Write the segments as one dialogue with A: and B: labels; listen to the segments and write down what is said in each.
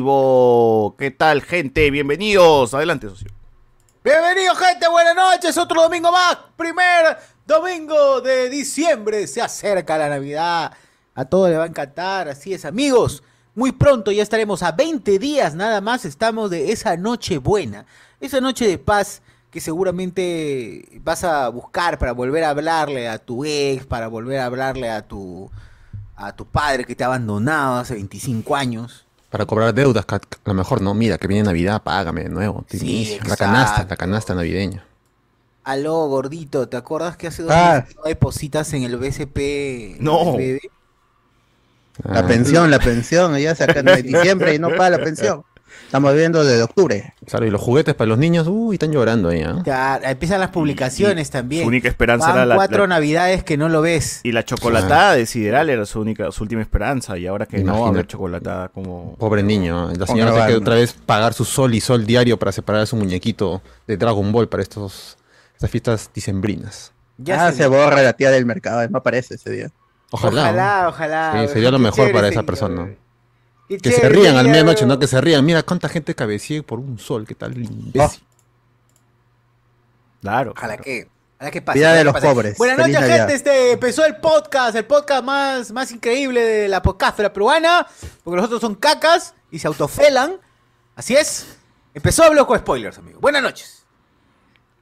A: vivo. ¿Qué tal, gente? Bienvenidos. Adelante, socio.
B: Bienvenidos, gente. Buenas noches. Otro domingo más. Primer domingo de diciembre. Se acerca la Navidad. A todos les va a encantar. Así es, amigos. Muy pronto ya estaremos a 20 días nada más. Estamos de esa noche buena. Esa noche de paz que seguramente vas a buscar para volver a hablarle a tu ex, para volver a hablarle a tu, a tu padre que te ha abandonado hace 25 años.
C: Para cobrar deudas, ca- a lo mejor no, mira, que viene Navidad, págame de nuevo. te
B: Sí,
C: inicio. la
B: exacto.
C: canasta, la canasta navideña.
B: Aló, gordito, ¿te acuerdas que hace dos
D: Ah.
B: meses no depositas en el BCP?
A: No.
B: BBB?
D: La
C: Ah,
D: pensión, la pensión, ya se acaba en diciembre y no paga la pensión. Estamos viviendo desde octubre.
C: claro, y los juguetes para los niños, uy, están llorando ahí, ¿ah?
B: Ya, empiezan las publicaciones
A: Y- y
B: también.
A: Su única esperanza
B: Van
A: era la,
B: cuatro
A: la-
B: navidades que no lo ves.
A: y la chocolatada de Sideral era su única, su última esperanza. Y ahora que no va a haber
C: Ah. Imagínate.
A: chocolatada como.
C: Pobre niño, ¿ah? la señora
D: Ponga
C: tiene que
D: banda.
C: otra vez pagar su sol y sol diario para separar a su muñequito de Dragon Ball para estos, estas fiestas dicembrinas.
D: Ya Ah, se, borra la tía del mercado, no aparece ese día.
C: Ojalá. ¿no?
B: Ojalá, ojalá.
C: Sí,
B: güey.
C: sería lo
B: Qué
C: mejor para
B: chévere
C: esa
B: sería,
C: persona.
B: güey. Qué
C: Que se
B: chévere
C: rían al
B: sería,
C: medianoche, no
B: güey.
C: que se rían. Mira cuánta gente cabecee por un sol, qué
D: Oh.
C: tal imbécil.
A: Claro.
B: Ojalá
A: claro.
B: que. Ojalá que pase.
D: Vida de
B: ojalá que
D: los
B: pase.
D: pobres.
B: Buenas
D: Feliz
B: noches,
D: Navidad.
B: gente. Este empezó el podcast, el podcast más, más increíble de la podcastera peruana. Porque los otros son cacas y se autofelan. Así es. Empezó Bloco Spoilers, amigo. Buenas noches.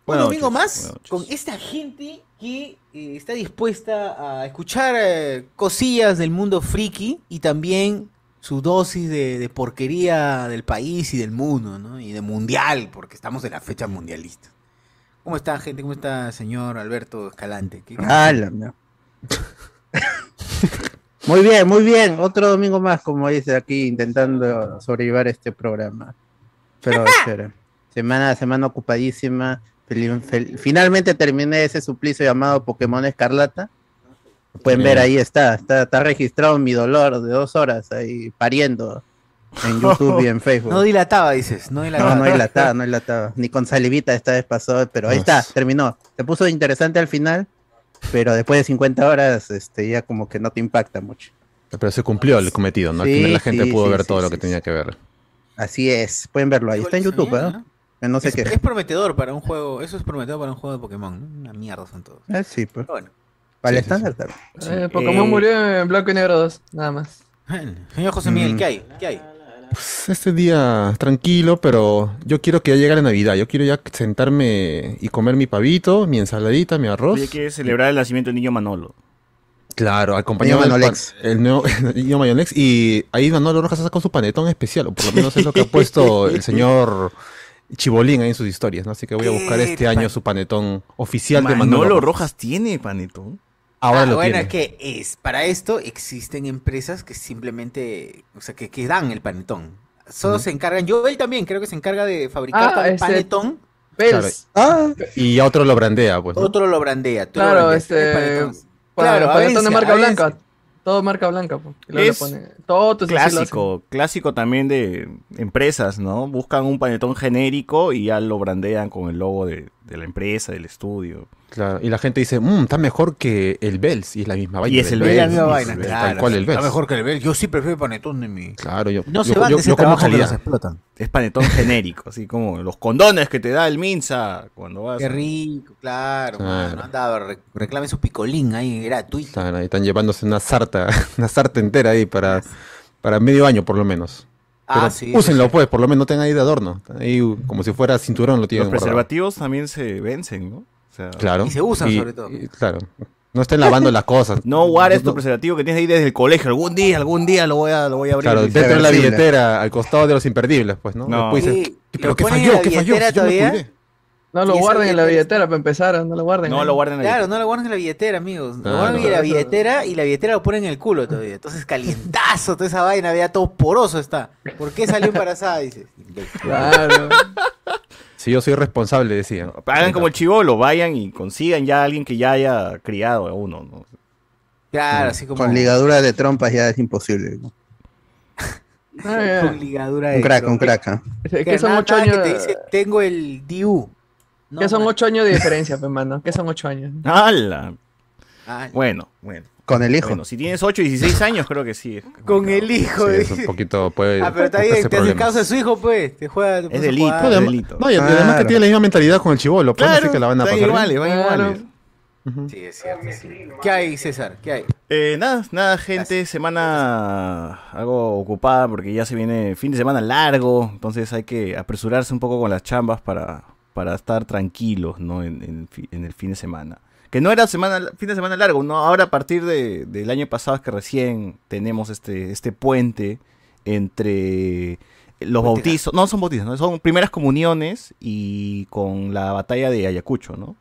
A: Buenas
B: Un domingo
A: noches,
B: más
A: buenas noches.
B: con esta gente que eh, está dispuesta a escuchar eh, cosillas del mundo friki y también su dosis de, de porquería del país y del mundo, ¿no? Y de mundial, porque estamos en la fecha mundialista. ¿Cómo está, gente? ¿Cómo está, señor Alberto Escalante? ¿Qué- qué-
D: Ah, la mierda. Muy bien, muy bien. Otro domingo más, como dice aquí, intentando sobrellevar este programa. Pero espera. Semana a semana ocupadísima. Fel- fel- Finalmente terminé ese suplicio llamado Pokémon Escarlata. Lo Pueden ver,
C: Bien.
D: ahí está, está. Está registrado mi dolor de dos horas ahí pariendo en YouTube y en Facebook.
B: No dilataba, dices. No dilataba.
D: No, no enlataba, no enlataba. Ni con salivita esta vez pasó, pero ahí está,
C: Dios.
D: terminó. Se puso interesante al final, pero después de 50 horas, este, ya como que no te impacta mucho.
C: Pero se cumplió el cometido, ¿no? Al
D: Sí,
C: final la gente
D: sí,
C: pudo
D: sí,
C: ver
D: sí,
C: todo lo
D: sí,
C: que
D: sí.
C: tenía que ver.
D: Así es, pueden verlo ahí. Está en YouTube,
B: Igual esa
D: ¿ah?
B: mierda,
D: En No sé qué.
B: Es prometedor para un juego. Eso es prometedor para un juego de Pokémon. ¿no? Una mierda son todos.
D: Ah, sí, pues.
B: Pero bueno.
D: Para el
C: Sí, sí, sí.
D: estándar también.
A: Sí.
E: Eh, Pokémon
A: Eh,
E: murió en blanco y negro 2, nada más.
B: Señor José Miguel,
D: Mm.
B: ¿qué hay? ¿Qué hay?
C: Pues, este día tranquilo, pero yo quiero que ya llegue la Navidad. Yo quiero ya sentarme y comer mi pavito, mi ensaladita, mi arroz.
A: Oye, hay que celebrar el nacimiento del niño Manolo.
C: Claro, acompañado del
D: Niño
C: pan-
D: Manolex.
C: el nuevo el niño Mayonex. Y ahí Manolo Rojas ha sacado su panetón especial, o por lo menos es lo que ha puesto el señor Chibolín ahí en sus historias, ¿no? Así que voy a buscar
B: ¿Qué
C: este
B: pan-
C: año su panetón oficial de Manolo.
A: Manolo
C: Rojas.
A: Rojas tiene panetón.
C: Ahora
B: Ah,
C: lo
B: bueno,
C: tiene.
B: es que es, para esto existen empresas que simplemente, o sea, que, que dan el panetón. Solo
C: Ujú.
B: se encargan, yo él también creo que se encarga de fabricar
E: Ah,
B: pan-
E: ese-
B: panetón,
E: Pels,
D: Ah,
C: Y ya otro lo brandea, pues. ¿no?
B: otro lo brandea. tú lo
E: Claro,
B: brandeas,
E: este,
B: el panetón.
E: para,
B: Claro,
E: para
B: Avencia,
E: todo de marca
B: Avencia.
E: blanca. Todo marca blanca. po. Y luego
A: Es
E: le pone- Todo tu
A: Clásico, clásico también de empresas, ¿no? Buscan un panetón genérico y ya lo brandean con el logo de, de la empresa, del estudio.
C: Claro. Y la gente dice, mmm, está mejor que el Bells. Y es la misma vaina.
A: Y es
C: del
A: el
B: Es
C: Bells,
B: la
A: Bells,
B: misma
C: y
A: es
B: vaina,
C: tal
B: claro.
C: cual el
B: Está
C: Bells.
B: mejor que el Bel, yo sí prefiero el panetón de mi...
C: Claro, yo.
B: No
C: yo,
B: se van
C: yo-
B: de ese
C: yo como
B: trabajo que
C: calidad.
B: los explotan.
A: Es panetón genérico, así como los condones que te da el Minsa cuando vas.
B: Qué
A: a-
B: rico, claro,
C: Claro.
B: mano, anda, re- reclame su picolín ahí, gratuito.
C: Están, ahí, están llevándose una sarta, una sarta entera ahí para, para medio año por lo menos. Pero
B: Ah, sí.
C: úsenlo pues, por lo menos tengan ahí de adorno. Ahí uh, como si fuera cinturón lo
A: Los
C: tienen guardado.
A: preservativos también se vencen, ¿no? O sea,
C: Claro.
B: Y se usan sobre todo.
C: y- claro. No estén lavando las cosas.
A: No guardes tu
C: No-
A: preservativo que tienes ahí desde el colegio. Algún día, algún día lo voy a, lo voy a abrir.
C: Claro,
A: Dice,
C: dentro de la
D: Reversible.
C: billetera, al costado de los imperdibles, pues, ¿no?
A: No.
C: Después dices,
B: Sí,
C: "¿Qué- pero
B: lo
C: ¿qué
B: ponen en la
C: falló? ¿Qué falló?
B: billetera
C: Si yo lo
B: todavía.
C: cuidé".
E: No
B: Y
E: lo
B: esa
E: guarden en la
B: billetera-
E: billetera para empezar, no lo guarden.
A: No
E: ahí.
A: lo guarden ahí.
B: Claro, no lo guardan en la billetera, amigos.
A: Ah,
C: Claro.
B: Lo guardan en la billetera y la billetera lo ponen en el culo todavía. Entonces, calientazo toda esa vaina, vea, todo poroso está. ¿Por qué salió embarazada? Dice.
E: Claro.
C: Si yo soy responsable, decía.
A: Hagan como el chivolo, vayan y consigan ya a alguien que ya haya criado a uno, ¿no?
B: Claro, así como.
D: con ligadura de trompas ya es imposible.
E: Ah, ya.
B: con ligadura de.
D: Un crack, un
B: tronco.
D: crack. ¿ah?
E: Es
B: Que
E: que son
B: nada,
E: 8
B: nada
E: años.
B: Que te dice, tengo el DIU. No,
E: Que son
B: man.
E: 8 años de diferencia, hermano. Que son 8 años.
A: ¡Hala!
B: Ah,
A: Bueno, bueno.
D: Con el hijo.
A: Bueno, si tienes 8 y 16 años, creo que sí.
B: Con el hijo.
C: Sí, es
B: dice.
C: un poquito, puede.
B: ah, pero está
C: buscarse
B: bien, te hace
C: problemas.
B: causa a su hijo, pues. Te juega. te
A: Es
B: puso
A: delito,
B: a
C: No, y
B: jugar.
C: además-
A: delito.
C: no, y además que
D: Claro.
C: tiene la misma mentalidad con el chivolo, pues, así que la van a
A: están
C: pasar. bien.
A: iguales, van
E: Claro.
A: iguales.
B: Sí, es cierto. sí. ¿Qué hay, César? ¿Qué hay?
A: Eh, nada, nada, gente, semana algo ocupada porque ya se viene fin de semana largo, entonces hay que apresurarse un poco con las chambas para, para estar tranquilos, ¿no? En, en fi- en el fin de semana. Que no era semana, fin de semana largo, no, ahora a partir de- del año pasado es que recién tenemos este, este puente entre los bautizos, no son bautizos, ¿no? son primeras comuniones y con la batalla de Ayacucho, ¿no?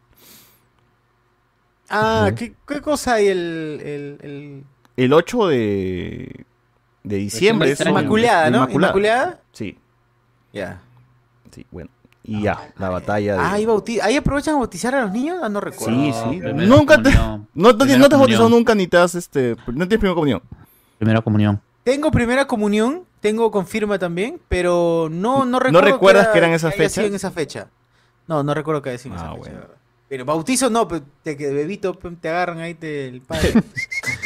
B: Ah,
A: Ah,
C: Ujú.
B: ¿qué, qué cosa hay el. el, el...
A: El 8 de, de diciembre.
E: Diciembre
A: son-
B: Inmaculada, ¿no?
A: Inmaculada.
B: Inmaculada.
A: Sí,
B: Ya.
A: sí, bueno. Y ya, la batalla de...
B: Ah, ¿y bauti- ¿ahí aprovechan a bautizar a los niños? Ah, no recuerdo.
A: Sí, sí.
F: primera
A: Nunca te...
F: comunión.
A: No, no,
F: Primera
A: no te has bautizado
F: comunión.
A: nunca ni te has, este... No tienes primera comunión.
F: Primera comunión.
B: Tengo primera comunión, tengo confirma también, pero no, no recuerdo.
A: recuerdas que eran esas
B: haya sido
A: fechas?
B: en esa fecha. No, no recuerdo que haya sido en
A: Ah,
B: esa fecha,
A: bueno.
B: la verdad. Pero bautizo no, pe- te que bebito pe, te agarran ahí te, el padre.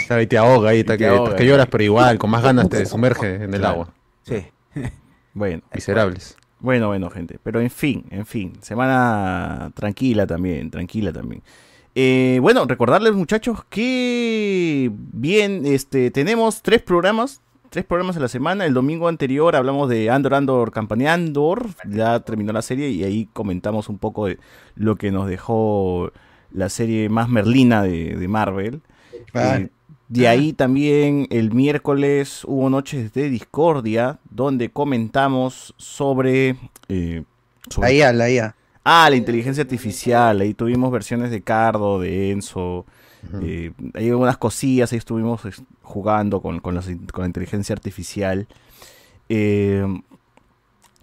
C: Claro, y te ahoga ahí, te,
A: te
C: que,
A: ahoga.
C: que lloras, pero igual, con más ganas te sumerge en el
A: Claro.
C: agua.
B: sí.
A: Bueno,
C: Miserables.
A: bueno, bueno, gente. Pero en fin, en fin. Semana tranquila también, tranquila también. Eh, bueno, recordarles muchachos que bien, este, tenemos tres programas, tres programas a la semana. El domingo anterior hablamos de Andor Andor Campaña Andor, ya terminó la serie y ahí comentamos un poco de lo que nos dejó la serie más merlina de, de Marvel.
D: Claro.
A: Eh, de ahí también el miércoles hubo noches de discordia donde comentamos sobre, eh, sobre
D: Ahí, ala, ahí. ala.
A: Ah, la inteligencia artificial. Ahí tuvimos versiones de Cardo, de Enzo. eh, hay algunas cosillas. Ahí estuvimos es, jugando con, con las in- con la inteligencia artificial. eh,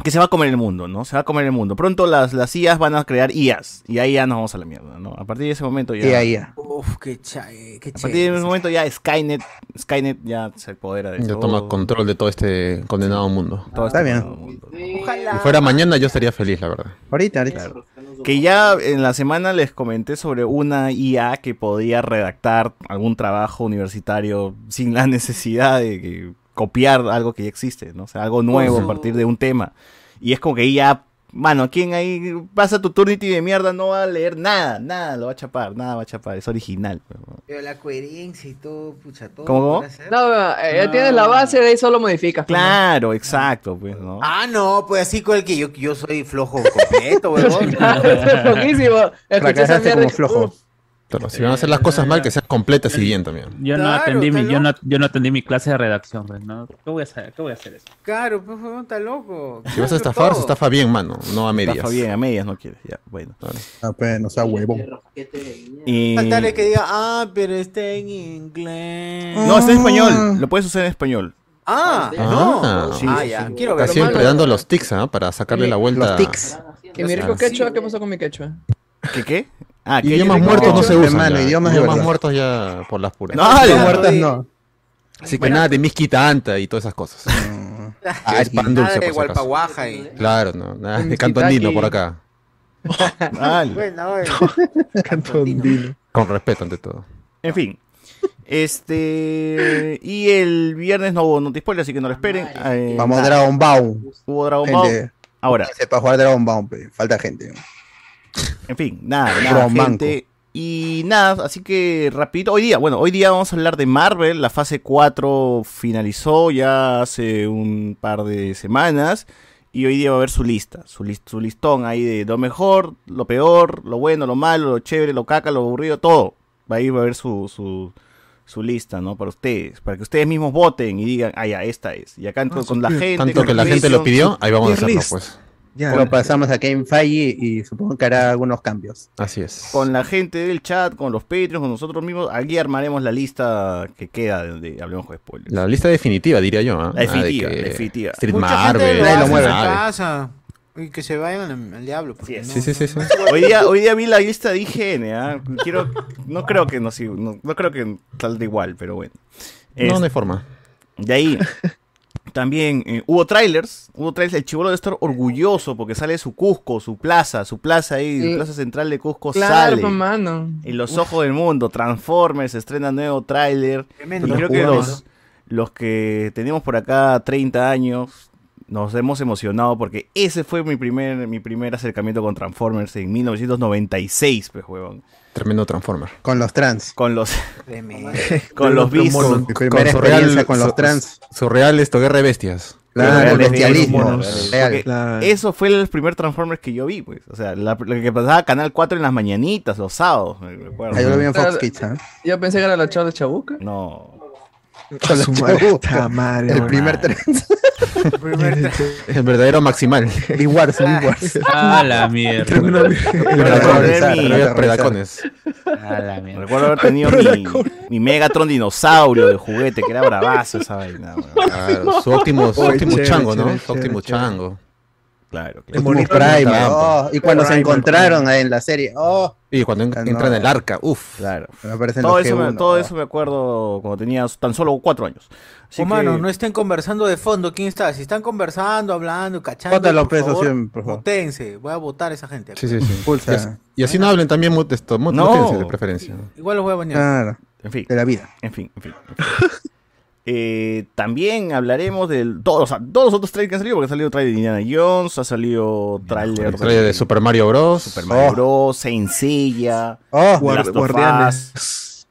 A: que se va a comer el mundo, ¿no? Se va a comer el mundo. Pronto las, las IAs van a crear IAs. Y ahí ya nos vamos a la mierda, ¿no? A partir de ese momento ya.
D: Sí, ahí, ala.
B: Uf, qué chae, qué
A: A partir de
B: chévere.
A: ese momento ya Skynet, Skynet ya se apodera de
C: Ya
A: todo.
C: toma control de todo este condenado mundo.
A: todo
D: Está
A: este
D: bien.
A: nuevo mundo.
C: Si
B: Ojalá.
C: fuera mañana, yo estaría feliz, la verdad.
D: Ahorita, ahorita.
A: Que ya en la semana les comenté sobre una IA que podía redactar algún trabajo universitario sin la necesidad de que- copiar algo que ya existe, ¿no? O sea, algo nuevo a partir de un tema. Y es como que ya, mano, ¿quién ahí pasa tu Turnity de mierda? No va a leer nada, nada, lo va a chapar, nada va a chapar, es original. pues, ¿no?
B: Pero la coherencia y todo, pucha, todo.
A: ¿Cómo, cómo?
B: para hacer.
E: No, eh, ya tienes la base, de ahí solo modificas. pues, ¿no?
A: Claro, exacto, pues, ¿no?
B: Ah, no, pues así con el que yo, yo soy flojo completo, huevón.
E: Claro, flojísimo. Escuché esa
D: Fracasaste
E: mierda.
D: como
E: y-
D: flojo.
C: Pero si van a hacer las cosas mal, que sean completas y bien también.
F: Yo no,
B: Claro,
F: atendí mi,
B: está
F: yo, no, yo no atendí mi clase de redacción, pues, ¿no? ¿Qué voy a hacer? ¿Qué voy a hacer eso?
B: Claro, pues huevón, está loco.
C: Si vas
B: Claro,
C: a estafar, se
B: todo.
C: estafa bien, mano, no a medias.
A: Estafa bien, a medias no quieres, ya, bueno.
D: Ah, pues, no sea huevo.
A: Y-
B: Faltarle que diga, ah, pero está en inglés.
A: No, está en
D: Mm. Ah.
A: español, lo puedes usar en español.
B: Ah,
C: Ah,
B: no.
C: sí.
B: ah, ya. Quiero
C: Está
B: ver.
C: siempre
E: malo.
C: dando los tics, ¿ah? Para sacarle la vuelta.
D: Los
C: Ah.
D: tics.
E: ¿Y mi rico quechua? ¿Qué pasó con mi quechua?
A: ¿Qué qué? Ah, que
C: Idiomas
E: yo-
C: muertos no
E: yo-
C: se
D: yo-
C: usan.
D: hermano,
C: ya.
D: idiomas
C: idiomas
D: de verdad.
C: muertos ya por las puras.
A: No,
D: Los
A: ya.
D: muertos no.
C: Así que nada de misquita anta y todas esas cosas.
D: Mm.
C: Ah, es pan
B: Nada
C: dulce,
B: de
C: por si acaso.
B: Gualpaguaja y.
C: Claro, no, nada de
E: Mizquitaqui.
C: cantonino por acá.
A: Al.
B: Bueno,
C: Con respeto ante todo.
A: En fin. Este. Y el viernes no hubo Noti Spoiler, así que no lo esperen. Eh,
D: Vamos a Dragon Ball.
A: Hubo Dragon Ball.
D: Gente,
A: Ahora,
D: para jugar Dragon Ball, pe. falta gente.
A: en fin, nada, nada,
D: Dragon Manco.
A: gente. Y nada, así que rapidito. Hoy día, bueno, hoy día vamos a hablar de Marvel. La fase 4 finalizó ya hace un par de semanas. Y hoy día va a haber su lista, su, lis- su listón ahí de lo mejor, lo peor, lo bueno, lo malo, lo chévere, lo caca, lo aburrido, todo. Ahí va a haber su, su, su lista, ¿no? Para ustedes, para que ustedes mismos voten y digan, ah, ya, esta es. Y acá con, con la gente.
C: Ah, Tanto
A: con
C: que la
A: televisión,
C: gente lo pidió, ahí vamos a
G: tier
C: hacerlo,
G: list.
C: pues.
G: Ya.
D: Pero pasamos a Game Falle y supongo que hará algunos cambios.
C: Así es.
A: Con la gente del chat, con los Patreons, con nosotros mismos. Aquí armaremos la lista que queda de, de Hablemos de Spoilers.
C: La lista definitiva, diría yo. ¿ah?
A: La definitiva,
C: Ah, de que
A: definitiva.
C: Street
B: Mucha
C: Marvel,
B: gente lo,
D: nadie
B: hace
D: lo
B: en
D: mueve.
B: su
C: Marvel.
B: casa. Y que se vayan al, al diablo. porque
A: Así
B: no-
C: Sí, sí, sí. sí.
A: Hoy día, hoy día vi la lista de IGN, ¿ah? Quiero, no creo que no, sí, no, no creo que salga igual, pero bueno.
C: No,
A: Es-
C: no hay forma.
A: de Este, ahí. También eh, hubo trailers, hubo trailers, el chivolo debe estar orgulloso porque sale su Cusco, su plaza, su plaza ahí,
E: Sí.
A: la plaza central de Cusco
E: Claro,
A: sale.
E: pues, mano.
A: En los ojos del mundo, Transformers, estrena nuevo tráiler. Y
B: Tremendo.
A: creo que
B: juego,
A: los, los que tenemos por acá 30 años nos hemos emocionado porque ese fue mi primer, mi primer acercamiento con Transformers en 1996, pues, huevón.
C: Tremendo Transformer.
D: Con los trans.
A: Con los,
B: Tremendo.
A: con los
C: Con,
A: bichos.
D: Mi primera
C: su
D: experiencia
C: real-
D: con los
C: su-
D: trans.
C: Su real esto, guerra de bestias.
D: Claro,
A: reales,
D: bestialismo.
A: monos.
D: Real.
A: Porque
D: Claro.
A: Eso fue el primer Transformers que yo vi, pues. O sea, la, lo que pasaba Canal 4 en las mañanitas, los sábados, me recuerdo.
D: Ah, Yo lo vi en
E: Claro.
D: Fox Kids. ¿ah?
E: Yo pensé que era la chava de Chabuca.
A: No.
D: Con los chavos. El primer
A: madre.
D: trans.
C: El verdadero maximal.
D: Big Wars, Big Wars.
F: A la mierda.
C: Predacones.
A: terrorizar,
C: Real
D: terrorizar.
C: Predacones.
F: A la mierda.
A: Recuerdo haber tenido mi, mi Megatron dinosaurio de juguete, que era bravazo esa vaina, weón.
C: Claro, su Optimus, su
G: Oye,
C: Optimus
G: chévere,
C: chango, ¿no?
G: chévere,
C: Su Optimus
G: chévere,
C: chango.
A: Claro,
D: El
A: claro.
D: Optimus
G: bonito.
D: Prime,
C: Bonito.
D: oh, y cuando se
G: Prime,
D: encontraron ahí en la serie, oh,
C: Y cuando en-
D: Ah, no.
C: entra en el arca, uff.
A: claro.
D: me aparecen
A: Todo,
D: los
A: eso me,
D: G1,
A: todo
D: oh.
A: eso me acuerdo cuando tenía tan solo cuatro años. Así
B: Humano,
A: que-
B: no estén conversando de fondo. ¿Quién está? Si están conversando, hablando, cachando.
D: Bótalo,
B: por
D: pues,
B: favor,
D: Sion, por favor.
B: votense. Voy a votar a esa gente. pues.
C: Sí, sí, sí.
D: Pulsa.
C: Y así- Y así no hablen también mut- esto, mut-
A: No.
C: mútense de preferencia.
B: Igual los voy a bañar.
D: Claro,
A: en fin,
D: de la vida.
A: en fin, en fin. en fin. Eh, también hablaremos de todos, o sea, todos los otros trailers que han salido, porque ha salido trailer de Indiana Jones, ha salido trailer
C: El trailer de Super Mario Bros.
A: Super Mario Bros, Saint Seiya,
D: Oh,
A: Guar-
G: Guar-
A: Last of
G: guardianes.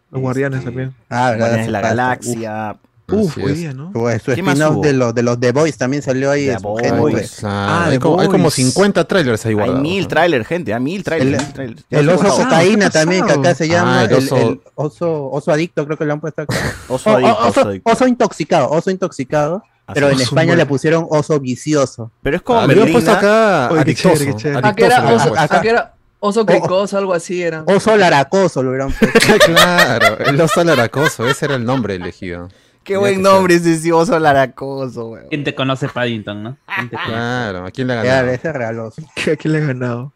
G: Los guardianes
A: este,
G: también.
D: ah, verdad,
A: Guardianes de la
D: hace falta.
A: Galaxia,
G: Uf,
C: Así
G: hoy
C: es.
G: día, ¿no?
D: Su, su
A: ¿Qué más
D: spin-off
A: hubo?
D: de los, de los The Boys también salió ahí.
A: The
D: es un
A: Boys.
D: genio,
C: Ay,
D: pues.
C: claro,
G: Ah,
C: hay,
G: de
C: como, hay como
G: Boys.
C: 50 trailers ahí
A: hay
C: guardados.
A: mil
C: ¿no?
A: trailers, gente, hay mil trailers.
D: El-
A: mil trailers. Ya
D: El
A: se
D: oso
A: acabó.
G: pasado,
D: cocaína
G: ¿qué
D: también, que acá se
C: pasado?
D: llama.
C: Ah,
D: el
C: el
D: oso...
C: oso-
D: El, oso, oso adicto, creo que lo han puesto acá.
A: Oso
D: O- o-
A: adicto,
D: oso-
A: oso adicto.
D: oso intoxicado, oso intoxicado.
A: Así
D: Pero
A: es.
D: en
G: Oso
D: España
G: muerto.
D: le pusieron oso vicioso.
A: Pero es como
C: Ah, le habían puesto
A: Merlina,
C: acá
G: Oye, qué
C: adictoso.
G: chévere, qué chévere.
E: Ah, que
C: adictoso,
E: era
C: le
E: oso,
C: habían
E: ah, que era oso cricoso, algo así era.
D: Oso laracoso lo hubieran puesto.
C: puesto. claro, el oso alaracoso, ese era el nombre elegido.
A: qué buen nombre es ese oso laracoso, weón.
F: ¿Quién te conoce Paddington, no? ¿Quién te conoce?
C: Claro, ¿a quién le
D: Ya,
C: ganó?
D: ese regaloso.
G: ¿Qué- ¿A quién le has ganado?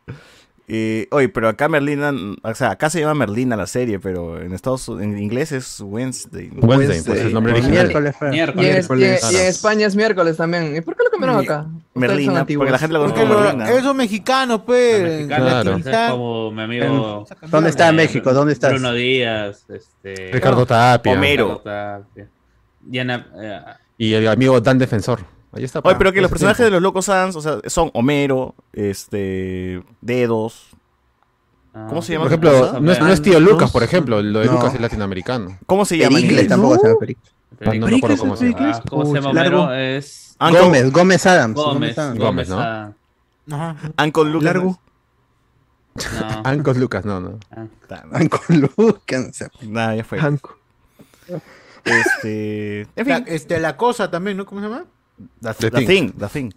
A: Eh, oye, pero acá Merlina, o sea, acá se llama Merlina la serie, pero en Estados en inglés es Wednesday. ¿no?
C: Wednesday, pues el nombre
G: Wednesday.
C: original.
D: Miércoles fue.
E: Y en,
F: Miércoles.
E: y en-
C: Miércoles.
E: y en España es miércoles también. ¿Y por qué lo cambiaron acá?
A: Merlina, porque la gente la conoce
B: Porque
A: como
B: lo-
A: Merlina.
B: esos mexicanos, pues.
C: mexicanos,
B: latinizan.
C: Claro.
F: Ese es como mi amigo.
D: ¿Dónde está
F: eh,
D: México? ¿Dónde estás?
F: Bruno Díaz, este.
C: Ricardo Tapia.
A: Homero.
F: Ricardo Tapia. Diana. eh,
C: Y el amigo Dan Defensor. Ahí está.
A: Oye,
C: pa,
A: pero que
C: hace
A: los personajes de
C: tiempo.
A: los Locos Sans, o sea, son Homero, este, Dedos,
F: ah,
A: ¿Cómo se
F: sí,
A: llama?
C: Por
A: Vamos
C: ejemplo,
A: a
C: no es, no es tío
G: ver.
C: Lucas, por ejemplo. Lo de
D: No.
C: Lucas es latinoamericano.
A: ¿cómo se llaman? en
D: Pericles
A: inglés?
D: tampoco se llama Pericles.
F: Pericles,
C: No me acuerdo cómo se
G: llama.
F: Ah, ¿Cómo se llama?
G: Largo.
F: Homero? Es
A: Uncle,
D: Gómez, Gómez Adams.
F: Gómez.
D: Adams.
C: Gómez,
F: Gómez,
C: ¿no?
F: ah,
B: Ajá.
A: Uncle Lucas.
G: Largo.
F: no. Ah.
C: Ancos Lucas, no, no.
A: Nah,
D: Van con Luke, que no sé.
A: Nada, ya fue.
G: Hanco.
A: Este, en
B: La,
A: fin,
B: este, la cosa también, ¿no? ¿Cómo se llama?
A: the,
C: The
A: the thing, the thing.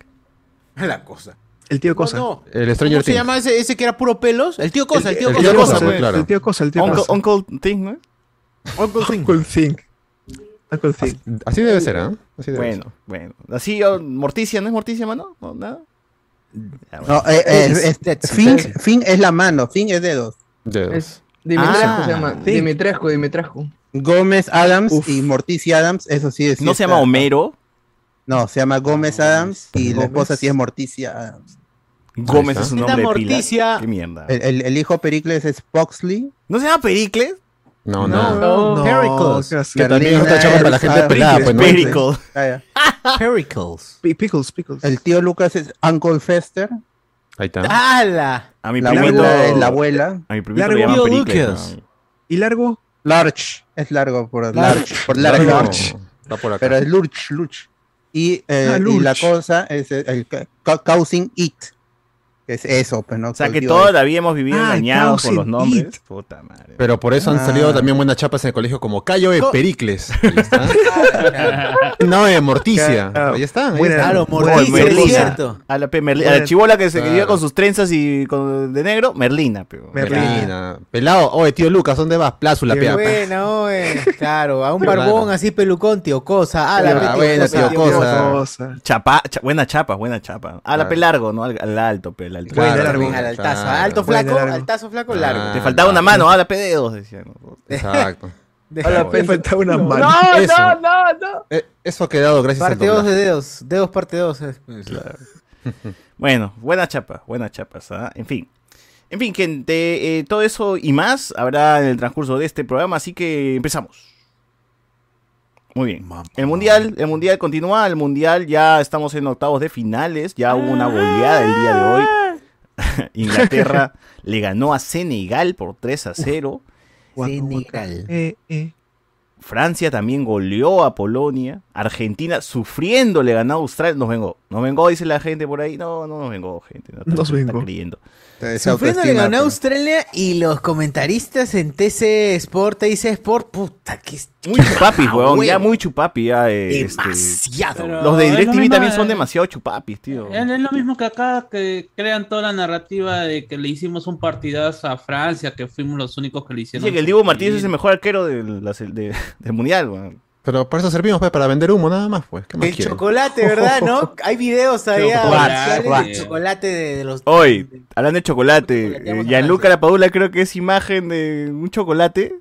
A: Oh,
B: La cosa.
G: El tío Cosa.
B: No, no.
C: El
B: ¿Cómo
C: Stranger
B: se
C: Things.
B: llama ese, ese que era puro pelos? El tío Cosa, el, tío
A: el
B: Cosa.
A: tío Cosa,
G: pues.
C: claro.
G: El tío Cosa, el tío
A: Uncle,
G: Cosa.
A: Uncle Thing, ¿no?
B: Uncle Thing.
G: Uncle Thing. Uncle Thing.
C: Así debe ser,
G: ¿ah?
C: ¿eh? Así debe
A: Bueno, bueno. Así, oh, Morticia, ¿no es Morticia, mano? No, nada. Ya, bueno.
D: No, eh, eh,
B: That's-
D: es-
B: that's-
D: Fink, Fink es la mano, Fink es dedos.
C: ser. De-
E: Es Dimitrescu
A: Ah,
E: se llama.
G: sí.
E: Dimitrescu, Dimitrescu.
D: Gómez Adams
G: Uf.
D: y Morticia Adams, eso sí es.
A: no se llama Homero,
D: No, se llama Gómez Adams y la
G: Gómez.
D: esposa sí es Morticia Adams.
A: Gómez
C: Ahí está.
A: es un
B: Esta
A: nombre de pila.
B: Morticia.
A: Qué mierda.
D: El, el- el hijo Pericles es Boxley.
A: ¿No se llama Pericles?
C: No, no.
G: No,
A: Oh,
B: Pericles.
G: qué asco.
C: Que también es otra chapa para la gente
D: Ah,
C: pelada, pues, ¿no?
D: Pericles.
A: Pericle.
D: Ah, ya.
B: Pericles.
G: Pi- Pickles, Pickles.
D: El tío Lucas es Uncle Fester.
C: Ahí está.
B: ¡Hala!
A: A mi
D: La
A: primito.
D: abuela es la abuela.
A: A mi primito
G: Largo
A: le llaman
B: tío
A: Pericles.
B: Lucas.
G: ¿Y largo?
D: Larch es largo por
B: Larch.
D: Larch. Por largo.
C: Largo. Está por acá.
D: Pero es Lurch, Lurch. Y, eh,
G: Ah,
D: y
G: Lurch.
D: la cosa es el, el ca- ca- Causing It. Es eso, pues no.
A: O sea que
D: Causing-
A: todavía hemos vivido
G: Ah,
A: engañados con
G: Thousand
A: los nombres.
G: Eat.
A: Puta madre.
C: Pero por eso han
D: Ah.
C: salido también buenas chapas en el colegio como Cayo de Pericles. Ahí está. no, de Morticia.
G: Claro.
C: Ahí están. ahí
G: Buena-
C: están.
B: Claro,
G: Bueno,
B: Morticia, es
A: Merlina.
B: cierto.
A: a la, pe- Merli- a la
G: Bueno,
A: chibola que se
C: claro.
A: quería con sus trenzas y con, de negro, Merlina. Pero.
G: Mer-
C: Merlina. Pelado. Oye, tío Lucas, ¿dónde vas? Plázula,
G: Qué
C: pea.
B: Bueno, oye, claro, a un
C: Claro.
B: barbón así pelucón, tío cosa. A
C: Ah,
B: la pe, tío
C: bueno,
B: cosa,
C: tío
B: tío
C: cosa.
B: cosa.
G: Cosa.
A: Chapa, cha- buena chapa, buena chapa. A la
C: Claro.
A: pe largo, ¿no? Al, al alto, pe, al alto.
C: Claro,
B: Bueno, largo,
C: claro.
B: al altazo, alto
G: Bueno,
B: flaco,
G: largo.
B: altazo flaco,
C: Ah.
B: largo.
A: Te faltaba una
C: claro.
A: mano, a la P dedos, decían.
C: Exacto.
E: Hola,
G: Me
E: Pensa.
G: faltaba una
E: No,
G: mano.
C: Eso.
E: no, no, no.
C: Eh, Eso ha quedado gracias
B: Parte
C: al
B: 2
C: doblaje.
B: de dedos. Dedos parte eh. 2.
A: Bueno, buena chapa, buenas chapas, ¿ah? en fin. En fin, gente, eh, todo eso y más habrá en el transcurso de este programa, así que empezamos. Muy bien. El mundial, el mundial continúa, el mundial ya estamos en octavos de finales, ya hubo una goleada el día de hoy. Inglaterra le ganó a Senegal por 3 a 0.
B: Senegal.
G: Eh, eh.
A: Francia también goleó a Polonia. Argentina sufriendo le ganó a Australia. Nos vengó. Nos vengó, dice la gente por ahí. No, no nos vengó, gente. No,
G: Nos
A: está- está
G: vengó.
A: creyendo.
B: Sufriendo le
C: pues.
B: ganó Australia y los comentaristas en TC Sport, TC Sport, puta, que es ah,
A: Muy
B: pues.
A: chupapis, weón. Ya
B: huevo.
A: muy chupapi. Ya, eh, este,
B: demasiado.
F: Pero-
A: los de
F: es lo
A: DirecTV
F: mismo
A: también
F: de-
A: son demasiado chupapis, tío.
F: eh, Es, es lo mismo que acá, que crean toda la narrativa de que le hicimos un partidazo a Francia, que fuimos los únicos que le hicieron.
A: Dice que el Dibu Martínez es el mejor arquero del, la se- de- del mundial, weón.
C: Pero para eso servimos, pues, para vender humo nada más, pues. ¿Qué más
B: El
C: quieren?
B: chocolate, ¿verdad? ¿No? Hay videos ahí.
F: Chocolate,
B: Chocolate,
F: chocolate.
B: chocolate de, de los.
A: Hoy, hablando de chocolate,
B: Chocolateamos
A: eh,
B: a
A: Gianluca La Paula creo que es imagen de un chocolate.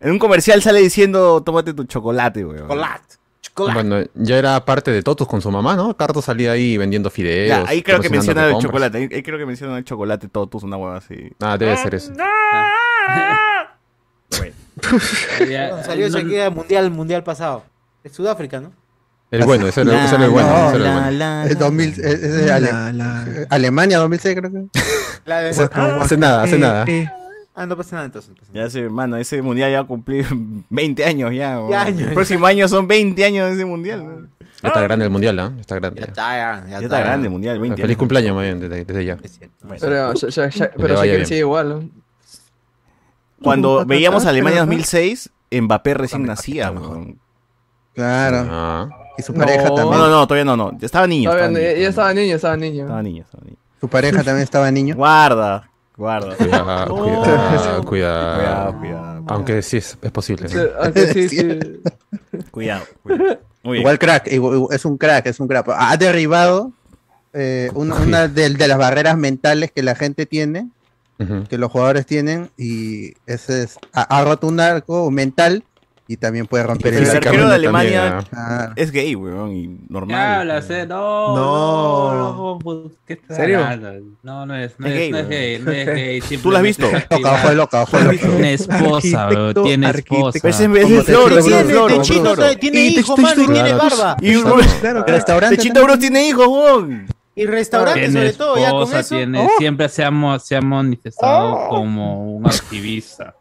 A: En un comercial sale diciendo, tómate tu chocolate, weón.
B: Chocolate. Chocolate.
C: Bueno, ya era parte de Totus con su mamá, ¿no? Carto salía ahí vendiendo fideos.
A: Ya, ahí creo que
C: cocinando
A: mencionan el
C: compras.
A: chocolate. Ahí, ahí creo que mencionan el chocolate Totus, una hueva así.
C: Ah, debe ser eso.
B: Bueno, salió Shakira mundial, mundial pasado. De Sudáfrica, ¿no?
D: Ah,
C: El bueno, ese era, ese era el bueno. ese era el bueno.
D: El 2000, eh, eh, eh, Ale-
G: La, la-
D: Alemania 2006 creo que.
B: La de-
C: Ese- hace nada, hace
G: eh,
C: nada.
G: eh.
B: Ah, no pasa nada entonces. no pasa nada.
A: Ya se, mano, ese mundial ya va a cumplir 20 años ya. weón.
B: años.
A: El próximo año son 20 años de ese mundial. weón.
C: Ya está grande el mundial, ¿ah? Ya Está grande.
B: Ya
C: ya.
B: está, ya,
A: Ya está grande el mundial, 20
C: Feliz
A: años.
C: cumpleaños, más bien, desde, desde ya.
B: Es cierto.
A: Bueno.
E: Pero, ya- ya- ya-
C: le
E: pero
C: vaya
E: Shakira
C: bien.
E: sigue igual. ¿no?
A: Cuando
G: Ujú,
A: veíamos
G: acá,
A: Alemania
G: acá.
A: 2006, Mbappé recién nacía. weón.
D: Claro.
C: Ah.
D: Y su pareja
E: No.
A: No,
D: también.
A: no, no, todavía no, no. Estaba niño.
E: Estaba
A: Estaba
E: bien,
A: niño,
E: ya, ya
A: estaba
E: estaba niño, estaba niño.
A: niño. Estaba niño, estaba niño.
D: Su pareja también estaba niño.
A: Guarda, guarda.
C: Cuidado,
D: Oh.
A: No. Cuidado,
C: cuidado, cuidado.
A: cuidado,
C: Aunque sí es, es posible.
E: Sí,
B: ah,
E: aunque sí, sí.
A: cuidado. cuidado. Muy bien.
D: Igual crack, igual- igual- es un crack, es un crack. Ha derribado eh, una, una de, de las barreras mentales que la gente tiene,
C: Ujú.
D: que los jugadores tienen, y ese es, ha, ha roto un arco mental y también puede romper
A: Pero
D: el
A: el
D: arco.
A: arquero de
C: también,
A: Alemania-
C: ah.
D: Claro.
A: Es gay, weón, y
F: Ya
A: normal.
F: hablas, eh, no,
G: No.
F: no, no, ¿qué estás
G: ¿Serio?
F: hablando? No, no es, no
A: Es
F: es,
A: gay,
F: no es
A: weón.
F: gay, no es gay.
A: ¿Tú lo has visto?
F: simplemente
D: Loca, fue loca, fue loca.
F: Tiene esposa, bro, tiene
G: Arquitecto,
F: esposa.
A: Pues en vez
D: Como
A: de
D: te-
A: floro,
D: te-
A: tiene
D: te-
A: floro,
D: te-
A: tiene
B: Techito
A: floro.
B: todavía tiene
G: Y
B: hijo,
G: Techito
B: mano, y
G: Instagram.
B: tiene
C: Claro.
B: barba.
A: Y un
G: Claro, claro.
D: Restaurante.
A: Techito Bros tiene hijos, weón.
B: Y restaurante,
F: Tiene
B: sobre todo, ya con
F: esposa,
B: eso. Oh,
F: tiene- Siempre se ha, mo- se ha manifestado como un activista.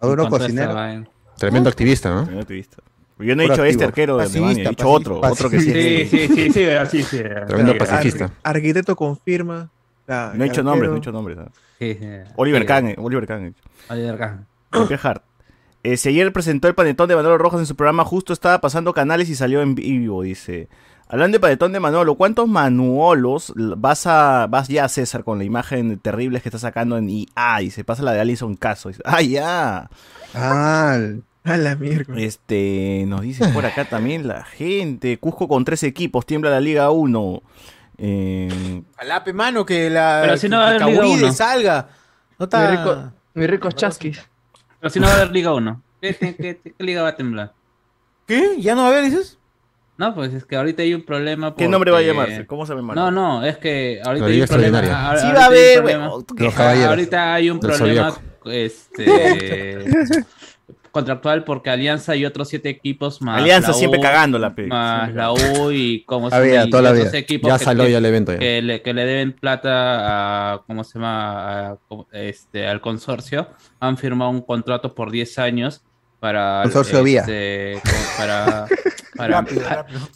D: Maduro
F: En contra de
D: cocinero.
F: esta vaena.
C: Tremendo activista, ¿no?
A: Yo no te he visto. Uh. Yo no he
D: Puro
A: dicho este
D: activo.
A: arquero de
D: Pasivista,
A: Alemania, he dicho
D: pasi-
A: otro, otro que sí. es
F: Sí,
A: gay.
F: sí, sí, sí, sí, sí.
C: Tremendo
F: Sí,
C: pacifista.
G: Arquitecto confirma. la-
A: No he hecho
G: arquero.
A: nombres, no he hecho nombres. ¿no?
F: sí, sí.
A: Oliver
F: Sí,
A: Kahn, eh, Oliver Kahn. eh.
F: Oliver Kahn.
A: Pepe Hart. Eh, si ayer presentó el panetón de Manolo Rojas en su programa, justo estaba pasando canales y salió en vivo, dice. Hablando de panetón de Manolo, ¿cuántos manuolos l- vas a vas ya César con la imagen terrible que está sacando en IA? Dice, pasa la de Alison Caso. Dice, ah, ya.
D: Ah, el-
G: A la mierda.
A: Este, nos dice por acá también la gente. Cusco con tres equipos, tiembla la Liga 1. Eh,
B: Alape, mano, que la.
F: Pero si no va a
B: que
F: haber Liga
B: Cahuide
F: uno.
B: salga. No
E: Mi
B: está.
E: rico- Mi rico chasquis.
F: Pero si no va a haber Liga 1. ¿Qué, qué- qué- qué liga va a temblar?
B: ¿Qué? ¿Ya no va a haber esos?
F: No, pues es que ahorita hay un problema.
A: ¿Qué
F: porque-
A: nombre va a llamarse? ¿Cómo se llama?
F: No, no, es que ahorita
C: La
F: hay
C: liga
F: un problema.
C: extraordinaria.
F: ahora-
A: Sí
F: ahorita
A: va a
F: hay un
A: haber,
F: problema.
A: weón. ¿Tú qué?
C: Los caballeros.
F: Ahorita hay un
C: del
F: problema
C: Zodíaco.
F: este, contractual porque Alianza y otros siete equipos más.
A: Alianza
F: la
A: siempre
F: U,
A: cagándola, pe.
F: Más la U y como
D: La vida, toda la vida.
F: equipos
C: Ya
F: que-
C: salió
F: que-
C: ya el evento. ya.
F: que le, que le deben plata a, ¿cómo se llama? A- co- este, al consorcio, han firmado un contrato por 10 años para...
D: Consorcio Vía.
F: este, como para, para,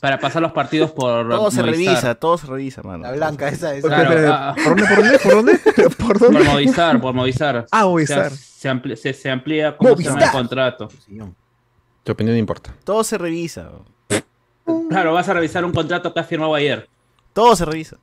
F: para pasar los partidos por...
A: Todo se
F: Movistar.
A: revisa, todo se revisa, mano.
B: La blanca, esa, esa.
F: Claro,
G: Espera,
F: ah,
G: ¿Por dónde? ¿Por dónde? ¿Por dónde? ¿Por
F: por
G: dónde?
F: Movistar, por Movistar.
G: Ah,
F: O sea,
G: Movistar.
F: se, ampli- se, se amplía ¿cómo se llama, el
B: Movistar.
F: contrato.
C: Tu opinión no importa.
A: Todo se revisa, weón.
F: Claro, vas a revisar un contrato que has firmado ayer.
A: Todo se revisa.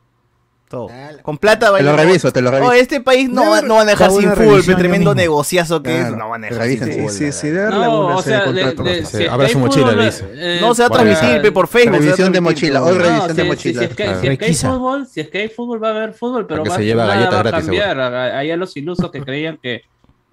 A: Todo.
B: Ah, la-
A: Con plata
D: Te
A: baila-
D: lo reviso, te lo reviso.
A: Oh, este país no, va- no van a dejar
D: Hago
A: sin
D: una
A: fútbol, pe,
D: revisión yo
A: tremendo
D: mismo.
A: negociazo que es.
D: Claro,
A: No van a
D: te
A: dejar sin
D: revisan.
A: fútbol.
G: Sí, sí,
A: la-
G: sí,
A: la-
G: debe haber
F: No,
G: alguna
F: o
G: serie de
F: sea, de-
G: contrato.
F: de-
C: no sé.
F: si es que
C: Abra
F: hay
C: su mochila,
F: fútbol,
C: le dice.
F: eh,
A: No se va a
F: para-
A: transmitir pe, por Facebook. se va a
D: Revisión de
A: transmitir,
D: mochila,
A: weón.
D: hoy
F: No,
D: revisión de
F: si-
D: mochila.
F: Si, es que,
C: Claro.
F: si es que hay
B: Requisa.
F: fútbol, si es que hay fútbol va a haber fútbol, pero
C: Porque
F: va,
C: se lleva
F: nada
C: galletas
F: va a
C: gratis,
F: cambiar. Allá los ilusos que creían que, que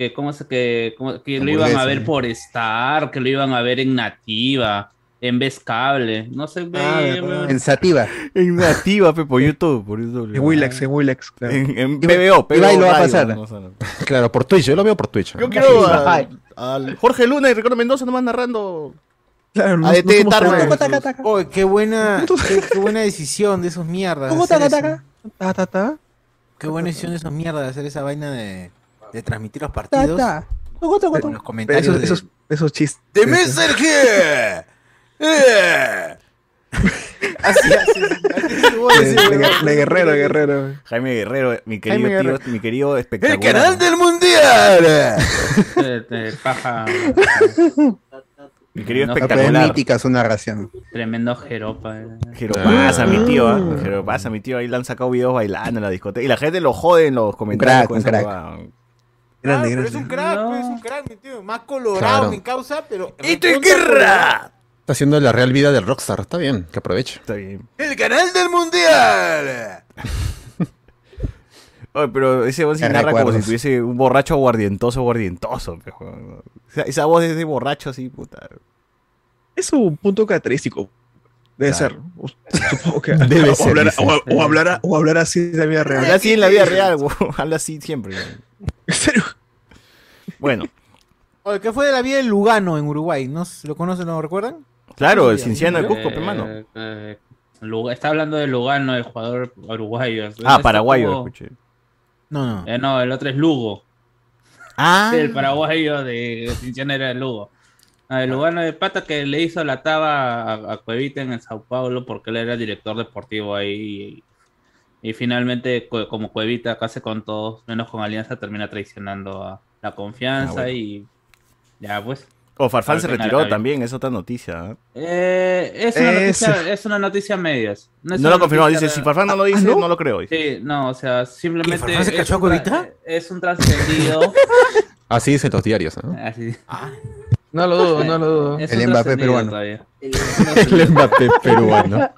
F: que, ¿cómo se, que, cómo- que lo iban a
C: Hamburguesa.
F: ver por Star, que lo iban a ver en Nativa, en Vez Cable, no sé, ve-
G: verdad.
F: ve-
D: Pensativa.
A: En nativa, pe, por YouTube, por YouTube.
G: En Willax, en Willax, claro.
A: En, en PBO, PBO.
D: Ibai lo va a
A: Radio,
D: pasar.
A: vamos a-
C: Claro, por Twitch, yo lo veo por Twitch.
A: Yo quiero a-
D: Ibai.
A: al Jorge Luna y Ricardo Mendoza nomás narrando
G: Claro, no,
A: ADT
G: no somos
A: Tarma.
G: tan-
A: Taca,
D: taca, taca.
B: Oye, qué buena, qué, qué buena decisión de esos mierdas. de
G: ¿Cómo
B: hacer
G: taca,
D: Ah,
B: eso.
G: taca? Ta, ta, ta.
B: Qué buena decisión de esos mierdas de hacer esa vaina de, de transmitir los
G: Ta,
B: partidos
G: ta. Toco, toco,
B: con
G: toco.
B: los comentarios
G: Esos,
B: de,
G: esos, esos chistes.
B: ¡De Messer here! ¡Eh! Así, así, así se puede
G: De,
B: decir,
G: de-
B: ¿verdad?
G: de guerrero, de guerrero.
A: Jaime Guerrero, mi querido
G: Jaime
A: tío,
G: Guerrero.
A: mi querido espectacular.
B: ¡El canal del mundial!
F: eh, te- paja,
A: Mi querido
F: No,
D: Pero es
A: espectacular.
D: mítica su narración.
F: tremendo jeropa. eh.
A: Jero pasa, mi tío, ¿ah? Jero pasa, mi tío. Ahí le han sacado videos bailando en la discoteca. Y la gente lo jode en los comentarios.
D: crack,
A: con
D: un
A: esa
D: crack.
A: huevada. Ah,
G: Grande,
B: Claro, pero es
G: grande.
B: un crack,
F: No.
B: pero es un crack, mi tío. Más colorado
C: Claro.
B: mi causa, pero.
A: ¡Esto es guerra!
C: Está haciendo la real vida del rockstar, está bien, que aproveche.
A: Está bien.
B: ¡El canal del mundial!
A: Oye, pero ese buen sí
D: Qué
A: narra como
D: recuerdos.
A: si tuviese un borracho aguardientoso, aguardientoso. pe, huevón. O sea, esa voz es de borracho así, puta.
G: Es un punto característico. Debe
A: Claro.
G: ser. O- Supongo que.
C: Debe
G: o
C: ser,
G: hablar-
C: dice.
G: o- o hablar- o hablar así de la vida
A: Habla
G: real.
A: así en la vida real, huevón. Habla así siempre. huevón.
G: En serio.
A: Bueno,
B: Oye, ¿qué fue de la vida de Lugano en Uruguay? ¿No s- lo conocen, no lo recuerdan?
A: claro, el Cinciano de Cusco,
F: Eh,
A: hermano.
F: eh, Lu- está hablando de Lugano, el jugador uruguayo.
A: Ah,
F: Este
A: paraguayo,
F: tuvo-
A: escuché.
B: No, no.
F: eh, no, el otro es Lugo.
A: Ah,
F: El paraguayo de Cinciano era de Lugo. Ah, El Lugano de Pata que le hizo la taba a, a Cuevita en el Sao Paulo porque él era director deportivo ahí. Y, y finalmente, cu- como Cuevita casi con todos, menos con Alianza, termina traicionando a la confianza
A: Ah, bueno.
F: y ya pues.
A: o Farfán se
F: Al final,
A: retiró
F: Javi.
A: también, es otra noticia. ¿eh?
F: Eh, es, una
G: Ese.
F: noticia, es una noticia a medias. es
A: No
F: una
A: lo confirmó,
F: noticia-
A: dice, si Farfán
B: Ah,
A: no lo dice,
G: ¿no?
A: no lo creo. dice.
F: Sí, no, o sea, simplemente.
B: ¿Farfán se
F: es
B: cachó a
F: un tra-
B: Cuevita?
F: Es un trascendido.
C: Así dicen los diarios, ¿no?
F: así.
B: Ah.
E: No lo dudo, no lo dudo.
F: Es
D: El
F: un
D: Mbappé
F: trascendido
D: peruano.
F: todavía.
C: El Mbappé peruano.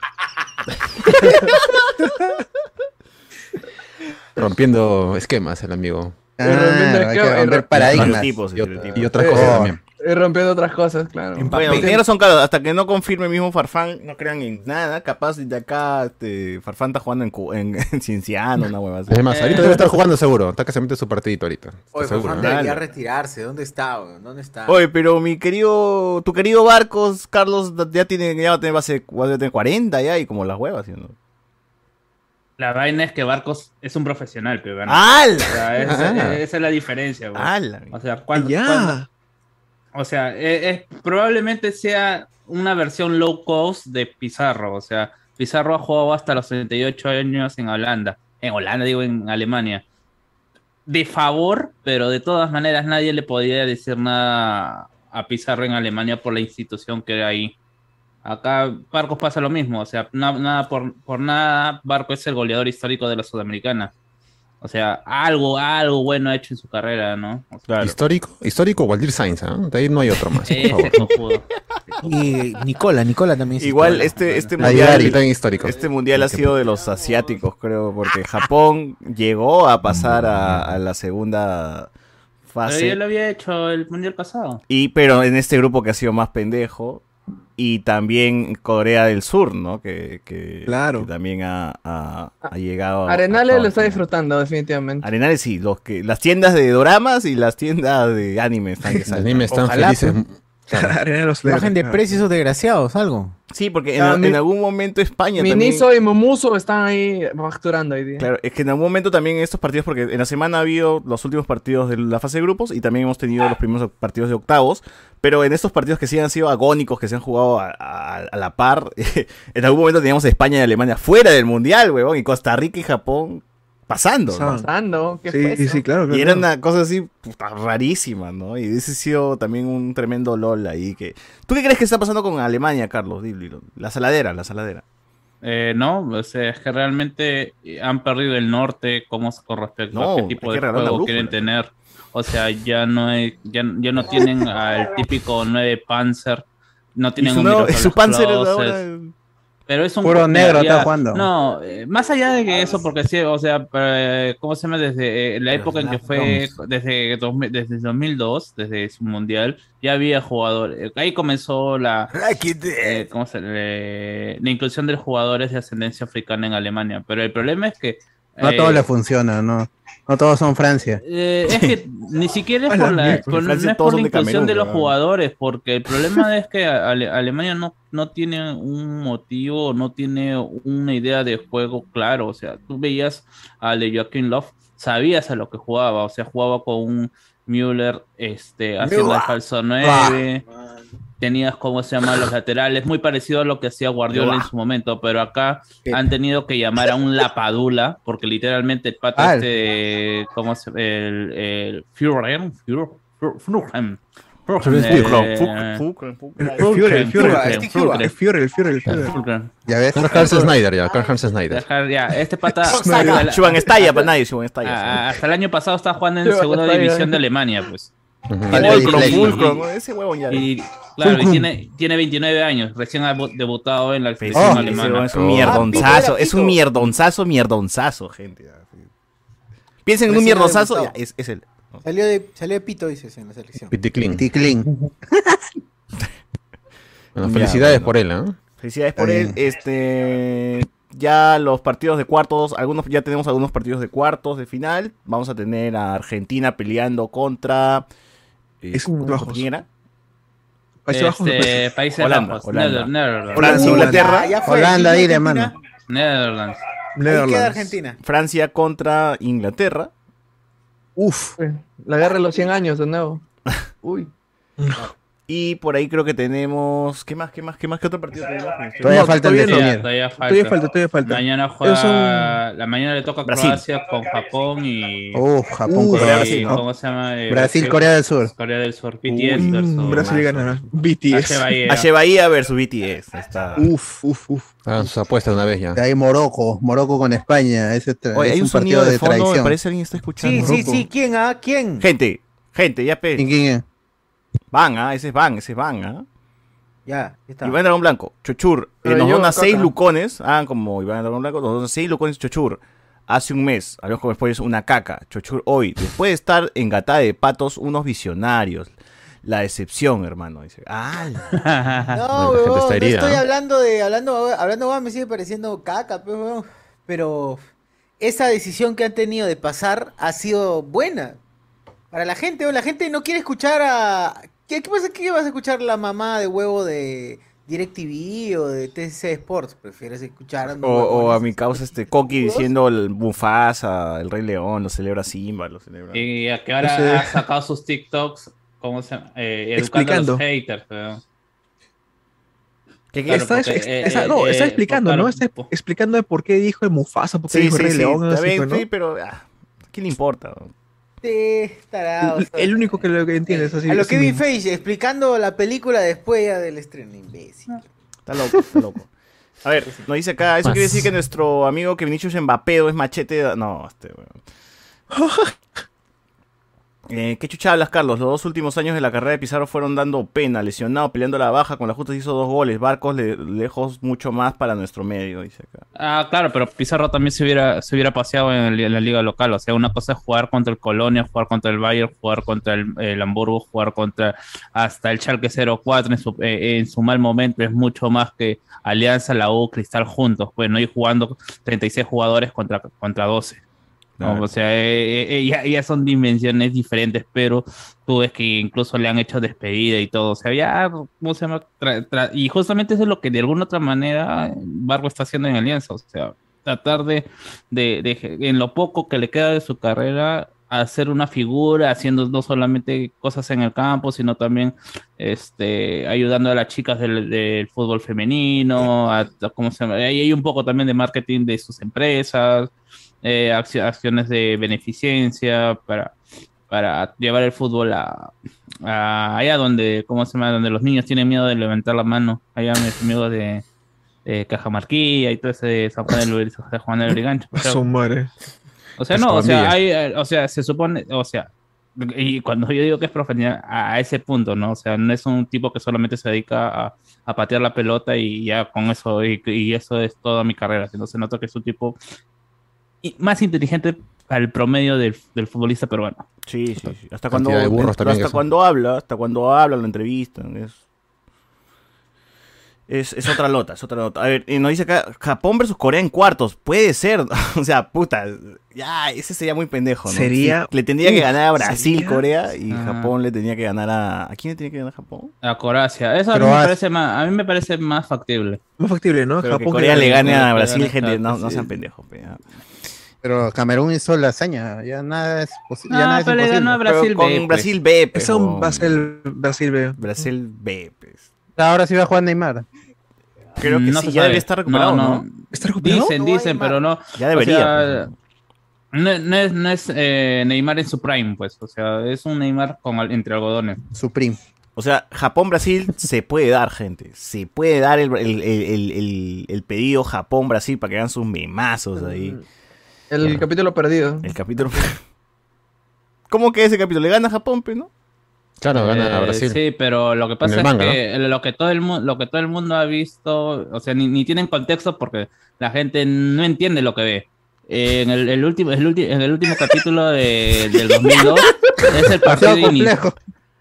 C: Rompiendo esquemas el amigo.
D: Ah,
E: Pero realmente,
D: hay
E: claro,
D: que
E: el-
D: romper paradigmas.
A: Estereotipos,
C: Y, ot-
A: estereotipos.
C: y otras cosas
G: Eh,
C: también.
E: Y rompiendo otras cosas, claro.
A: Bueno, los dineros son caros. Hasta que no confirme mismo Farfán, no crean en nada. Capaz de acá este, Farfán está jugando en, Cu- en, en Cienciano, una hueva así.
C: Es más, ahorita
F: Eh.
C: debe estar jugando seguro. Está que se mete su partidito ahorita. Está
B: Oye,
C: seguro,
B: Farfán
C: ¿no?
B: debería
A: Dale.
B: retirarse. ¿Dónde está? weón? ¿Dónde está?
A: Oye, pero mi querido, tu querido Barcos, Carlos, ya tiene, ya va a tener, va a ser- va a tener 40 ya y como las huevas. ¿sí o ¿no?
F: La vaina es que Barcos es un profesional, pero bueno.
A: ¡Ala!
F: O sea, es-
C: Ah.
F: eh, esa es la diferencia, güey.
A: ¡Ala!
F: O sea, cuando, cuando-
G: Ya.
F: o sea eh, eh, probablemente sea una versión low cost de Pizarro. O sea, Pizarro ha jugado hasta los 38 años en Holanda. En Holanda, digo, en Alemania. De favor, pero de todas maneras nadie le podía decir nada a Pizarro en Alemania por la institución que era ahí. Acá Barcos pasa lo mismo, o sea, na- nada por, por nada, Barco es el goleador histórico de la Sudamericana. O sea, algo, algo bueno ha hecho en su carrera, ¿no? O sea,
A: Claro.
C: Histórico, histórico Waldir Sainz, ¿ah? De ahí no hay otro más, por favor.
F: ese cojudo.
B: Y Nicola, Nicola también. es
A: Igual
B: histórico.
A: este, este
C: Ahí
A: mundial.
C: Dari, también histórico.
A: Este mundial ha
C: Qué
A: sido de los asiáticos, creo, porque Japón llegó a pasar a, a la segunda
F: Pero
A: fase.
F: yo lo había hecho el mundial pasado.
A: Y, pero en este grupo que ha sido más pendejo. Y también Corea del Sur, ¿no? Que, que-
G: Claro.
A: que también ha, ha- ha llegado. a-
E: Arenales
A: a-
E: lo está disfrutando, definitivamente.
A: Arenales sí, los que, las tiendas de doramas y las tiendas de anime están que
C: Los
A: saltan.
C: animes están
B: Ojalá,
C: felices.
G: Arena de los Ah.
B: Bajen de
G: Claro.
B: precios esos desgraciados, algo.
A: Sí, porque en,
E: Ah,
A: en
E: mi-
A: algún momento España también.
E: Miniso y Momuso están ahí facturando hoy día.
A: Claro, es que en algún momento también estos partidos, porque en la semana ha habido los últimos partidos de la fase de grupos y también hemos tenido los primeros partidos de octavos, pero en estos partidos que sí han sido agónicos, que se han jugado a, a- a la par, en algún momento teníamos a España y Alemania fuera del Mundial, huevón, y Costa Rica y Japón pasando. ¿no?
G: Pasaban.
E: Pasando, ¿qué fue
G: Sí,
E: eso?
G: sí, claro.
A: Y
G: claro,
A: era
G: claro.
A: una cosa así puta, rarísima, ¿no? Y ese ha sido también un tremendo LOL ahí que... ¿Tú qué crees que está pasando con Alemania, Carlos? Dilo, dilo. La saladera, la saladera.
F: Eh, no, o sea, es que realmente eh, han perdido el norte como s- con respecto
A: No,
F: a qué
A: hay
F: tipo
A: que
F: de
A: regalar la
F: juego
A: brújula.
F: quieren tener. O sea, ya no hay- ya, ya no tienen al típico 9 Panzer, no
A: Y
F: tienen
A: su,
F: un
A: nuevo-
F: Miroslav
A: su Panzer
F: Klose,
A: ahora...
F: Pero es un
D: Puro
F: mira,
D: negro está jugando.
F: No, eh, más allá de que eso, porque sí, o sea, eh, ¿cómo se llama? Desde eh, la
A: Los
F: época en que
A: Lab
F: fue, desde, 2000 desde 2002, desde su mundial, ya había jugadores. eh, Ahí comenzó la, eh, ¿cómo se- eh, la inclusión de los jugadores de ascendencia africana en Alemania. Pero el problema es que.
D: No a
F: eh,
D: todos les funciona, no. No todos son Francia.
F: eh, es que ni siquiera es por la, por- no
A: Francia
F: es
A: todos
F: por la
A: son de
F: inclusión
A: Camerún,
F: de, los
A: weón.
F: jugadores, porque el problema es que Ale- Alemania no, no tiene un motivo, no tiene una idea de juego claro. O sea, tú veías a Le Joaquín Love, sabías a lo que jugaba, o sea, jugaba con un Müller este, haciendo el falso 9 tenías cómo se llaman los laterales, muy parecido a lo que hacía Guardiola en su momento, pero acá han tenido que llamar a un lapadula, porque literalmente el pato
D: Al.
F: este, ¿cómo se el, el Führer, Führer, Führer, Führer, eh, Führer, Führer, Führer,
G: El Führer, el Führer, el Führer.
F: Führer.
D: Ya ves.
C: Carl Hans Snyder, ya. Carl Hans Snyder.
F: Dejar ya, Este pata
A: Chuban Chuban Estalla para nadie, Chuban Estalla.
F: ah, hasta el año pasado estaba jugando en
E: Chuban
F: segunda
E: Estalla.
F: división de Alemania, pues.
C: Ujú.
D: Vale,
A: Fulcrum,
D: Leslie.
A: Fulcrum, ¿no? ese huevón ya.
F: Y claro, y tiene, tiene 29 años, recién ha bu- debutado en la
A: Pues,
F: selección
D: Oh.
A: ese
F: alemana.
A: huevón es un
C: Oh.
A: mierdonzazo,
B: Ah,
A: es un
B: pito.
A: mierdonzazo, mierdonzazo, gente. Piensen en un
B: Recién
A: mierdonzazo,
B: ha
A: ya,
B: debutado.
A: es, es él.
B: Salió de, salió de pito, dices, en la selección.
C: Piticlin.
D: Ticlin.
C: Bueno, felicidades por él, ¿eh?
A: Felicidades por él.
D: Está
A: Este, ya los partidos de cuartos, algunos ya tenemos algunos partidos de cuartos de final. Vamos a tener a Argentina peleando contra eh,
G: Es un
A: ¿contra
G: bajos.
A: quién era?
G: Países Bajos.
F: Este, Países
A: Holanda,
F: Bajos,
A: Holanda.
F: Nether- Netherlands.
A: Francia, Inglaterra,
B: ya fue.
D: Holanda,
B: Argentina,
D: dile,
B: Argentina.
D: mano.
F: Netherlands.
B: Ahí queda
G: Netherlands.
B: Argentina.
A: Francia contra Inglaterra.
G: Uf.
F: Eh,
E: La guerra de los 100 años, de nuevo. Uy.
A: Y por ahí creo que tenemos. ¿Qué más? ¿Qué más? ¿Qué más? ¿Qué otro partido tenemos?
D: Todavía
G: No,
D: falta el
G: todavía
D: de Somier.
F: Todavía,
G: no.
F: todavía falta.
G: Todavía falta, todavía falta.
F: Mañana juega.
G: Es un-
F: La mañana le toca a
A: Brasil.
F: Croacia con Japón y.
D: Uh, Japón,
G: Uh,
F: y-
D: Corea.
A: Brasil, ¿no?
F: ¿Cómo se llama? Eh,
D: Brasil, Corea del Sur.
F: Corea del Sur.
G: Mm,
F: BTS versus.
G: Brasil gana.
F: H.
G: BTS.
F: Bahía.
A: H. Bahía versus BTS. Ahí Está.
G: Uf, uf, uf.
C: Hagan sus apuestas una vez ya.
D: De ahí Morocco, Morocco con España. Ese tra-
A: Oye,
D: es
A: hay un,
D: un
A: sonido
D: partido
A: de,
D: de
A: fondo. Me
D: traición.
A: parece alguien está
B: Sí,
A: escuchando.
B: sí, sí. ¿Quién, ah? ¿Quién?
A: Gente, gente, ya
D: ¿Quién,
A: pe.
D: quién es?
A: Van, ah, ese es Van, ese es Van, ah.
B: Ya, ya está.
A: Iván Dragón Blanco, Chochur, eh,
E: Pero
A: nos
E: yo,
A: dona
E: Coca.
A: seis lucones, hagan como Iván Dragón Blanco, nos dona seis lucones Chochur. Hace un mes, hablamos como después una caca, Chochur hoy, después de estar en Gata de Patos, unos visionarios. La decepción, hermano, dice. Ah, la-
B: No,
C: La gente
B: weón,
C: está
B: no
C: herida,
B: estoy
C: ¿no?
B: hablando de. Hablando, hablando weón, me sigue pareciendo caca, pues, weón. Pero esa decisión que han tenido de pasar ha sido buena para la gente. weón. La gente no quiere escuchar a. ¿Qué, qué pasa? ¿Qué vas a escuchar la mamá de huevo de DirecTV o de TC Sports? Prefieres escuchar a.
A: o, o a mi causa este Coqui diciendo el Mufasa, el Rey León, lo celebra Simba, lo celebra.
F: Y a que ahora
G: Ese-
F: ha sacado sus TikToks. ¿Cómo se llama? Eh, educando a
G: Explicando.
F: los haters. weón.
A: ¿Qué- qué-
F: Claro,
G: Está,
F: porque,
G: ex-
F: eh,
G: esa-
F: eh,
G: no,
F: eh,
G: está explicando,
F: claro,
G: ¿no? Está
F: po-
G: explicando de por qué dijo el Mufasa, por qué
A: Sí,
G: dijo
A: sí,
G: Rey
A: sí,
G: León.
A: está
G: así,
A: bien,
G: ¿no?
A: sí, pero ah, ¿qué le importa?
B: Sí, tarado,
G: El- El único que lo que entiende es así.
B: A lo
G: así
B: Kevin
G: mismo.
B: Feige explicando la película después ya del estreno, imbécil.
A: Está loco, está loco. A ver, nos dice acá, eso
C: Más.
A: quiere decir que nuestro amigo que Vinicius Mbappeo es machete. de- No, este weón. Eh, ¿Qué chucha hablas, Carlos? Los dos últimos años de la carrera de Pizarro fueron dando pena, lesionado, peleando la baja, con la justa hizo dos goles, Barcos le- lejos mucho más para nuestro medio, dice acá.
F: Ah, claro, pero Pizarro también se hubiera, se hubiera paseado en, el- en la liga local. O sea, una cosa es jugar contra el Colonia, jugar contra el Bayern, jugar contra el, el Hamburgo, jugar contra hasta el Schalke 04 en su, eh, en su mal momento. Es mucho más que Alianza, la U, Cristal juntos. Pues no ir jugando 36 jugadores contra, contra 12. ¿no? O sea, eh, eh, eh, ya, ya son dimensiones diferentes, pero tú ves que incluso le han hecho despedida y todo. O sea, ya, ¿cómo se llama? Tra- tra- y justamente eso es lo que de alguna otra manera Barco está haciendo en Alianza. O sea, tratar de, de, de- en lo poco que le queda de su carrera, hacer una figura, haciendo no solamente cosas en el campo, sino también este, ayudando a las chicas del, del fútbol femenino, a, a- ¿cómo se llama? Ahí hay un poco también de marketing de sus empresas eh, acci- acciones de beneficencia para, para llevar el fútbol a, a allá donde, ¿cómo se llama? Donde los niños tienen miedo de levantar la mano. Allá mis amigos de, de Cajamarquía y todo ese de San Juan del, San Juan del Lurigancho. O sea,
G: Su madre.
F: o sea, no, o sea,
G: Cascabandillas.
F: hay, eh, o sea, se supone, o sea, y cuando yo digo que es profesional, a, a ese punto, ¿no? O sea, no es un tipo que solamente se dedica a, a patear la pelota y ya con eso, y, y eso es toda mi carrera, sino se nota que es un tipo y- más inteligente al promedio del, del futbolista peruano.
A: Sí, sí, sí. Hasta cuando,
C: Cantidad de burros
A: hasta
C: también que son.
A: cuando habla, hasta cuando habla, lo entrevistan. Es, es, es otra lota, es otra lota. A ver, y nos dice acá, Japón versus Corea en cuartos. Puede ser. o sea, puta. Ya, ese sería muy pendejo, ¿no?
G: Sería-
A: Sí, le tendría que
G: Uf,
A: ganar a Brasil,
G: sería-
A: Corea, y
F: Ah.
A: Japón le tenía que ganar a. ¿A quién le tenía que ganar Japón?
F: A Croacia. Eso a mí, me
C: Croacia.
F: parece más, a mí me parece más factible.
G: Más factible, ¿no?
A: Pero que
G: Japón
A: Corea
G: gana,
A: le gane
F: Corea
A: a
F: le
A: Brasil,
F: gane,
A: gente.
F: claro,
A: No, no
F: sí.
A: sean pendejos, pe, ah.
D: Pero Camerún hizo la hazaña, ya nada es posible. ya
F: No,
D: nada es
F: Ah, pero le ganó a
D: imposible.
F: Brasil.
A: Pero con
F: ve, pues.
A: Brasil B, pe,
G: Eso
A: huevón.
G: va a ser el Brasil, veo.
A: Brasil B, pues.
D: Ahora sí va a jugar Neymar.
A: Creo que
F: Mm, No
A: sí,
F: se
A: ya
F: sabe.
A: debe estar recuperado, ¿no?
G: ¿Está recuperado?
F: Dicen, dicen, pero no.
A: Ya debería.
F: O sea,
A: pues.
F: no, no es, no es eh, Neymar en su prime, pues. O sea, es un Neymar con, al- entre algodones.
D: Supreme.
A: O sea, Japón-Brasil se puede dar, gente. Se puede dar el, el- el- el- el pedido Japón-Brasil para que hagan sus memazos ahí.
E: El
A: Claro.
E: capítulo perdido.
A: El capítulo. ¿Cómo que ese capítulo? Le gana Japón, pero no.
C: Claro, gana a
F: Eh,
C: Brasil.
F: Sí, pero lo que
C: el
F: pasa
C: manga,
F: es que lo que todo el mundo, lo que todo el mundo ha visto, o sea, ni, ni tienen contexto porque la gente no entiende lo que ve. Eh, en el, el último, el ulti- en el último capítulo de- del 2002 es el partido
D: Demasiado
F: de inicio.
D: complejo.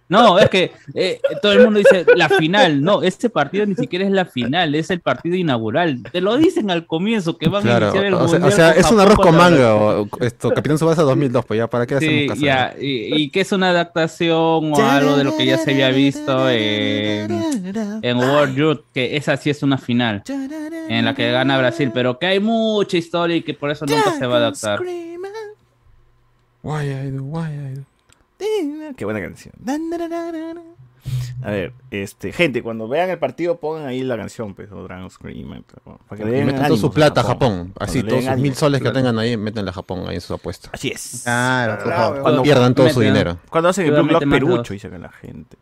F: No, es que eh, todo el mundo dice la final. No, este partido ni siquiera es la final, es el partido inaugural. Te lo dicen al comienzo que van a
C: Claro,
F: iniciar el
C: o sea, o
F: Mundial
C: sea,
F: con
C: es un
F: Japón
C: arroz con
F: contra
C: manga. o- o esto, Capitán Subasa 2002, pues ya, ¿para qué
F: Sí,
C: hacemos caso? eh?
F: ya, y, y que es una adaptación o algo de lo que ya se había visto en, en World Youth, que esa sí es una final en la que gana Brasil, pero que hay mucha historia y que por eso nunca se va a adaptar.
C: Why I do, why I do.
A: Qué buena canción. A ver, este, gente, cuando vean el partido pongan ahí la canción, pues, o Dragon Scream, pero, para que le
C: Y
A: den
C: metan toda
A: ánimos
C: su
A: a
C: plata a Japón.
A: Cuando
C: Así,
A: le
C: todos
A: den
C: sus mil
A: ánimos.
C: soles que tengan ahí, métanle a Japón ahí en sus apuestas.
A: Así es.
D: Claro, por favor.
A: Cuando-
C: No pierdan todo su
F: Meten.
C: dinero.
A: Cuando hacen el Blue
F: Seguramente
A: Block
F: más
A: Perucho,
F: dos.
A: dice acá la gente.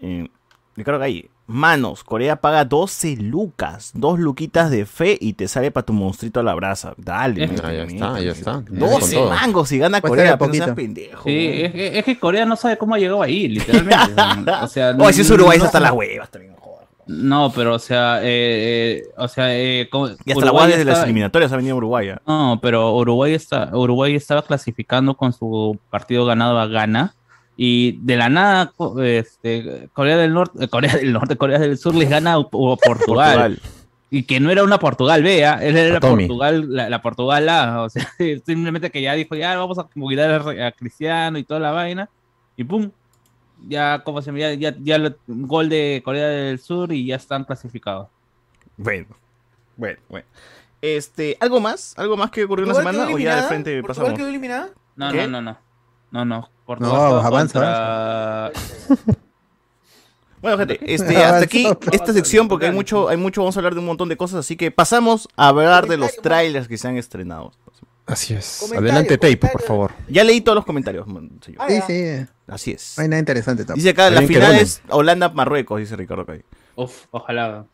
A: Eh, Ricardo Calle, manos, Corea paga 12 lucas, dos luquitas de fe y te sale para tu monstruito a la brasa. Dale,
F: Es-
A: métele,
C: Ah, ya está,
A: métele.
C: ya está. Con
A: 12
C: todo.
A: eh. mangos si gana
D: Pues
A: Corea,
D: era
A: pero no seas
D: poquito.
A: pendejo.
F: Sí, es, es que Corea no sabe cómo ha llegado ahí, literalmente. O sea,
B: Oh,
A: Oye, si es Uruguay,
F: no
A: hasta
F: sabe-
A: las huevas también, joder.
F: No, pero o sea, eh, eh, o sea, eh, como-
A: Y hasta la
F: Uruguay
A: hueva desde las
F: está-
A: eliminatorias ha venido a Uruguay. ¿ah?
F: No, pero Uruguay está, Uruguay estaba clasificando con su partido ganado a Ghana y de la nada co- este, Corea del Norte, eh, Corea del Norte, Corea del Sur les gana a P- a Portugal,
A: Portugal.
F: y que no era una Portugal vea, era la
C: Tommy.
F: Portugal, la, la Portugal A, o sea, simplemente que ya dijo ya vamos a cuidar a Re- a, Cristiano y toda la vaina y pum, ya como se llama? ya ya, ya lo- gol de Corea del Sur y ya están clasificados.
A: Bueno, bueno, bueno. Este, ¿algo más? ¿Algo más que ocurrió en la
B: ¿Portugal
A: semana?
B: quedó
A: ¿O ya de
B: eliminada?
A: frente
B: ¿Portugal
A: pasamos?
B: quedó eliminada?
F: No,
A: ¿Qué?
F: no, no, no. No, no, Portugal
D: No,
F: juega
D: avanza,
F: contra-
A: Bueno, gente, este,
D: Avanzó,
A: hasta aquí
D: avanzó,
A: esta sección porque hay mucho, hay mucho, vamos a hablar de un montón de cosas, así que pasamos a hablar de los trailers que se han estrenado.
C: Así es.
B: Comentario,
C: Adelante, Teipo, por
B: comentario.
C: favor.
A: Ya leí todos los comentarios, mon- señor.
B: Ah,
D: Sí,
B: ya.
D: sí.
A: Así es.
D: No hay nada interesante tampoco.
A: Dice acá, la
C: Alguien que
A: final
C: gane.
A: es Holanda-Marruecos, dice Ricardo Calle.
F: Uf, ojalá.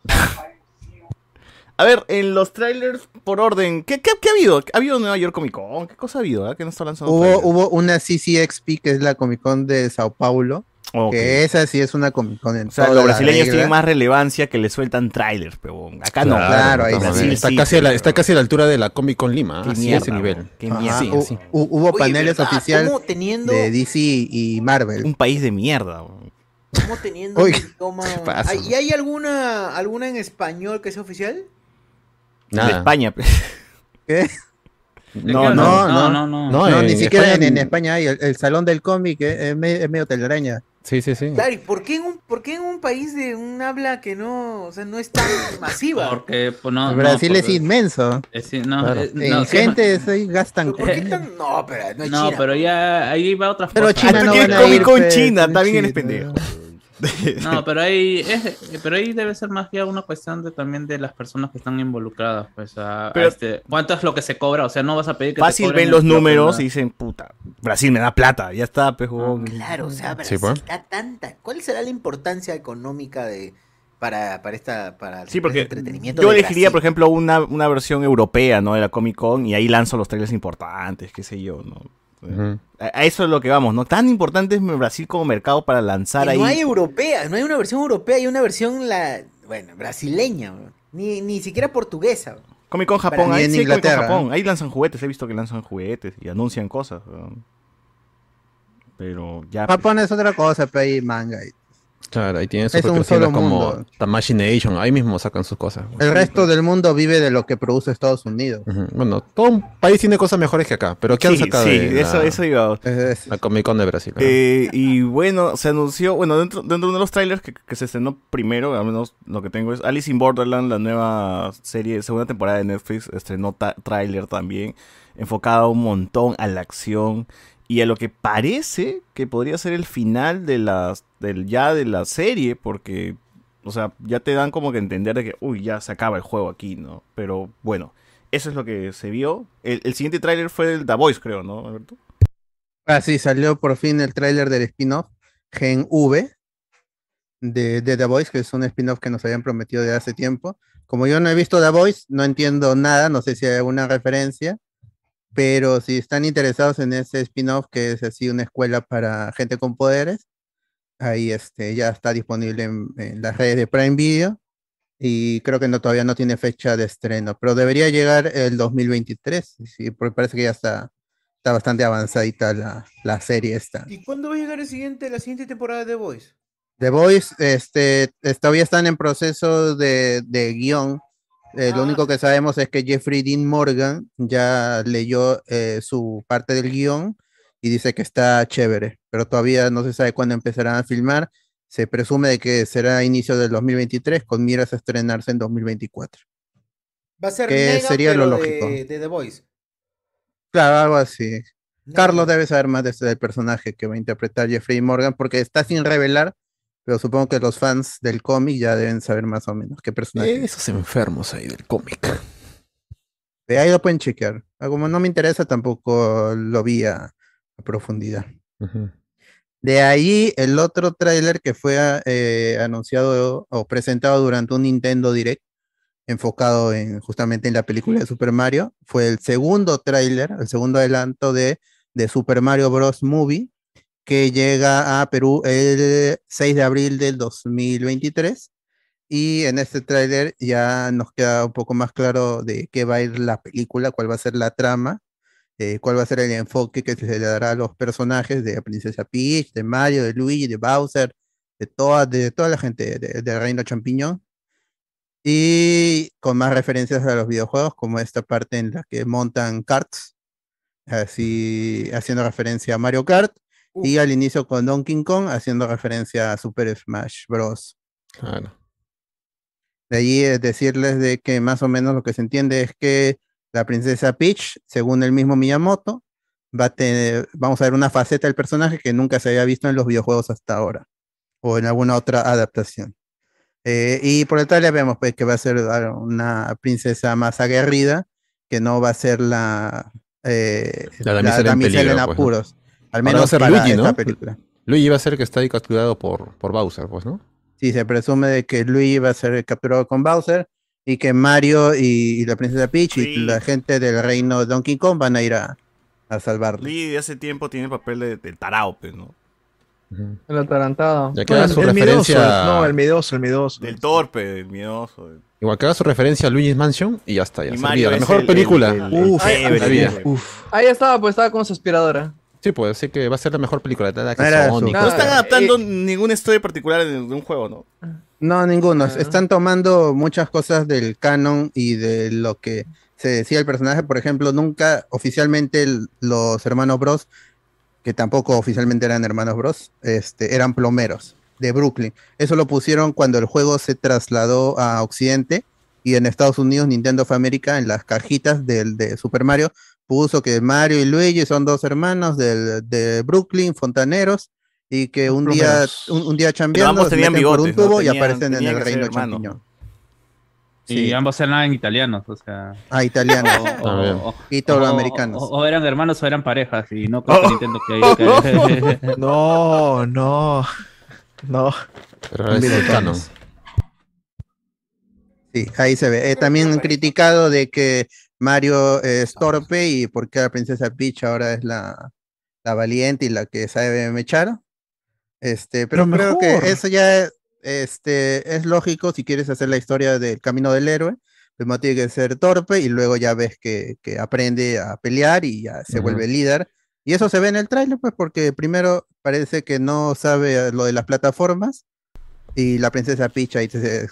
A: A ver, en los trailers por orden, ¿qué, qué, qué ha habido? ¿Ha habido Nueva York Comic Con? ¿Qué cosa ha habido? ah? ¿Qué no está lanzando?
D: Hubo,
A: trailers?
D: hubo una CCXP, que es la Comic Con de Sao Paulo,
A: Ok.
D: que esa sí es una Comic Con en
A: O sea,
D: toda
A: los
D: la
A: brasileños
D: regla.
A: tienen más relevancia que le sueltan trailers, pero acá no.
D: Claro, claro, ahí
C: de todas
D: sí.
C: maneras. Está,
A: Sí,
C: casi a la,
A: pero-
C: está casi a la altura de la Comic Con Lima.
A: Qué
C: Así
A: mierda,
C: ese nivel. Ah,
A: Qué
D: Ajá,
A: mierda. Uh,
D: hu- hu- hubo
B: Oye,
D: paneles
B: ¿verdad?
D: oficiales
B: ¿Cómo teniendo,
D: de DC y Marvel.
A: Un país de mierda. bro.
B: cómo teniendo
D: Uy,
B: un idioma?
C: ¿qué pasa?
B: ¿Y hay alguna, alguna en español que sea oficial?
A: De
C: Nada.
A: España.
D: ¿Qué?
A: No,
D: no,
F: no,
A: no,
D: no.
F: no, no.
C: No,
D: No,
C: en
D: ni siquiera
C: España-
D: en, en España hay. El, el salón del cómic eh, es, me- es medio telaraña.
C: Sí, sí, sí.
B: Claro, ¿y por qué en un, por qué en un país de un habla que no, o sea, no es tan masiva?
F: Porque pues, no, no,
D: Brasil es
F: porque-
D: inmenso.
F: es in- Eh, no,
C: Claro.
F: es-
D: En
F: no, sí,
D: gente ahí gastan.
B: ¿Por qué tan- No, pero no
F: no,
B: es
F: no,
B: China.
F: pero ya ahí va otras
D: Pero
F: cosas.
D: China
A: Ah, tú
D: no
A: quieres
D: van a
A: Comic
D: ir,
A: Con
D: pe,
A: China, también eres
D: China.
A: pendejo.
F: No, pero ahí es- pero ahí debe ser más ya una cuestión de, también de las personas que están involucradas, pues a, a
A: Pero-
F: este, cuánto es lo que se cobra, o sea, no vas a pedir que te
A: Fácil
F: cobren
A: ven los
F: lo que
A: números
F: va-
A: y dicen, puta, Brasil me da plata, ya está, pejo.
B: Claro, o sea,
C: Sí,
B: Brasil
C: pues.
B: da tanta. ¿Cuál será la importancia económica de para, para esta para
A: Sí,
B: el
A: porque
B: entretenimiento
A: Yo
B: de
A: elegiría, por
B: Brasil?
A: ejemplo, una, una versión europea, ¿no? De la Comic Con y ahí lanzo los trailers importantes, qué sé yo, ¿no?
C: Ujú.
A: A, a eso es lo que vamos, ¿no? Tan importante es Brasil como mercado para lanzar
B: Y
A: ahí.
B: no hay europea, no hay una versión europea, hay una versión la, bueno, brasileña, weón. ni, ni siquiera portuguesa. weón.
A: Comic Con Japón,
D: Ni
A: ahí
D: en
A: sí, hay Comic Con
D: Inglaterra.
A: Japón. Ahí lanzan juguetes, he visto que lanzan juguetes y anuncian cosas. ¿no? Pero ya. pues,
D: Japón es otra cosa, pero hay manga. y-
C: Claro, ahí tienen
D: Es un
C: sus propias tiendas
D: solo
C: como
D: mundo.
C: Tamashi Nation, ahí mismo sacan sus cosas.
D: El resto del mundo vive de lo que produce Estados Unidos.
C: Ujú. Bueno, todo un país tiene cosas mejores que acá, pero ¿qué han
A: sí,
C: sacado
A: sí,
C: de
A: eso,
C: la,
A: eso iba.
D: Es- es-
C: la Comic Con de Brasil? ¿no?
A: Eh, y bueno, se anunció, bueno, dentro, dentro de uno de los trailers que, que se estrenó primero, al menos lo que tengo es Alice in Borderland, la nueva serie, segunda temporada de Netflix, estrenó ta- trailer también, enfocado un montón a la acción y a lo que parece que podría ser el final de las, del, ya de la serie, porque, o sea, ya te dan como que entender de que, uy, ya se acaba el juego aquí, ¿no? Pero bueno, eso es lo que se vio. El, el siguiente tráiler fue el The Voice, creo, ¿no, Alberto?
D: Ah, sí, salió por fin el tráiler del spin-off Gen V de, de The Voice, que es un spin-off que nos habían prometido de hace tiempo. Como yo no he visto The Voice, no entiendo nada, no sé si hay alguna referencia, pero si están interesados en ese spin-off, que es así una escuela para gente con poderes, ahí este, ya está disponible en, en las redes de Prime Video y creo que no, todavía no tiene fecha de estreno, pero debería llegar el 2023, sí, porque parece que ya está está bastante avanzadita la, la serie esta.
B: ¿Y cuándo va a llegar el siguiente, la siguiente temporada de The Voice?
D: The Voice, este, es- todavía están en proceso de, de guión. Eh,
B: Ah.
D: Lo único que sabemos es que Jeffrey Dean Morgan ya leyó eh, su parte del guión y dice que está chévere, pero todavía no se sabe cuándo empezarán a filmar. Se presume de que será a inicio del 2023 con miras a estrenarse en 2024.
B: Va a ser
D: Que
B: Negan,
D: sería lo
B: pero De,
D: lógico.
B: de The Voice.
D: Claro, algo así.
B: Negan.
D: Carlos debe saber más de este del personaje que va a interpretar Jeffrey Morgan, porque está sin revelar, pero supongo que los fans del cómic ya deben saber más o menos qué personaje. es.
C: Esos enfermos ahí del cómic.
D: De ahí lo pueden chequear. Ah, Como no me interesa, tampoco lo vi a, a profundidad.
C: Ujú.
D: De ahí el otro tráiler que fue ah, eh, anunciado o presentado durante un Nintendo Direct, enfocado en, justamente en la película de Super Mario, fue el segundo tráiler, el segundo adelanto de, de Super Mario Bros. Movie, que llega a Perú el 6 de abril del 2023. Y en este tráiler ya nos queda un poco más claro de qué va a ir la película, cuál va a ser la trama eh, cuál va a ser el enfoque que se le dará a los personajes de la Princesa Peach, de Mario, de Luigi, de Bowser, de toda, de toda la gente de- del Reino Champiñón. Y con más referencias a los videojuegos, como esta parte en la que montan karts, así haciendo referencia a Mario Kart, y al inicio con Donkey Kong, haciendo referencia a Super Smash Bros.
C: Claro.
D: De allí es decirles de que más o menos lo que se entiende es que la princesa Peach, según el mismo Miyamoto, va a tener, vamos a ver una faceta del personaje que nunca se había visto en los videojuegos hasta ahora, o en alguna otra adaptación. Eh, y por el tal vemos pues, que va a ser ah, una princesa más aguerrida, que no va a ser la, eh,
C: La damisela en peligro,
D: en
C: pues, ¿no?
D: apuros. Al
C: va a
D: menos
C: ser
D: para
C: Luigi,
D: esta
C: ¿no?
D: película.
C: Luigi va a ser el que está ahí capturado por, por Bowser, pues, ¿no?
D: Sí, se presume de que Luigi va a ser capturado con Bowser y que Mario y, y la princesa Peach y
A: Sí.
D: la gente del reino de Donkey Kong van a ir a, a salvarlo.
A: Lee de hace tiempo tiene el papel de, de tarao, pues, ¿no?
C: Ujú.
E: El atarantado.
C: Ya que haga su
G: el
C: referencia.
G: miedoso, el- no, el miedoso, el miedoso.
A: Del torpe, del miedoso. del-
C: Igual que haga su referencia a Luigi's Mansion y ya está. Ya
A: Y
C: se
A: Mario
C: olvida. La
A: es
C: mejor
A: el-
C: película.
A: el- el- el
C: Uf,
A: chévere,
C: la vida.
A: chévere.
G: Uf.
E: Ahí estaba, pues estaba con su aspiradora.
C: Sí, pues, así que va a ser la mejor película. la que
D: Era
C: Sonic,
D: su-
A: No
E: Claro.
A: están
E: eh,
A: adaptando ninguna historia particular de, de un juego, ¿no?
D: No, ninguno.
E: Ah.
D: Están tomando muchas cosas del canon y de lo que se decía el personaje. Por ejemplo, nunca oficialmente el- los hermanos Bros, que tampoco oficialmente eran hermanos Bros, este, eran plomeros de Brooklyn. Eso lo pusieron cuando el juego se trasladó a Occidente y en Estados Unidos, Nintendo of America, en las cajitas del, de Super Mario, puso que Mario y Luigi son dos hermanos del, de Brooklyn, fontaneros, y que un día,
G: Plomeros.
D: un, un día
A: Pero
D: chambeando
A: ambos
D: se
A: tenían
D: meten por
A: bigotes.
D: un tubo
A: ¿no?
D: y
A: Tenían-
D: aparecen en
A: tenían
D: el
A: que ser
D: reino
A: hermanos.
D: champiñón.
F: Y
D: Sí.
F: ambos eran italianos, o sea.
D: Ah, italiano
F: o-
C: Ah, bien.
F: o-
D: y
F: o-
D: todoamericanos.
F: O, o eran hermanos o eran parejas, y no creo que Nintendo Oh. que- que-
G: No, no. No.
C: Pero es el canon.
D: Sí, ahí se ve. Eh, también han criticado de que Mario eh, es torpe y porque la princesa Peach ahora es la, la valiente y la que sabe mechar. Este, pero
G: Lo
D: creo que
G: mejor.
D: eso ya este, es lógico si quieres hacer la historia del camino del héroe. Primero tiene que ser torpe y luego ya ves que, que aprende a pelear y ya se
C: Ujú.
D: vuelve líder. Y eso se ve en el tráiler, pues, porque primero parece que no sabe lo de las plataformas y la princesa Picha y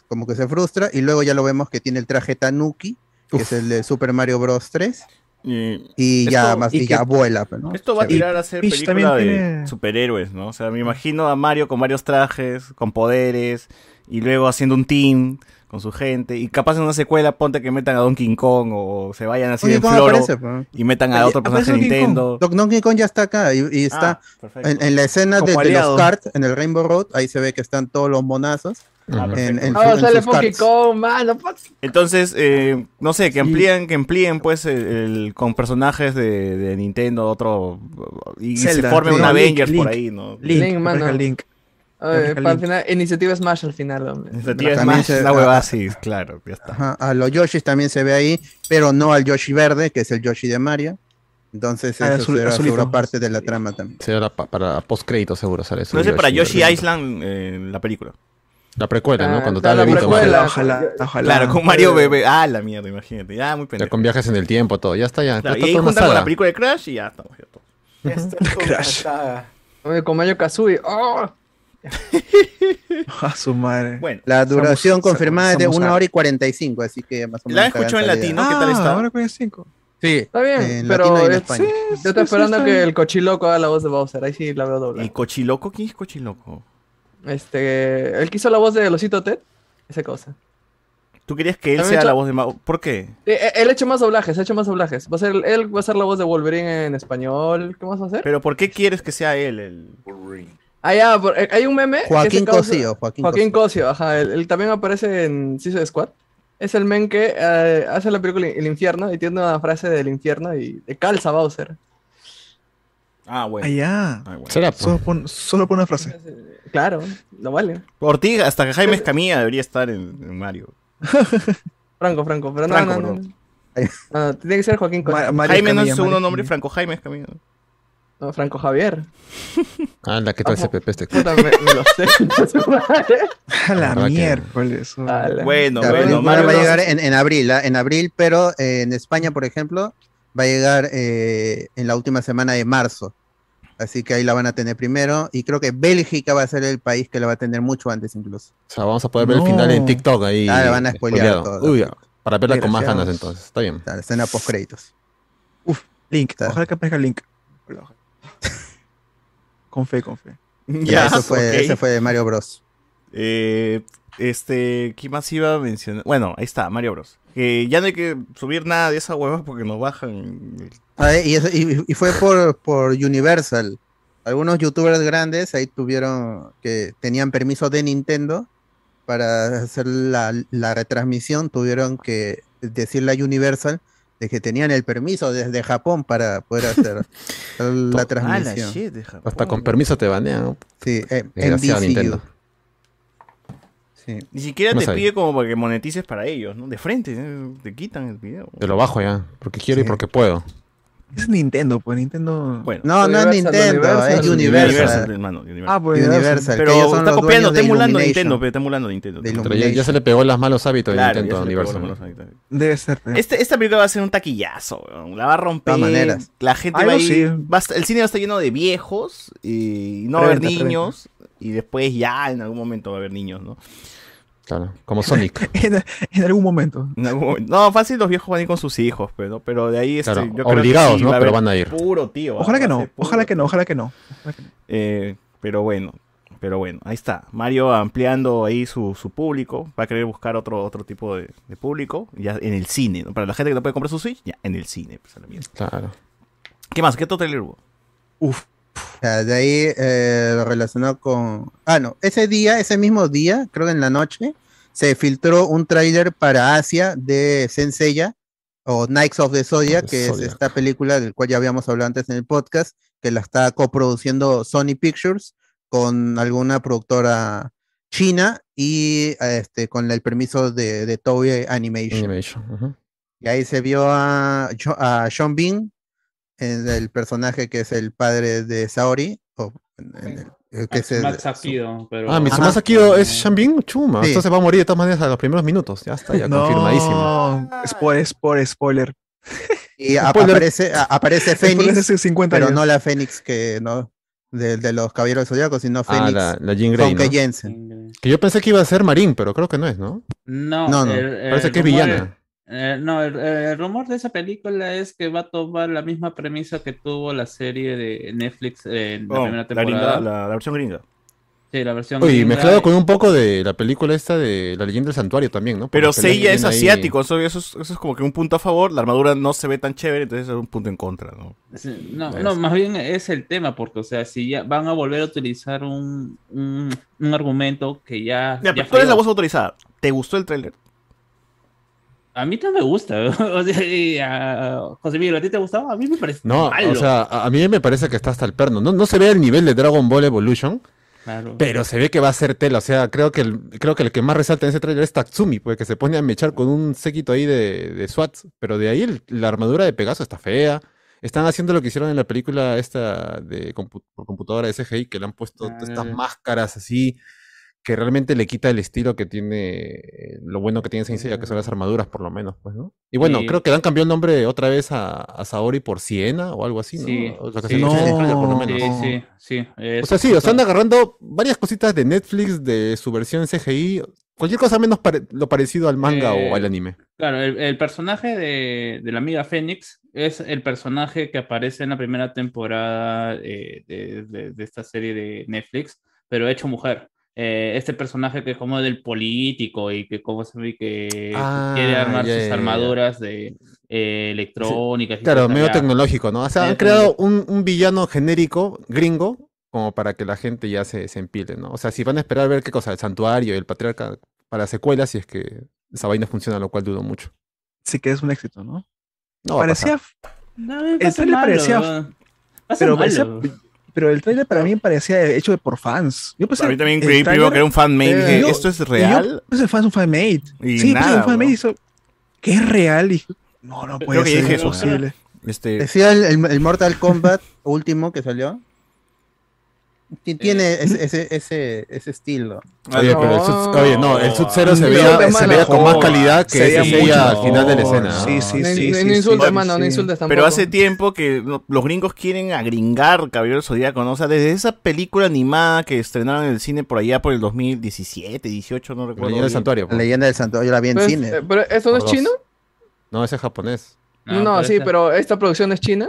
D: como que se frustra y luego ya lo vemos que tiene el traje Tanuki, que es el de Super Mario Bros. 3
A: Y
D: y ya
A: Esto-
D: más
A: y
D: y ya
A: que-
D: vuela, pues, ¿no?
A: Esto va a
D: Se ve.
A: tirar a ser
G: Peach
A: película de
G: también tiene-
A: superhéroes, ¿no? O sea, me imagino a Mario con varios trajes, con poderes, y luego haciendo un team con su gente, y capaz en una secuela ponte que metan a Donkey Kong o se vayan así
D: Oye,
A: en
D: ¿cómo
A: floro
D: aparece, pues?
A: y metan a
G: Oye,
A: otro personaje de
G: aparece Donkey
A: Nintendo.
D: Doc- Donkey Kong ya está acá y, y está
A: Ah, perfecto.
D: en, en la escena de,
G: Como
D: de los
G: aliado.
D: karts en el Rainbow Road, ahí se ve que están todos los monazos
A: Ah,
C: Ujú.
D: en,
A: perfecto.
D: en, su-
E: Ah,
D: en
E: sale
D: sus
E: Funky
D: karts.
E: Kong, mano. fuck.
A: Entonces, eh, no sé, que amplíen, que amplíen pues el, el- con personajes de, de Nintendo, otro y
G: Zelda,
A: se forme
G: creo.
A: un
G: No, Link,
A: Avengers por
G: Link.
A: ahí, ¿no?
G: Link,
E: Link,
G: que
E: mano.
G: aparezca Link.
E: Ay,
G: Aplica
E: para el
G: Link.
E: final, iniciativa Smash al final, hombre.
A: Iniciativa
D: También
A: Smash,
D: se-
A: una huevada así, claro, ya está.
D: Ajá, a los Yoshis también se ve ahí, pero no al Yoshi verde, que es el Yoshi de Mario. Entonces,
G: Ah,
D: eso
G: azul-
D: será
G: azulito.
D: seguro parte de la trama también.
C: Será pa- para post-crédito seguro sale eso.
A: No sé, para Yoshi
C: ¿verdad?
A: Island, eh, la película.
C: La precuela, ¿no? Cuando
E: Ah,
C: estaba
E: la
C: bebito, más o
E: precuela.
C: menos.
G: Ojalá, ojalá, ojalá.
A: Claro, con Mario Bebé. Ah, la mierda, imagínate. Ya, muy
C: Ya
A: pendejo.
C: con viajes en el tiempo, todo. Ya está, ya.
A: Claro, y
C: está
A: ahí
C: toda una
A: juntan con la
C: saga.
A: película de Crash y ya estamos. Ya todo.
E: Este,
B: Esto es una
G: Crash.
B: saga.
E: Oye, Con Mario Kazooie. ¡Oh!
G: A Ah, su madre.
A: Bueno,
D: La
G: Somos-
D: duración confirmada es de
G: somos
D: 1
G: a-
D: hora y 45, así que más o menos.
A: ¿La has escuchado en
D: hagan tarea.
A: latino? ¿Qué tal está?
G: Ah, Ahora con el 5.
D: Sí.
E: Está bien,
D: En
E: pero
D: latino y en
E: es-
D: España.
E: yo estoy esperando que el cochiloco haga la voz de Bowser. Ahí sí la veo
A: ¿y
E: doblada.
A: Cochiloco? ¿Quién es Cochiloco?
E: Este, él quiso la voz de Losito Ted. Esa cosa.
A: ¿Tú querías que él
E: También
A: sea
E: hecho-
A: la voz de Mao? ¿Por qué?
E: Eh, eh, Él ha hecho más doblajes, ha hecho más doblajes. Va a ser, él va a ser la voz de Wolverine en español. ¿Qué más va a hacer?
A: ¿Pero por qué quieres que sea él? El...
E: Ah, ya, por- eh, hay un meme. que se
D: Joaquín
E: causa-
D: Cosío. Joaquín,
E: Joaquín
D: Cosío.
E: Cosio, ajá. Él, él también aparece en Suicide Squad. Es el men que eh, hace la película El Infierno y tiene una frase del infierno y te calza Bowser.
A: Ah, bueno.
G: Allá.
A: Ah, bueno.
C: Será, pues.
G: Solo pon, solo pon una frase.
E: Claro, lo vale.
A: Ortiz, hasta que Jaime Escamilla debería estar en, en Mario.
E: Franco, Franco, pero no,
A: Franco,
E: no, no, no. No, no, tiene que ser Joaquín Cosio.
G: Ma- Mario
A: Jaime no es
G: Escamilla,
A: su segundo
G: Mario
A: nombre,
G: Escamilla.
A: Franco Jaime Escamilla.
E: No, Franco Javier.
C: Ah, la que tal
E: Ah,
C: CPP este.
E: Puta, me, me lo sé. su madre.
G: A la
C: Habrá que-
G: miércoles. oh.
E: Ala.
A: Bueno,
D: La
A: bueno,
D: película
A: Mario
D: va a
A: Bros.
D: llegar en, en abril, ¿ah? en abril, pero eh, en España, por ejemplo, va a llegar eh, en la última semana de marzo. Así que ahí la van a tener primero. Y creo que Bélgica va a ser el país que la va a tener mucho antes incluso.
C: O sea, vamos a poder ver
G: No.
C: el final en TikTok ahí.
D: Ah, la van a spoilear
C: spoileado.
D: toda.
C: Uy, para verla con más
G: Desgraciados.
C: ganas entonces. Está bien.
D: La escena post créditos.
G: Link.
D: Está.
A: Ah.
G: Ojalá que aparezca Link. Ojalá. Con fe, con fe.
A: Ya,
D: eso fue,
A: ok.
D: ese fue de Mario Bros.
A: Eh, este, ¿qué más iba a mencionar? Bueno, ahí está, Mario Bros. Que ya no hay que subir nada de esa hueva porque nos bajan.
D: Ah, y, eso- y- y fue por, por Universal. Algunos youtubers grandes ahí tuvieron que tenían permiso de Nintendo para hacer la, la retransmisión. Tuvieron que decirle a Universal de que tenían el permiso desde Japón para poder hacer la transmisión.
A: shit, de Japón.
C: Hasta con permiso te banean. ¿no?
D: Sí, eh,
C: Desgraciado
D: NBCU.
C: Nintendo.
D: Sí.
A: Ni siquiera
C: No
A: te
C: sabía.
A: pide como para que monetices para ellos, ¿no? De frente, ¿eh? te quitan el video.
C: Te lo bajo ya. Porque quiero y
D: Sí.
C: porque puedo.
G: Es Nintendo, pues Nintendo.
A: Bueno,
D: No, no es
E: Universal,
D: Nintendo, es
G: eh.
E: Universal.
A: Universal,
D: Universal.
A: hermano, Universal.
G: Ah, pues.
D: Universal, que
A: pero
D: ellos son
A: está
D: los
A: copiando,
D: dueños
A: está
D: de
A: emulando a
D: Illumination.
A: Nintendo, pero está emulando a Nintendo.
D: De
C: Pero ya, ya se le pegó los malos hábitos
A: Claro,
C: de
A: ya
C: Nintendo
A: se le pegó la
C: Universal.
A: mano, exacto.
G: Debe ser. debe
A: Este- esta película va a ser un taquillazo, weón. la va a romper.
D: Eh. De todas maneras.
A: La gente
G: Algo
A: va a ir.
G: sí.
A: va a estar- el cine va a estar lleno de viejos y no va a haber
G: Preventa,
A: niños. Y después ya en algún momento va a haber niños, ¿no?
C: Claro, como Sonic.
G: ser. En, en algún momento.
A: En algún momento- No, fácil los viejos van a ir con sus hijos, pero, pero de ahí este,
C: Claro,
A: yo creo que
C: obligados,
A: sí
C: ¿no?
A: va a
C: Pero
A: haber
C: van a ir.
A: Puro tío.
G: Ojalá que
A: va a
G: no.
A: ser puro.
G: Ojalá que no. Ojalá que no.
A: Eh, pero bueno, pero bueno, ahí está. Mario ampliando ahí su, su público. Va a querer buscar otro, otro tipo de, de público. Ya en el cine, ¿no? Para la gente que no puede comprar su Switch, ya en el cine. pues, a la mierda.
C: Claro.
A: ¿Qué más? ¿Qué otro trailer hubo?
G: Uf.
D: O sea, de ahí eh, lo relacionó con. Ah, no, ese día, ese mismo día, creo que en la noche, se filtró un tráiler para Asia de Senseiya o Knights of the Zodiac,
C: The
D: que es
C: Zodiac.
D: esta película del cual ya habíamos hablado antes en el podcast, que la está coproduciendo Sony Pictures con alguna productora china y eh, este, con el permiso de, de Toei Animation.
C: Animation. ujú.
D: Y ahí se vio a, Jo- a Sean Bean en el personaje que es el padre de Saori, o en el- el que es el-
F: Max Akido, pero...
C: Ah, Mitsumasa Kido es Shambin Chuma.
D: Sí.
C: Entonces va a morir de todas maneras a los primeros minutos. Ya está, ya confirmadísimo. Ah,
G: No, spoiler, spoiler, spoiler.
D: y a-
G: Spoiler.
D: aparece, a- aparece
G: Spoiler
D: Fénix,
G: hace 50
D: pero
G: años.
D: no la Fénix que no de, de los Caballeros del Zodiaco, sino
C: Ah,
D: Fénix
C: la, la Jean Grey.
D: con
C: ¿no?
D: que Jensen.
C: Que yo pensé que iba a ser Marín, pero creo que no es, ¿no?
F: No,
D: No, no,
F: el- el
C: Parece que es
F: rumor-
C: villana.
F: eh, no, el, el rumor de esa película es que va a tomar la misma premisa que tuvo la serie de Netflix eh, en la
A: Oh,
F: primera
A: la, gringa-
F: temporada.
A: la- la versión gringa.
F: Sí, la versión.
C: Oye, y
F: gringa.
C: mezclado con un poco de la película esta de La leyenda del santuario también, ¿no? Porque
A: Pero
C: las peleas
A: Seiya
C: que
A: es
C: tiene ahí-
A: asiático, eso, eso es, eso es como que un punto a favor. La armadura no se ve tan chévere, entonces es un punto en contra, ¿no?
F: Sí, No, no, más bien es el tema, porque, o sea, si ya van a volver a utilizar un, un, un argumento que ya.
A: Ya,
F: ya
A: pero tú eres la
F: falló.
A: voz autorizada. ¿Te gustó el tráiler?
F: A mí no me gusta. o sea, y a- José Miguel, ¿a ti te gustaba? A mí me parece.
C: No,
F: malo.
C: o sea, a a mí me parece que está hasta el perno. No, no se ve el nivel de Dragon Ball Evolution,
F: Claro.
C: pero se ve que va a ser tela. O sea, creo que el, creo que, el que más resalta en ese trailer es Tatsumi, pues que se pone a mechar con un séquito ahí de, de SWATs. Pero de ahí el- la armadura de Pegaso está fea. Están haciendo lo que hicieron en la película esta de compu- por computadora de CGI, que le han puesto
F: Ah,
C: estas
F: ya, ya.
C: máscaras así, que realmente le quita el estilo que tiene, eh, lo bueno que tiene Saint Seiya, que son las armaduras por lo menos, pues, ¿no? Y bueno,
F: Mm. Sí.
C: creo que le han cambiado el nombre otra vez a, a Saori por Siena o algo así, ¿no?
F: Sí,
C: O sea, que
F: sí,
C: se le
F: sí.
C: hizo en el trailer, por lo
G: Sí,
C: menos.
F: Sí, sí, sí. eh,
C: O sea, sí, o sea, anda agarrando varias cositas de Netflix, de su versión CGI, cualquier cosa menos pare- lo parecido al manga
F: Eh,
C: o al anime.
F: Claro, el, el personaje de, de la amiga Fénix es el personaje que aparece en la primera temporada eh, de, de- de esta serie de Netflix, pero hecho mujer. Eh, este personaje que es como del político y que como se ve que
C: Ah,
F: quiere armar
C: ya,
F: sus
C: ya, ya.
F: armaduras de eh, electrónicas. y
C: Claro,
F: cosas
C: medio
F: ya.
C: tecnológico, ¿no? O sea, han
F: Medio
C: creado un, un villano genérico, gringo, como para que la gente ya se, se empile, ¿no? O sea, si van a esperar a ver qué cosa, el santuario, el patriarca, para secuelas, si es que esa vaina funciona, lo cual dudo mucho.
G: Sí que es un éxito, ¿no?
C: No va a pasar.
G: parecía,
F: No, me parece
G: trailer
F: malo,
G: parecía-
F: weón. Parece
G: pero,
F: malo.
G: parecía- pero el trailer para mí parecía hecho por fans. Yo pensé,
A: a mí también
G: el
A: creí primero
G: tráiler-
A: que era un fanmade.
G: Eh,
A: dije,
G: yo-
A: ¿esto es
G: Y yo
A: real?
G: Pues el fan es un fanmade.
A: Y
G: sí, pues
A: nada,
G: el fanmade
A: weón.
G: hizo que es real. Y dije, no, no puede
A: que
G: ser
A: dije
G: dije
A: eso,
G: posible.
A: Este,
D: Decía el, el- el Mortal Kombat último que salió.
G: Eh.
D: ti- Tiene ese, ese, ese, ese estilo.
C: Oye,
G: no.
C: pero el Sub- oye, no, el Sub Zero se
G: No,
C: veía,
G: de
C: se
G: mala
C: veía con más
G: joda.
C: calidad que
G: Se veía
C: ese Seiya al
G: mucho
C: final de la
G: mejor.
C: escena.
G: Sí, sí,
E: No,
G: sí.
E: no,
G: sí,
E: no
G: sí,
E: insultes,
G: sí.
E: mano, no insultes tampoco.
A: pero hace tiempo que lo- los gringos quieren agringar Caballero del Zodíaco, ¿no? O sea, desde esa película animada que estrenaron en el cine por allá por el 2017, 18, no
C: La
A: recuerdo.
C: leyenda del
A: bien.
C: santuario. pues.
D: La leyenda del santuario, pues. yo la vi en
G: Pues,
E: Pero es-
D: cine.
E: eh, pero ¿Eso no es
C: Por dos.
E: chino?
C: No, ese es japonés.
E: No,
C: Ah,
E: sí,
F: parece-
E: pero esta producción es china.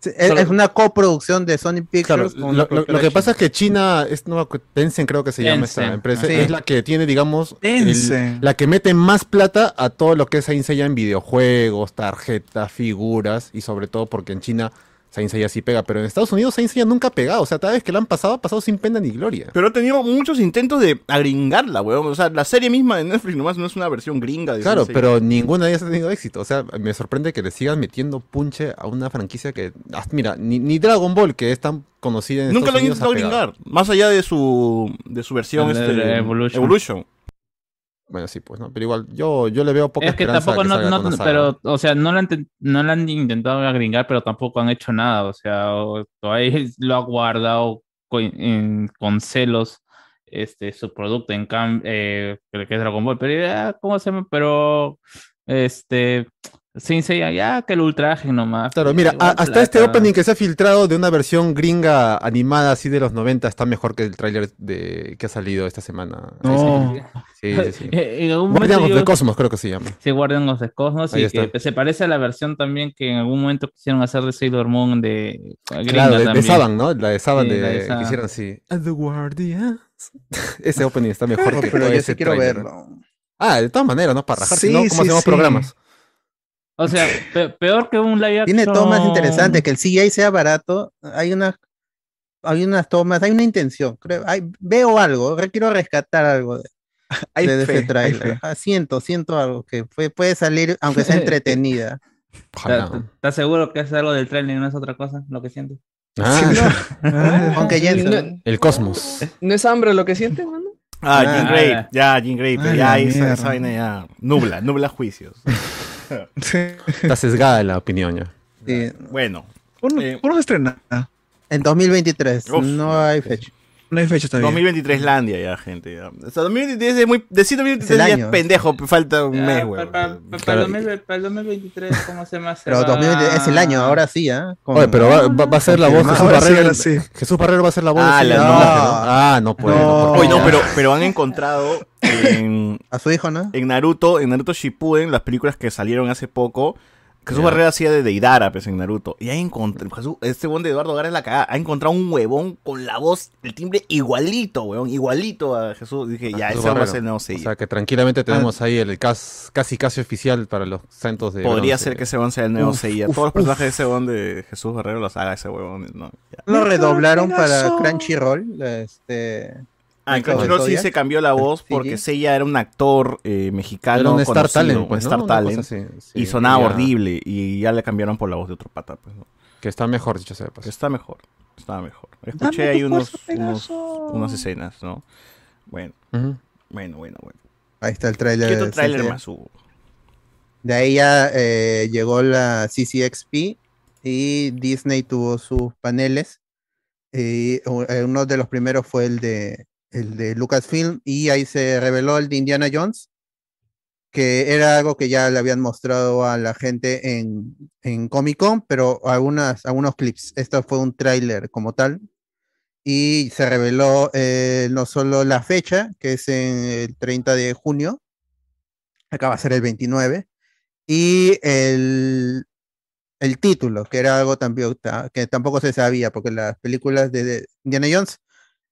D: Sí, Es,
F: claro.
D: es una coproducción de Sony
C: Claro,
D: Pictures.
C: lo, lo- lo que pasa es que China, es, no, me acu- Tencent creo que se llama esta
F: Tencent,
C: empresa,
A: Ah,
F: ajá.
C: es la que tiene, digamos, el-
G: Tencent.
C: la que mete más plata a todo lo que es Saint Seiya en videojuegos, tarjetas, figuras, y sobre todo porque en China Saint Seiya sí pega, pero en Estados Unidos Saint Seiya nunca ha pegado, o sea, cada vez que la han pasado, ha pasado sin pena ni gloria.
A: Pero ha tenido muchos intentos de agringarla, weón. O sea, la serie misma de Netflix nomás no es una versión gringa. De
C: Claro,
A: Sensei.
C: pero ninguna de ellas ha tenido éxito. O sea, me sorprende que le sigan metiendo punche a una franquicia que. ah, Mira, ni, ni Dragon Ball, que es tan conocida en
A: Nunca lo
C: Estados
A: han
C: Unidos, ha
A: intentado
C: pegado.
A: gringar. Más allá de su, de su versión
F: La de
A: este,
F: Evolution.
C: Bueno, sí, pues no. Pero igual, yo, yo le veo poca
F: Es que
C: esperanza a
F: tampoco
C: que
F: no,
C: salga
F: no-
C: con la saga.
F: pero, o sea, no la, han ten- no la han intentado agringar, pero tampoco han hecho nada, o sea, o- todavía lo ha guardado co- en- con celos este su producto en cam eh, creo que es Dragon Ball, pero ya, ¿cómo se llama? Pero este sin Seiya, ya que lo ultrajen nomás.
C: Claro,
F: pues,
C: mira,
F: igual
C: a- hasta este
F: plata.
C: opening que se ha filtrado de una versión gringa animada así de los 90 está mejor que el tráiler de que ha salido esta semana.
G: No.
C: Sí, sí, sí.
F: En algún
C: Guardian
F: momento
C: of
F: yo-
C: the Cosmos creo que se llama.
F: Sí, Guardian of the Cosmos
C: Ahí
F: y
C: está.
F: que se parece a la versión también que en algún momento quisieron hacer de Sailor Moon de gringa
C: Claro, de, de
F: también.
C: Saban, ¿no? La de Saban
F: Sí,
C: de,
F: la de
C: que
F: Saban.
C: hicieron así. "And the Guardians. Ese opening está mejor que todo
D: pero yo
C: ese
D: sí quiero
C: tráiler.
D: verlo.
C: Ah, de todas maneras, no para rajar,
G: Sí,
C: sino como
G: sí,
C: hacemos
G: sí.
C: programas.
F: O sea, pe- peor que un live
D: Tiene
F: action.
D: tomas interesantes, que el CGI sea barato, hay unas hay unas tomas, hay una intención, creo, hay- veo algo, re- quiero rescatar algo de,
G: Hay
D: de
G: fe,
D: ese
G: hay
D: tráiler.
G: fe.
D: Ah, siento, siento algo que fue- puede salir, aunque sea entretenida.
C: Ojalá.
F: ¿Estás estás seguro que es algo del trailer y no es otra cosa lo que siento?
C: Ah,
D: Ah, Aunque ya
E: no,
C: el Cosmos.
E: no es hambre lo que siente, mano.
A: Ah,
D: Ah,
A: Jean Grey. Ya, Jean Grey. Pero
G: Ah,
A: ya
G: la
A: esa, esa
G: mierda.
A: vaina ya nubla, nubla juicios.
G: Sí.
C: Está sesgada la opinión ya.
D: Sí.
A: Bueno,
G: ¿Cuándo
A: Eh.
G: cuándo se estrena?
D: En 2023,
A: Uf.
D: no hay fecha.
G: No hay fecha todavía.
A: 2023 Landia ya, gente. ya. O sea, 2023 es muy. Decir 2023
D: Es el
A: ya
D: año.
A: es pendejo, falta
F: Ah,
A: un mes, güey.
F: Para el 2023, ¿cómo se me hace?
D: Pero 2023 es el año, ahora sí, ¿ah? Con-
C: Oye, pero va, va- va a ser la voz
G: Ahora
C: Jesús
G: sí,
C: Barrera.
G: ahora sí.
C: Jesús Barrera va a ser la voz
A: Ah,
C: de
A: la
C: Silvio
D: no.
C: Ángel, ¿no? Ah, no puede.
D: No.
C: por
A: Oye, no,
C: favor.
A: pero, pero han encontrado en,
D: A su hijo, ¿no?
A: en Naruto, en Naruto Shippuden, las películas que salieron hace poco, Jesús
C: Ya.
A: Barrera hacía de Deidara, pues, en Naruto. Y ha encontrado, Jesús- este buen de Eduardo Gara es la cagada, ha encontrado un huevón con la voz, el timbre igualito, huevón, igualito a Jesús. Dije,
C: A
A: ya,
C: Jesús
A: ese va a
C: Barrera.
A: ser el nuevo
C: O
A: sello.
C: sea, que
D: Ah.
C: tranquilamente tenemos ahí el cas- casi casi oficial para los santos de.
A: Podría
C: bronce.
A: ser que ese huevón sea el nuevo
D: Uf,
A: sello.
D: uf,
A: Todos los
D: uf.
A: personajes de ese huevón de Jesús Barrera los haga ese huevón. ¿no? Ya.
D: Lo redoblaron para
G: Pegaso.
D: Crunchyroll. Este...
A: Ah, en
D: Claro.
A: Crunchyroll sí se cambió la voz
D: Sí,
A: porque
D: sí.
A: Seiya era un actor eh, mexicano
C: Era un
A: conocido,
C: Star Talent,
A: un
C: pues, ¿no?
A: Star
C: Una
A: Talent,
C: cosa así, sí.
A: y sonaba
C: Ya,
A: horrible y ya le cambiaron por la voz de otro pata, pues, ¿no?
C: Que está mejor, dicho sea de paso.
A: Está mejor, está mejor. Escuché ahí unos, unos- unas escenas, ¿no? Bueno,
C: Ujú.
A: bueno, bueno, bueno.
D: Ahí está el tráiler.
A: ¿Qué otro
D: de
A: tráiler
D: CCX.
A: más hubo?
D: De ahí ya eh, llegó la CCXP y Disney tuvo sus paneles. Y u- eh, uno de los primeros fue el de, el de Lucasfilm y ahí se reveló el de Indiana Jones, que era algo que ya le habían mostrado a la gente en, en Comic Con, pero algunas, algunos clips. Esto fue un tráiler como tal. Y se reveló eh, no solo la fecha, que es en el 30 de junio, acá va a ser el 29, y el, el título, que era algo también ta- que tampoco se sabía, porque las películas de- de Indiana Jones,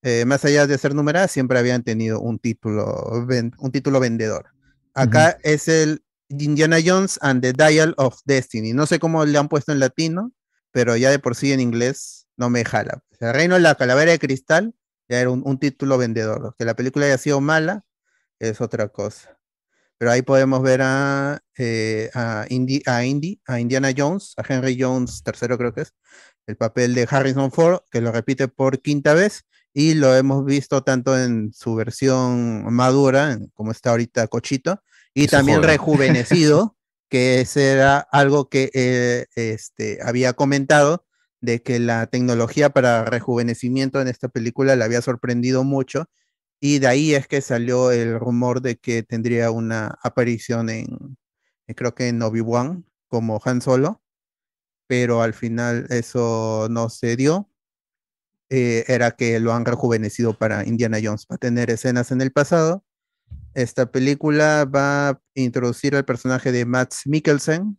D: eh, más allá de ser numeradas, siempre habían tenido un título, ven- un título vendedor. Acá es el Indiana Jones and the Dial of Destiny. No sé cómo le han puesto en latino, pero ya de por sí en inglés no me jala. El Reino de la Calavera de Cristal ya era un, un título vendedor. Que la película haya sido mala es otra cosa pero ahí podemos ver a, eh, a, Indy, a, Indy, a Indiana Jones, a Henry Jones tercero creo que es, el papel de Harrison Ford, que lo repite por quinta vez, y lo hemos visto tanto en su versión madura, en- como está ahorita Cochito, y
C: Y su
D: también
C: joven.
D: rejuvenecido, que ese era algo que eh, este, había comentado, de que la tecnología para rejuvenecimiento en esta película le había sorprendido mucho, y de ahí es que salió el rumor de que tendría una aparición en, eh, creo que en Obi-Wan, como Han Solo, pero al final eso no se dio. Eh, era que lo han rejuvenecido para Indiana Jones, va a tener escenas en el pasado. Esta película va a introducir al personaje de Max Mikkelsen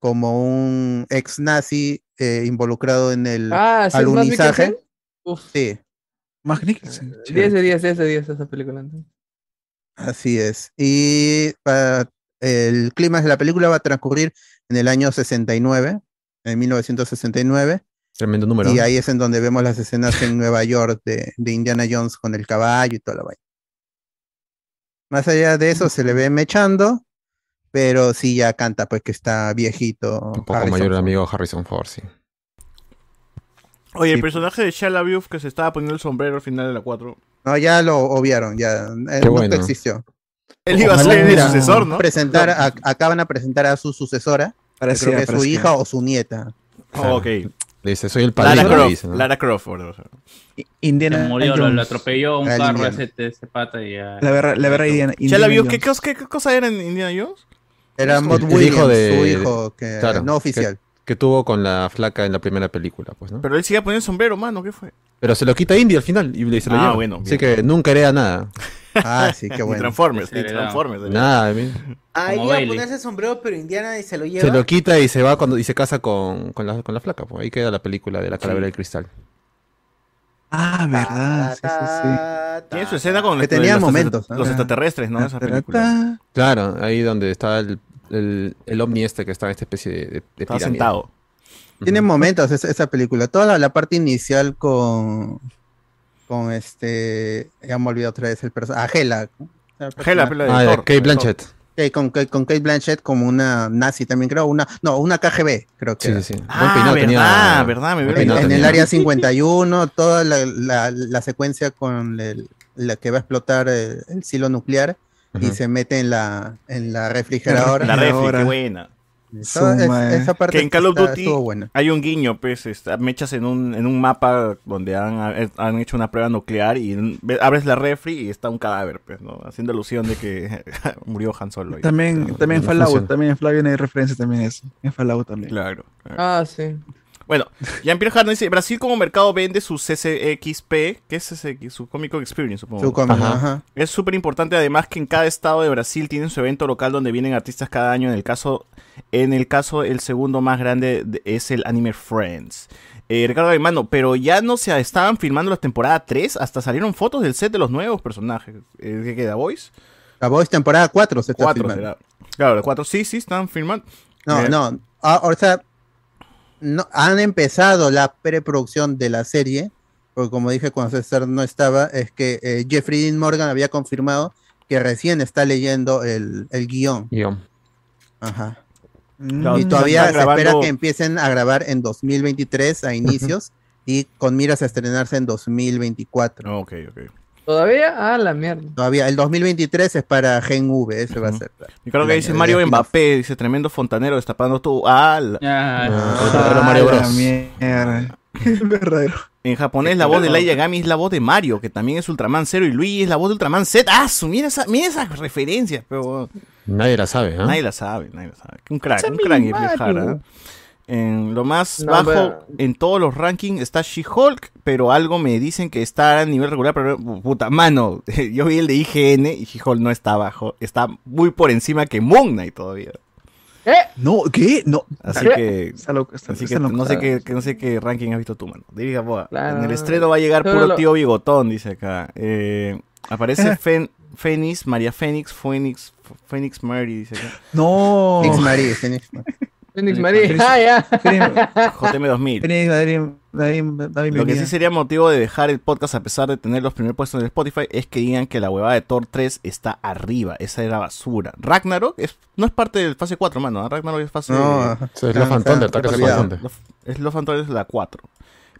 D: como un ex nazi eh, involucrado en el
E: Ah, ¿sí es más
D: alunizaje.
E: Mikkelsen? Ah, Uf,
D: Sí.
G: Mac Nicholson.
E: 10 de 10, 10 de 10 esa película. entonces.
D: Así es. Y ah, el clima de la película va a transcurrir en el año 69, en 1969.
C: Tremendo número.
D: Y ahí es en donde vemos las escenas en Nueva York de, de Indiana Jones con el caballo y toda la vaina. Más allá de eso, se le ve mechando, pero sí ya canta, pues que está viejito.
C: Un poco
D: Harrison
C: mayor el
D: Ford.
C: amigo Harrison Ford, sí.
A: Oye, el
D: Sí,
A: personaje de Shia LaBeouf que se estaba poniendo el sombrero al final de la 4.
D: No, ya lo obviaron, ya. eh,
C: Qué
D: nunca
C: bueno.
D: existió.
A: Él iba a
D: Ojalá
A: ser el
D: mira,
A: sucesor, ¿no?
D: Presentar, a- acá van a presentar a su sucesora, que creo que es su hija o su nieta.
A: Oh, ok.
C: Le dice, soy Ah. el padrino.
A: Lara
C: le
A: Croft.
C: dice, ¿no?
A: Lara Crawford. o sea.
F: Se
G: Indiana
F: murió, lo,
G: Jones.
F: lo atropelló un
D: Ah, el
F: carro
D: Indiana.
F: ese, ese pata y ya.
G: La verdad, la verdad, Indiana.
A: Shia
G: Indiana
A: LaBeouf, ¿qué,
G: Jones.
A: cos- qué, qué cosa era en Indiana Jones?
D: Era
C: El-
D: Mod
C: el
D: Williams,
C: hijo de-
D: su hijo, que
C: claro,
D: no
C: que-
D: oficial.
C: Que tuvo con la flaca en la primera película, pues, ¿no?
A: Pero él sigue poniendo el sombrero, mano, ¿qué fue?
C: Pero se lo quita Indy al final y le- se lo
A: Ah,
C: lleva.
A: bueno,
C: Así
A: bien.
C: que nunca hereda nada.
D: Ah, sí, qué
A: Ni
D: bueno.
A: Transformers,
F: Sí,
A: ni
F: le da.
A: Transformers. ¿eh? le da.
C: Nada, bien.
B: Ahí
F: Como
B: iba a
F: Bailey.
B: ponerse sombrero, pero Indiana y se lo lleva.
C: Se lo quita y se va cuando y se casa con, con la, con la flaca. Pues. Ahí queda la película de la calavera del cristal.
G: Ah, verdad. Sí, sí,
A: Tiene su escena con
D: Que
A: los-
D: tenía
A: los,
D: momentos, ¿no?
A: los extraterrestres, ¿no?
G: sí.
A: Esa película.
C: Claro, ahí donde está el, el, el ovni este que está en esta especie de, de, de
A: Estaba
C: pirámide.
A: sentado.
C: Ujú.
D: Tiene momentos esa, esa película. Toda la, la parte inicial con. Con este. Ya me olvidado otra vez el personaje. Agela.
A: Gela, pela de
C: Ah, de
A: Thor, de
C: Kate
A: Thor.
C: Blanchett.
D: con, Kate- con Kate Blanchett como una nazi también, creo. Una, no, una KGB, creo que.
C: Sí,
D: era.
C: sí, sí. Buen
A: Ah,
C: peinado
A: verdad, verdad, me
C: tenía- buen
A: hubiera
D: En,
C: peinado
A: olvidado.
D: en el
C: tenía.
D: área 51, toda la, la- la secuencia con el- la que va a explotar el, el silo nuclear
C: Ujú.
D: y se mete en la, en la refrigeradora.
A: La refri,
G: Ahora.
A: qué buena.
D: Toda es-
G: eh.
C: eh.
D: esa parte
A: que en Call of
D: está-
A: Duty
D: estuvo buena.
A: hay un guiño, pues, está- mechas en un, en un mapa donde han, han hecho una prueba nuclear y ve- abres la refri y está un cadáver, pues, ¿no? Haciendo alusión de que murió Han Solo. Ah, ya.
G: También, también
C: no
G: Fallout,
C: funciona.
G: también en Fallout viene de referencia también a eso. En Fallout también.
A: Claro. claro.
E: Ah, sí.
A: Bueno, Jean-Pierre Jardin dice, Brasil como mercado vende su CCXP, que es CCX? su Comic Con Experience, supongo.
D: Su cómic,
C: Ajá.
D: ajá.
A: Es súper importante además que en cada estado de Brasil tienen su evento local donde vienen artistas cada año. En el caso, en el caso, el segundo más grande de- es el Anime Friends. Eh, Ricardo Aymano, pero ya no se estaban filmando la temporada 3, hasta salieron fotos del set de los nuevos personajes. Eh, ¿Qué queda? ¿Voice?
D: La voz temporada 4 se está
A: 4
D: filmando.
A: Claro, la 4 sí, sí, están filmando.
D: No,
A: Eh.
D: no. Ah, o sea, no, han empezado la preproducción de la serie, porque como dije cuando César no estaba, es que eh, Jeffrey Dean Morgan había confirmado que recién está leyendo el, el guión.
C: Guión.
D: Ajá.
G: Mm.
A: Claro,
D: Y todavía se
A: están grabando-
D: espera que empiecen a grabar en 2023 a inicios y con miras a estrenarse en 2024.
A: Ok, ok.
E: ¿Todavía? Ah, la mierda.
D: Todavía, el 2023 es para Gen V, ese va a
A: Ujú.
D: ser.
A: Ricardo que
D: La-
A: dice
D: la-
A: Mario
D: la-
A: Mbappé, dice tremendo fontanero destapando tu. ala".
F: Ah,
C: Ah.
A: Verdadero Mario
G: Ah, la
A: Bros.
G: mierda. Verdadero.
A: En japonés la voz de Laia Yagami es la voz de Mario, que también es Ultraman Zero, y Luigi es la voz de Ultraman Z. ¡Ah, su! Mira, esa, mira esas referencias, pero bueno,
C: Nadie la sabe, ¿ah?
A: nadie la sabe, nadie la sabe. Un crack, un crack el Jara. En lo más
E: No,
A: bajo
E: pero-
A: en todos los rankings está She-Hulk, pero algo me dicen que está a nivel regular, pero puta mano, yo vi el de IGN y She-Hulk no está abajo, está muy por encima que Moon Knight todavía.
G: No, ¿qué? No.
A: Así
E: Ah,
A: que
G: Está loco, está-
A: Así que
G: está loco.
A: no sé qué, que no sé qué ranking has visto tú, mano. Diría Gamboa,
E: Claro.
G: Ah.
A: En el estreno va a llegar
E: Solo
A: puro
E: lo-
A: tío bigotón, dice acá. Eh, aparece Fen- Fénix, María Fénix, Fénix, Fénix Mary, dice acá.
E: Oh.
G: No.
D: Phoenix Marie, Phoenix Marie.
E: Phoenix María. Ah, ya.
A: JM2000.
G: Venid, Darín, Darín, Darín,
A: Lo que
G: bienvenida.
A: sí sería motivo de dejar el podcast a pesar de tener los primeros puestos en el Spotify es que digan que la huevada de Thor 3 está arriba. Esa era basura. Ragnarok es- no es parte del fase 4, mano. ¿ah? Ragnarok es fase...
D: No,
C: Eso es la Phantom de ataque
D: olvidado.
C: de
A: Lo- Es Los Antonio es la 4.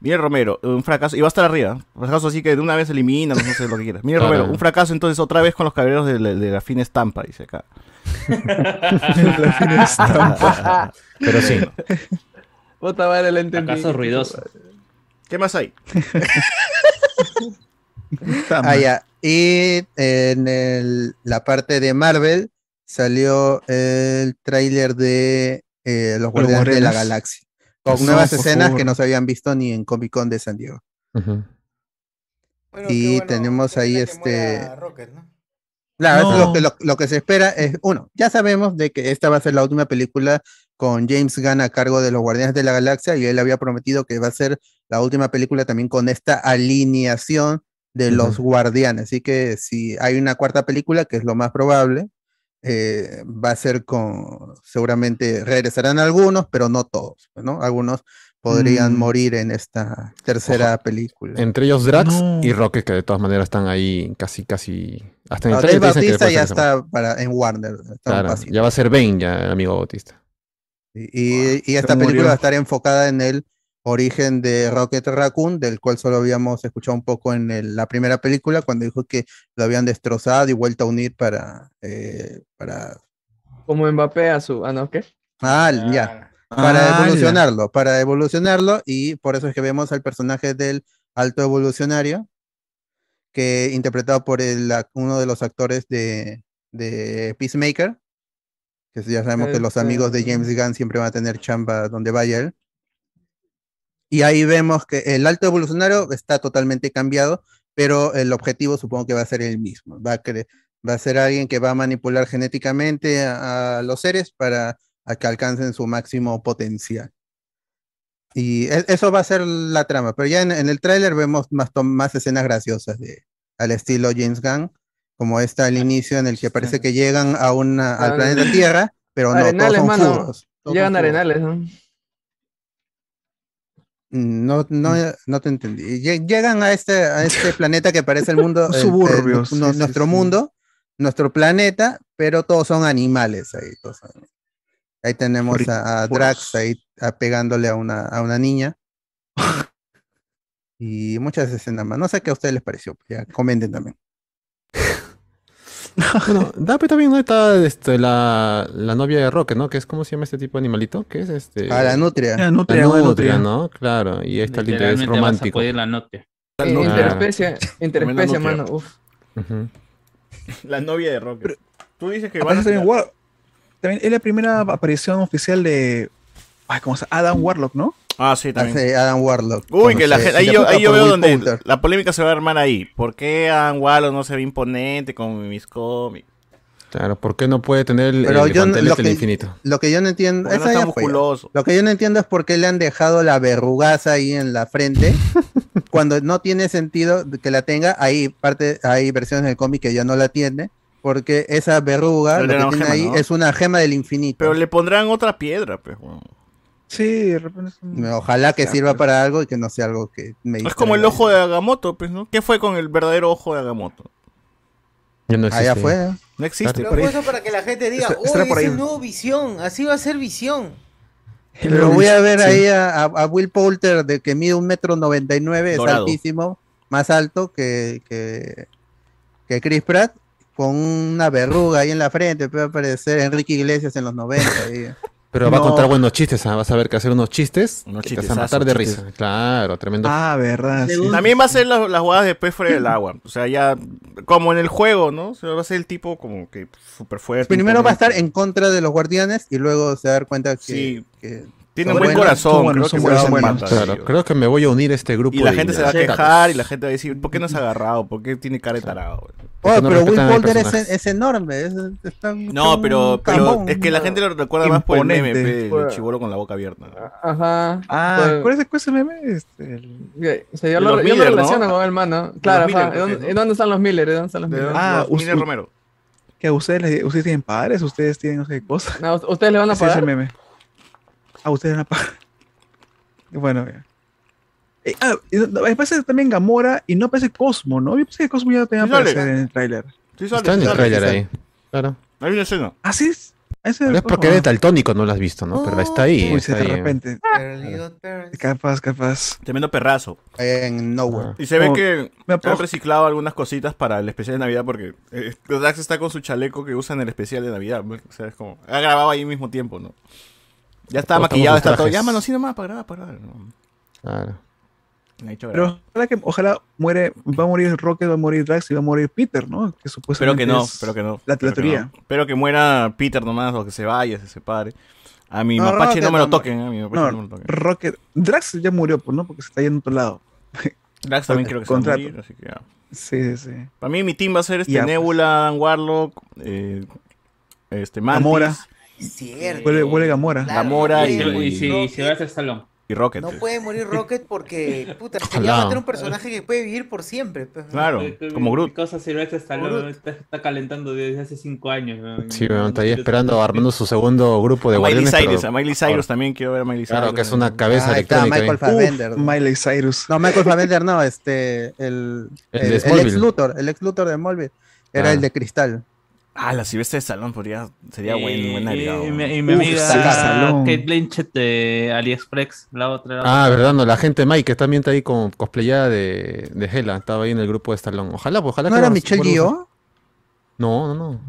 A: Mire Romero, un fracaso. Y va a estar arriba. Un fracaso así que de una vez elimina, no sé lo que quieras. Mire
C: Claro.
A: Romero, un fracaso entonces otra vez con los caballeros de la, de la fina estampa, dice acá.
G: La fina estampa.
A: Pero sí.
E: Puta madre, la entendí.
F: ¿Acaso ruidoso?
A: ¿Qué más hay?
G: Puta
D: Ah,
G: madre.
D: ya. Y en el- la parte de Marvel salió el tráiler de eh, Los Guardianes de la
G: Guardianes.
D: Galaxia. Con
G: Eso,
D: nuevas
G: por
D: escenas
G: favor.
D: que no se habían visto ni en Comic Con de San Diego.
C: Ujú.
B: Bueno,
D: Y
B: qué bueno,
D: tenemos
B: qué
D: ahí
B: pena que
D: este-
B: muera Rocket, ¿no?
D: Claro, eso es
G: No.
D: lo, que, lo, lo que se espera es, uno, ya sabemos de que esta va a ser la última película con James Gunn a cargo de los Guardianes de la Galaxia y él había prometido que va a ser la última película también con esta alineación de los Guardianes. Así que si hay una cuarta película, que es lo más probable, eh, va a ser con, seguramente regresarán algunos, pero no todos, ¿no? Algunos podrían
G: Mm.
D: morir en esta tercera película.
C: Entre ellos Drax
G: No.
C: y Rocket, que de todas maneras están ahí casi, casi. Hasta en el
D: Ahora,
C: trailer
D: Dave
C: te dicen que
D: Bautista
C: después
D: ya
C: regresamos.
D: está para, en Warner, está un
C: Claro,
D: pasito.
C: ya va a ser Bane, ya, el amigo Bautista.
D: Y- Y, y esta
G: se
D: película
G: murió.
D: va a estar enfocada en el origen de Rocket Raccoon, del cual solo habíamos escuchado un poco en el- la primera película, cuando dijo que lo habían destrozado y vuelto a unir para... eh, para
E: Como Mbappé a su. Ah, no, ¿qué?
D: ah, ya. Para
G: Ah,
D: evolucionarlo, para evolucionarlo, y por eso es que vemos al personaje del alto evolucionario, que interpretado por el ac- uno de los actores de, de Peacemaker, que ya sabemos que los
E: Este-
D: amigos de James Gunn siempre van a tener chamba donde vaya él. Y ahí vemos que el alto evolucionario está totalmente cambiado, pero el objetivo supongo que va a ser el mismo. Va a, cre- va a ser alguien que va a manipular genéticamente a- a los seres para a que alcancen su máximo potencial. Y e- eso va a ser la trama, pero ya en, en el tráiler vemos más, tom- más escenas graciosas de, al estilo James Gunn, como esta al inicio en el que parece que llegan a una, al
E: Ah,
D: planeta Tierra, pero no, todos
E: Arenales,
D: son
E: mano.
D: furros. todos
E: Llegan
D: son furros.
E: arenales, ¿no?
D: No,
G: Mm.
D: no, no te entendí. Lle- Llegan a este, a este planeta que parece el mundo,
G: Un
D: el- el-
G: suburbio, sí,
D: nu-
G: sí,
D: nuestro
G: sí.
D: mundo, nuestro planeta, pero todos son animales ahí. todos son- Ahí tenemos a, a Drax
G: Furros.
D: ahí a- pegándole a una, a una niña. Y muchas escenas más. No sé qué a ustedes les pareció. Ya comenten también.
C: Bueno, Dape también no está este, la, la novia de Roque, ¿no? Que es cómo se llama este tipo de animalito, que es este.
D: A Ah, la nutria.
G: Ya,
C: La
G: nutria, güey,
C: nutria,
G: nutria.
C: ¿no? Claro, y ahí está el interés
F: Literalmente vas a
C: romántico. Ah,
F: poder la noche.
E: Eh,
C: nutria.
E: interespecie, interespecie,
A: nutria.
E: mano. Uf.
C: Ujú.
A: La novia de Rocket. Tú dices
D: Ah,
A: que van
G: Aparece
A: a...
G: también War- También es la primera aparición oficial de. Ay, ¿cómo se llama? Adam Warlock, ¿no?
A: Ah, sí, también.
D: Hace Adam Warlock.
A: Uy, que la
D: Entonces,
A: gente, ahí
D: si
A: yo,
D: apuesta
A: ahí yo
D: por
A: veo
D: Will
A: donde
D: Poulter.
A: la polémica se va a armar ahí. ¿Por qué Ann Wallow no se ve imponente con mis cómics?
C: Claro, ¿por qué no puede tener el,
D: Pero
C: el
D: yo no-
C: guantelete
D: lo
C: del
D: que-
C: infinito?
D: Lo que yo no entiendo.
A: Porque no
D: esa
A: está
D: ya fue.
A: musculoso.
D: Lo que yo no entiendo es por qué le han dejado la verrugaza ahí en la frente. cuando no tiene sentido que la tenga, hay parte, hay versiones del cómic que ya no la tiene, porque esa verruga
A: Pero
D: lo
A: era
D: que
A: una
D: tiene
A: gema,
D: ahí
A: ¿no?
D: es una gema del infinito.
A: Pero le pondrán otra piedra, pues. weón.
G: Sí, de repente. es un- pues.
D: Ojalá que
G: Claro.
D: sirva para algo y que no sea algo que me
A: Es como el
D: distraiga.
A: ojo de Agamotto, pues, ¿no? ¿Qué fue con el verdadero ojo de Agamotto?
C: Ya no
D: Allá
C: existe.
D: fue. ¿no?
A: No existe.
B: Pero
G: por
B: fue
G: ahí.
B: eso para que la gente diga,
G: Está-
B: uy,
G: estará por
B: es
G: ahí.
B: el nuevo Visión, así va a ser Visión.
D: Pero voy a ver
G: Sí.
D: ahí a, a- a Will Poulter de que mide un metro noventa y nueve, es
A: Dorado.
D: altísimo, más alto que, que, que Chris Pratt, con una verruga ahí en la frente, puede aparecer Enrique Iglesias en los 90. ahí.
C: Pero va a
G: No.
C: contar buenos chistes, ah, vas a ver que hacer unos chistes.
A: Unos
C: que te vas a
A: chistezazos,
C: matar de
A: chistes.
C: risa. Claro, tremendo.
G: Ah, verdad. sí.
B: Segundo.
A: También va a ser la- las jugadas de pez fuera del agua. O sea, ya como en el juego, ¿no? O sea, va a ser el tipo como que súper fuerte.
D: Primero va a estar
A: imponente.
D: en contra de los guardianes y luego se va a dar cuenta que,
A: Sí.
D: que-
A: Tiene un
D: son
A: buen
D: buenos,
A: corazón.
G: son buenos,
A: creo
G: son
A: que se va a
G: buenos,
A: empatar,
C: Claro,
A: tío.
C: creo que me voy a unir a este grupo.
A: Y la
C: de-
A: gente se
C: de
A: va a
C: chatas.
A: quejar y la gente va a decir, ¿por qué no se ha agarrado? ¿Por qué tiene cara de tarado?
D: Oh,
C: que
D: pero
C: no
D: Will
C: respetan al
D: Poulter es,
C: personaje.
D: es enorme. es- es tan-
A: No,
D: tan
A: pero, pero
D: cajón.
A: es que la gente lo recuerda más por el meme, pe, el
G: Pues,
E: Imponente.
A: chivolo con la boca abierta.
E: Ajá.
G: Ah,
E: Pues-
G: ¿cuál es, cuál es el meme? Este, el-
E: Ok, O sea, yo,
A: Los
E: lo, yo lo
A: Miller, ¿no?
E: relaciono con el mano. Claro,
A: Miller,
E: ajá. ¿Y
A: creo que,
E: dónde,
A: ¿no?
E: y dónde están los Miller? ¿Y dónde están los
A: De-
E: Miller?
G: Ah,
A: los Miller
G: us-
A: Romero.
G: que a ustedes, les- ustedes tienen padres, ustedes tienen no sé qué cosa.
E: No, ¿Ustedes le van a
G: Ese es el
E: pagar?
G: meme. A ustedes van a pagar. Bueno, ya. Eh, ah, y no- no, aparece también Gamora y no aparece Cosmo, ¿no? Yo pensé que Cosmo ya también
A: Sí, sale.
G: aparece en el tráiler.
A: Sí, sale,
C: Está en el
A: sale,
C: trailer
A: sí, sale.
C: ahí. Claro.
A: Hay una escena.
G: Así es. ¿Ah, Ese
C: Pero es porque
G: Cosmo,
C: eres daltónico, no lo has visto, ¿no? Pero está ahí.
G: ¿no? Uy, sí,
C: está
G: de
C: ahí. eh.
G: repente. Capaz, capaz.
A: Tremendo perrazo.
D: En Nowhere.
C: Ah.
A: Y se ve
G: Oh,
A: que
G: Me
A: han
G: apo-
A: reciclado algunas cositas para el especial de Navidad porque eh, Drax está con su chaleco que usa en el especial de Navidad. pues, O sea, es como. Ha grabado ahí mismo tiempo, ¿no? Ya está
C: Todos
A: maquillado,
C: estamos con
A: está todo.
C: trajes.
A: Ya, mano, sí nomás para grabar, para grabar. ¿no?
C: Claro.
A: Ha hecho grabar.
G: Pero ojalá que ojalá muere, va a morir Rocket, va a morir Drax y va a morir Peter, ¿no? Que
A: Espero
G: supuestamente
A: que no,
G: pues, es-
A: espero que no.
G: la- la
A: espero que
G: teoría.
A: no. Espero que muera Peter nomás o que se vaya, se separe. A mi
D: No,
A: mapache
D: Rocket
A: no me lo
D: no
A: toquen, ¿eh? a mi mapache no, me
G: No,
A: lo toquen.
G: Rocket. Drax ya murió, pues, ¿no? Porque se está yendo a otro lado.
A: Drax también creo que se va a
G: contrato.
A: morir, así que ya.
G: Sí, sí, sí.
A: Para mí mi team va a ser este
G: Ya, pues.
A: Nebula, Dan Warlock, eh, este Mantis
G: Gamora.
B: Es cierto.
G: Huele, huele Gamora.
B: Claro,
A: Gamora
B: no
A: y-
F: Y,
B: puede-
F: si- y si,
B: no-
F: y si vas al salón.
A: y Rocket.
B: No puede morir Rocket porque, puta,
C: Ojalá.
B: ya va a tener un personaje que puede vivir por siempre. pues, ¿no?
A: Claro, como Groot.
F: Este, Cosa Silvestre Stallone
B: Groot.
F: está, está calentando desde hace 5 años. weón.
C: Sí, bueno, está ahí esperando, armando su segundo grupo de
A: A Miley
C: guardianes.
A: Cyrus,
C: pero-
A: a Miley Cyrus también quiero ver a Miley Cyrus.
C: Claro, que es una cabeza
D: Ah, ahí está
C: electrónica.
D: Michael
C: ahí.
D: Fassbender.
G: Miley Cyrus.
D: No, Michael Fassbender no, este, el,
C: El
D: el,
C: de
D: el ex
C: Smallville.
D: Luthor, el ex Luthor de Smallville, era
C: Ah.
D: el de Cristal.
A: Ah, la silvestre de salón podría, sería
F: Y-
A: buen, buen agregado.
F: Y, mi- y mi
G: Uf,
F: amiga
G: saca salón.
F: Kate Blanchett de AliExpress, la otra. la
C: Ah, verdad, no, la gente Mike que también está ahí con cosplayada de, de Hela, estaba ahí en el grupo de Stallone. Ojalá, pues, ojalá
D: ¿No
C: que
D: era
C: nos-
D: Michelle
C: vuelva a usar.
D: Yeoh?
C: No, no, no.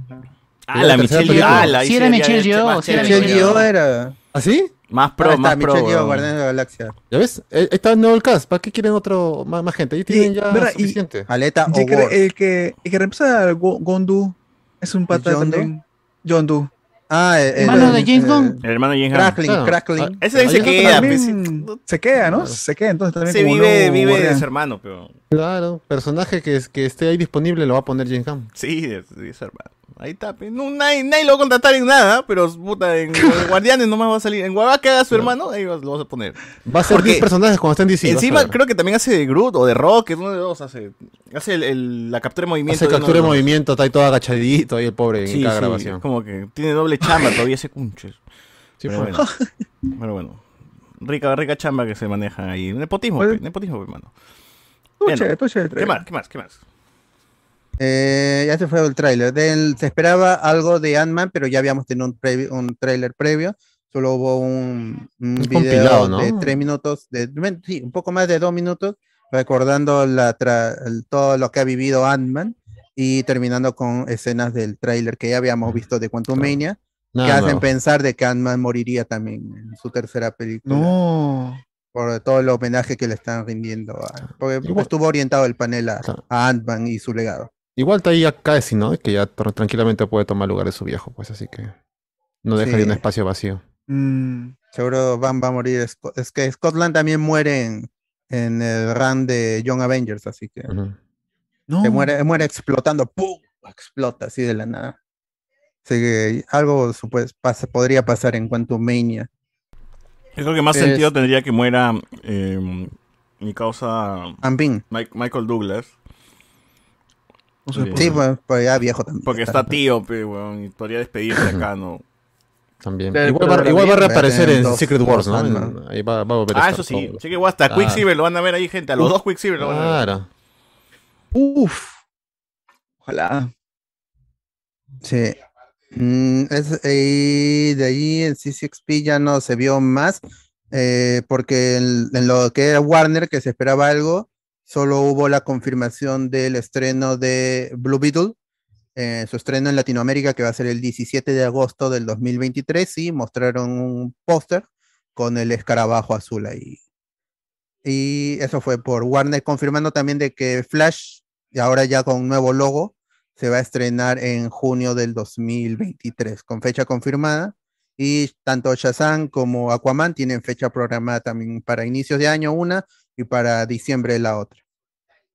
A: Ah, la
C: La tercera
A: Michelle Yeoh.
C: película.
A: Ah, la
H: Sí,
A: ahí
H: era
A: sería
H: Michelle Yeoh,
A: más
H: sí era
A: chévere.
D: Michelle Yeoh era...
C: ¿Ah, sí?
A: Más
D: Ah,
A: pro,
D: está,
A: más pro.
D: Michelle Yeoh,
A: weón.
D: Guardianes de la Galaxia.
C: ¿Ya ves? Eh, está en nuevo el cast. ¿Para qué quieren otro más, más gente? Ahí tienen ya
G: ¿verdad? Y-
C: suficiente.
D: Aleta
G: Y que-
D: O'Gore.
G: el que, el que reemplaza a Go- Gondu es un pata
D: Yondu?
G: también. Yondu.
D: Ah, el, el-
H: Hermano de
D: el-
H: James
D: el-
H: Bond.
A: El hermano James Hammond.
D: Crackling,
C: Claro.
D: Crackling.
A: Ese ahí se
C: Ahí
A: queda. pues,
G: También se queda, ¿no? Se queda, entonces también.
A: Se
G: como
A: vive,
G: nuevo
A: Eh, vive de
G: guardián.
A: su hermano, pero.
C: Claro, personaje que, es- que esté ahí disponible lo va a poner Jim Hamm.
A: Sí, de, de su hermano. Ahí está. pe. No, nadie, nadie lo va a contratar en nada, pero puta, en Guardianes nomás va a salir. En Guabá que haga su hermano, ahí vas- lo vas a poner.
C: Va a ser
A: Porque
C: 10 personajes cuando estén DC.
A: Encima creo que también hace de Groot o de Rocket, uno de dos hace. Hace el- el- la captura de
C: que
A: movimiento.
C: se
A: de uno
C: captura el
A: de los-
C: movimiento, está ahí todo agachadito ahí el pobre en
A: Sí,
C: cada
A: sí,
C: grabación.
A: es como que tiene doble chamba todavía ese cunche.
C: Sí,
A: pero,
C: fue.
A: bueno. Pero bueno. Rica, rica chamba que se maneja ahí. Nepotismo,
G: Oye.
C: Pues
A: pe, nepotismo, hermano.
G: Tú
A: Bueno,
G: chévere, tú chévere,
A: ¿Qué
G: trailer.
A: más? ¿Qué más? ¿Qué más?
D: Eh, ya se fue el tráiler. Del- Se esperaba algo de Ant-Man, pero ya habíamos tenido un, previ- un tráiler previo. Solo hubo un, un video
C: compilado, ¿no?
D: de tres minutos, de, men- sí, un poco más de dos minutos, recordando la tra- el- todo lo que ha vivido Ant-Man. y terminando con escenas del tráiler que ya habíamos visto de Quantum Mania,
C: Mm. Nada
D: que hacen
C: nuevo.
D: pensar de que Ant-Man moriría también en su tercera película.
G: No.
D: Por todo el homenaje que le están rindiendo. a- porque
C: Igual-
D: estuvo orientado el panel a,
C: Claro.
D: a Ant-Man y su legado.
C: Igual está ahí ya casi, ¿no? Que ya tr- tranquilamente puede tomar lugar de su viejo, pues así que no dejaría
D: Sí.
C: un espacio vacío.
G: Mm.
D: Seguro van va a morir. Sco- Es que Scotland también muere en, en el run de Young Avengers, así que
C: Ujú.
G: No.
D: se muere, muere explotando. ¡Pum! Explota así de la nada. Así que algo pues, pasa, podría pasar en cuanto Mania.
A: Yo creo que más
D: Es-
A: sentido tendría que muera eh, mi causa
D: Ampin.
A: Mike- Michael Douglas.
G: Con su
A: Sí.
D: Sí,
G: esposa.
D: pues, pues ya viejo también.
A: Porque
D: Está-
A: está tío, pe, weón, y podría despedirse acá, ¿no?
C: También.
E: Pero-
C: igual
E: pero
C: va, igual va a
D: también
C: reaparecer
D: tener
C: en
D: dos-
C: Secret
D: dos
C: Wars, ¿no?
D: Ant-Man.
C: En- ahí va, va a volver a
A: Ah,
C: estar
A: eso sí.
C: todo.
A: Sí que hasta
C: Ah.
A: Quicksilver lo van a ver ahí, gente. A los dos Quicksilver lo van a ver.
C: Claro.
G: Uf. Ojalá.
D: Sí. Mm, es- eh, de ahí en C6P ya no se vio más, eh, porque en, en lo que era Warner, que se esperaba algo, solo hubo la confirmación del estreno de Blue Beetle, eh, su estreno en Latinoamérica, que va a ser el 17 de agosto del 2023, y mostraron un póster con el escarabajo azul ahí. Y eso fue por Warner, confirmando también de que Flash, y ahora ya con nuevo logo, se va a estrenar en junio del 2023, con fecha confirmada. Y tanto Shazam como Aquaman tienen fecha programada también para inicios de año una y para diciembre la otra.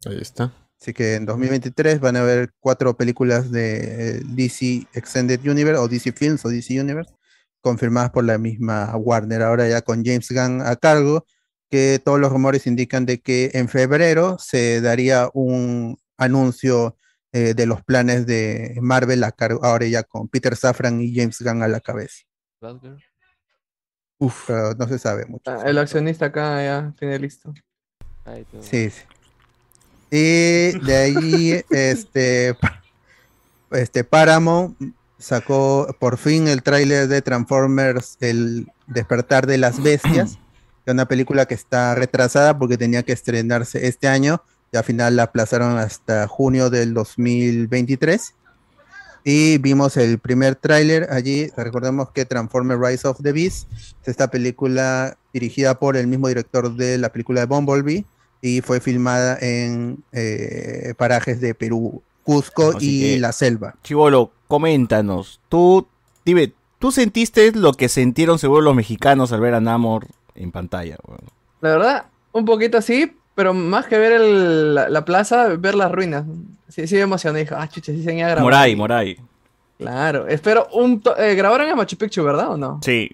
C: Ahí está.
D: Así que en 2023 van a haber cuatro películas de eh, DC Extended Universe o DC Films o DC Universe confirmadas por la misma Warner, ahora ya con James Gunn a cargo, que todos los rumores indican de que en febrero se daría un anuncio eh, de los planes de Marvel a cargo, ahora ya con Peter Safran y James Gunn a la cabeza.
G: Uf.
D: Pero no se sabe mucho.
E: Ah,
D: sobre
E: El
D: todo.
E: accionista acá ya tiene listo.
D: Sí, sí. Y de ahí, este, pa- este Paramount sacó por fin el tráiler de Transformers, El despertar de las bestias, que es una película que está retrasada porque tenía que estrenarse este año y al final la aplazaron hasta junio del 2023. Y vimos el primer tráiler allí. Recordemos que Transformers Rise of the Beast es esta película dirigida por el mismo director de la película de Bumblebee y fue filmada en eh, parajes de Perú, Cusco
A: Así
D: y
A: que-
D: la selva.
A: Chivolo, coméntanos. Tú, dime, ¿tú sentiste lo que sintieron seguro los mexicanos al ver a Namor en pantalla? weón?
E: La verdad, un poquito así, pero más que ver el- la, la plaza, ver las ruinas. Sí, sí me emocioné. Dije, ah, chucha, sí se han ido a grabar.
A: Moray, Moray.
E: Claro, espero un... to- eh, grabaron en Machu Picchu, ¿verdad o no?
A: Sí.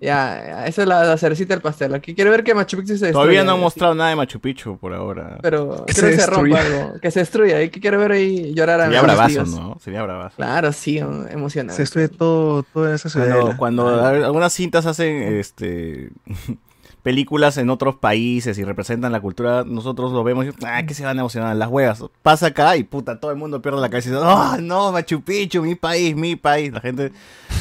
E: Ya, ya, esa es la, la cerecita del pastel. Aquí quiero ver que Machu Picchu se
A: Todavía
E: destruya,
A: no han
E: eh,
A: mostrado nada de Machu Picchu por ahora.
E: Pero
G: Que
E: creo
G: se
E: que se rompa
G: destruya.
E: algo. Que se destruya. Y que quiero ver ahí llorar a
A: Sería
E: los
A: bravazo,
E: tíos.
A: ¿no? Sería bravazo.
E: Claro, sí, um, emocionante.
G: Se estudia todo, toda esa ciudad.
A: Cuando, cuando a- algunas cintas hacen este películas en otros países y representan la cultura, nosotros lo vemos y ah, que se van a emocionar las huevas. Pasa acá y puta, todo el mundo pierde la cabeza y dice, oh no, Machu Picchu, mi país, mi país. La gente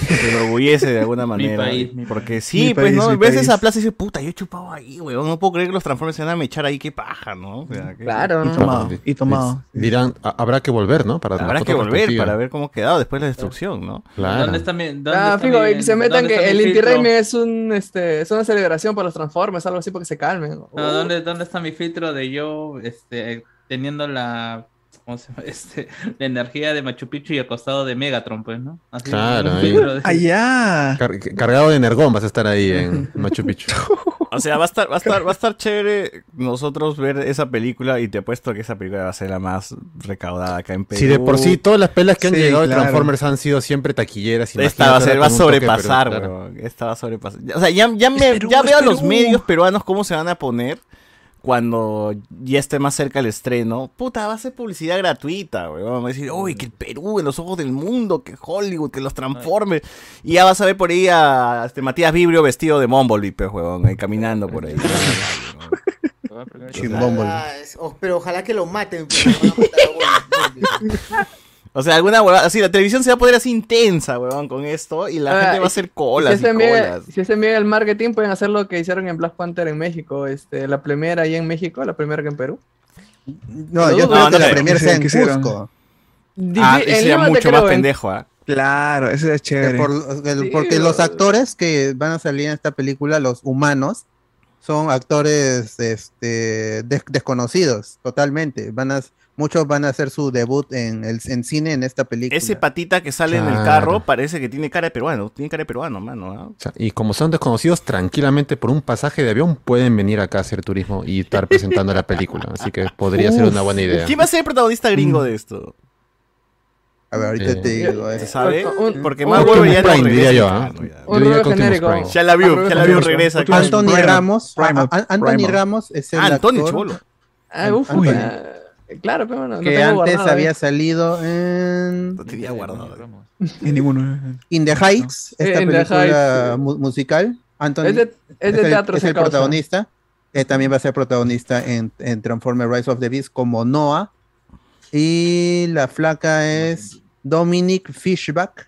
A: se orgullece de alguna manera.
F: país, mi
A: porque sí,
G: Mi
A: pues
G: país,
A: no,
G: mi
A: ves
G: país.
A: esa plaza y dices, puta, yo he chupado ahí, weón. No puedo creer que los Transformers se van a mechar ahí, qué paja, ¿no? O sea, que-
E: Claro,
G: Y
E: ¿no?
G: tomado,
C: Di-
G: y tomado.
C: di- Dirán, ha- habrá que volver, ¿no? Para
A: Habrá
C: la
A: que
C: foto
A: volver
C: respectiva.
A: para ver cómo ha quedado después de la destrucción, ¿no?
C: Claro.
F: ¿Dónde está mi.? Dónde
E: Ah,
F: está
E: fijo,
F: mi-
E: y que se metan
F: dónde
E: que
F: está mi
E: el Inti
F: filtro?
E: Raymi es un este es una celebración para los Transformers, algo así porque se calmen.
F: No, ¿dónde, ¿Dónde está mi filtro de yo este, teniendo la. ¿Cómo se llama? Este, la energía de Machu Picchu y acostado de Megatron, pues, ¿no? Así,
C: Claro,
F: un
C: ahí.
F: filtro de-
G: Ah, Allá.
C: Car- cargado de energón vas a estar ahí en Machu Picchu.
A: O sea, va a estar, va a estar, va a estar chévere nosotros ver esa película y te apuesto que esa película va a ser la más recaudada acá en Perú.
C: Si de por sí todas las pelas que han
G: Sí,
C: llegado de
G: claro.
C: Transformers han sido siempre taquilleras.
A: Esta va a,
C: imagínate
A: ser,
C: ahora
A: va a
C: con un toque, pero,
A: sobrepasar,
C: claro.
A: weón. Esta va a sobrepasar. O sea, ya, ya, me-
G: Es Perú,
A: ya
G: es
A: veo a los
G: Perú.
A: medios peruanos cómo se van a poner cuando ya esté más cerca el estreno. Puta, va a ser publicidad gratuita, weón. Va a decir, uy, que el Perú en los ojos del mundo, que Hollywood, que los transforme. Y ya vas a ver por ahí a este, Matías Vibrio vestido de Mumblebee, pues, weón, ahí caminando por ahí.
D: Chimbombo.
H: Ah, es- oh, pero ojalá que lo maten. pero van a matar a Wolverine.
A: O sea, alguna huevada. Así, la televisión se va a poner así intensa, huevón, con esto. Y la
E: Ah,
A: gente
E: y-
A: va a hacer
E: si
A: colas y,
E: hacen, bien,
A: colas.
E: si hacen bien el marketing, pueden hacer lo que hicieron en Black Panther en México, este, la primera ahí en México, la primera que en Perú. Eh,
D: No,
E: Lo
D: yo
E: dudo.
D: creo
A: No,
D: que
A: no
D: la
A: sé.
D: premier sea en
G: Quisieron.
D: Cusco.
A: Ah,
E: Difí-
A: ese
E: en
A: era
E: Lima te
A: mucho
E: creo,
A: más
E: en-
A: pendejo, ¿ah?
G: Claro, ese es
D: Eh,
G: chévere.
D: por- el-
E: Sí,
D: porque
E: bro.
D: los actores que van a salir en esta película, los humanos, son actores este, des- desconocidos totalmente. Van a, muchos van a hacer su debut en, el, en cine en esta película.
A: Ese patita que sale en el
C: Claro.
A: carro parece que tiene cara de peruano. Tiene cara de peruano, mano. ¿ah?
C: O sea, Y como son desconocidos, tranquilamente por un pasaje de avión pueden venir acá a hacer turismo y estar presentando la película. Así que podría ser una buena idea.
A: ¿Quién va a ser el protagonista gringo de esto?
D: a ver, ahorita
C: Eh.
D: te digo. eh.
A: ¿Se sabe?
E: Un-
A: Porque
E: un-
A: Mark
E: Optimus
A: Wahlberg ya no
C: Prime, diría
A: regresa,
C: yo, ¿ah?
A: mano,
E: Un
A: ya.
C: Yo diría
E: rol
C: que Optimus
E: genérico. Ah,
C: Prime.
A: Ya la vio, ya la vio, regresa.
G: Optimus
A: acá.
G: Prime.
D: Anthony
G: Primal,
D: Ramos, a-
G: Primal,
D: a- Anthony
G: Primal.
D: Ramos es el
A: Ah, Antonio
D: actor
A: Cholo.
E: Ah, uf,
D: Uy.
E: ah, Claro, pero bueno, lo
D: que
E: tengo
D: antes
E: guardado,
D: había
E: eh.
D: salido en
A: Lo tenía guardado.
G: Y ninguno.
D: In the Heights, esta
E: In the
D: película
E: Heights.
D: mu- musical. Anthony
E: Es de, es de
D: el-
E: teatro,
D: es
E: esa
D: el
E: causa.
D: protagonista. Eh, también va a ser protagonista en, en Transformers Rise of the Beast como Noah. Y la flaca es Dominic Fishback,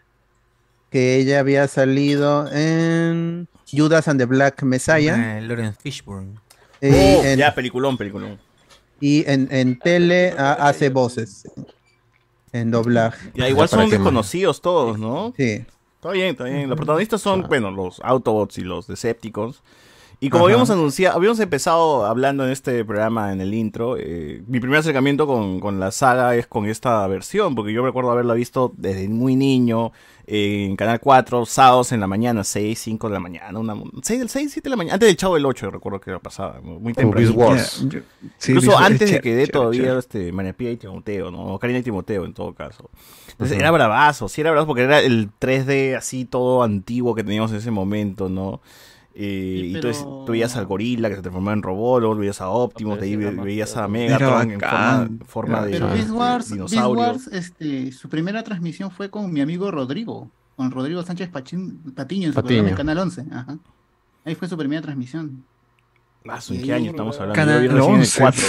D: que ella había salido en Judas and the Black Messiah.
H: Ah, Lauren Fishburne.
D: eh,
A: Oh,
D: en-
A: ya, peliculón, peliculón.
D: y en, en tele a- hace voces. En doblaje.
A: Ya, igual
C: Ya, ¿para
A: son
C: qué, mano?
A: desconocidos todos, ¿no?
D: Sí.
A: Está bien, está bien. Los protagonistas son,
C: Claro.
A: bueno, los Autobots y los Decepticons. Y como
D: Ajá.
A: habíamos anunciado, habíamos empezado hablando en este programa, en el intro, eh, mi primer acercamiento con, con la saga es con esta versión, porque yo recuerdo haberla visto desde muy niño, eh, en Canal 4, sábados en la mañana, 6, 5 de la mañana, una, 6 del 6, 7 de la mañana, antes del Chavo del 8, recuerdo que lo pasaba, muy temprano.
C: Oh, Beast Wars.
G: Ya, yo- sí,
A: Incluso
G: Beast Wars,
A: antes de
G: chévere,
A: que dé
G: chévere,
A: todavía
G: chévere.
A: este, María Pía y Timoteo, ¿no? O Karina y Timoteo en todo caso. Entonces
C: Ujú.
A: era bravazo, sí era bravazo porque era el 3D así todo antiguo que teníamos en ese momento, ¿no? Eh,
I: Sí,
A: y tú,
I: pero-
A: tú veías al gorila que se transformaba en Robot, luego veías a Optimus,
I: Ok,
A: de ahí
I: sí,
A: ve-
I: era más
A: veías a
I: todo.
A: Megatron en
G: Era
A: forma,
G: bacán.
A: forma de,
I: Pero
C: Ajá.
I: Beast Wars, Beast
A: dinosaurio.
I: Wars, este, su primera transmisión fue con mi amigo Rodrigo, con Rodrigo Sánchez Pachín- Patiño en su
C: Patiño.
I: programa en Canal 11. Ajá. Ahí fue su primera transmisión.
A: Ah, ¿en qué año estamos hablando?
G: Canal
A: Yo vi recién el
G: 11.
A: 4.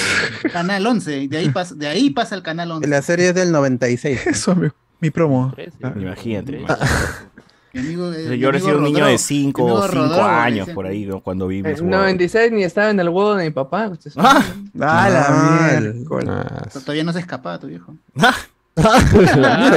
I: Canal 11, y de ahí pasa, de ahí pasa el Canal 11.
D: La serie es del 96.
G: Eso, amigo. Mi promo. Ah.
A: Imagínate.
I: Mi amigo, eh, mi
A: Yo era
I: amigo
A: un niño
I: Rodro-
A: de
I: mi
A: 5
I: amigo
A: o 5
I: Rodro,
A: años
I: decía.
A: por ahí ¿no? cuando vi Beast
E: Eh, En
A: Wars.
E: 96 ni estaba en el huevo de mi papá. usted sabe.
A: Ah.
G: Ah,
D: Ah,
G: la
D: el-
G: mierda.
C: Ah,
I: To- Todavía no se escapaba tu viejo.
C: la mierda, Ah, pues,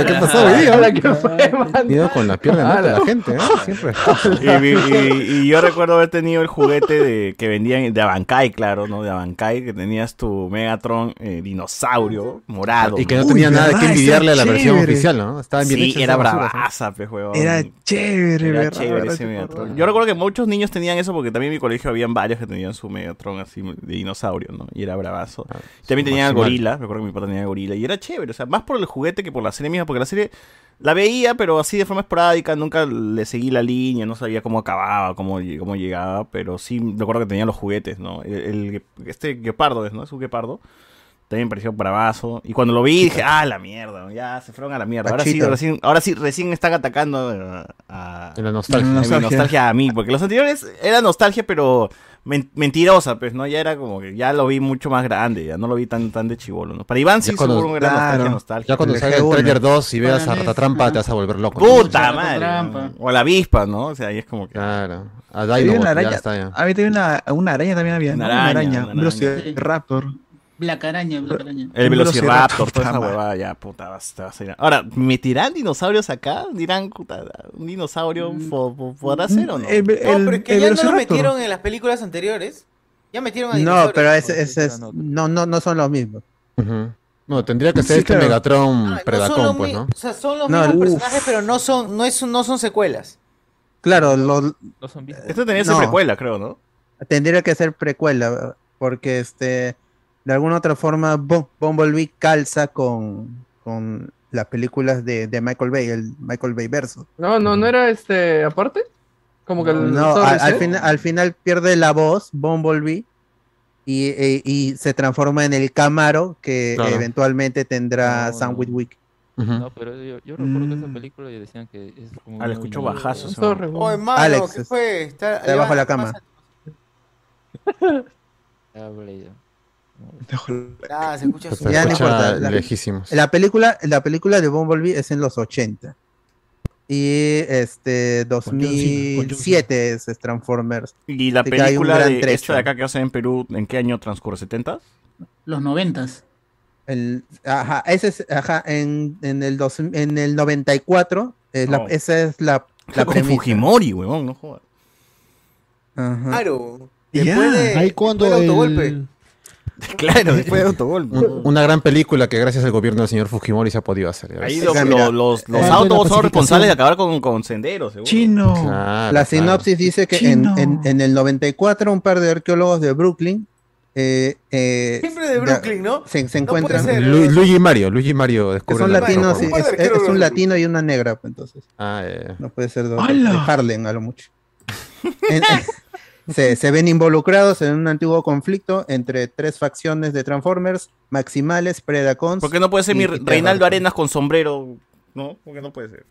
C: ¿Qué pasó hoy día?
E: Ala, ¿qué fue, man?
C: Cuidado con la pierna ¿no? de la gente, ¿eh? Siempre.
A: Y, mi- y- y yo recuerdo haber tenido el juguete de, que vendían de Abancay, claro, ¿no? De Abancay, que tenías tu Megatron eh, dinosaurio morado.
C: Y que no
A: ¿no?
G: Uy,
C: tenía nada
G: ¿verdad?
C: que
G: Esa
C: envidiarle a la versión
G: chévere.
C: oficial, ¿no? Estaba bien
A: Sí,
C: hecha
A: era
C: esa basura, ¿no?
A: bravaza, pues, pe, huevón.
G: Era chévere,
A: Era
G: ¿verdad?
A: chévere
G: ¿verdad?
A: ese Megatron.
C: verdad.
A: Yo recuerdo que muchos niños tenían eso porque también en mi colegio habían varios que tenían su Megatron así de dinosaurio, ¿no? Y era bravazo.
C: Ah,
A: También
C: su
A: tenía
C: maximal.
A: gorila, recuerdo que mi papá tenía gorila y era chévere, o sea, más por el juguete que por la serie misma, porque la serie la veía, pero así de forma esporádica, nunca le seguí la línea, no sabía cómo acababa, cómo, lle- cómo llegaba, pero sí recuerdo que tenía los juguetes, ¿no? El, el- este guepardo es, ¿no? Es un guepardo. También me pareció bravazo. Y cuando lo vi dije, ah, la mierda, ¿no? ya se fueron a la mierda. Ahora sí,
D: Pachita.
A: recién, ahora sí, recién están atacando eh, a,
C: En la nostalgia.
A: a mi
G: Nostalgia.
A: nostalgia a mí, porque los anteriores era nostalgia, pero men- mentirosa, pues, ¿no? Ya era como que ya lo vi mucho más grande, ya no lo vi tan, tan de chivolo, ¿no? Para Iván sí
C: Ya cuando-
A: seguro era
G: claro.
A: nostalgia, nostalgia.
C: Ya cuando
D: El
C: salga el
D: G1.
C: trailer 2 y veas
I: Para
C: a
I: mí es-
C: Ratatrampa,
I: ajá.
C: te vas a volver loco.
A: ¡Puta
I: Con
A: madre!
I: trampa.
A: O la avispa, ¿no? O sea, ahí es como que...
C: Claro. A
G: Había
C: Dinobot,
G: una
C: ya
G: araña.
C: está ya.
G: Había también una, una araña también había.
A: Una
G: ¿no? Una
A: araña,
G: araña.
A: una
G: Un velociraptor.
I: Blacaraña, Blacaraña.
A: El
G: Un
A: velociraptor,
G: velociraptor,
A: toda esa
G: puta madre.
A: huevada, ya, puta, basta, basta, ya. Ahora, ¿metirán dinosaurios acá? Dirán, puta, un dinosaurio
I: Mm.
A: fo- fo- podrá ser o no.
G: El,
H: No,
G: el-
H: pero es que
G: el
H: ya no lo
G: velociraptor.
H: metieron en las películas anteriores. Ya metieron a
D: No,
H: dinosaurios.
D: pero ese, ese es, no, no, no son los mismos.
C: Ujú. No, tendría que ser
G: Sí,
C: este
G: claro.
C: Megatron
H: Ah, no son
C: Predacon,
H: los
C: pues,
H: mi-
C: ¿no?
H: O sea, son los
D: No,
H: mismos
D: uf.
H: personajes, pero no son, no es, no son secuelas.
D: Claro, lo,
I: Los zombies.
A: Esto tenía su
D: No.
A: precuela, creo, ¿no?
D: tendría que ser precuela, porque este, de alguna otra forma, Bo- Bumblebee calza con, con las películas de, de Michael Bay, el Michael Bay verso.
E: No, no, no era este, aparte. Como que el.
D: No,
E: todo
D: al, al
E: reset.
D: fina- al final pierde la voz Bumblebee y, eh, y se transforma en el Camaro que
C: Claro.
D: eventualmente tendrá
J: No,
D: Sam
J: no.
D: Witwick.
C: Ujú.
J: No, pero yo, yo recuerdo que
G: Mm.
J: esa película y decían que es como.
A: Ah, le
J: muy
A: escucho
J: niño,
A: bajazo.
J: pero-
E: Todo re-
H: Oh, hermano,
D: Alex,
H: ¿qué fue? Está,
D: debajo de la
H: ¿qué
D: cama.
H: pasa?
J: Ah, vale, ya. No,
H: Ah, se escucha su...
C: Se
D: Ya no
C: escucha
D: importa, la-
C: lejísimos.
D: La película, la película de Bumblebee es en los 80. Y este 2007 es, es Transformers.
A: Y la
D: Así que hay un
A: película
D: gran
A: de
D: trecho.
A: esta de acá que hacen en Perú, ¿en qué año transcurre? ¿70s?
I: Los noventas.
D: El- ajá, ese es, ajá, en, en el dos- en el 94, eh, la-
A: Oh.
D: esa es la, la
A: Con
D: premisa.
A: Fujimori, huevón, no jodas.
D: Ajá.
H: Claro.
D: Y ya,
H: Después de,
D: ahí
H: después
D: cuando
H: del
D: el-
H: autogolpe.
A: Claro, después de autogolpe.
C: Un- Una gran película que gracias al gobierno del señor Fujimori se ha podido hacer. ya ves.
A: Ahí lo- lo- los, los
C: eh,
A: autos son responsables de acabar con, con senderos, seguro.
G: Chino.
D: la sinopsis dice que en,
G: Chino.
D: en- en el 94 un par de arqueólogos de Brooklyn eh, eh,
H: Siempre de Brooklyn, ¿no?
D: se, se
H: No puede
D: encuentran
H: ser.
C: Lu- Luigi y Mario, Luigi y Mario
D: ¿eh? que
C: descubren
D: son
C: la-
D: latinos,
H: Un
D: sí,
H: par de
D: es,
H: arqueólogos
D: es- es
H: de Brooklyn.
D: un latino y una negra, pues, entonces
C: Ah, ya, ya.
D: no puede ser de, de
G: ¡Hala!
D: Harlem a lo mucho. En- se, se ven involucrados en un antiguo conflicto entre tres facciones de Transformers, Maximales, Predacons.
A: ¿Por qué no puede ser
D: y-
A: mi
D: y
A: Re- Reinaldo
D: Predacons.
A: Arenas con sombrero? No, porque no puede ser.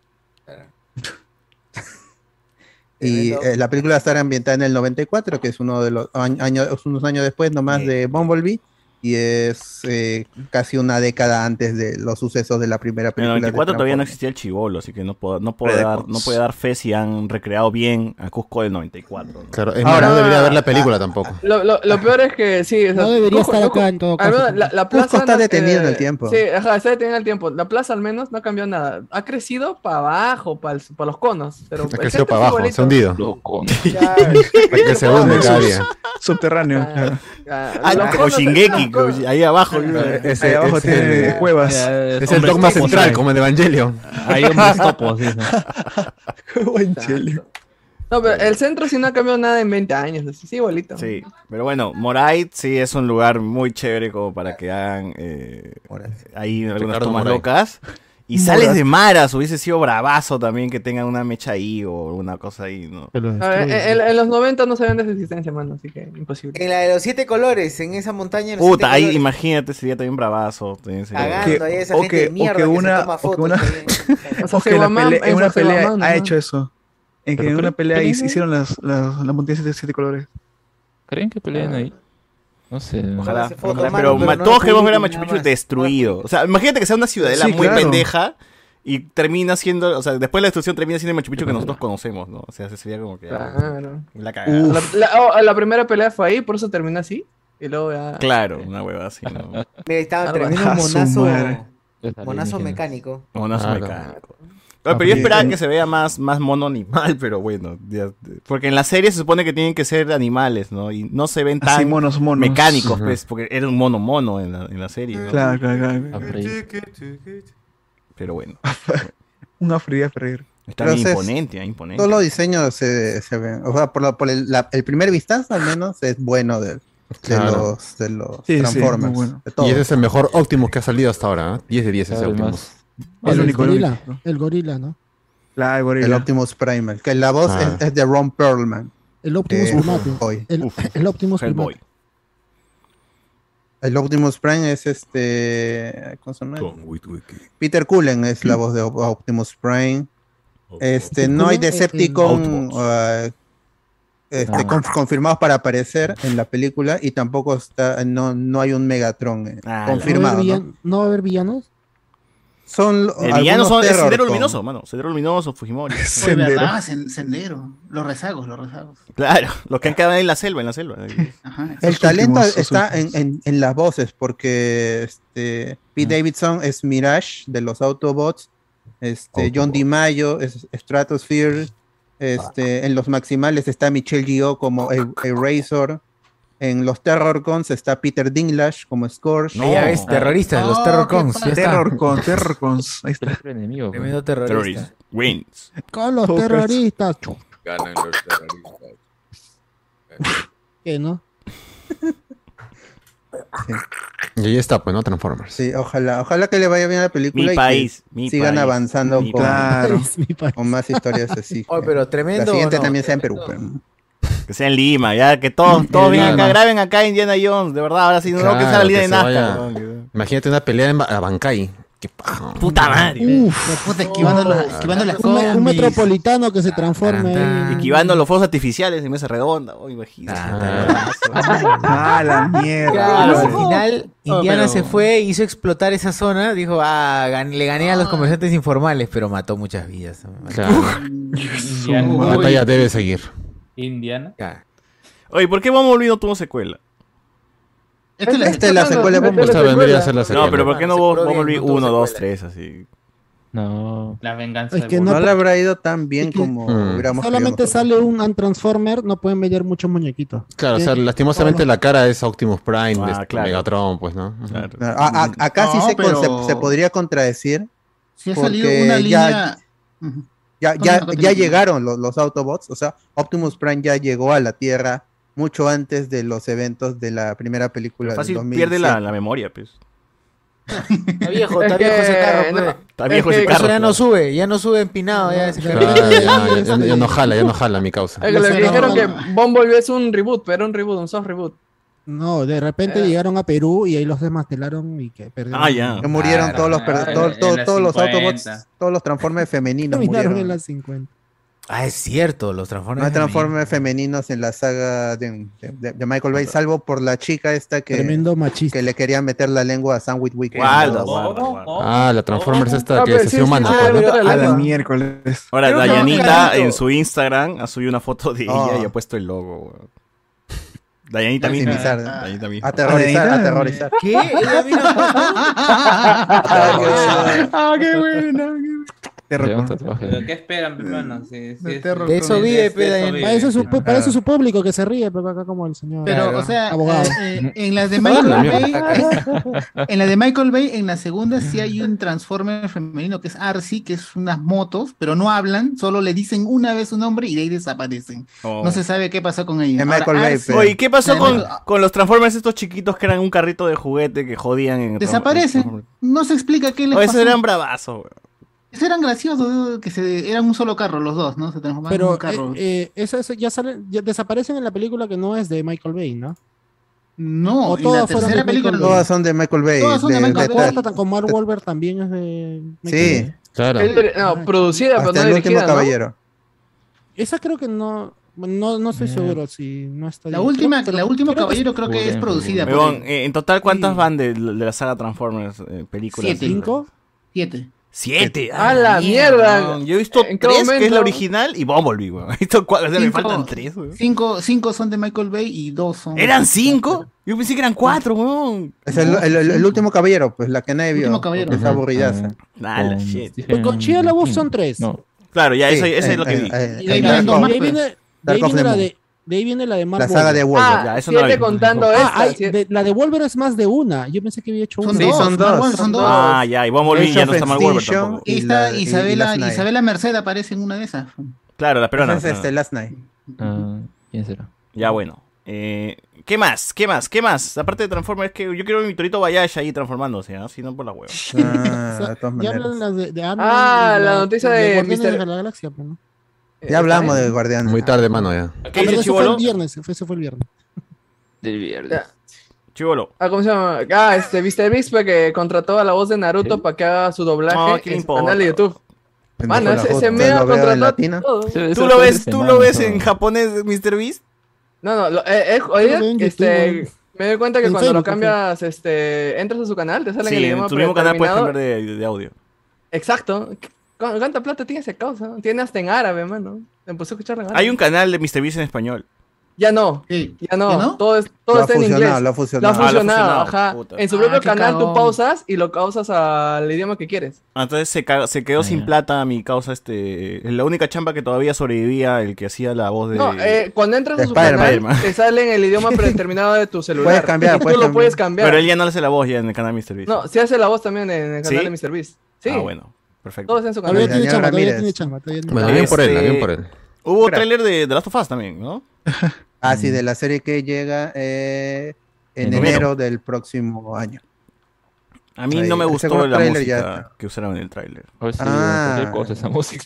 D: Y
H: Tremendo.
D: eh, la película estará ambientada en el 94, que es uno de los años, unos años después nomás de Bumblebee, y es eh, casi una década antes de los sucesos de la primera
A: En el
D: película. de
A: 94 todavía no
D: Transformers.
A: existía el chivolo, así que no puedo, no puedo dar, no puedo dar fe si han recreado bien a Cusco del 94. ¿no?
C: Claro, es más,
D: Ahora-
C: no debería ver la película tampoco.
E: Lo, lo- lo peor es que sí. o sea,
K: No debería estar
E: Cusco-
K: acá en todo
E: al menos
K: caso.
E: la,
D: Cusco
E: la plaza
D: está
E: no-
D: detenido en el tiempo.
E: Sí, ajá, está detenido en el tiempo. La plaza al menos no ha cambiado nada. Ha crecido para abajo, para los conos. Pero
C: Ha
E: el centro
C: crecido para
E: es
C: abajo,
E: igualito.
C: se ha hundido.
J: Loco.
C: Para que se hunde cada día.
G: Subterráneo,
E: Ah,
G: claro.
E: ah,
A: Ah,
E: los
A: como
E: conos-
A: Shingeki, como- ahí abajo.
C: Ah, Ese-
G: Ahí abajo
C: ese-
G: tiene cuevas.
C: Es el dogma central, como el Evangelio.
F: Hay hombres topos, dice.
G: Buen
E: Exacto.
G: chile.
E: No, pero el centro sí no ha cambiado nada en 20 años. así, Sí, igualito.
A: Sí, pero bueno, Moray sí es un lugar muy chévere como para que hagan eh, ahí algunas
C: Ricardo
A: tomas
C: Moray.
A: locas. Y
G: Moray.
A: sales de Maras, hubiese sido bravazo también que tengan una mecha ahí o una cosa ahí, ¿no?
K: Que los
E: A ver,
K: destruye.
E: en, en los 90 no sabían de su existencia, mano, así que imposible.
H: En la de los siete colores, en esa montaña. de los
A: Puta,
H: siete
A: ahí
H: colores,
A: imagínate, sería también bravazo. también sería-
H: Cagando ahí a esa
G: o
H: gente
G: que-
H: de
G: o
H: mierda
G: que
H: que,
G: una-
H: se toma
G: o que
H: fotos.
G: una-
H: también.
E: O sea,
G: Ojo, en, la
E: Sebamán-
G: pelea- en una
E: o sea,
G: pelea
E: Sebamán,
G: ha
E: ¿no?
G: hecho eso. En que
J: Pero
G: en una
J: creo-
G: pelea
J: creo-
G: hic- hicieron las, las, las montañas de siete colores.
J: ¿Creen que
H: Ah.
J: peleen ahí? No sé.
A: Ojalá,
H: Hace fotos,
A: ojalá,
H: mano,
A: pero,
H: pero
A: ma-
H: no
A: todos
H: lo
A: queremos ver a
H: publiquen nada
A: Machu Picchu
H: más.
A: destruido. O sea, imagínate que sea una ciudadela
G: Sí,
A: muy
G: claro.
A: pendeja y termina siendo, o sea, después de la destrucción termina siendo el Machu Picchu que nosotros conocemos, ¿no? O sea, sería como que ah,
E: Claro.
A: la cagada.
E: La, la- oh, la primera pelea fue ahí, por eso terminó así. Y luego ya.
A: Claro, una hueva así, ¿no?
H: Mira, estaba
E: Ah,
H: tremendo
G: su
H: monazo.
G: madre.
H: Monazo mecánico.
A: Monazo
C: Claro.
A: mecánico.
G: Ah,
A: No, pero yo esperaba que se vea más, más mono animal, pero bueno. ya- porque en la serie se supone que tienen que ser animales, ¿no? Y no se ven
G: Así
A: tan
G: Ah, monos, monos.
A: mecánicos,
C: Ujú.
A: pues, porque era un mono mono en la, en la serie, ¿no?
G: Claro, claro,
I: Ah,
G: claro.
A: Pero bueno,
G: Una fría freír.
A: está
D: Pero
A: bien
D: se-
A: imponente, ¿eh? imponente.
D: Todos los diseños se, se ven. O sea, por, la- por el, la- el primer vistazo al menos es bueno de, de
C: Claro.
D: los, de los
G: Sí, sí,
D: Transformers.
G: muy bueno.
D: de
C: Y
D: todos.
C: ese es el mejor Optimus que ha salido hasta ahora. ¿eh? 10 de 10 ese
J: Claro, el
C: Optimus.
J: más.
K: El,
G: el único, el
K: gorila,
G: único.
K: el gorila, ¿no?
G: La
D: el
G: gorila.
D: Optimus Primal. Que la voz
C: Ah.
D: es, es de Ron Perlman.
K: El Optimus
D: Eh,
K: Primate.
D: hoy.
K: El,
A: Uf.
K: el Optimus
A: Hellboy.
K: Primate.
D: El Optimus Prime es este. ¿Cómo se llama? Peter Cullen es la voz de Op- Optimus Prime. Este, no hay
K: Cullen, eh,
D: Decepticon
A: Autobots.
D: ah, este,
J: Ah.
D: conf- confirmados para aparecer en la película y tampoco está, no, no hay un Megatron eh,
A: Ah, la-
K: ¿No va a haber
D: confirmado. ¿no?
K: villan- ¿No va a haber villanos?
D: Son
A: El villano
D: algunos
A: son, es
D: Terrorcon.
A: Sendero Luminoso, mano. Sendero Luminoso, Fujimori.
I: Oye,
G: Sendero.
I: ¿verdad? Sen- Sendero. Los rezagos, los rezagos.
A: claro, los que han quedado en la selva, en la selva.
I: Ajá.
D: El
G: Sus
D: talento
G: últimos, sus
D: está en,
G: últimos.
D: en- en las voces, porque este, Pete Davidson es Mirage de los Autobots, este, John DiMaggio es Stratosphere, este, en los Maximales está Michelle Yeoh como E- Eraser, en los Terrorcons está Peter Dinklage como Scorch,
A: No.
L: Ya ves, terroristas, los
I: Oh,
L: terror
I: qué
L: cons. ya está.
G: Terror con, terror cons. Ahí está.
J: Siempre enemigo. güey.
L: Tremendo terrorista.
A: Terrorist wins.
K: Con los
G: Pocas.
K: terroristas. chu.
M: Ganan los terroristas.
K: ¿Qué, no?
C: Y ahí está, pues, ¿no? Transformers.
D: Sí, ojalá, ojalá que le vaya bien a la película y
A: Mi
D: que
A: país, mi
D: sigan
A: país.
D: avanzando
A: Mi
D: con,
G: Claro.
K: Es mi país.
D: con más historias así.
L: Oh, pero
D: la
L: tremendo.
D: siguiente
L: ¿no?
D: también sea en Perú. pero-
A: Que sea en Lima, ya que todos, todos vengan
C: Lima.
A: acá, graben acá Indiana Jones, de verdad, ahora sí, no que sea la
C: Claro,
A: línea
C: que
A: de
C: se vaya.
A: Nazca. weón.
C: Imagínate una pelea en Ba- a Bankai. Qué paja.
A: Puta madre.
I: Puta, esquivando, las- esquivando las
K: Un, me-
I: combis.
K: un metropolitano que se transforme en-
A: Esquivando los fuegos artificiales en mesa redonda, oh, imagínate.
C: Ah.
G: Ah, la
L: Claro,
G: mierda.
L: al final Indiana se fue, hizo explotar esa zona, dijo, ah, gan- le gané a los comerciantes informales, pero mató muchas vidas.
C: Claro.
F: Indiana.
C: La batalla debe seguir.
F: Indiana.
L: Claro.
A: Oye, ¿por qué Vamos Volviendo tuvo secuela?
D: Esta es la-
A: este
D: Esta Este es la secuela, Ah,
J: Esta es la secuela. vendría a ser la secuela.
A: No, pero ¿por qué no
J: Se
A: vos,
J: probó
A: Bumblebee
J: bien con
A: 1,
J: tu
A: 2, 3, así?
J: No.
F: La venganza
D: Es que no, le habrá ido tan bien como hubiéramos
K: Solamente sale un un Transformer, no pueden vender muchos muñequitos.
C: Claro, o sea,
K: Tienen-
C: lastimosamente la cara es Optimus Prime de
D: Ah,
C: este
D: claro.
C: Megatron, pues, ¿no? Claro.
D: querido. A- a- acá sí
I: No,
D: se,
I: pero-
D: se- se podría contradecir.
I: Si ha salido
D: porque
I: una
D: ya-
I: línea. Ujú.
D: Ya,
I: Continúa,
D: ya,
I: continúa.
D: ya llegaron los, los Autobots, o sea, Optimus Prime ya llegó a la Tierra mucho antes de los eventos de la primera película.
A: Pero
D: del
A: fácil
D: 2007.
A: pierde la, la memoria, pues.
B: Está viejo,
L: Es
B: está viejo ese
L: que-
B: carro. pues.
L: no.
B: pe.
A: Está viejo ese
B: Por
A: carro, pues.
B: eso ya
A: claro.
B: no sube, ya no sube empinado. Ya, ese
C: Claro,
B: carro.
C: ya, ya- ya no jala, ya no jala mi causa.
E: Es que le
K: No sé,
E: dijeron
K: no.
E: que Bumblebee es un reboot, pero era un reboot, un soft reboot.
K: No, de repente llegaron a Perú y ahí los desmantelaron y que perdieron.
D: Eh. Ah, ya. Que murieron todos los per- todo- todo- todos los Autobots, todos los Transformers femeninos
K: Terminaron
D: murieron.
K: en las 50.
B: Ah, es cierto, los
D: No
B: transformes.
D: hay Transformers femeninos en la saga de, de- de Michael Bay, salvo por la chica esta que,
K: Tremendo machista.
D: que le queería meter la lengua a Sam Witwick.
A: Guarda, guarda,
C: Ah, la Transformers esta que
D: pero
C: se
D: Ah, sí,
C: hacía
D: sí,
C: humana.
D: sí,
I: Ah,
C: pues, ¿no?
D: pero-
G: A la
D: Alba.
G: miércoles.
A: Ahora,
G: Creo que-
A: Dayanita
G: Carito.
A: en su Instagram ha subido una foto de
G: Ah.
A: ella y ha puesto el logo. weón. Dayanita misma.
D: Maximizar,
A: Dayanita misma.
D: Aterrorizar, aterrorizar.
B: ¿Qué? ¿Ella vino con-
F: Ah,
G: qué bueno.
F: ¿Pero qué esperan, mi hermano? Si- si es-
B: De eso vive, pe,
F: eso
B: Dayanita.
K: Para eso, es su,
F: vive.
K: para eso es su público que se ríe, pero acá como el señor.
I: Pero, o sea,
K: abogado.
I: eh, eh, en las de Michael Bay, en la de Michael Bay, en la segunda sí hay un Transformer femenino que es Arcy, que es unas motos, pero no hablan, solo le dicen una vez su nombre y de ahí desaparecen.
A: Oh.
I: No se sabe qué pasó con ella.
D: En
I: Ahora,
D: Michael Bay,
I: Arcy-
A: Oye, ¿qué pasó
I: en
A: con,
I: Michael-
A: con los Transformers estos chiquitos que eran un carrito de juguete que jodían en
I: Desaparecen. No se explica qué les
A: O
I: pasó.
A: esos eran bravazos, weón.
I: Esos eran graciosos, que se, eran un solo carro los dos, ¿no? Se transformaban en un
K: Pero
I: carro.
K: eh, eh, eso, eso ya, sale, ya desaparecen en la película que no es de Michael Bay, ¿no?
I: No,
K: O
I: en la
K: todas fueron
I: tercera
K: de Michael
I: película
K: Bay.
D: Todas son de Michael Bay.
K: Todas son de Michael
D: tal-
K: Bay. Como Mark Wahlberg también es de Michael
D: Sí.
K: Bay.
C: Claro.
E: Es de- no, producida, pero
D: Hasta
E: no
D: el último
E: dirigida, ¿no?
D: caballero.
K: Esa creo que no. No, no estoy seguro si no está.
I: Eh. La
K: ahí.
I: última,
K: Creo- pero-
I: la última
K: creo que
I: caballero
K: sí.
I: creo que es producida. por
A: Weón,
I: él.
A: eh, en total, ¿cuántas van de, de la saga Transformers? eh, películas.
I: Siete. Siete.
A: ¡Siete!
E: ¡A la mierda!
A: weón! Yo he visto
E: ¿En
A: tres,
E: qué
A: que es la
E: momento?
A: original, y Bumblebee, weón. He visto cuatro, o sea, me
I: Cinco.
A: faltan tres, weón.
I: Cinco, cinco son de Michael Bay y dos son.
A: ¿Eran cinco? Yo pensé que eran cuatro, weón.
D: Es el, el- el- el último caballero, pues la que nadie vio.
I: Último caballero.
D: porque Es aburridaza.
A: Ah, la shit.
K: Pues con Chia la voz son tres.
A: Claro, ya,
D: Sí,
A: eso, eso
D: eh,
A: es lo que
D: eh,
A: vi.
D: eh,
K: Y de ahí
D: eh,
K: viene-
D: Dark
K: de
D: of-
K: ahí viene- de ahí
D: Dark of
K: viene la
D: Demon.
K: de- de ahí viene la de Mark
D: La saga de Wolver.
E: Ah,
A: Ya, eso no
E: siete
A: la vi.
E: contando
K: Ah,
E: esta.
K: hay-
E: siete-
K: de- la de Wolver es más de una. Yo pensé que había hecho
I: Son
K: una.
I: dos.
D: son
I: Mark
D: dos,
I: Wahlberg son
D: son
I: dos.
D: dos.
A: Ah, ya, y Bumblebee
D: Age
A: ya
D: of
A: no está Mark Wahlberg
D: Extinction
A: tampoco.
D: y
I: Esta
D: la- y
I: Isabela,
D: Last Night.
I: Isabela Merced aparece en una de esas.
A: Claro, la peruana.
D: Ese es este, Last Night.
J: Ah, ¿Quién será?
A: Ya, bueno. Eh, ¿Qué más? ¿Qué más? ¿Qué más? Aparte de Transformers, que yo quiero que mi torito vaya ahí transformándose, ¿ah? si no por la hueva.
D: Ah, de todas
K: Ya
D: maneras.
K: hablan las de, de Ant-Man
E: Ah,
K: y
E: la noticia de
K: Guardianes
E: Mr.
K: de la Galaxia. pues, ¿no?
D: Ya hablamos de Guardianes.
C: Muy tarde, mano, ya.
A: ¿Qué
K: Ah, pero
A: dice
K: eso fue el
A: Chivolo?
K: viernes. fue- Eso fue el viernes.
J: Del viernes.
A: Chivolo.
E: Ah, ¿cómo se llama? Ah, este, Mr. Beast fue que contrató a la voz de Naruto para que haga su
A: No,
E: doblaje
A: ¿qué le
E: en su
A: importa?
E: canal de YouTube. Mano, ese, ese
D: Yo
E: mega
D: lo veo en
E: contrató a
D: latina.
E: todos.
A: ¿Tú lo ves, tú lo ves en japonés, Mr. Beast?
E: No, no, lo- eh, eh, oye,
K: Yo lo veo en
E: este,
K: YouTube.
E: me doy cuenta que
K: En
E: cuando lo
K: Facebook, en
E: cambias, este, entras a su canal, te sale en el
A: Sí, en
E: idioma
A: tu mismo canal puedes
E: predeterminado.
A: cambiar de, de audio.
E: Exacto. ¿Cu- ¿Cuánta plata tiene ese causa? Tiene hasta en árabe, mano. Me puse a escuchar en árabe.
A: Hay un canal de Mr. Beast en español.
E: Ah, Ya no,
I: Sí.
E: ya no.
I: ¿Ya no?
E: Todo, es- todo
D: Lo ha
E: está en
D: fusionado,
E: inglés.
D: lo ha fusionado.
A: Ah, lo ha fusionado,
E: ajá.
A: puta.
E: En su
I: Ah,
E: propio
I: qué
E: canal tú
I: cagón.
E: pausas y lo causas al idioma que quieres.
A: Ah, Entonces se, ca- se quedó
J: Ah,
A: sin plata mi causa, este... La única chamba que todavía sobrevivía el que hacía la voz de...
E: No, eh, cuando entras
D: de
E: a su
D: Spider-Man.
E: canal, te sale en el idioma predeterminado de tu celular.
D: Puedes cambiar,
E: y tú
D: puedes
E: lo
D: cambiar.
E: puedes cambiar.
A: Pero él ya no le hace la voz ya en el canal Mr. Beast.
E: No, se hace la voz también en el canal
A: ¿Sí?
E: de MrBeast. Sí,
A: Ah, bueno. Perfecto.
E: todo está en su
K: Todavía
E: canal.
K: tiene
D: Daniel
K: chamba, todavía
D: Ramírez.
K: tiene chamba. todavía tiene-
C: Bueno, bien por él, bien por él.
A: Este, Hubo
D: Crack.
A: tráiler de The Last of Us también, ¿no?
D: Ah,
A: Mm.
D: sí, de la serie que llega eh, en
J: Enero.
D: enero del próximo año.
A: A mí
D: Ahí,
A: no me
D: el
A: gustó
D: segundo
A: la
D: tráiler ya
A: música
D: está.
A: que usaron en el tráiler.
J: A ver si
D: Ah.
J: cualquier cosa esa música.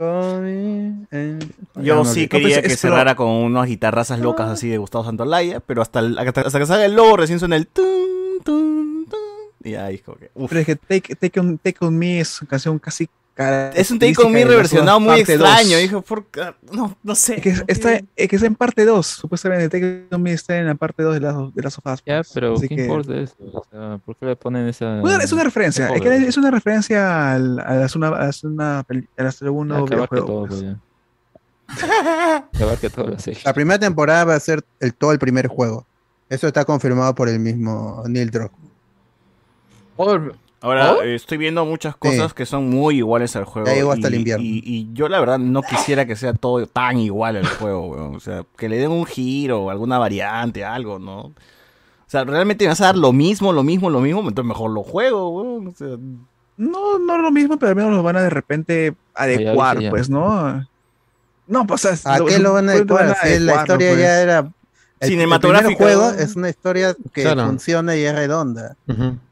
D: eh.
F: Eh,
A: Yo sí quería
G: pues,
A: que
G: es- pero-
A: cerrara con unas guitarrazas locas así de Gustavo Santolaya, pero hasta, el- hasta, hasta que salga el logo recién suena el tun, tun, tun, y ahí es como que... uf.
G: Pero es que Take, Take on, Take on Me es una canción casi cara.
A: Es un take con mi reversionado muy extraño, dijo, por... ah, no, no sé.
G: Es que, es- está, es que está en parte 2, supuestamente. Take on Me está en la parte 2 de las, de las sofás.
J: Ya, pero
G: Así
J: ¿qué
G: que-
J: importa eso? O sea, ¿por qué le ponen
A: Ah,
J: esa...?
G: Bueno, es una referencia. Es, que
J: cover?
G: es una referencia al, a la zona, a la zona, peli- a la segunda
J: Ah, que abarca
G: videojuego,
J: todo,
G: pues.
J: pues, ya. Que abarca todo la serie.
D: La primera temporada va a ser el, todo el primer juego. Eso está confirmado por el mismo Neil Druckmann.
A: Ahora,
D: ¿Oh?
A: eh, estoy viendo muchas cosas que son muy iguales al juego.
D: Ya llegó hasta
A: y,
D: el invierno.
A: Y, y yo, la verdad, no quisiera que sea todo tan igual al juego, weón. O sea, que le den un giro, alguna variante, algo, ¿no? O sea, ¿realmente me vas a dar lo mismo, lo mismo, lo mismo? Entonces mejor lo juego, weón. O sea,
G: No, no es lo mismo, pero al menos los van a de repente adecuar,
A: sí, ya.
G: pues, ¿no? No, pues. o sea,
D: ¿A Ah, qué lo van a adecuar? Si la
G: adecuar,
D: historia
G: pues?
D: ya era. El,
A: Cinematográfica,
D: El primer juego
A: ¿no?
D: es una historia que
A: Claro.
D: funciona y es redonda.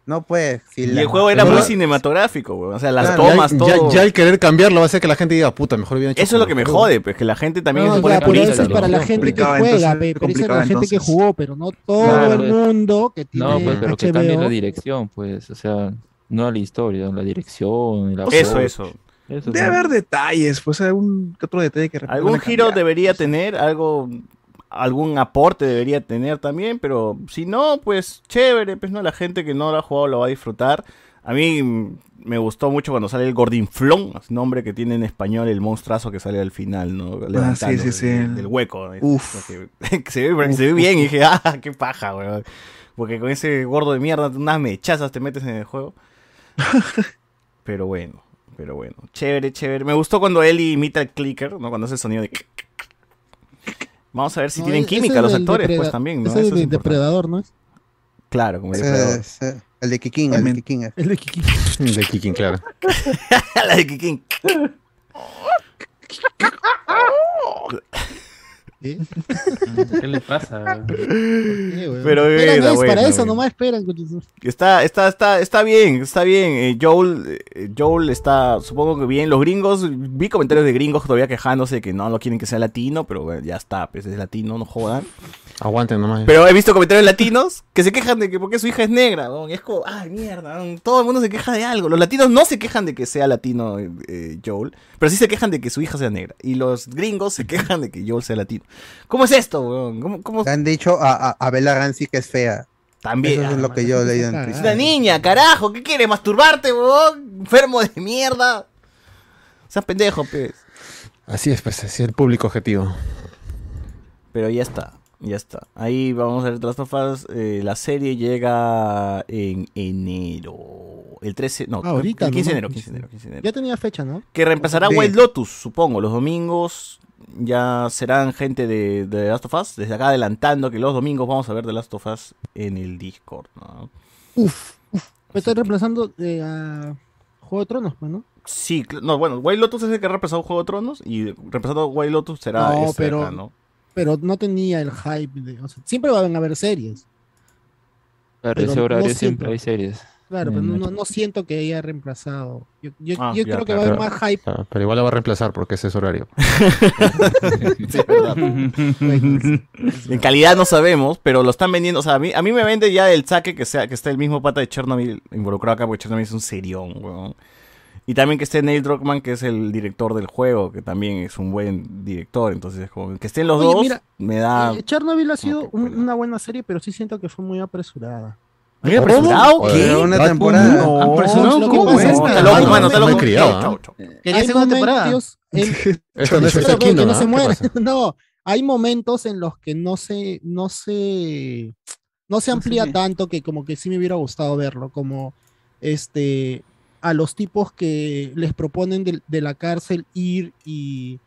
D: No, pues. si
A: y
D: la-
A: el juego era
D: pero-
A: muy cinematográfico, weón. O sea, las
D: Claro,
A: tomas,
C: ya,
A: todo.
C: ya el querer cambiarlo va a hacer que la gente diga, puta, mejor bien hecho.
A: Eso es lo que me jode, pues, que la gente también
C: No,
A: se pone
C: ya, pero eso es
A: purista, ¿no?
C: para la
K: gente que
C: Complicado,
K: juega,
C: entonces,
K: ve, pero esa es la
C: complicado,
K: gente que
C: entonces.
K: jugó, pero no todo
J: Claro,
K: el
J: pues.
K: mundo que tiene
J: No, pues, pero que cambie la
K: HBO.
J: dirección, pues, o sea, no a la historia, la dirección, la
A: Eso,
J: voz.
A: eso.
J: Eso,
G: Debe
J: ¿no?
G: haber detalles, pues, algún que otro detalle que
A: Algún giro debería tener, algo, algún aporte debería tener también, pero si no, pues chévere, pues no, la gente que no lo ha jugado lo va a disfrutar. A mí mm, me gustó mucho cuando sale el Gordinflón, es nombre que tiene en español el monstruazo que sale al final, ¿no? Levantando
G: Ah, sí, sí,
A: del-
G: el-
A: Del hueco. ¿no?
G: Uf.
A: Lo que- que se, ve, se ve bien y dije, ah, qué paja, weón. Porque con ese gordo de mierda, unas mechazas te metes en el juego. Pero bueno, pero bueno. Chévere, chévere. Me gustó cuando Eli imita el clicker, ¿no? Cuando hace el sonido de... Vamos a ver si
K: No,
A: tienen
K: ese
A: química
K: es
A: los
K: el
A: actores,
K: depreda-
A: pues también, ¿no?
K: ese es
A: Eso es
K: el
A: importante.
K: depredador, ¿no?
A: Claro, como el
D: Ese-
A: depredador.
D: ese- El de Kikin, el de Kikin.
K: El de Kikin.
C: El de Kikin, claro.
A: La de Kikín.
F: ¿Qué le pasa?
A: Pero bueno,
K: Pero es
A: bueno,
K: para eso,
A: bueno.
K: nomás esperan. coño.
A: Está, está, está, está bien, está bien. Eh, Joel, eh, Joel está, supongo que bien. Los gringos, vi comentarios de gringos todavía quejándose que no lo quieren que sea latino, pero bueno, ya está, pues es latino, no jodan.
C: Aguanten nomás.
A: Pero he visto comentarios latinos que se quejan de que porque su hija es negra, weón. Es como, ay, mierda, weón, todo el mundo se queja de algo. Los latinos no se quejan de que sea latino eh, eh, Joel, pero sí se quejan de que su hija sea negra. Y los gringos se quejan de que Joel sea latino. ¿Cómo es esto, weón? ¿Cómo, cómo...
D: Le han dicho a, a, a Bella Ramsey que es fea.
A: También. Ah,
D: Eso es lo que yo leí en
A: Es
D: Twitter.
A: una niña, carajo, ¿qué quieres? ¿Masturbarte, weón? Enfermo de mierda. Seas pendejo, pues.
C: Así es, pues, así es el público objetivo.
A: Pero ya está, ya está. Ahí vamos a ver The Last of Us. eh, la serie llega en enero. El 13, no,
K: Ah, ahorita,
A: el 15 de
K: ¿no?
A: enero, 15 de enero, 15 de enero.
K: Ya tenía fecha, ¿no?
A: Que reemplazará
K: Sí.
A: Wild Lotus, supongo. Los domingos ya serán gente de, de The Last of Us. Desde acá adelantando que los domingos vamos a ver The Last of Us en el Discord, ¿no?
K: Uf, uf. Me estoy Pues reemplazando eh, a Juego de Tronos, pues, ¿no?
A: Sí, cl- no, bueno, Wild Lotus es el que ha reemplazado Juego de Tronos y reemplazando Wild Lotus será
K: No,
A: este de
K: pero-
A: acá, ¿no?
K: Pero no tenía el hype. De, o sea, siempre van a haber series.
J: Claro,
K: Pero
J: ese
K: no
J: horario
K: siempre.
J: siempre hay series.
K: Claro,
J: En
K: pero no,
J: Netflix.
K: no, no siento que haya reemplazado. Yo, yo-
J: Mm, Ah,
K: yo
J: ya,
K: creo que
J: claro.
K: va a haber más hype.
C: Ah, pero igual la va a reemplazar porque ese es su horario.
A: Sí, es verdad. en calidad no sabemos, pero lo están vendiendo. O sea, a mí, a mí me vende ya el saque que sea que esté el mismo pata de Chernobyl involucrado acá, porque Chernobyl es un serión, weón. Y también que esté Neil Druckmann, que es el director del juego, que también es un buen director. Entonces, como que estén los
K: Oye,
A: dos,
K: mira,
A: me da.
K: Eh, Chernobyl ha sido un- una buena serie, pero sí siento que fue muy apresurada.
A: ¿Muy apresurado?
D: ¿Cómo?
A: ¿Qué?
D: Pero una
A: Batman,
D: temporada.
A: no.
D: ¿Apresurado?
A: No,
D: ¿Cómo
A: ¿cómo
D: es
A: es?
D: esta?
A: Está loco,
D: Batman
A: mano, está
D: mal
A: loco.
D: criado,
A: Chau,
D: ¿ah?
A: chau, chau.
K: Hay
I: Quería segunda
K: momentos,
I: temporada.
K: en- Pero,
C: Esto no es
K: pero
C: Ezequiel,
K: que no
C: ¿ah?
K: se
C: ¿Qué
K: muere.
C: pasa?
K: No, hay momentos en los que no se, no se, no se amplía tanto que como que sí me hubiera gustado verlo, como este a los tipos que les proponen del- de, la cárcel ir y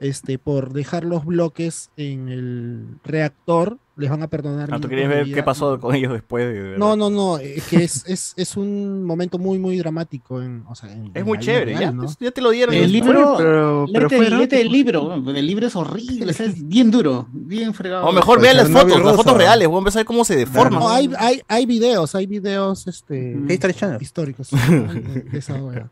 K: este por dejar los bloques en el reactor les van a perdonar.
A: Ah, ¿Tú
K: minutos
A: querías
K: de
A: ver
K: vida.
A: qué pasó con ellos después? de-
K: No, no, no, eh, que es, es, es un momento muy, muy dramático. En, o sea, en-
A: Es
K: en
A: muy
K: la vida
A: chévere,
K: real,
A: ya,
K: ¿no? este
A: pues, ya te lo dieron.
I: El
A: ya está.
I: libro,
G: pero- pero
I: léete,
G: fue pues.
I: léete
G: erótico.
I: el
K: pues.
I: libro, el libro es horrible, o sea, es bien duro, bien fregado.
A: O mejor vean
I: vean
A: las fotos, las fotos reales, weón, ves a ver cómo se deforman.
K: No, hay, hay, hay videos, hay videos este,
D: History Channel.
K: históricos. de- de esa wea.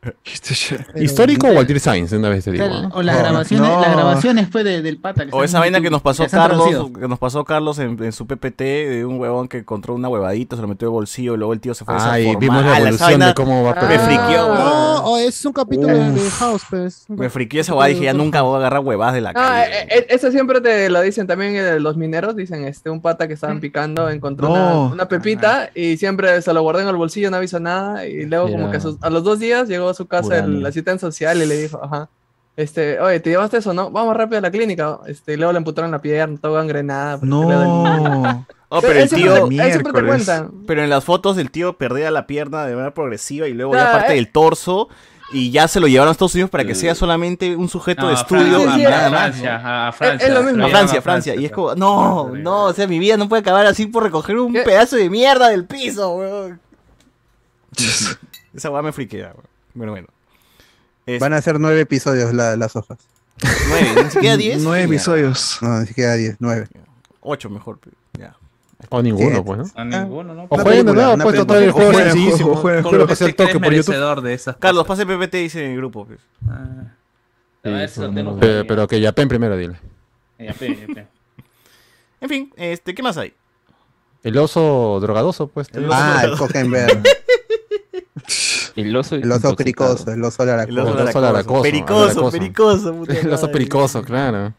K: Pero-
C: ¿Histórico o Walter Sainz? Una vez te digo. ¿ah?
I: O las grabaciones, las grabaciones pues, de- del pata. que
A: O
I: están
A: esa
I: en
A: vaina
I: YouTube,
A: que nos pasó
I: las han
A: Carlos,
I: traducido.
A: que nos pasó Carlos en, en su PPT de un huevón que encontró una huevadita, se lo metió en el bolsillo y luego el tío se fue a
C: Ah, y
A: desaformar.
C: vimos la
A: Ah, esa
C: evolución
A: vaina
C: de cómo va
A: Me
C: pegando.
A: friqueó, weón.
K: No, o es un capítulo de- de House, pues.
A: Me friqueó esa huevada, dije, ya nunca voy a agarrar huevadas de la calle.
E: Ah, eh, eh, eso siempre te lo dicen también eh, los mineros, dicen este un pata que estaban picando encontró
G: No.
E: una, una pepita y siempre se lo guardó en el bolsillo, no avisó nada y luego como
G: Era-
E: que a, sus- a los dos días llegó a su casa el,
G: Uranio.
E: la asistente social y le dijo, ajá, este, oye, ¿te llevaste eso, no? Vamos rápido a la clínica, este, y luego le amputaron la pierna, todo gangrenada. porque le dolió.
G: No.
A: Oh, pero el
E: Él siempre
A: tío.
E: te- él siempre te cuenta.
A: Pero en las fotos el tío perdía la pierna de manera progresiva y luego
E: Claro,
A: ya parte
E: eh.
A: del torso. Y ya se lo llevaron a Estados Unidos para que sea solamente un sujeto
F: No,
A: de
F: a Fran-
A: estudio.
F: a
A: y
F: Fran-
A: nada
F: a
A: más,
F: Francia,
A: ¿no?
F: a- a Francia,
A: Es lo
F: lo
A: mismo. A
F: llevan
A: Francia,
F: a
A: Francia.
F: Francia,
A: Y es como, no, no, o sea, mi vida no puede acabar así por recoger un pedazo de mierda del piso, weón. Esa weá me friquea, weón. Bueno, bueno. Es-
D: Van a ser nueve episodios la- las hojas.
A: Nueve, ni siquiera diez.
D: Nueve
A: Ya.
D: episodios. No, ni siquiera diez, nueve.
A: Ocho mejor, pe- ya.
C: O
D: Sí.
A: Eh,
C: ninguno, pues, ¿no?
A: ah,
F: A ninguno, ¿no?
C: O jueguen de nuevo, pues, total, el juego es sencillísimo.
F: Con
C: Jueguen,
F: lo
C: jueguen,
F: que
C: pase
F: te
C: el toque
F: crees
C: por YouTube.
F: merecedor de esas
A: Carlos, pase PPT, dice en el grupo. pues.
F: A ver si lo tengo por
C: Pero,
F: ahí.
C: pero que yapen primero, dile.
F: Ya, pe, ya, pe.
A: En fin, este, ¿qué más hay?
C: El oso drogadoso, pues.
A: El oso Ah, el drogadoso.
D: Cogenberg.
C: el oso
D: El oso cricoso, el oso laracoso.
C: El oso laracoso,
D: Pericoso,
C: laracoso.
D: pericoso, puta
C: El oso
D: madre.
C: pericoso, claro.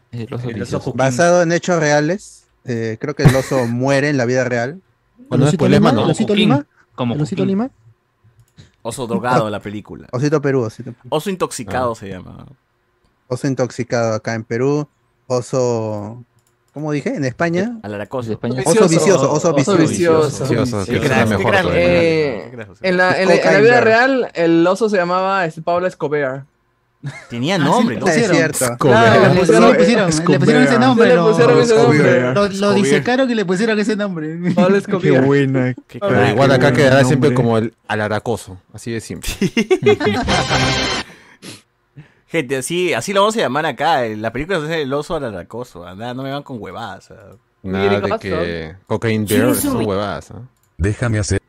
D: Basado en hechos reales, eh, creo que el oso muere en la vida real.
C: Bueno, no es problema, ¿no?
D: ¿Osito Lima? ¿Osito Lima?
A: Oso drogado en la película.
D: Osito Perú, Osito Perú.
A: Oso intoxicado se llama.
D: Oso intoxicado acá en Perú. Oso. ¿Cómo dije? ¿En España?
A: Al aracoso.
D: Oso vicioso, oso vicioso.
A: Qué crack, qué crack,
E: Eh,
A: qué crack.
E: en, la, en la- en la vida real, el oso se llamaba este, Pablo Escobar.
F: Ah,
A: Tenía nombre,
E: sí,
A: ¿no?
E: le pusieron. Es cierto. Escobar.
I: Claro, le pusieron, le pusieron-
E: Escobar.
I: le pusieron ese nombre.
E: Sí, le
I: lo-
E: pusieron ese nombre.
I: Lo, lo
E: Escobar.
I: disecaron y le pusieron ese nombre.
E: Pablo Escobar. Qué buena.
I: Qué
C: Pero
I: crack,
C: igual
I: qué
C: acá
I: buen
C: quedará siempre
I: nombre.
C: como el alaracoso. Así de simple.
A: Gente, así, así lo vamos a llamar acá. eh, La película es el oso al aracoso. Anda, no me van con huevadas. ah.
C: Nada de que Cocaine Bear
A: Sí, sí.
C: son huevadas. ¿ah? ¿no?
D: Déjame hacer.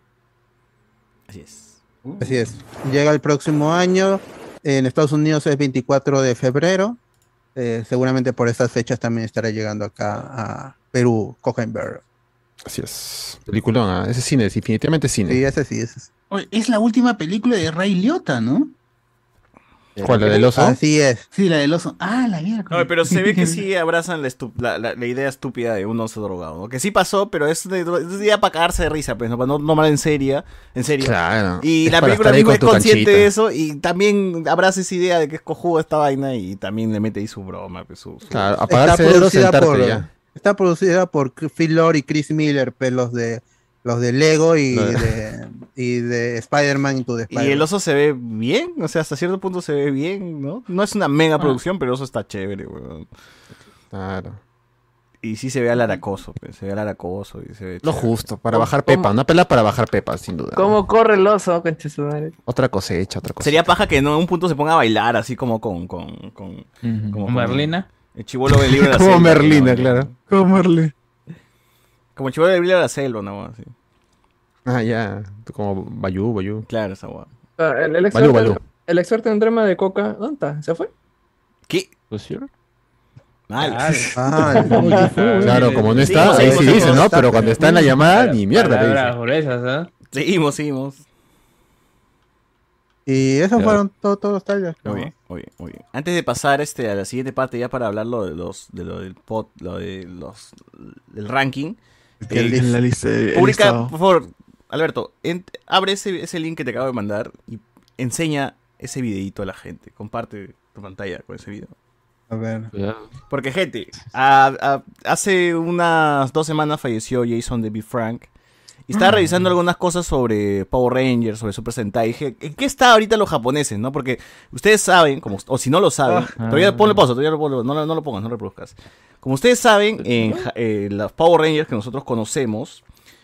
A: Así es.
D: Así es. Llega el próximo año. En Estados Unidos es 24 de febrero. Eh, seguramente por estas fechas también estará llegando acá a Perú, Cogenberg.
C: Así es. Peliculón, ¿ah? ese es cine, definitivamente es cine.
D: Sí, ese sí, ese sí.
I: Oye, Es la última película de Ray Liotta, ¿no?
C: ¿Cuál, la del oso?
D: Así es.
I: Sí, la del oso. Ah, la mierda.
A: Ah, No, pero se ve que sí abrazan la, estu- la, la- la idea estúpida de un oso drogado, ¿no? Que sí pasó, pero es de, es de para cagarse de risa, pues, no, Para no, no mal en serio. En serio.
C: Claro.
A: Y
C: Es
A: la
C: para
A: película
C: estar ahí
A: misma
C: con
A: es
C: tu
A: consciente
C: canchita.
A: de eso y también abraza esa idea de que es cojudo esta vaina y también le mete ahí su broma, pues, su- su-
C: Claro, apagar cerebros, sentarte
D: por,
C: ya.
D: está producida por Phil Lord y Chris Miller, pues, los de los de Lego y
A: Lo de-
D: de, y de Spider-Man Into the
A: Y
D: Spider-Man.
A: el oso se ve bien, o sea, hasta cierto punto se ve bien, ¿no? No es una mega producción, pero el oso está chévere, weón.
C: Claro.
A: Y sí se ve al aracoso, pues, se ve al aracoso. Y se ve
C: Lo
A: chévere.
C: justo, para bajar pepa. Una pela para bajar pepa, sin duda.
E: ¿Cómo corre el oso, concha su madre?
C: Otra cosecha, otra cosa.
A: Sería paja que no en un punto se ponga a bailar así como con. con, con como
F: ¿Con Merlina?
A: El chivolo del libro de la
C: Como
A: selva.
C: Merlina,
A: ¿no?
C: claro.
G: Como Merlin.
A: Como el chivolo del libro de la selva, ¿no? Así.
C: Ah, ya. Como Bayú, Bayú.
A: Claro, esa guapa.
E: Ah, El, el
C: Balú,
E: experto,
C: Balú.
E: el experto en drama de coca, ¿dónde está? ¿Se fue?
A: ¿Qué?
J: pues,
A: Mal.
C: Ah,
D: Mal.
C: Claro, como no está,
A: Seguimos,
C: ahí sí
A: seguimos,
C: dice,
A: seguimos.
C: ¿no? Pero cuando está en la llamada, ni mierda le dice.
F: Palabras gruesas, ¿ah?
A: Seguimos, seguimos.
D: Y esos
A: Claro.
D: fueron to- todos los trailers.
A: Muy bien, muy bien, muy bien. Antes de pasar este, a la siguiente parte, ya para hablar lo de los, de lo del pod, lo de los del ranking. eh,
G: que el- en la lista- el
A: publica,
G: listado.
A: por favor, Alberto, en- abre ese, ese link que te acabo de mandar y enseña ese videito a la gente. Comparte tu pantalla con ese video.
D: A ver.
A: Porque, gente, a- a- hace unas dos semanas falleció Jason David Frank. Y estaba
L: Ah.
A: revisando algunas cosas sobre Power Rangers, sobre Super Sentai. Y dije, ¿en qué está ahorita los japoneses? no Porque ustedes saben, como, o si no lo saben,
L: Ah.
A: todavía ponle pausa, todavía lo ponlo- no, lo- no lo pongas, no lo reproduzcas. Como ustedes saben, en, Ja- eh, las Power Rangers que nosotros conocemos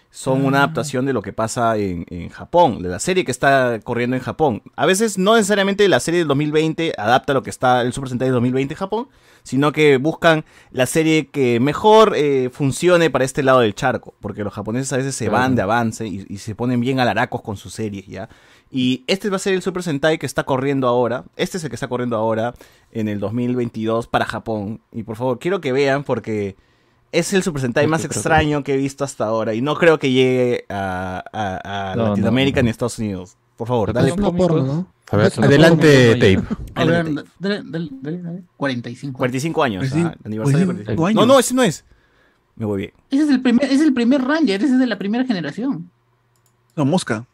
A: son
L: Ah.
A: una adaptación de lo que pasa en, en Japón, de la serie que está corriendo en Japón. A veces no necesariamente la serie del 2020 adapta lo que está el Super Sentai del 2020 en Japón, sino que buscan la serie que mejor eh, funcione para este lado del charco, porque los japoneses a veces se
L: Claro.
A: van de avance y, y se ponen bien alaracos con sus series, ¿ya? Y este va a ser el Super Sentai que está corriendo ahora, este es el que está corriendo ahora en el 2022 para Japón, y por favor, quiero que vean porque... Es el Super Sentai
L: Yo
A: más
L: creo que-
A: extraño que he visto hasta ahora y no creo que llegue a, a- a
L: No,
A: Latinoamérica
L: no, no.
A: ni a Estados Unidos. Por favor,
L: Pero pues
A: dale.
L: son cómicos. Porno, ¿no?
C: A ver,
A: Son
C: adelante,
A: cómicos, ¿no?
C: Tape.
I: A ver,
A: Adelante.
I: dale, dale, dale, dale. Pues 45.
A: 45 años, ah,
I: 45
A: aniversario de 45 años. No, no, ese no es. Me voy bien.
I: Ese es el primer, ese es el primer Ranger, ese es de la primera generación.
G: No, mosca.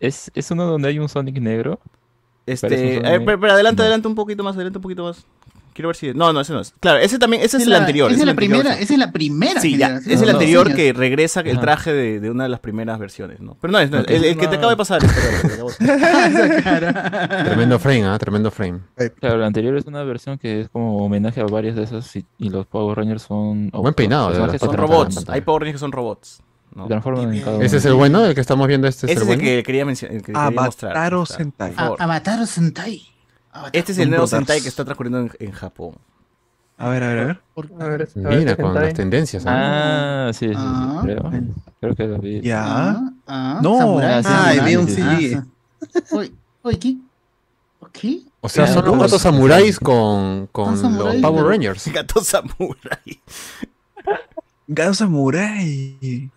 J: ¿Es, ¿Es uno donde hay un Sonic negro?
A: Este, eh,
J: Parece un
A: a
J: Sonic
A: ver,
J: negro.
A: pero, pero adelante, adelante un poquito más, adelante un poquito más. Quiero ver si. No, no, ese no es. Claro, ese también, ese es, el
I: la-
A: anterior.
I: Esa
A: ese
I: es la
A: anterior,
I: primera,
A: sí.
I: esa es la primera.
A: Sí, ya.
I: generación.
A: Es el
I: Los
A: anterior
I: diseños.
A: que regresa el
I: Ajá.
A: traje de, de una de las primeras versiones, ¿no? Pero no es, no es,
C: Ok.
A: el, el que te acaba de pasar.
C: Tremendo frame, ¿ah? Tremendo frame.
J: Claro, la anterior es una versión que es como homenaje a varias de esas y, y los Power Rangers son...
C: Buen peinado, de
J: personajes
C: verdad.
A: Son
J: se
A: robots.
J: transforman.
A: Hay Power Rangers que son robots. ¿no?
J: Se transforman
A: Ah.
J: en cada uno.
C: ¿Ese es el bueno? ¿El que estamos viendo este
A: Ese
C: es el
A: es el
C: bueno?
A: que quería mencionar. el que quería mostrar.
G: Avataro
A: Ahí está,
G: Sentai.
A: por favor.
I: Avatar o Sentai. Ah.
A: Este es el nuevo
G: Son brothers.
A: Sentai que está transcurriendo en, en Japón.
G: A ver, a ver, a ver.
I: A ver,
C: Mira, con las tendencias. ¿no?
J: Ah, sí, sí, sí,
I: Ah.
J: creo. Creo que lo vi.
G: Ya.
I: Ah,
G: No.
I: Samurai,
G: Ay,
I: Samurai.
G: vi un
I: Ah,
G: CD.
I: sí. Oye, oye, ¿qué? Eh, ¿Qué?
C: O sea, son los gatos samuráis con, con
I: Gatos
C: los
I: samuráis,
C: Power
I: ¿no?
C: Rangers.
A: Gato Samurai.
G: Gato Samurai.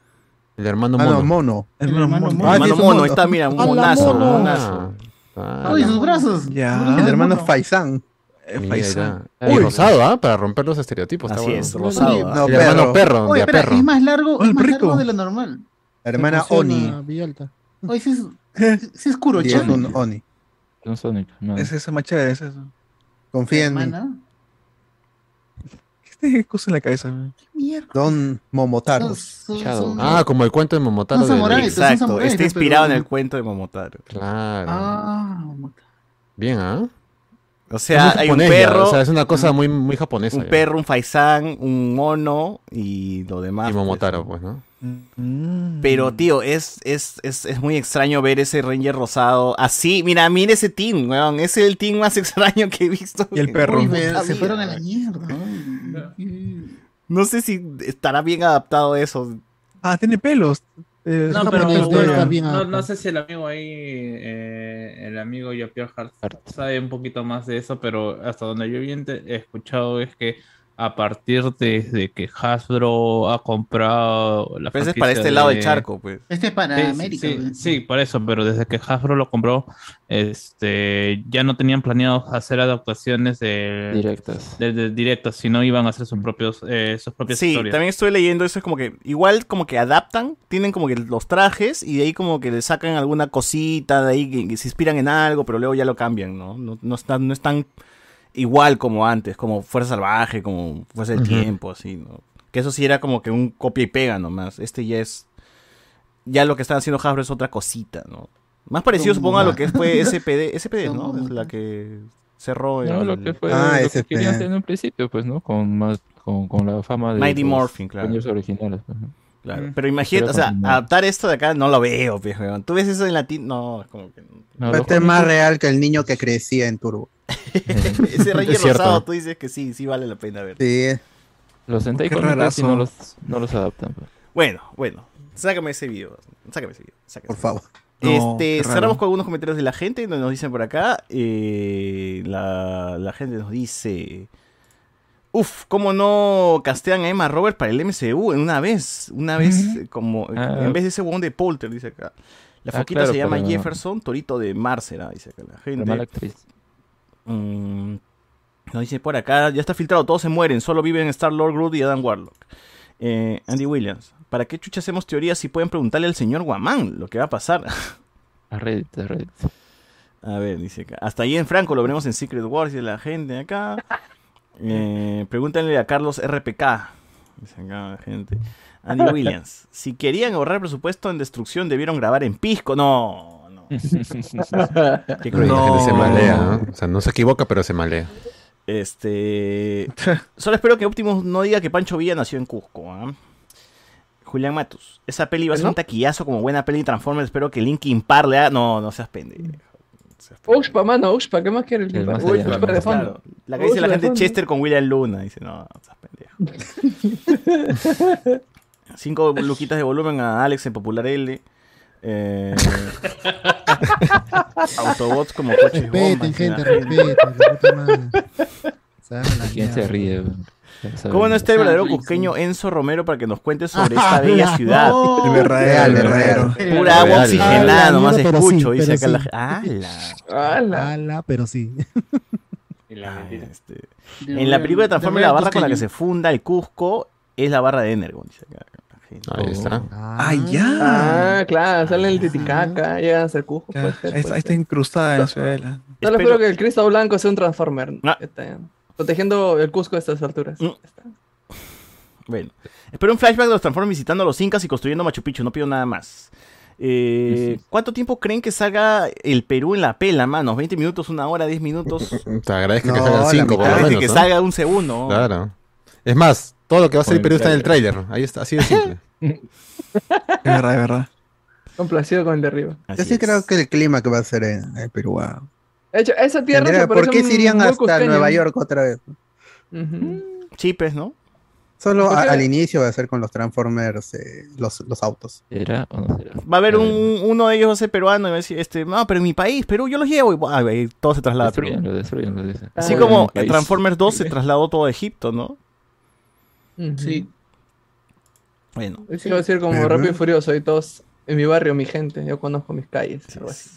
C: El hermano
G: Ah, no,
C: mono.
G: mono. El hermano mono.
C: Ah,
A: Hermano
C: dice
A: mono, ahí está, mira, un
C: Ah, la
A: monazo, un
C: mono.
A: monazo.
C: Ah,
I: Oye, sus brazos.
G: Ya.
K: El hermano Faisán.
C: mira, ahí está.
J: Faisán.
C: Y
J: Uy.
C: rosado, ¿ah? Para romper los estereotipos.
A: Así
C: está
A: es,
C: bueno.
A: rosado,
C: El
A: ¿ah?
K: No,
C: hermano
K: perro.
C: perro,
I: Oye,
C: de a
I: espera,
C: perro.
I: es más largo,
G: Oye,
I: es más
G: rico.
I: largo de lo normal.
K: La hermana Oni.
I: Oye, si es, si es
K: Y es
I: Kurochan.
K: un Oni.
J: Son Sonic, no.
G: Es eso, más chévere, es eso.
K: Confía en mí.
I: Hermana,
G: ¿Qué te cosa en la cabeza? man?
I: qué mierda.
K: Don Momotaro.
I: Son- son-
J: Shadow.
I: son-
C: Ah, como el cuento de Momotaro.
I: Son
C: de-
I: samuráis. Estos son
A: Exacto,
I: samuráis,
A: está
I: ¿no?
A: inspirado en
I: Pero-
A: el cuento de Momotaro.
C: Claro.
I: Ah,
C: Bien, ¿ah?
A: O sea,
C: Es muy
A: hay un
C: japonés ya,
A: perro,
C: O sea, es una cosa muy, muy japonesa.
A: un
C: ya.
A: perro, un faisán, un mono y lo demás.
C: Y
A: pues.
C: Momotaro, pues, ¿no?
I: Mm.
A: Pero, tío, es, es, es, es muy extraño ver ese Ranger rosado así. Mira, mira ese team, weón. Ese es el team más extraño que he visto.
G: Y el perro.
I: Uy,
A: en mi
I: me-
A: puta
I: se
A: vida,
I: fueron a
A: weón.
I: la mierda. Ay.
A: No sé si estará bien adaptado eso.
G: Ah, tiene pelos. Eh,
F: No,
K: Está
F: pero
K: bien,
F: bueno,
K: está bien
F: no,
K: adaptado.
F: no sé si el amigo ahí, eh, el amigo Yapio Hart sabe un poquito más de eso, pero hasta donde yo bien te- he escuchado es que a partir desde que Hasbro ha comprado la
A: Pero ese es para
F: franquicia
A: este lado
F: de-
A: del charco, pues.
I: Este es para
F: Sí, sí,
I: América.
F: sí,
I: weón.
F: sí, por eso, pero desde que Hasbro lo compró, este, ya no tenían planeado hacer adaptaciones de,
J: Directas.
F: de- de directas, sino iban a hacer sus propios, eh, sus propias
A: Sí,
F: historias.
A: también estoy leyendo eso, es como que igual como que adaptan, tienen como que los trajes y de ahí como que le sacan alguna cosita, de ahí que, que se inspiran en algo, pero luego ya lo cambian, ¿no? No, no, es, tan, no es tan igual como antes, como Fuerza Salvaje, como Fuerza del
C: Ujú.
A: Tiempo, así, ¿no? Que eso sí era como que un copia y pega nomás, este ya es, ya lo que están haciendo Hasbro es otra cosita, ¿no? Más parecido
G: Mm,
I: Son
A: supongo a lo
I: mamadas.
A: que fue SPD, SPD,
I: Son
A: ¿no? Es la
I: mamadas.
A: que cerró
J: No,
A: el-
J: lo que fue
K: Ah,
J: lo
K: ese
J: que querían
K: pe-
J: hacer en un principio, pues, ¿no? Con más con, con la fama de
A: Mighty
J: los
A: Morphin, claro.
J: Rangers originales, pues, ¿no?
A: Claro,
F: Mm.
A: pero imagínate,
J: Pero
A: o sea,
J: continuar.
A: adaptar esto de acá no lo veo, pues, weón. Tú ves eso en latín, no, es como que.
J: No,
K: Pero
J: los
K: Este es más
J: Rangers-
K: real que el niño que crecía en Turbo.
A: Ese rey
C: Es cierto.
A: rosado, tú dices que sí, sí vale la pena ver.
K: ¿eh? Sí,
J: Los Sentai
G: Qué
J: Cómicos
G: rarazo.
J: sí no los, no los adaptan. pues.
A: Bueno, bueno, sácame ese video, sácame ese video, sácame
K: por
A: ese video.
K: favor.
G: No,
A: este,
G: qué raro.
A: cerramos con algunos comentarios de la gente, donde nos dicen por acá, eh, la, la gente nos dice, uf, ¿cómo no castean a Emma Robert para el MCU en una vez? Una vez, eh, como, eh,
J: Ah.
A: en vez de ese huevón de Polter, dice acá. La
J: Ah,
A: foquita
J: claro,
A: se llama
J: pero no.
A: Jefferson, Torito de Marcera, dice acá la
J: La
A: gente.
J: mala actriz.
A: Mm, nos dice por acá, ya está filtrado, todos se mueren, solo viven Star-Lord, Groot y Adam Warlock. Eh, Andy Williams, ¿para qué chucha hacemos teorías si pueden preguntarle al señor Guamán lo que va a pasar?
J: A Reddit, a Reddit.
A: A ver, dice acá. Hasta ahí en Franco lo veremos en Secret Wars de la gente acá. Eh, pregúntenle a Carlos RPK. Dice acá la gente. Andy Williams. Si querían ahorrar presupuesto en destrucción, debieron grabar en Pisco. No, no. Qué
C: Pero
A: cruel.
C: La gente se
G: No.
C: malea, ¿no? O sea, no se equivoca, pero se malea.
A: Este. Solo espero que Optimus no diga que Pancho Villa nació en Cusco. ¿ah? Julián Matus. Esa peli va a ser
E: ¿No?
A: un taquillazo como buena peli Transformers. Espero que Linkin Park le haga. No, no seas pendejo. No seas pendejo.
E: Ushpa, mano, Ushpa, ¿qué más quieres?
J: El más
E: Ushpa,
J: allá,
E: Ushpa de
J: más allá.
E: fondo.
A: Claro, La que dice
E: Uy,
A: la
E: la
A: gente
E: fondo.
A: Chester con William Luna. Dice, no, no seas pendejo. Cinco luquitas de volumen a Alex en Popular L. Eh, Autobots como coches bomba,
D: Respeten,
A: dice la
D: gente,
A: gente.
D: respeten. la puta madre. Se van a la
J: ¿Quién se
D: mierda.
J: ríe? weón? Ya saben.
A: ¿Cómo no está el verdadero
D: Santos.
A: cusqueño Enzo Romero para que nos cuente sobre esta bella ciudad?
G: El berraero, el berraero.
A: Pura agua
C: Real,
A: oxigenada,
K: real.
A: nomás
K: Ah, Pero
A: escucho,
K: sí,
A: dice acá
K: pero
A: la
K: sí.
A: ¡Hala!
E: ¡Hala!
K: Ala, pero sí.
F: Y la mentira.
A: Este, En la película de Transformers, la barra con la que se funda el Cusco es la barra de Energon. dice acá la gente.
C: Ahí está.
G: Ah, ya.
E: Ah, claro, sale el Titicaca, llegan a ser Cusco,
G: Ya,
E: puede ser,
G: Ah, ahí
E: puede
G: está, ahí está
E: ser.
G: incrustada en su vela.
E: Solo
A: Espero- Ah.
E: espero que el Cristo Blanco sea un Transformer.
A: No.
E: Está bien. Protegiendo el Cusco a estas alturas.
A: Mm. Bueno. Espero un flashback de los Transformers visitando a los Incas y construyendo Machu Picchu. No pido nada más. Eh, ¿Cuánto tiempo creen que salga el Perú en la pela, manos? ¿20 minutos, una hora, 10 minutos?
C: Te agradezco que
A: No,
C: salgan
A: la
C: 5 por
A: mitad
C: lo
A: es de
C: menos.
A: que
C: ¿no?
A: salga un segundo.
C: Claro. Es más, todo lo que va a salir
A: Por
C: Perú
A: el
C: está en el tráiler. Ahí está, así de simple.
G: Es verdad, es verdad.
E: Complacido con el de arriba.
D: Yo sí creo que el clima que va a ser en el Perú. ah.
E: De hecho, esa tierra
D: Tendría-
E: se
D: ¿Por
E: parece
D: qué
E: un
D: se irían
E: muy
D: hasta
E: cusqueño.
D: Nueva York otra vez?
E: Ujú.
A: Chipes, pues, ¿no?
D: Solo
E: ¿Por
D: a-
E: qué?
D: al inicio va a ser con los Transformers, eh, los, los autos.
A: Va a haber un, uno de ellos va a ser peruano y va a decir, este, no, pero en mi país, Perú, yo los llevo. Y, buah, y todo se traslada a Perú.
J: Destruyenlo, destruyenlo, dice.
E: Ah,
A: Así
J: Todo en
A: como
J: mi país.
A: Transformers 2 se trasladó todo a Egipto, ¿no?
E: Sí.
A: Bueno.
E: Es que iba a decir como
A: Pero-
E: rápido y furioso y todos en mi barrio, mi gente, yo conozco mis calles. algo así.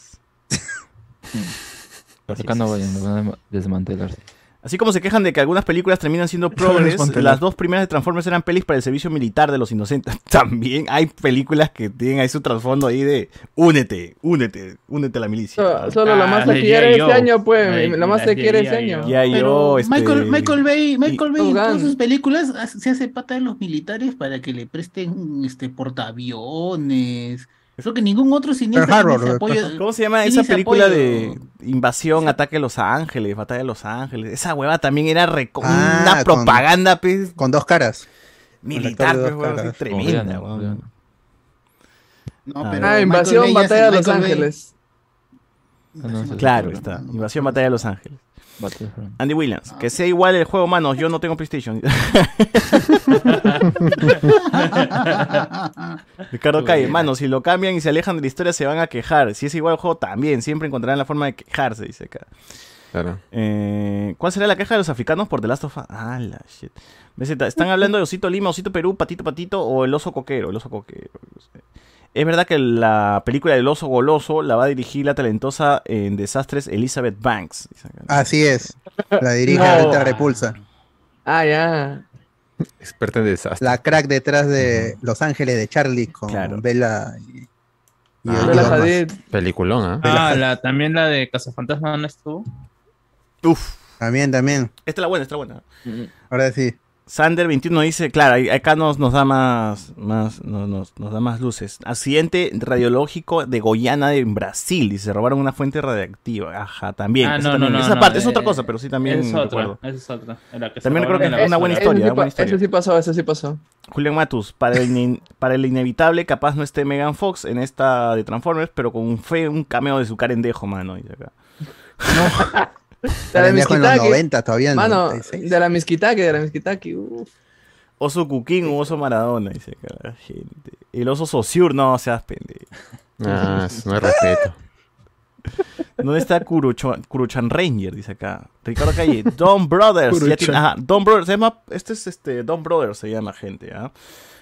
J: Pero acá no vayan, van a desmantelarse.
A: Así como se quejan de que algunas películas terminan siendo progres,
J: Desmantelar.
A: las dos primeras de Transformers eran pelis para el servicio militar de los inocentes. También hay películas que tienen ahí su trasfondo ahí de únete, únete, únete a la milicia.
E: So- solo la masa que quiere este año, pues. La masa que quiere este año.
A: Ya yo, este...
I: Michael, Michael Bay, Michael Bay en
E: Top
I: todas
E: Gun.
I: sus películas ha- se hace pata de los militares para que le presten este portaaviones. Creo que ningún otro cineasta
A: Pearl
I: tiene
A: Harbor,
I: ese apoyo-
A: Pues, ¿Cómo se llama
I: tiene
A: esa
I: ese
A: película
I: apoyo.
A: de invasión, ataque a Los Ángeles, batalla de Los Ángeles? Esa hueva también era reco-
D: Ah,
A: una
D: con-
A: propaganda pues,
D: Con dos caras. Con
A: militar, pues,
D: actor de dos
A: huevón,
D: caras.
A: así tremenda. huevón. Ah,
I: No, pero
A: ah,
I: Michael
E: invasión,
I: Bay hace-
E: batalla de Los
I: Michael Bay-
E: Ángeles.
A: Ah, Claro, está. Invasión Batalla de Los Ángeles. Andy Williams, que sea igual el juego, manos. Yo no tengo PlayStation. Ricardo Calle, manos, si lo cambian y se alejan de la historia, se van a quejar. Si es igual el juego, también. Siempre encontrarán la forma de quejarse, dice acá.
C: Claro.
A: Eh, ¿Cuál será la queja de los africanos por The Last of Us? Ah, la shit. BZ, ¿están hablando de Osito Lima, Osito Perú, Patito Patito o el oso coquero? El oso coquero. no sé. Es verdad que la película del oso goloso la va a dirigir la talentosa eh, en desastres Elizabeth Banks. dice acá.
D: Así es. La dirige
A: No.
D: ahorita Repulsa.
E: Ah, ya.
C: Experta en desastre.
D: La crack detrás de Los Ángeles de Charlie con Bella y, y
C: Ah,
D: Elon Musk.
C: Peliculón, ¿ah?
F: Ah, la, también la de Cazafantasma no estuvo.
A: Uf.
D: También, también.
A: Esta es la buena, esta es la buena.
F: Ah,
D: Ahora sí.
A: Sander21 dice, claro, ahí- acá nos, nos da más, más nos, nos- nos da más luces. Accidente radiológico de Goiana en Brasil, dice, robaron una fuente radiactiva. Ajá, también.
F: ah,
A: Eso
F: no, no,
A: también.
F: no.
A: Esa
F: no,
A: parte es
F: eh,
A: otra cosa, pero sí también
F: Es otra,
A: recuerdo.
F: esa es otra. La que se
A: También creo
F: robaron
A: que
F: en la
A: es una buena
F: basura.
A: historia,
E: Ese sí,
A: buena
E: pa-
A: historia.
E: ese sí pasó, ese sí pasó.
A: Julián Matus, para el, ine- para el inevitable, capaz no esté Megan Fox en esta de Transformers, pero con un fe, un cameo de su carendejo, mano. dice acá.
E: La de
D: Pendejo en los
E: Miskitaki.
D: 90 todavía, en los
E: Mano,
D: 96.
E: de la Miskitaki, de la Miskitaki. Uf.
A: Oso Cuquín u oso Maradona, dice acá la gente. El oso Sociur, no seas pendejo.
C: Ah, eso no es respeto.
A: ¿Dónde está Kurucho- Kuruchan Ranger? Dice acá. Ricardo Calle. Don Brothers. ya tiene-
C: Kuruchan.
A: ajá, Don Brothers. Se llama, este es este, Don Brothers, se llama gente. ¿ah?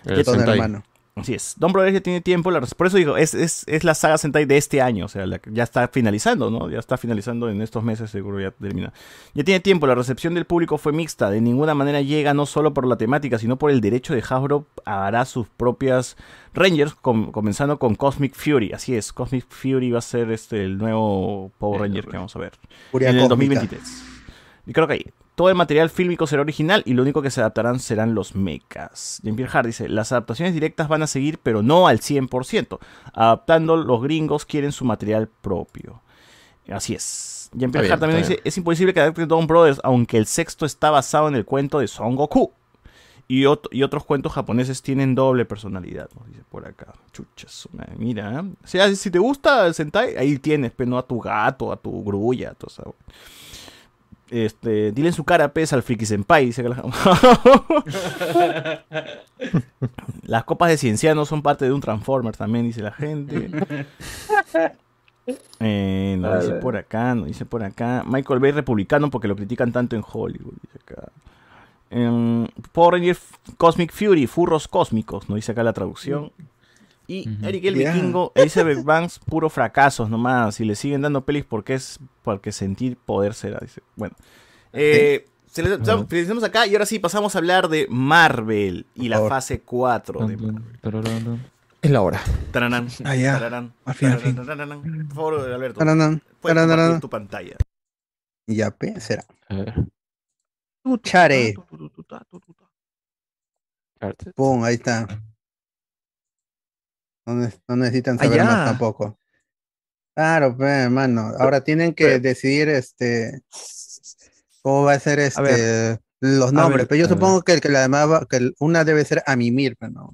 C: El
A: Ya-
C: Don Sentai. hermano.
A: Así es. Don Brothers ya tiene tiempo. la- por eso digo, es, es, es la saga Sentai de este año. O sea, la que ya está finalizando, ¿no? Ya está finalizando en estos meses, seguro ya termina. Ya tiene tiempo. La recepción del público fue mixta. De ninguna manera llega no solo por la temática, sino por el derecho de Hasbro hará sus propias Rangers, com- comenzando con Cosmic Fury. Así es, Cosmic Fury va a ser este, el nuevo Power Ranger que vamos a ver.
D: Furia
A: en el
D: cósmica.
A: 2023. Y creo que ahí. Todo el material fílmico será original y lo único que se adaptarán serán los mechas. Jean Pierre Hart dice, las adaptaciones directas van a seguir, pero no al 100%. Adaptando, los gringos quieren su material propio. Así es. Jean Pierre
C: Está
A: Hart
C: bien,
A: también
C: está
A: dice, es imposible que adapten Don Brothers, aunque el sexto está basado en el cuento de Son Goku. Y, ot- y otros cuentos japoneses tienen doble personalidad, nos dice por acá. Chuchas, una- mira. ¿eh? O sea, si te gusta el Sentai, ahí tienes, pero no a tu gato, a tu grulla, a tu esa- Este, dile en su cara, pez, al friki senpai, dice que la- Las copas de cienciano son parte de un Transformer también, dice la gente. Eh, nos dice
C: Vale.
A: por acá, nos dice por acá. Michael Bay republicano porque lo critican tanto en Hollywood, dice acá. Em, Power Ranger F- Cosmic Fury, furros cósmicos, nos dice acá la traducción. Y Eric el
C: Ya.
A: Vikingo, Elizabeth Banks, puro fracasos nomás. Si le siguen dando pelis porque es porque sentir poder será, dice. Bueno. Eh, se le- se- Finalizamos acá y ahora sí pasamos a hablar de Marvel y la fase 4 de Marvel.
C: Es la hora.
A: Tararán,
C: Ah, ya.
A: tararán,
C: Al fin, al fin.
A: tararán, tararán. Por favor, Alberto.
D: Tararán,
A: puedes
D: tararán.
A: compartir tu pantalla.
D: Y ya, pe, será. Chare.
J: Charte.
D: Pum, ahí está. No, ne- no necesitan saber
K: Allá.
D: más tampoco. Claro, pues, hermano. Ahora tienen que decidir este cómo va a ser este
K: ver.
D: los
K: A
D: nombres.
K: ver.
D: Pero yo
K: A ver.
D: supongo que el que la llamaba, que el- una debe ser a mimir, pero no.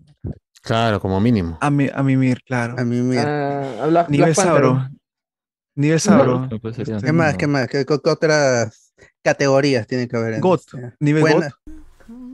C: Claro, como mínimo.
A: Ah,
G: A, mi, a mimir, claro.
D: A mimir.
E: Ah,
K: Ah,
G: Nivel sabro. Nivel sabro. Este,
D: ¿Qué más? ¿Qué más? ¿Qué, qué- qué otras categorías tienen que haber? en
G: Got.
D: este?
G: Nivel
D: Buena.
G: got.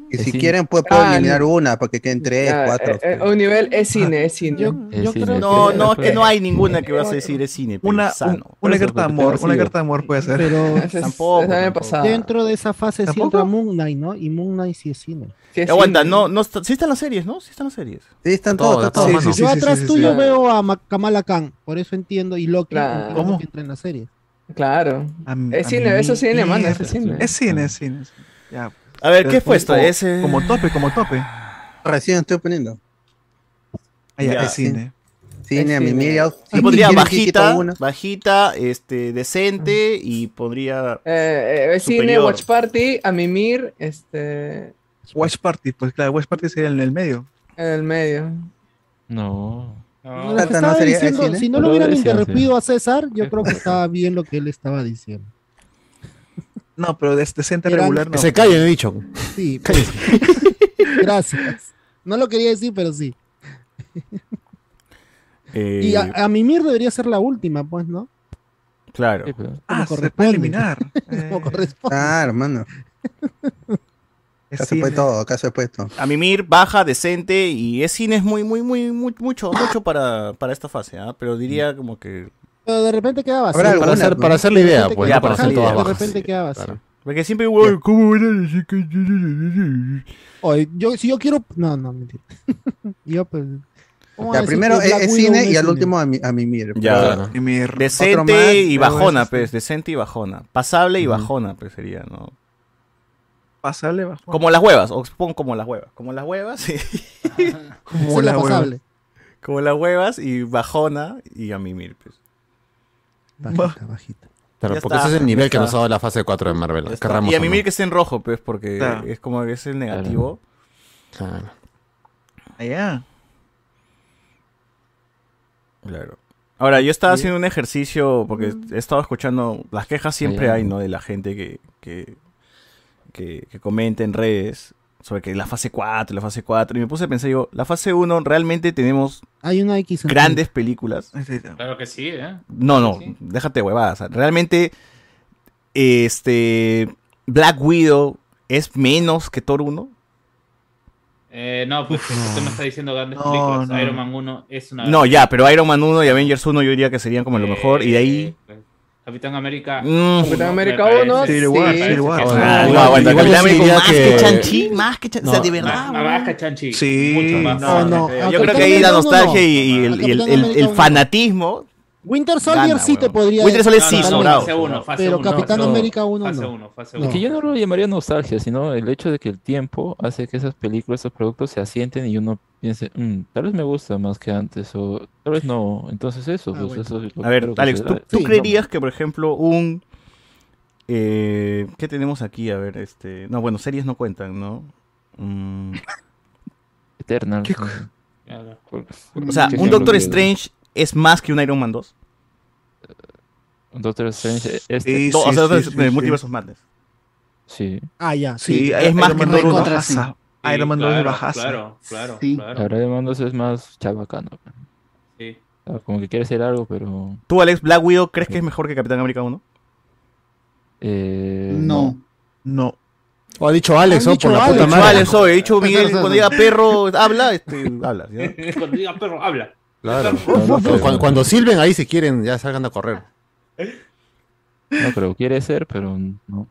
D: Y
G: Es
D: si
G: cine.
D: quieren, pues puedo
E: Ah,
D: eliminar
E: no.
D: una para que queden tres,
E: Ya,
D: cuatro.
E: eh, eh, un nivel es cine, es cine.
A: Ah, yo creo- no, no, es que no hay ninguna que vas a decir es cine. pero
G: Una,
A: sano.
G: un- una carta de amor, una carta de amor puede ser.
K: Pero
A: Tampoco, esa me tampoco. pasaba.
K: dentro de esa fase sí
A: ¿Tampoco?
K: entra Moon Knight, ¿no? Y Moon Knight sí es cine.
A: Aguanta, no, no, está- sí están las series, ¿no? Sí están las series.
D: Sí, están
K: Todo,
A: todas,
K: todo.
A: todas, mano.
K: yo atrás tuyo
A: Claro.
K: veo a Ma- Kamala Khan, por eso entiendo, y Loki
E: Claro.
K: entiendo
E: ¿Cómo?
K: que entra en la serie.
E: Claro. Es cine, eso es cine, mano, eso es cine.
G: Es cine, es cine. es cine. Ya.
A: A ver, ¿qué
G: Pero
A: fue esto?
G: como- como-
A: Ese-
G: Como tope, como tope.
D: Recién estoy poniendo.
G: Ah, ya,
A: Ya.
G: es cine.
D: Cine, a
E: Este,
D: mimir. ya-
A: Yo
D: si
A: pondría
D: quieren que quito
A: bajita,
D: una.
A: bajita, este, decente y pondría
E: Eh, eh, cine,
A: Superior.
E: Watch Party, a mimir, este.
G: Watch Party, pues claro, Watch Party sería en el medio.
E: En el medio.
J: No.
K: Lo que estaba diciendo, si no lo hubieran interrumpido a César, yo creo que estaba bien lo que él estaba diciendo.
G: No, pero des- decente
K: Eran-
G: regular no.
K: Que se
C: calle, he dicho.
K: Sí. pues, Gracias. No lo quería decir, pero sí.
A: eh,
K: Y a, a Mimir debería ser la última, pues, ¿no?
A: claro.
K: Como
G: Ah, se puede
K: corresponde.
G: eliminar.
K: Como corresponde.
D: Ah, hermano.
G: Es
D: Acá se puede
G: cine.
D: todo, acá se puede todo.
A: A mimir, baja, decente y es cine es muy, muy, muy, muy mucho, mucho para, para esta fase, ¿ah? Pero diría como que.
K: Pero de repente quedaba así.
A: Habrá alguna, ¿no? De repente que- Ya, pues, para hacer todas
K: De
A: bajas,
K: repente
A: sí,
K: quedaba así.
A: claro. Porque siempre, güey, ¿cómo van a decir que-
K: Oye, yo, si yo quiero. No, no, mentira. yo, pues. ¿cómo van a
D: Ya,
K: decir
D: primero
K: que
D: es,
K: Black
D: es
K: Widow no
D: cine
K: es
D: y al
K: cine?
D: último a, mi, a mimir.
A: Ya. Decente
D: Otro más,
A: y
D: pero
A: bajona,
G: este.
D: es-
A: pues, decente y bajona. Pasable y bajona, pues sería, ¿no?
G: Pasable bajo.
A: Como las huevas, o pon como las huevas. Como las huevas, sí.
G: Como las huevas.
A: Como las huevas y bajona y a mimir, pues.
K: Bajita, bajita.
C: Claro,
A: Ya
C: porque
A: está,
C: ese es el nivel
A: ya
C: que nos
A: está.
C: ha dado la fase 4 de Marvel.
A: Ya está.
C: Querramos
A: Y a
C: o no.
A: mimir que esté en rojo, pues, porque
C: Claro.
A: es como que es el negativo.
C: Claro.
G: Allá.
A: Claro. Ahora, yo estaba haciendo un ejercicio porque he estado escuchando. Las quejas siempre
J: Allá.
A: hay, ¿no? De la gente que, que, que, que comenta en redes sobre que la fase 4, la fase 4. Y me puse a pensar, digo, la fase 1 realmente tenemos
K: Hay una X. en-
A: grandes películas.
F: Claro que sí, ¿eh?
A: No, no, déjate huevadas. O sea, Realmente, este. Black Widow es menos que Thor 1.
F: Eh, no, pues usted me está diciendo grandes
A: No,
F: películas.
A: no.
F: Iron Man 1 es una.
A: No, ya, pero Iron Man 1 y Avengers 1 yo diría que serían como lo mejor. Y de ahí.
F: Capitán América.
A: Mm.
E: Capitán América 1,
F: sí.
E: Civil War, Civil War.
A: Ah, no, aguanta, Capitán América más que Chanchi, más que Chanchi. o sea, de verdad.
F: Más, más que Chanchi.
A: Sí,
F: Mucho más.
A: Oh, no,
K: no.
F: Eh,
K: A
A: Yo creo
K: Capitán
A: que ahí la
K: América uno
A: nostalgia
K: no.
A: y, y el, y el-
K: Capitán
A: el-
K: América
A: el
K: uno.
A: fanatismo.
K: Winter Soldier
A: Gana,
K: sí te
A: huevón.
K: podría.
A: Winter Soldier sí,
K: totalmente.
A: sobrado.
F: Fase uno, fase
K: Pero
F: uno,
K: Capitán
F: no.
K: América 1 no.
F: Fase uno, fase
J: Es
F: uno.
J: que yo no lo llamaría nostalgia, sino el hecho de que el tiempo hace que esas películas, esos productos se asienten y uno piense, "Mm, tal vez me gusta más que antes o tal vez no. Entonces eso,
F: Ah,
J: pues, eso es lo
A: A
J: que
A: ver,
J: creo que
A: Alex,
J: se
A: ¿tú,
J: da.
A: tú
J: Sí,
A: creerías que, por ejemplo, un... eh, ¿Qué tenemos aquí? A ver, este... No, bueno, series no cuentan, ¿no? Mm.
J: Eternal.
F: Claro.
A: O sea,
J: Sí,
A: un
J: sí,
A: Doctor
J: sí.
A: Strange es más que un Iron Man 2.
J: Doctor Strange, este,
A: Sí, sí, sí, sí, sí.
J: Sí.
K: Ah, ya.
G: Sí,
J: Es
G: Iron
J: más que
G: Man
J: Thor
G: 2
J: uno.
G: bajaza.
J: Sí,
G: Iron Man 2
J: claro,
G: bajaza.
J: claro,
F: claro,
J: Ahora de mandos es más chabacano.
F: Sí.
J: O sea, Como que quiere ser algo, pero
A: ¿Tú, Alex, Black Widow, crees que es mejor que Capitán América 1?
J: eh,
A: No.
G: No.
C: O ha dicho Alex,
I: oh,
A: Han
C: ¿no?
A: dicho
C: Por la puta
A: Alex,
C: madre.
A: Alex, oye, he dicho
F: Eso,
A: Miguel,
F: eso,
A: cuando
F: eso.
A: diga perro, habla, este, habla. ¿ya?
F: Cuando diga perro, habla.
C: Claro. Cuando, cuando silben ahí, si quieren, ya salgan a correr.
J: no creo, quiere ser, pero no.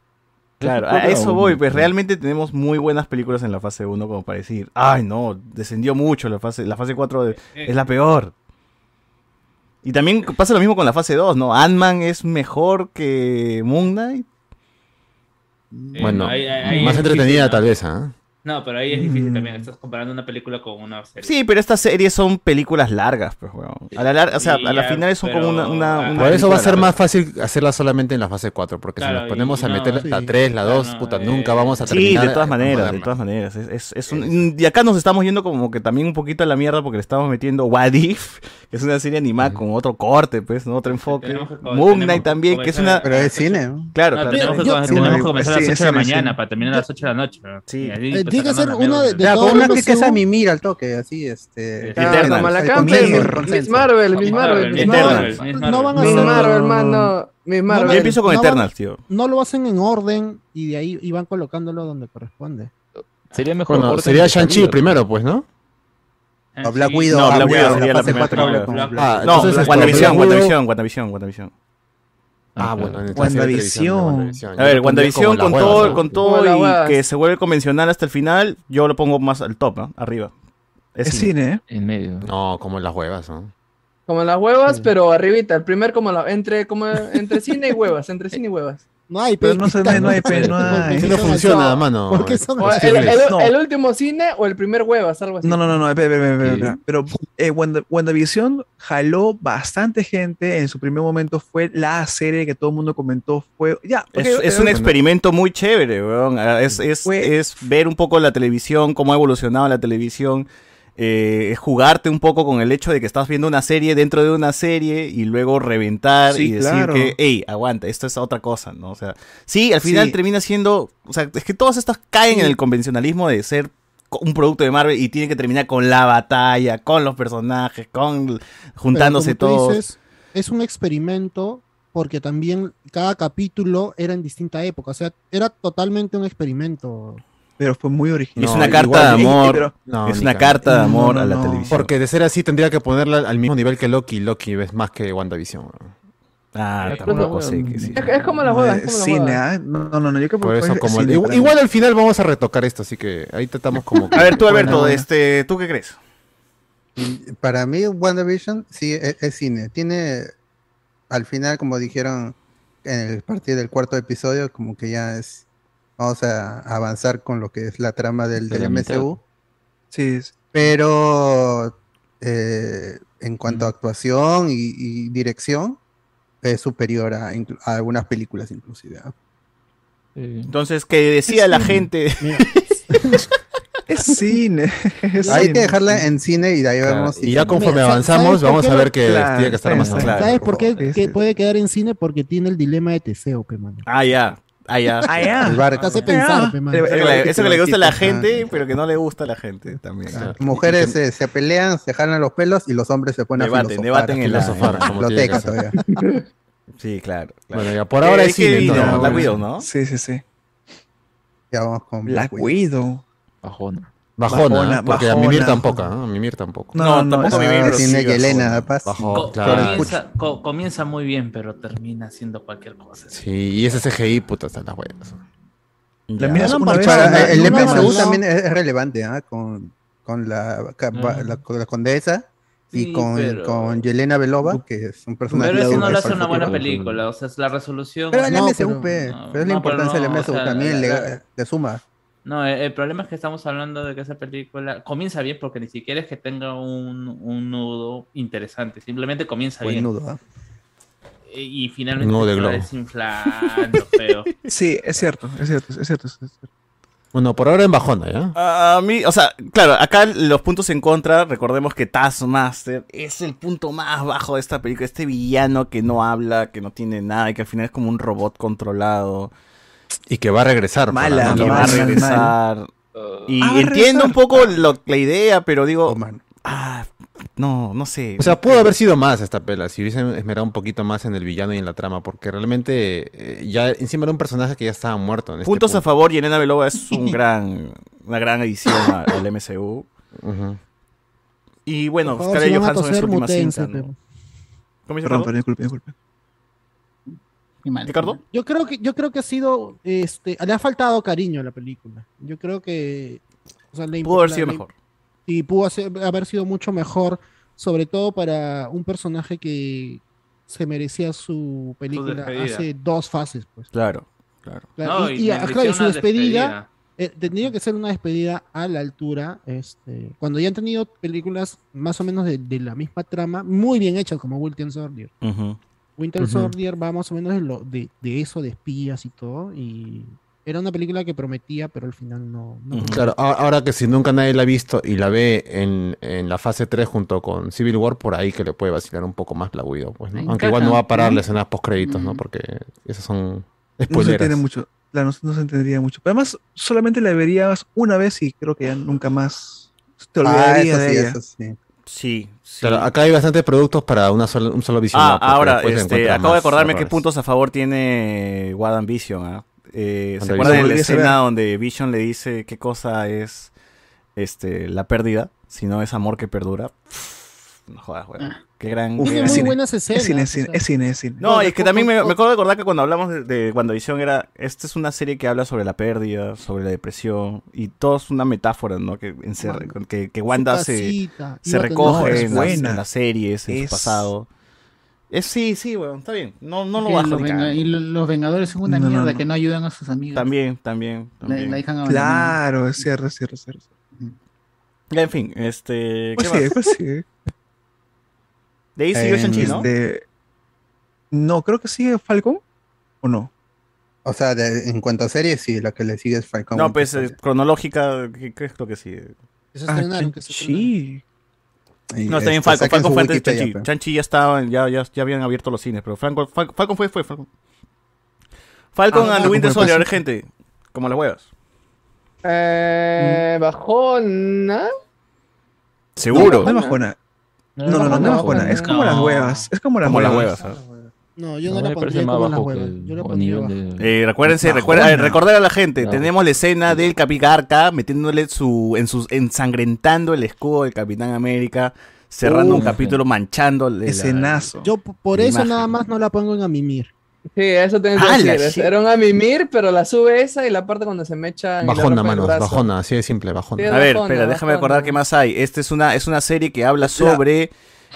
A: Claro, a eso voy, pues realmente tenemos muy buenas películas en la fase 1 como para decir, ay no, descendió mucho la fase, la fase 4 de-
F: Eh,
A: es la peor. Y también pasa lo mismo con la fase 2, ¿no? Ant-Man es mejor que Moon Knight.
F: Eh,
C: bueno,
F: ahí- ahí- ahí
C: más
F: es
C: entretenida
F: difícil, ¿no?
C: tal vez, ¿ah?
F: No, pero ahí es difícil también. Estás comparando una película con una serie.
A: Sí, pero estas series son películas largas, pues, weón. A la, lar- o sea, a la
F: ya,
A: final son como
F: pero-
A: una... una, una
C: Por eso va
A: película
C: a ser
A: larga.
C: más fácil hacerla solamente en la fase 4, porque
A: Claro,
C: si nos
A: y-
C: ponemos a
A: no,
C: meter la
A: sí. eh.
C: 3, la 2, puta, nunca vamos a terminar.
A: Sí, de todas
C: eh,
A: maneras, de
C: moderna.
A: todas maneras. Es, es- es un- y acá nos estamos yendo como que también un poquito a la mierda porque le estamos metiendo What If, que es una serie animada con otro corte, pues, ¿no? otro enfoque.
F: Tenemos que-
A: Moon
F: tenemos que
A: Knight también, que es
F: comenzar
A: una...
F: a- Pero es
D: cine,
A: Claro,
F: No,
A: claro.
F: tenemos, que,
A: Yo-
F: tenemos
A: sí,
F: que
A: no,
F: comenzar a
A: sí,
F: las 8 de la
A: es-
F: mañana para terminar a las 8 de la noche. ¿no? Y así
A: pues,
D: Eh, tiene que
F: empezar
D: ser
F: la
D: una de,
F: mierda.
D: de todos
F: con
D: los
F: una
D: que sea
F: sea
D: mi mira al toque, así, este.
F: Claro, Eternals. como la
D: el
F: Campbell,
D: consenso, el
F: Miss
D: consenso.
E: Marvel, Miss Marvel, Miss Marvel.
D: No van a
E: Miss
D: hacer-
E: Marvel, hermano. Miss
D: no
E: Marvel.
D: van- no van-
A: tío.
K: No lo hacen en orden y de ahí y van colocándolo donde corresponde.
J: Sería mejor.
C: Bueno,
J: orden
C: sería
J: de
C: Shang-Chi
J: salida.
C: primero, pues, ¿no? Eh,
D: O Black Widow.
A: No,
D: ah,
A: Black
D: ya,
A: Widow sería la
D: fase
A: primera
D: cuatro habla
A: temporada.
D: con
A: Black-
D: Black Widow.
A: No,
D: Entonces,
A: WandaVision,
D: con
A: WandaVision,
D: Black Widow-
A: WandaVision, WandaVision, WandaVision.
C: Ah, bueno, entonces sería televisión, WandaVision.
A: A ver,
C: Yo lo pondría
A: WandaVision
C: como la
A: con
C: hueva,
A: todo,
C: ¿no?
A: con
C: Como la
A: todo
C: hueva.
A: y que se vuelve convencional hasta el final, yo lo pongo más al top, ¿no? Arriba.
G: Es cine, ¿eh?
J: En medio.
C: No, como en las huevas, ¿no?
E: Como las huevas, pero arribita. El primer como la, entre, como entre cine y huevas, entre cine y huevas.
K: No hay,
G: Pero no se- no hay- no hay- no hay.
C: Si no funciona, mano.
G: ¿Por qué son
E: O
G: así?
E: el, el-
G: No.
E: el último cine o el primer huevas, algo así.
G: No, no, no, no, espera, espera, espera, espera. Pero eh, Wanda- WandaVision jaló bastante gente en su primer momento. Fue la serie que todo el mundo comentó. Fue. Ya, ok,
A: Es,
G: ok,
A: es
G: ok. Pues-
A: un experimento muy chévere, weón. Ah, Es, es- es ver un poco la televisión, cómo ha evolucionado la televisión. eh, es jugarte un poco con el hecho de que estás viendo una serie dentro de una serie y luego reventar
G: Sí,
A: y decir
G: claro.
A: que, hey, aguanta, esto es otra cosa, ¿no? O sea, sí, al final
G: Sí.
A: termina siendo. O sea, es que todas estas caen en el convencionalismo de ser co- un producto de Marvel y tiene que terminar con la batalla, con los personajes, con juntándose
K: Pero como tú
A: todos.
K: dices, es un experimento porque también cada capítulo era en distinta época. O sea, era totalmente un experimento.
G: Pero fue muy original.
A: es una carta de amor. es
C: ni
A: una
C: cagando.
A: carta de amor a la televisión.
C: Porque de ser así tendría que ponerla al mismo nivel que Loki. Loki es más que WandaVision.
A: Ah,
E: tampoco
A: sé que sí.
E: Es, es como las huevas. es como las
G: Cine,
E: huevas.
G: ¿ah? No, no, no. Yo creo que
A: pues,
C: Por eso,
G: fue
C: como
G: cine
C: igual,
G: para mí.
C: igual al final vamos a retocar esto, así que ahí tratamos como.
A: A ver, tú, Alberto,
C: Bueno,
G: Eh,
A: este, ¿tú qué crees?
D: Para mí, WandaVision sí es, es cine. Tiene, al final, como dijeron en el partido del cuarto episodio, como que ya es. Vamos a avanzar con lo que es la trama del,
G: De
D: del
G: la mitad.
D: MCU.
G: Sí, sí.
D: Pero eh, en cuanto a actuación y, y dirección, es superior a, inclu- a algunas películas, inclusive. ¿ah?
A: Entonces, que decía la gente.
G: Es cine. es
D: Hay que
G: cine.
D: dejarla en cine y de ahí
C: Claro,
D: vemos.
C: y ya conforme
K: Mira,
C: avanzamos,
K: ¿sabes por
C: vamos
K: qué
C: a
K: lo-
C: ver que
G: Claro,
C: tiene que estar más
G: exacto.
C: avanzado.
K: ¿Sabes por qué
G: Sí,
K: que
G: sí.
K: puede quedar en cine? Porque tiene el dilema de Teseo, pe mano.
A: Ah, ya. Ah, ya.
G: Ah, ya.
D: El barco.
K: Te hace
D: Ah,
K: pensar,
G: ya.
K: pe
G: Eh,
K: mano.
A: Eso que le- Eso que le gusta a la
D: Ajá.
A: gente, pero que no le gusta a la gente también.
D: Mujeres eh, se pelean, se jalan los pelos y los hombres se ponen
A: Debaten,
D: a
A: debaten en la-
D: filosofar,
C: como tiene
D: biblioteca
C: que ser.
D: todavía.
A: Sí, claro. claro.
C: Bueno, ya por ahora
A: Eh,
C: es
A: ¿qué
C: cine.
A: vino?
C: entonces,
A: La
C: bueno.
A: Widow, ¿no?
G: Sí, sí, sí.
D: Ya vamos con
G: Black Widow.
J: Bajona.
C: Bajona,
G: Bajona,
C: porque a Mimir
G: bajona.
C: tampoco, ¿no? A Mimir tampoco. Ah,
G: No,
A: No,
G: no,
A: tampoco
G: esa-
A: mi miembro.
D: Tiene
A: sí,
D: que Elena
A: bajón.
D: Paz.
C: Bajón,
F: Co-
C: pues. claro.
F: comienza, co- comienza muy bien, pero termina siendo cualquier cosa.
C: Sí, y ese CGI, puta, están las huevas.
G: La
A: Ya.
G: miras
K: Alan
G: una vez.
K: Parchara,
G: no,
D: Ah, Para-
K: eh,
D: el
K: no me
D: MCU
K: avanzó.
D: también es es relevante, ¿ah? Con, con la, ca- va-
G: Mm.
D: la- con la condesa y
F: Sí,
D: con,
F: pero-
D: con Yelena Belova, que es un personaje.
F: Pero eso no lo
D: que
F: hace
D: para
F: una
D: el
F: buena
D: futuro.
F: película, o sea, es la resolución.
D: Pero el
F: no,
D: MCU, pe,
F: no,
D: pero es la
F: no, pero
D: importancia
F: no,
D: del MCU
F: o sea,
D: también, le,
F: la-
D: le suma.
F: No, eh, el problema es que estamos hablando de que esa película comienza bien porque ni siquiera es que tenga un, un nudo interesante, simplemente comienza
D: Buen
F: bien.
D: nudo, ¿ah?
F: Y, y finalmente
C: Nudo de
F: se va
C: globo.
F: desinflando, feo.
G: Sí, es cierto, es cierto, es cierto. es cierto.
C: Bueno, por ahora en bajona, ¿ya?
A: A mí, o sea, claro, acá los puntos en contra, recordemos que Taskmaster es el punto más bajo de esta película, este villano que no habla, que no tiene nada y que al final es como un robot controlado.
C: Y que va a regresar. pues, para
G: Mala,
C: mí.
A: y va a
G: mal, mal,
A: regresar. Y
G: Ah, va a
A: entiendo
G: regresar.
A: un poco lo- la idea, pero digo,
D: man.
A: ah, no, no sé.
C: O sea, pudo haber sido más esta pela, si hubiesen esmerado un poquito más en el villano y en la trama, porque realmente eh, ya encima era un personaje que ya estaba muerto. En este
A: puntos a
C: punto.
A: favor, y Elena Belova es un gran, una gran adición a- al MCU.
C: Ujú.
A: Y bueno,
K: Por favor,
A: Scarlett
K: si van a
A: Johansson es
K: toser,
A: su última
K: mutense,
A: cinta. ¿no?
K: pe.
A: ¿Cómo dice
G: Perdón,
A: Ricardo?
G: perdón, disculpe, disculpe.
I: Qué mal.
A: ¿Ricardo?
K: Ah, Yo creo que yo creo que ha sido este le ha faltado cariño a la película. Yo creo que o sea, le
A: Pudo haber
K: la-
A: sido
K: le-
A: mejor.
K: Y pudo hacer- haber sido mucho mejor, sobre todo para un personaje que se merecía su película
F: despedida.
K: hace dos fases, pues.
A: Claro, claro.
K: Claro,
F: No,
K: y,
F: y
K: y,
F: le
K: ah, claro, y
F: hicieron
K: su
F: una
K: despedida,
F: despedida.
K: eh, tendría que ser una despedida a la altura, este, cuando ya han tenido películas más o menos de, de la misma trama, muy bien hechas como Wilton Soldier. Winter
N: Ujú.
K: Soldier va más o menos de, lo, de, de eso, de espías y todo, y era una película que prometía, pero al final no. no prometía.
C: Claro, a- ahora que si nunca nadie la ha visto y la ve en, en la fase 3 junto con Civil War, por ahí que le puede vacilar un poco más la Guido, pues, ¿no?
G: Ahí
C: Aunque
G: encaja.
C: igual no va a parar
G: Ujú.
C: las escenas post créditos, ¿no? Porque esas son
G: No se
C: spoileras.
G: entiende mucho. Claro, no, no se entendería mucho. Pero además, solamente la verías una vez y creo que ya nunca más
D: Ah,
G: te
K: Ah,
G: olvidaría de ella.
A: Sí, sí.
C: Claro, acá hay bastantes productos para una sola, un solo visionado.
A: Ah,
C: pues,
A: ahora,
C: después se
A: este,
C: encuentran
A: acabo de
C: más
A: acordarme qué
C: errores.
A: puntos a favor tiene Wadan Vision. ¿ah? Eh, ¿Se
C: WandaVision.
A: acuerdan de la
C: Volví a
A: escena
C: saber.
A: donde Vision le dice qué cosa es este, la pérdida, si no es amor que perdura? Pff, No jodas, weón. Qué gran.
K: Uf,
A: qué
K: tiene
A: gran-
K: Mm, muy buenas escenas,
G: Es cine,
K: o
G: es cine,
K: sea.
G: es cine, es cine.
A: No, y es que también me,
K: o-
A: me acuerdo de acordar que cuando hablamos de, de WandaVision era, esta es una serie que habla sobre la pérdida, sobre la depresión, y todo es una metáfora, ¿no? Que, encerra- que, que Wanda
K: Su
A: se,
K: casita,
A: se
K: iba a tener-
A: recoge
K: No, es
A: en, las,
K: buena.
A: en las series, en
K: Es-
A: su pasado. Es, sí, sí, bueno, está bien. No, no lo
I: Que
A: bajo.
I: los
A: ni
I: venga-
A: cagando.
I: y lo- los Vengadores son una
A: No, no,
I: mierda
A: no.
I: que no ayudan a sus amigos.
A: También, también. también.
I: la dejan abandonada.
G: Claro, es cierto, es cierto, es cierto.
A: Ya, en fin, este. ¿Qué
G: Pues sí,
A: más?
G: pues sí.
A: De ahí siguió
G: Eh,
A: Shang-Chi, ¿no?
G: este, No, creo que sigue Falcon. ¿O no?
D: O sea, de- en cuanto a series, sí, la que le sigue es Falcon.
A: No, pues eh, cronológica, ¿qué, qué es lo que sigue?
D: Eso
G: Ah,
D: estrenaron, que
G: Sí. Este,
A: No, está bien Falcon. Falcon fue antes de Chanchi. Chanchi ya estaba, ya, ya, ya habían abierto los cines, pero Franco, Fal- Falcon fue, fue Falcon. Falcon
E: Ah,
A: and the Winter
E: Falcon
G: Pues
E: fue
A: Soldier,
E: pasó.
A: gente. Como las huevas.
E: Eh, bajona.
A: Seguro.
G: No, no es bajona. No, no, no, no es bajona. Es como las huevas. Es como las
A: Como las
G: huevas.
A: huevas,
D: No, yo
J: No,
D: no, la
J: me parece
D: pondría
J: más
D: como las
J: bajo que
D: huevas. Yo la
J: o
D: pondría
J: nivel de-
A: Eh, recuérdense, recuerda, eh, recordar a la gente, tenemos la escena del Capicarca metiéndole su, en sus, ensangrentando el escudo del Capitán América, cerrando
J: Uf.
A: un capítulo, manchando el
G: escenazo.
K: Uh. Yo p- por
A: La
K: eso
A: imagen.
K: nada más no la pongo en a mimir.
E: Sí, eso tengo que
K: Ah, la
E: decir. es-
K: shit.
E: Era un amimir, pero la sube esa y la parte cuando se me echa. y le
C: Bajona,
E: rompe el
C: manos,
E: brazo.
C: bajona, así de simple, bajona.
A: A ver,
E: bajona,
A: espera, déjame acordar qué más hay. Esta es una, es una serie que habla sobre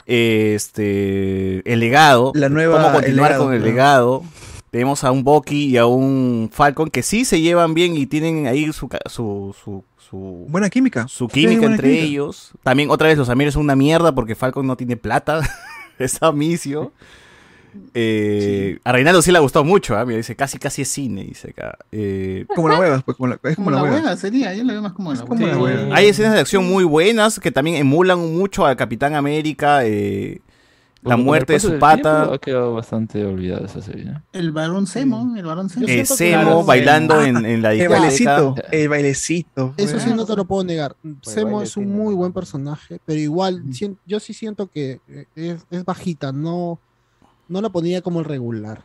A: eh, este el legado.
G: La nueva-
A: Cómo continuar
G: el legado,
A: con el
G: claro.
A: legado. Tenemos a un Bucky y a un Falcon que sí se llevan bien y tienen ahí su ca- su, su, su
G: Buena química.
A: su química
G: buena
A: entre
G: química.
A: ellos. También otra vez los Amir son una mierda porque Falcon no tiene plata. Está misio. Eh, A Reinaldo sí le ha gustado mucho, ¿ah? Mira, dice, casi casi es cine, dice acá. Eh,
G: Como las huevas, pues. Como la, es
I: Como la hueva sería, yo la veo más como la
G: como
I: hueva.
G: la hueva.
A: hay escenas de acción muy buenas que también emulan mucho a Capitán América, eh, la
J: Con el
A: muerte de
J: paso
A: su
J: del
A: pata,
J: tiempo
G: Ah,
J: ha quedado Pues, bastante olvidada esa serie. ¿no?
I: El varón Semo, el varón Semo.
A: eh, Semo
J: Ah,
A: bailando en, en la
G: El
A: discoteca.
G: bailecito. El bailecito.
K: Eso sí,
G: pues.
K: no te lo puedo negar. Semo
G: vaya
K: es un muy buen personaje, pero igual sien- yo sí siento que eh, es, es bajita, no, no la ponía como el regular.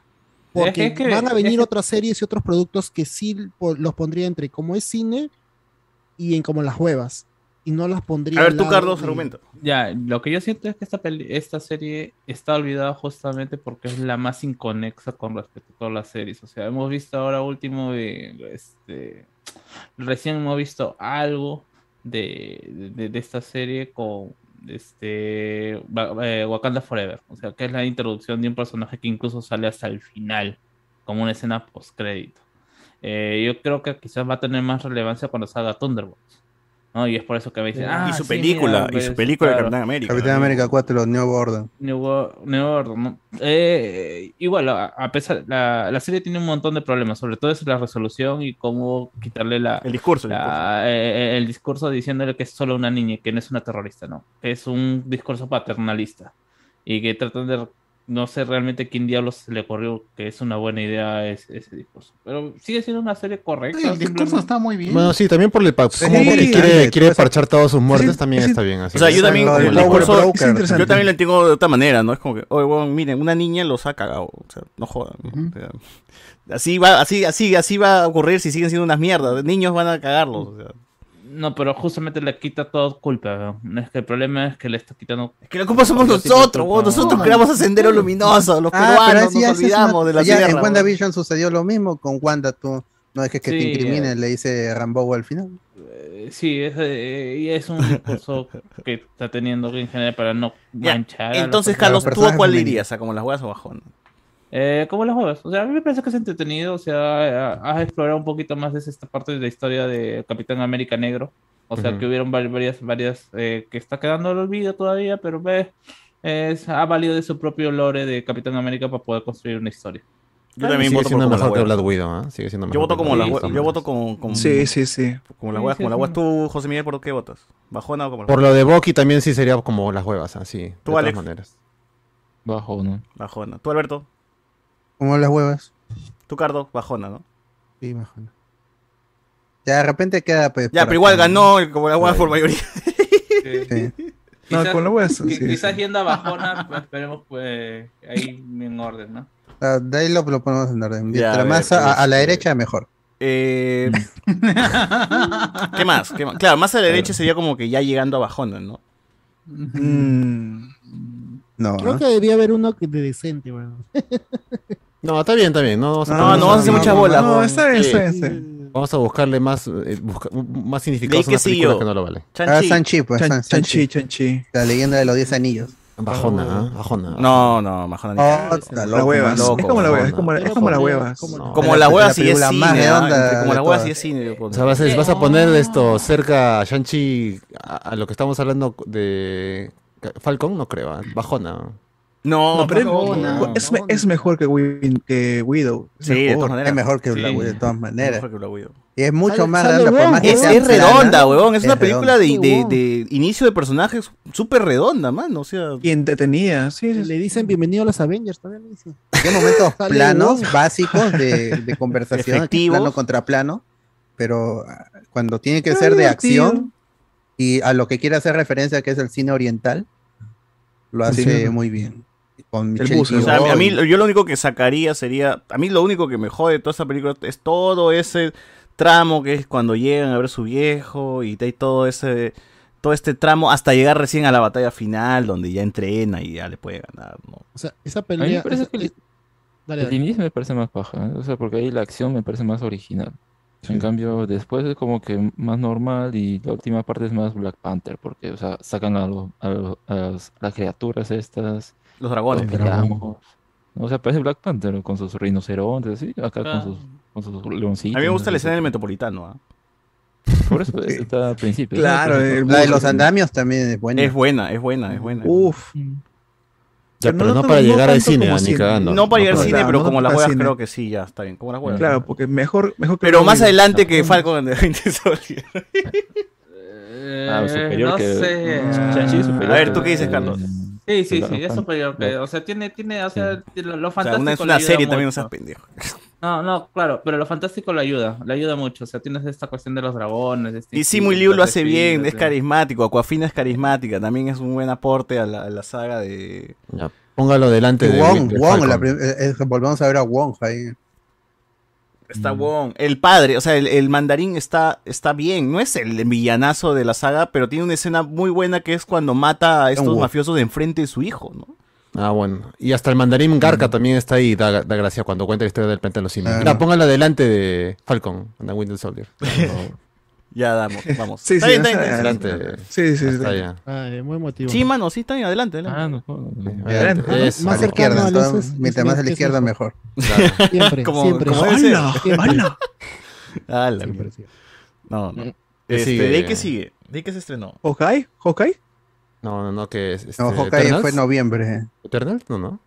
K: Porque
F: Es que-
K: van a venir
F: es que-
K: otras series y otros productos que sí po- los pondría entre como es cine y en como las huevas. Y no las pondría.
A: A ver,
K: al
A: tú,
K: lado
A: Carlos,
K: de-
A: argumenta.
F: Ya, lo que yo siento es que esta, peli- esta serie está olvidada justamente porque es la más inconexa con respecto a todas las series. O sea, hemos visto ahora último de, este, recién hemos visto algo de, de- de esta serie con este Wa- eh, Wakanda Forever. O sea, que es la introducción de un personaje que incluso sale hasta el final, como una escena post crédito. yo creo que quizás va a tener más relevancia cuando salga Thunderbolts. ¿no? Y es por eso que me dicen, ah,
A: y su
F: sí, mira,
A: película, y su
F: ves,
A: película de
F: claro.
A: Capitán América.
D: Capitán América 4, New Order.
F: New World- New Order, ¿no? Eh, igual, a, a pesar, la, la serie tiene un montón de problemas, sobre todo es la resolución y cómo quitarle la,
A: el discurso.
F: la- eh, el discurso diciéndole que es solo una niña, y que no es una terrorista, no, que es un discurso paternalista y que tratan de, no sé realmente quién diablos se le ocurrió que es una buena idea es- ese discurso, pero sigue siendo una serie correcta.
I: El discurso
F: simplemente.
I: está muy bien.
C: Bueno, sí, también por el pa-
F: Sí,
C: como porque quiere,
F: interesante.
C: quiere parchar todas sus muertes,
F: sí,
C: también
F: sí.
C: está bien.
A: O
C: Así
A: sea,
C: que-
A: yo también,
C: Lo del
A: el
C: Power
A: discurso-
C: Broker.
A: yo también lo entiendo de otra manera, ¿no? Es como que, oye, weón, miren, una niña los ha cagado. O sea, no jodan. ¿no? O sea, así va, así, así, así va a ocurrir si siguen siendo unas mierdas. Niños van a cagarlos. o sea.
F: No, pero justamente le quita toda culpa. ¿no? Es que el problema es que le está quitando. Es
A: que la culpa somos nosotros, weón. Nosotros creamos a Sendero Luminoso, los
K: Ah, pero
A: peruanos,
K: es- ya
A: nos
K: es- es
A: olvidamos
K: una-
A: de la
K: ya,
A: tierra.
K: En WandaVision sucedió lo mismo con Wanda, tú. No dejes que
F: Sí,
K: te incriminen,
F: eh.
K: le dice Rambo al final.
F: Eh, Sí, es, eh, y es un discurso que está teniendo en general para no
A: Ya,
F: manchar. a los
A: Entonces,
F: personajes.
A: Carlos, ¿tú a cuál irías? ¿A como las huevas o bajón?
F: Eh, ¿Cómo lo juegas? O sea, a mí me parece que es entretenido. O sea, eh, has explorado un poquito más de esta parte de la historia de Capitán América Negro. O sea,
N: Ujú.
F: que hubieron vari- varias, varias eh, que está quedando al olvido todavía, pero ve, es, ha valido de su propio lore de Capitán América para poder construir una historia.
A: Yo también
C: Sigue
A: voto
C: siendo
A: por como
C: mejor
A: la
C: que
A: hueva.
C: Black Widow, ¿ah? Sigue siendo
A: Yo
C: mejor
A: voto
C: que
A: como
C: Black
A: la
C: Widow.
A: hue- yo voto como, como
C: Sí, sí, sí.
A: Como la
C: Sí,
A: huevas,
C: sí,
A: como la
C: sí.
A: huevas tú, José Miguel, ¿por qué votas? ¿Bajona o como la
C: Por lo de Bucky también sí sería como las huevas, así. De
A: Tú,
C: todas
A: Alex.
C: maneras.
J: Bajona.
A: Bajona. Tú, Alberto.
D: Como las huevas.
A: Tú, Cardo. Bajona, ¿no?
D: Sí, imagino. Ya de repente queda pues.
A: Ya,
D: por
A: pero igual
D: acá,
A: ganó el- como la hueva por mayoría.
D: Sí.
G: No, con la hueá, sí,
F: qui-
D: sí,
F: quizás yendo a bajona, pues, esperemos pues ahí en orden, ¿no?
D: Ah, De ahí lo, lo ponemos en orden.
A: Ya,
D: Mientras
A: a ver,
D: más a, a la
A: este-
D: derecha, mejor.
A: Eh, ¿Qué más? ¿Qué más? Claro, más a la derecha sería como que ya llegando a Bajona, ¿no? Mm.
D: No,
K: Creo que debía haber uno que de decente, weón.
C: No, está bien, está bien. No, vamos
K: No, no vamos a hacer muchas bolas,
C: no,
K: no, está bien,
C: sí.
K: está bien, está
C: Vamos a buscarle más, eh, busca- más significados a
D: que
C: una película que no lo vale.
D: Ah, Sanchi, pues.
C: Chan-
D: San-
C: Chanchi,
D: Sanchi. La leyenda de los 10 anillos.
A: Oh.
C: Bajona, ¿ah? Bajona.
A: No, no, Bajona. ni
D: Oh,
A: cagando.
D: está
A: Loco,
D: loco,
A: man,
D: loco,
A: loco, Bajona. Como la hueva si es cine. ¿ah? Entre Como la hueva si es cine. pues. yo
C: O
A: puedo-
C: sea, vas a, vas
A: Eh,
C: a poner esto cerca a Shang-Chi, a, a lo que estamos hablando de Falcon, no creo, ¿ah? Bajona.
A: No,
G: No, pero
A: Bajona.
G: es, me- es mejor que, Win- que Widow. Es
A: Sí, de
G: mejor.
A: todas maneras.
D: Es mejor que Black Widow, de todas maneras.
A: Mejor que Black Widow.
D: Y es mucho
A: Sale-
D: más
A: sale
D: redonda. por
A: huevón,
D: más que
A: es,
D: sea
A: es
D: plana,
A: redonda, huevón. Es, una
D: redonda.
A: película de,
D: Sí,
A: de,
D: huevón.
A: de inicio de personajes súper redonda, mano. O sea,
G: y entretenida. Sí,
K: Le dicen bienvenido a los Avengers, también le dicen.
D: Qué momentos
K: Sale
D: planos,
K: huevón.
D: básicos de, de conversación,
K: Efectivos.
D: plano contra plano. Pero ah, cuando tiene que
K: Pero
D: ser de
K: divertido.
D: acción y a lo que quiere hacer referencia, que es el cine oriental, lo hace
A: Sí.
D: muy bien. Con Michelle
A: o sea,
D: Yeoh
A: a mí
D: y-
A: yo lo único que sacaría sería. A mí lo único que me jode de toda esa película es todo ese tramo que es cuando llegan a ver su viejo y hay todo ese. Todo este tramo hasta llegar recién a la batalla final, donde ya entrena y ya le puede ganar. ¿no?
K: O sea, esa
J: A mí
K: pelea.
J: me parece
K: esa-
J: que el,
K: Dale,
J: el
K: dale.
J: inicio me parece más paja, ¿eh? o sea, porque ahí la acción me parece más original. En cambio, después es como que más normal y la última parte es más Black Panther, porque, o sea, sacan a, lo- a lo- a las, las criaturas estas.
A: Los dragones.
J: los peleamos. O sea, parece Black Panther con sus rinocerontes, así, acá
A: Ah.
J: con sus, con sus leoncitos.
A: A mí me gusta
J: ¿no?
A: la escena del metropolitano. ¿ah?
J: Por eso eso está al principio. eso
D: Claro,
J: es lo que-
D: la de los andamios también es buena.
A: Es buena, es buena, es buena.
G: Uf.
C: Ya, pero, no,
G: tan-
C: para
G: no
C: llegar al
G: tanto
C: cine,
G: como
C: ah, ni
G: cine.
C: cagando.
A: No para llegar al
G: pero-
A: cine,
G: claro,
A: pero
G: no
A: como
G: tanto
A: las
G: para
A: huevas
G: cine.
A: creo que sí, ya está bien. Como las huevas.
G: Claro, porque mejor, mejor que
A: Pero
G: Black
A: más
G: Widow.
A: adelante que Falcon de 20 Soldier.
J: Ah, superior
F: Eh, no
J: que-
F: sé.
G: Ah.
J: Shang-Chi es superior
A: Ah. A ver, ¿tú
J: que-
A: qué dices, Carlos?
F: Sí, sí,
J: Black
F: sí, es
J: Panther.
F: superior. que- o sea, tiene, tiene, o sea, lo, lo
A: O sea,
F: fantástico.
A: una, es
F: le
A: una
F: ayuda
A: serie también, no
F: mucho.
A: seas pendejo.
F: No, no, claro, pero lo fantástico le ayuda, le ayuda mucho. O sea, tienes esta cuestión de los dragones. este
A: Y Simu Liu
F: instinto,
A: lo hace
F: este
A: bien,
F: instinto,
A: es
F: sí.
A: carismático. Aquafina es carismática, también es un buen aporte a la, a la saga de.
C: Ya, póngalo delante de,
D: Wong,
C: de
D: Wong,
C: Falcon.
D: la prim- eh, eh, volvemos a ver a Wong ahí.
A: Está Wong. El padre, o sea, el, el mandarín está, está bien. No es el villanazo de la saga, pero tiene una escena muy buena que es cuando mata a estos
C: Wong.
A: mafiosos de enfrente de su hijo, ¿no? Mm.
C: Ah, bueno. Y hasta el mandarín Garca también está ahí, da, da gracia cuando cuenta la historia del planeta de los simios.
D: Ah.
A: Claro.
C: Ya, póngala delante de Falcon, and the Winter Soldier. Por favor.
A: Ya damos, vamos.
C: Sí,
A: Está
C: sí,
A: bien,
C: más
A: está bien, está bien.
C: adelante.
G: Sí, sí, sí.
C: Hasta allá.
K: Ah, eh, muy emotivo.
A: Sí, mano, sí, está bien, adelante, adelante.
C: Adelante.
K: Adelante.
C: Eso.
K: Más
D: A la izquierda,
K: cercano a
D: entonces,
K: luces,
D: mientras más a la
K: es
D: izquierda, mejor.
C: Claro.
K: Siempre,
A: Como-
K: siempre.
A: como debe ser.
K: ¡Hala! ¡Hala!
A: Ala, mierda. No, no.
D: Mm.
C: ¿Qué
A: Este,
C: sigue?
A: ¿De ahí qué sigue? ¿De ahí qué se estrenó?
G: ¿Hawkeye? ¿Hawkeye?
C: No, no, no, que es. Este,
D: No, Hawkeye
C: ¿Eternals?
D: fue en noviembre.
C: ¿Eternals? No, no.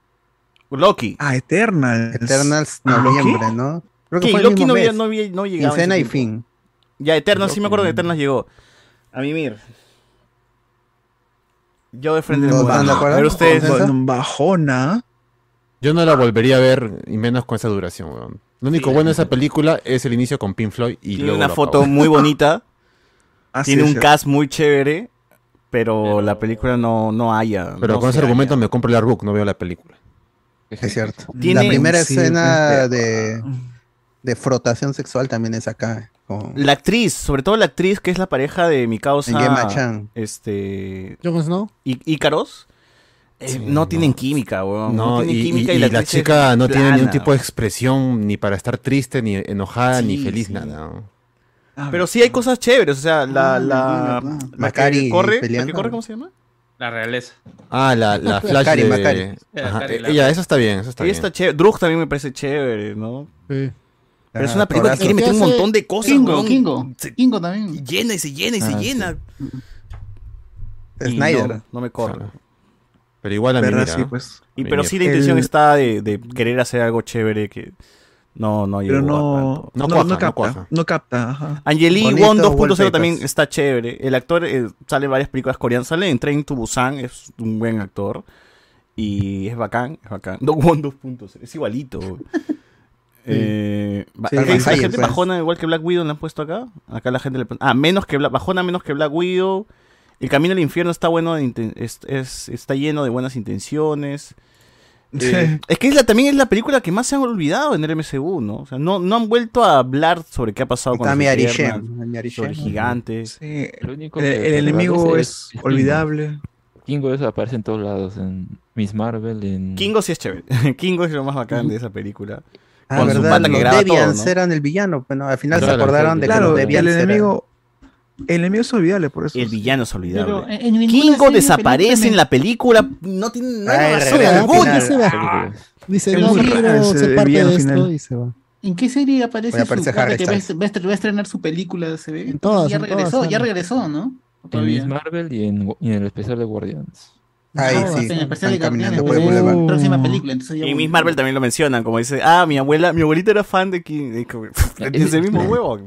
A: Loki.
G: Ah, Eternals.
D: Eternals,
G: ¿Ah,
D: noviembre, ¿no? Creo que
A: ¿Qué?
D: fue el
A: Loki
D: mismo
A: no, había-
D: mes.
A: no, había- no llegaba. en
D: Quincena
A: ese
D: y
A: tiempo.
D: fin.
A: Ya, Eternos, sí me acuerdo que Eternos llegó. A mí, mir. Yo de frente
G: No,
A: no,
G: ¿están de
A: A
G: acuerdo?
A: ver ustedes.
G: Ba- Bajona.
C: Yo no la volvería a ver, y menos con esa duración, weón. Lo único bueno de esa película es el inicio con Pink Floyd y
A: Tiene
C: luego
A: una
C: lo
A: foto
C: apago.
A: muy bonita.
G: Ah, sí,
A: tiene
G: es
A: un
G: cierto.
A: cast muy chévere. Pero, la película no, no haya.
C: Pero
A: no
C: con ese
A: se
C: argumento me compro el artbook, no veo la película.
D: Es cierto.
A: Tiene-
D: la primera
A: sí,
D: escena
A: gente.
D: de, de frotación sexual también es acá. con-
A: halla. La actriz, sobre todo la actriz que es la pareja de mi causa.
D: Gemma Chan.
A: Este.
K: Jon Snow.
A: Y Ícaros. eh, no tienen química, weón. No,
C: No,
A: tienen
C: y,
A: química
C: y-
A: y,
C: y
A: la,
C: la,
A: actriz es
C: chica no tiene ningún
A: plana,
C: tipo de expresión ni para estar triste, ni enojada, ni
A: Sí,
C: feliz,
A: sí.
C: nada. ¿no?
A: Pero sí hay cosas chéveres, o sea, la, la, la que
D: Macari
A: corre, la que
D: peleando.
A: corre, ¿cómo se llama?
F: La realeza.
N: Ah, la, la flash
A: Macari,
N: de...
A: Macari.
N: Ajá,
A: Macari,
N: eh,
A: la-
N: ya, eso está bien, eso está
A: Y
N: bien.
A: está chévere. Drug también me parece chévere, ¿no?
K: Sí.
A: Pero es
I: Ah,
A: una película que
I: todazo.
A: quiere meter un
I: ¿Qué hace
A: montón de cosas,
I: Kingo,
A: weón.
I: Kingo. Kingo también.
A: Llena y se llena y se
I: Ah,
A: llena. Y No, no me corre.
N: Pero igual a mí,
A: Verdad,
N: mira,
A: sí,
N: ¿no?
A: pues.
N: A
A: Y,
N: mí
A: pero
N: mira.
A: sí la intención
N: El-
A: está de, de querer hacer algo chévere que no, no llegó
G: Pero
A: a
G: no,
A: tanto.
G: no, no capta. No capta. ajá.
A: Angeli Won 2.0 también está chévere. El actor eh, sale en varias películas coreanas. Sale en Train to Busan, es un buen actor. Y es bacán, es bacán. No, Won 2.0, es igualito. Eh, ba-
N: Sí,
A: ¿qué dice la
N: Maguire,
A: gente
N: pues.
A: bajona igual que Black Widow la han puesto acá? Acá la gente le pone. Ah, menos que Black, bajona menos que Black Widow. El camino al infierno está bueno, de inten- es- es- está lleno de buenas intenciones. Eh, es que es la, también es la película que más se han olvidado en el MCU, ¿no? O sea, no, no han vuelto a hablar sobre qué ha pasado con
K: Está
A: los
K: mi Arishem,
A: Eternas,
K: mi Arishem.
A: sobre gigantes.
G: Sí,
J: único
A: Eh,
J: que se agradece Kingo.
G: olvidable.
J: Kingo eso aparece en todos lados, en Miss Marvel, en...
A: Kingo sí es chévere. Kingo es lo más bacán de esa película.
J: Ah,
A: Con su
J: verdad,
A: pata que
J: los
A: graba todo,
D: Debian
A: ¿no?
D: eran el villano, pero no, al final se
A: Claro,
D: acordaron de que
G: Claro,
D: los
G: el
D: Debians eran-
G: enemigo, el enemigo es olvidable por eso.
A: El villano es olvidable.
I: Pero en- en ninguna
A: Kingo
I: serie,
A: desaparece
I: película,
A: en la película. No tiene
I: Ay,
A: nada razón
I: regala,
A: alguna.
I: dice,
A: Ah.
K: Dice,
I: Es
K: no
I: muy
K: quiero
I: raro ese
K: ser parte
I: villano
K: de esto
I: final.
K: y se va.
I: ¿En qué serie aparece
K: Oye, aparece
I: su pata
K: Harry
I: que va a,
K: Styles.
I: va a estre- va a estrenar su película? ¿se ve?
K: todas,
I: ya
K: en
I: regresó,
K: todas,
I: ya
K: claro.
I: regresó, ¿no?
J: En
I: Todavía.
J: Miss Marvel y en, y en el especial de Guardians.
K: Ahí
I: No, En
K: sí,
I: el
K: están
I: de Guardianes,
K: caminando por
I: pues,
K: el
I: es la
K: boulevard.
I: próxima película. Entonces ya
A: Y en
I: voy.
A: Miss Marvel también lo mencionan, como dice, ah, mi abuela, mi abuelita era fan de King. de- Es el mismo huevo.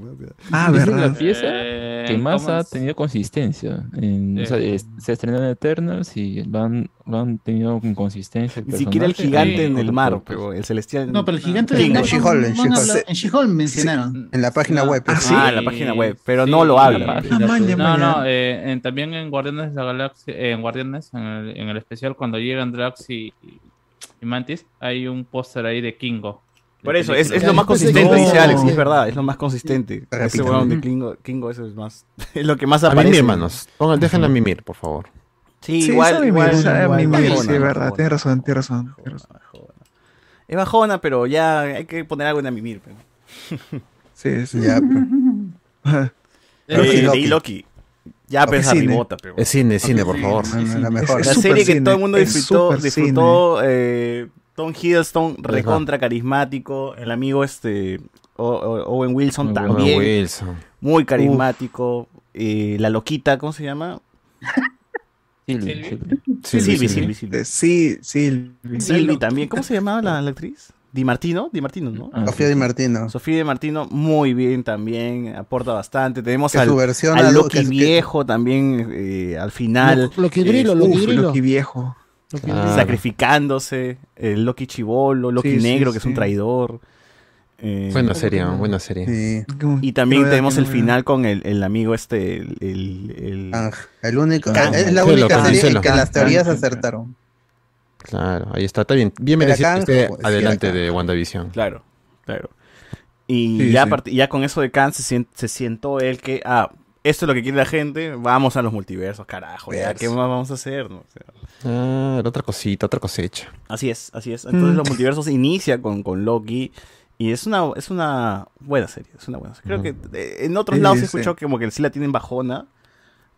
J: Ah,
A: verdad.
J: Es la pieza
A: Eh,
J: que más
A: ¿cómo
J: ha
A: es? Eh.
J: tenido consistencia. En- o sea, es- se estrenó en Eternals y lo han, lo han tenido con consistencia. el
A: Ni siquiera el
J: personaje
A: gigante
J: con-
A: en
J: con
A: el
J: los
A: mar,
J: productos.
A: pero el celestial.
I: No, pero el gigante
A: Kingo.
I: del mar no- no han hablado- En She-Hulk mencionaron.
K: En la página web.
D: pues.
A: Ah,
K: sí.
A: en la página web, pero no lo habla.
F: No, no, eh, en- también en Guardianes de la Galaxia, eh, en Guardianes, en el, en el especial, cuando llegan Drax y, y Mantis, hay un póster ahí de Kingo.
A: Por
F: De
A: eso, es, es
F: película.
A: lo más consistente, dice Alex,
F: eh.
A: es verdad, es lo más consistente.
N: Repito.
A: Ese huevón de Kingo, Kingo eso es más, es lo que más
N: A
A: aparece.
N: mimir, hermanos. Pongan, déjenla mimir, por favor.
A: Sí,
G: Sí,
A: igual,
G: sabe mi
A: igual,
G: mil, sabe
A: igual,
G: mi mil,
A: bajona,
G: sí, es verdad,
A: bajona.
G: tienes razón, tienes razón. tienes razón.
A: Es bajona, pero ya hay que poner algo en a mimir. pero.
G: Sí, sí.
A: Ya,
G: Loki,
A: Eh,
G: Loki.
A: leí Loki. Ya
N: Loki
A: pensaba
N: cine.
A: rebota, pero.
N: Es cine, es cine, por favor.
A: la
N: mejor.
A: La
N: Es
A: serie que
N: supercine,
A: todo el mundo
N: es
A: disfrutó,
N: supercine.
A: disfrutó eh, Tom Hiddleston,
N: Ajá.
A: recontra carismático, el amigo este O- O- Owen Wilson
N: Owen
A: también.
N: Wilson.
A: Muy carismático. eh, la loquita, ¿cómo se llama?
J: Silvi, Silvi.
A: Silvi, Silvi, Silvi.
G: Eh, Sí, sí.
A: Silvi también. ¿Cómo se llamaba la, la actriz? Di Martino, Di Martino, ¿no?
K: Ah, Sofía Di Martino.
A: Sofía de Martino, muy bien también, aporta bastante. Tenemos
K: Que
A: al,
K: su versión
A: al
K: a lo-
A: Loki
K: que- que-
A: viejo también eh, al final.
K: Lo- Loki Grillo,
A: Eh,
K: Loki
A: uf,
K: Grillo.
A: Loki
G: viejo.
A: Claro. Sacrificándose, el Loki chivolo, Loki
N: Ah. Sí, sí,
A: negro que es un
N: sí.
A: traidor. eh,
N: Buena serie, ¿no? buena serie.
A: Y también
K: Qué buena,
A: tenemos
K: qué
A: el
K: buena.
A: final con el, el amigo este, el... el, el-
K: El único,
A: Ah,
K: es la
A: Cancelo,
K: única serie en
A: cancelo.
K: que las teorías
A: Cancelo.
K: acertaron.
N: Claro, ahí está, está bien. Bien
K: Era
N: merecido que
K: Kang,
N: esté
K: pues, sí,
N: adelante de WandaVision.
A: Claro, claro. Y
N: Sí,
A: ya, a
N: sí.
A: parti- ya con eso de Khan se, sien- se sientó él que, ah, esto es lo que quiere la gente, vamos a los multiversos, carajo, ya, ¿qué más vamos a hacer? no? O sea,
N: Claro, otra cosita, otra cosecha.
A: así es, así es. Entonces
N: Mm.
A: los multiversos inicia con, con Loki y es una, es una buena serie, es una buena serie. Creo que eh, en otros
N: Sí,
A: lados
N: sí,
A: he escuchado que como que sí la tienen bajona,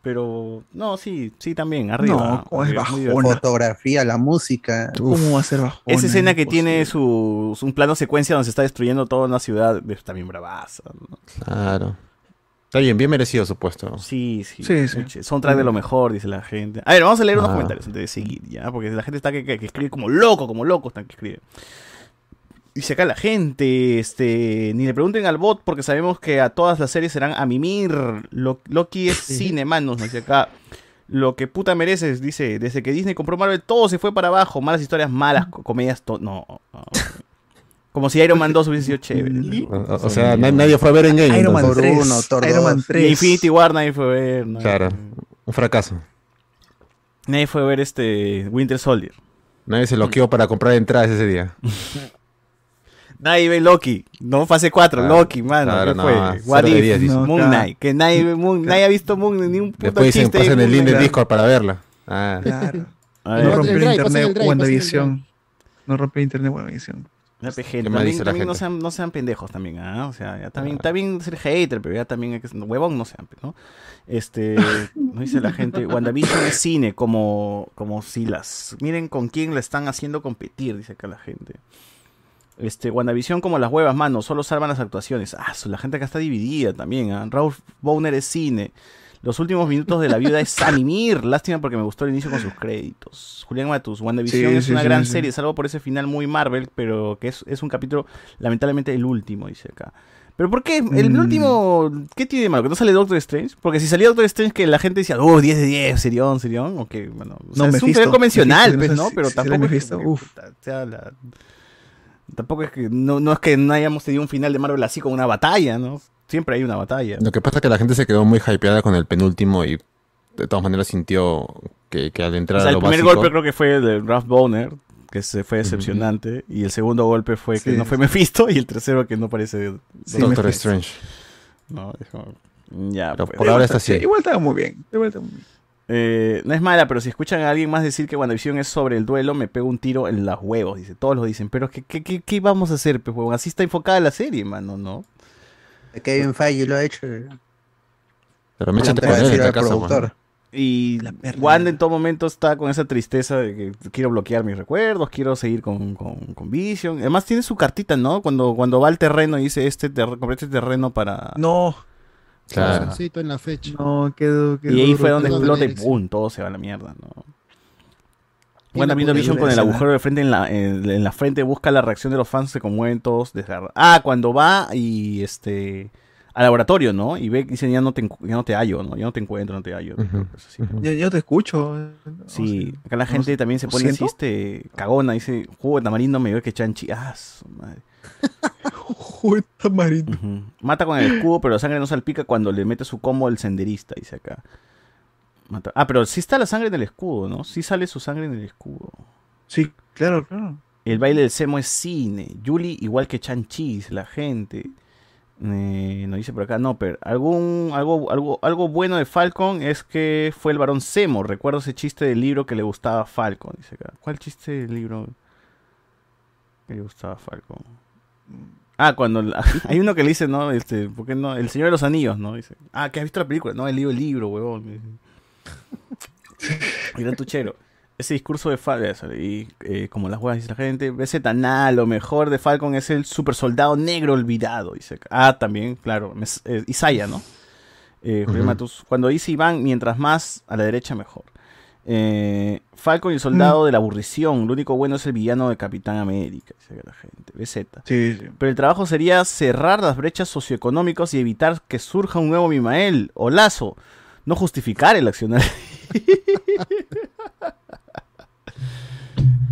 A: pero no, sí, sí también, arriba.
K: No, ¿cómo
A: arriba,
K: es
A: muy
K: bajona?
A: divertido.
K: Fotografía, la música.
G: ¿Cómo va a ser bajona?
A: Esa escena que tiene su, su- un plano secuencia donde se está destruyendo toda una ciudad es también bravaza. ¿no?
N: Claro. Está bien, bien merecido su puesto. Mm.
A: Sí, sí.
N: Sí, sí.
A: Puche, Soundtrack de lo mejor, dice la gente. A ver, vamos a leer unos
N: Ah.
A: comentarios antes de seguir, ya, porque la gente está que, que- que escribe como loco, como loco están que escribe. Dice acá la gente, este, ni le pregunten al bot porque sabemos que a todas las series serán a mimir. Lo- Loki es cine, manos, dice acá. Lo que puta mereces, dice, desde que Disney compró Marvel todo se fue para abajo, malas historias, malas co- comedias, to- no, no. Como si Iron Man 2 hubiese sido chévere.
N: O, o sea, na- nadie fue a ver en Game.
A: Iron Man
N: entonces.
A: 3, Iron Man 3. Infinity War nadie fue a ver. nadie-
N: Claro, un fracaso.
A: Nadie fue a ver este Winter Soldier.
N: Nadie se loqueó para comprar entradas ese día.
A: Nadie ve Loki, no fase 4,
N: Claro,
A: Loki, mano,
N: Ah, claro,
A: ¿qué
N: no,
A: fue?
N: cero
A: What
N: de
A: if?
N: diez, dice.
A: Moon
N: No,
A: Knight, que nadie ve Moon, nadie ha visto Moon ni un puto
N: Después dicen,
A: chiste de
N: pasen
A: Moon
N: el link de
A: Knight".
N: Discord para verla. Ah.
G: Claro.
A: A ver.
G: No rompió
A: El
G: el
A: drive, pasa el
G: internet
A: drive, pasa el
G: WandaVision. No rompió el internet WandaVision.
A: La
N: ¿Qué
A: PG.
N: más
A: También,
N: dice la
A: también no,
N: gente?
A: sean, no sean pendejos también, ¿ah? O sea, ya también, también ser hater, pero ya también hay que ser- huevón no sean, pues, ¿no? Este, no dice la gente, WandaVision es cine, como, como si las... Miren con quién la están haciendo competir, dice acá la gente. Este, WandaVision como las huevas, mano, solo salvan las actuaciones. Ah, su- la gente acá está dividida también, ¿ah? Ralph Bowner es cine. Los últimos minutos de la viuda es Sanimir. Lástima porque me gustó el inicio con sus créditos. Julián Matus, WandaVision
G: Sí,
A: es
G: sí,
A: una
G: sí,
A: gran
G: sí.
A: serie, salvo por ese final muy Marvel, pero que es, es un capítulo, lamentablemente, el último, dice acá. ¿Pero por qué? El
G: Mm.
A: último, ¿qué tiene de malo? ¿Que no sale Doctor Strange? Porque si salía Doctor Strange, que la gente decía, oh, 10 de 10, serión, serión, o que, bueno, o sea,
G: No,
A: es un
G: Mephisto,
A: final convencional,
G: Mephisto,
A: pues,
G: no sé
A: ¿no?
G: si-
A: Pero
G: si será
A: tampoco, es
G: Mephisto,
A: como que, puta, sea la- tampoco es que, no, no es que no hayamos tenido un final de Marvel así con una batalla, ¿no? Siempre hay una batalla.
N: Lo que pasa es que la gente se quedó muy hypeada con el penúltimo y de todas maneras sintió que, que al entrar
A: O sea,
N: a
A: el
N: lo
A: primer
N: básico-
A: golpe creo que fue el de Ralph Boner, que se fue decepcionante. Y el segundo golpe fue que
N: Sí,
A: no fue Mephisto. Y el tercero que no parece
N: Sí, Doctor Mephisto. Strange.
A: No, es como- Ya,
N: Pero
A: pues.
N: por ahora está así.
G: Igual estaba muy bien. Igual estaba muy bien.
A: Eh, no es mala, pero si escuchan a alguien más decir que WandaVision es sobre el duelo, me pego un tiro en las huevos. Dice, todos lo dicen, pero ¿qué, qué, qué, qué vamos a hacer? Pues, huevón? así está enfocada la serie, mano, ¿no?
D: Kevin Feige lo ha hecho.
N: Pero
D: méchate con él, en
N: pues.
D: tal caso, mano.
A: Y Wanda en todo momento está con esa tristeza de que quiero bloquear mis recuerdos, quiero seguir con, con- con Vision. Además tiene su cartita, ¿no? Cuando, cuando va al terreno y dice, este ter- compré este terreno para...
G: No.
A: Claro.
K: Solcito en la fecha.
G: No, quedó.
A: Ah. Y ahí fue donde explota y ¡pum! Todo se va a la mierda, ¿no? Wanda viendo Vision con el agujero de frente en la, en, en la frente, busca la reacción de los fans, se conmueven todos. desgarra- Ah, cuando va y este al laboratorio, ¿no? Y ve que dicen, ya no te, encu- ya no te hallo, ¿no? Ya no te encuentro, no te hallo. Creo que es así, ¿no?
G: Yo, yo te escucho.
A: Sí, acá la
G: no
A: gente
G: sé,
A: también se
G: ¿lo
A: pone así,
G: siento?
A: este, cagona, dice, jugo de tamarindo me ve que chanchi. Ah, su madre.
G: Uy, tamarito.
A: Mata con el escudo, pero la sangre no salpica cuando le mete su combo el senderista, dice acá. Mata- Ah, pero sí está la sangre en el escudo, ¿no? Sí sale su sangre en el escudo.
G: Sí, claro, claro.
A: El baile del Semo es cine. Yuli, igual que Chan-Chi, dice la gente. Eh, nos dice por acá, no, pero algún, algo, algo, algo bueno de Falcon es que fue el varón Semo. Recuerdo ese chiste del libro que le gustaba a Falcon. Dice acá. ¿Cuál chiste del libro que le gustaba a Falcon? Ah, cuando la- hay uno que le dice, ¿no? Este, ¿por qué no? El Señor de los Anillos, ¿no? Dice, ah, que has visto la película. No, he leído el libro, huevón. Gran tuchero. Ese discurso de Falcon, y eh, como las huevas dice la gente, BZ, nada, lo mejor de Falcon es el super soldado negro olvidado. Dice. acá. Ah, también, claro, mes- eh, Isaiah, ¿no? Eh, Julián
N: Ujú.
A: Matus, cuando dice Iván, mientras más a la derecha, mejor. Eh, Falcon y el soldado de la aburrición, lo único bueno es el villano de Capitán América, dice acá la gente, BZ. Pero el trabajo sería cerrar las brechas socioeconómicas y evitar que surja un nuevo Mimael o Lazo, no justificar el accionar.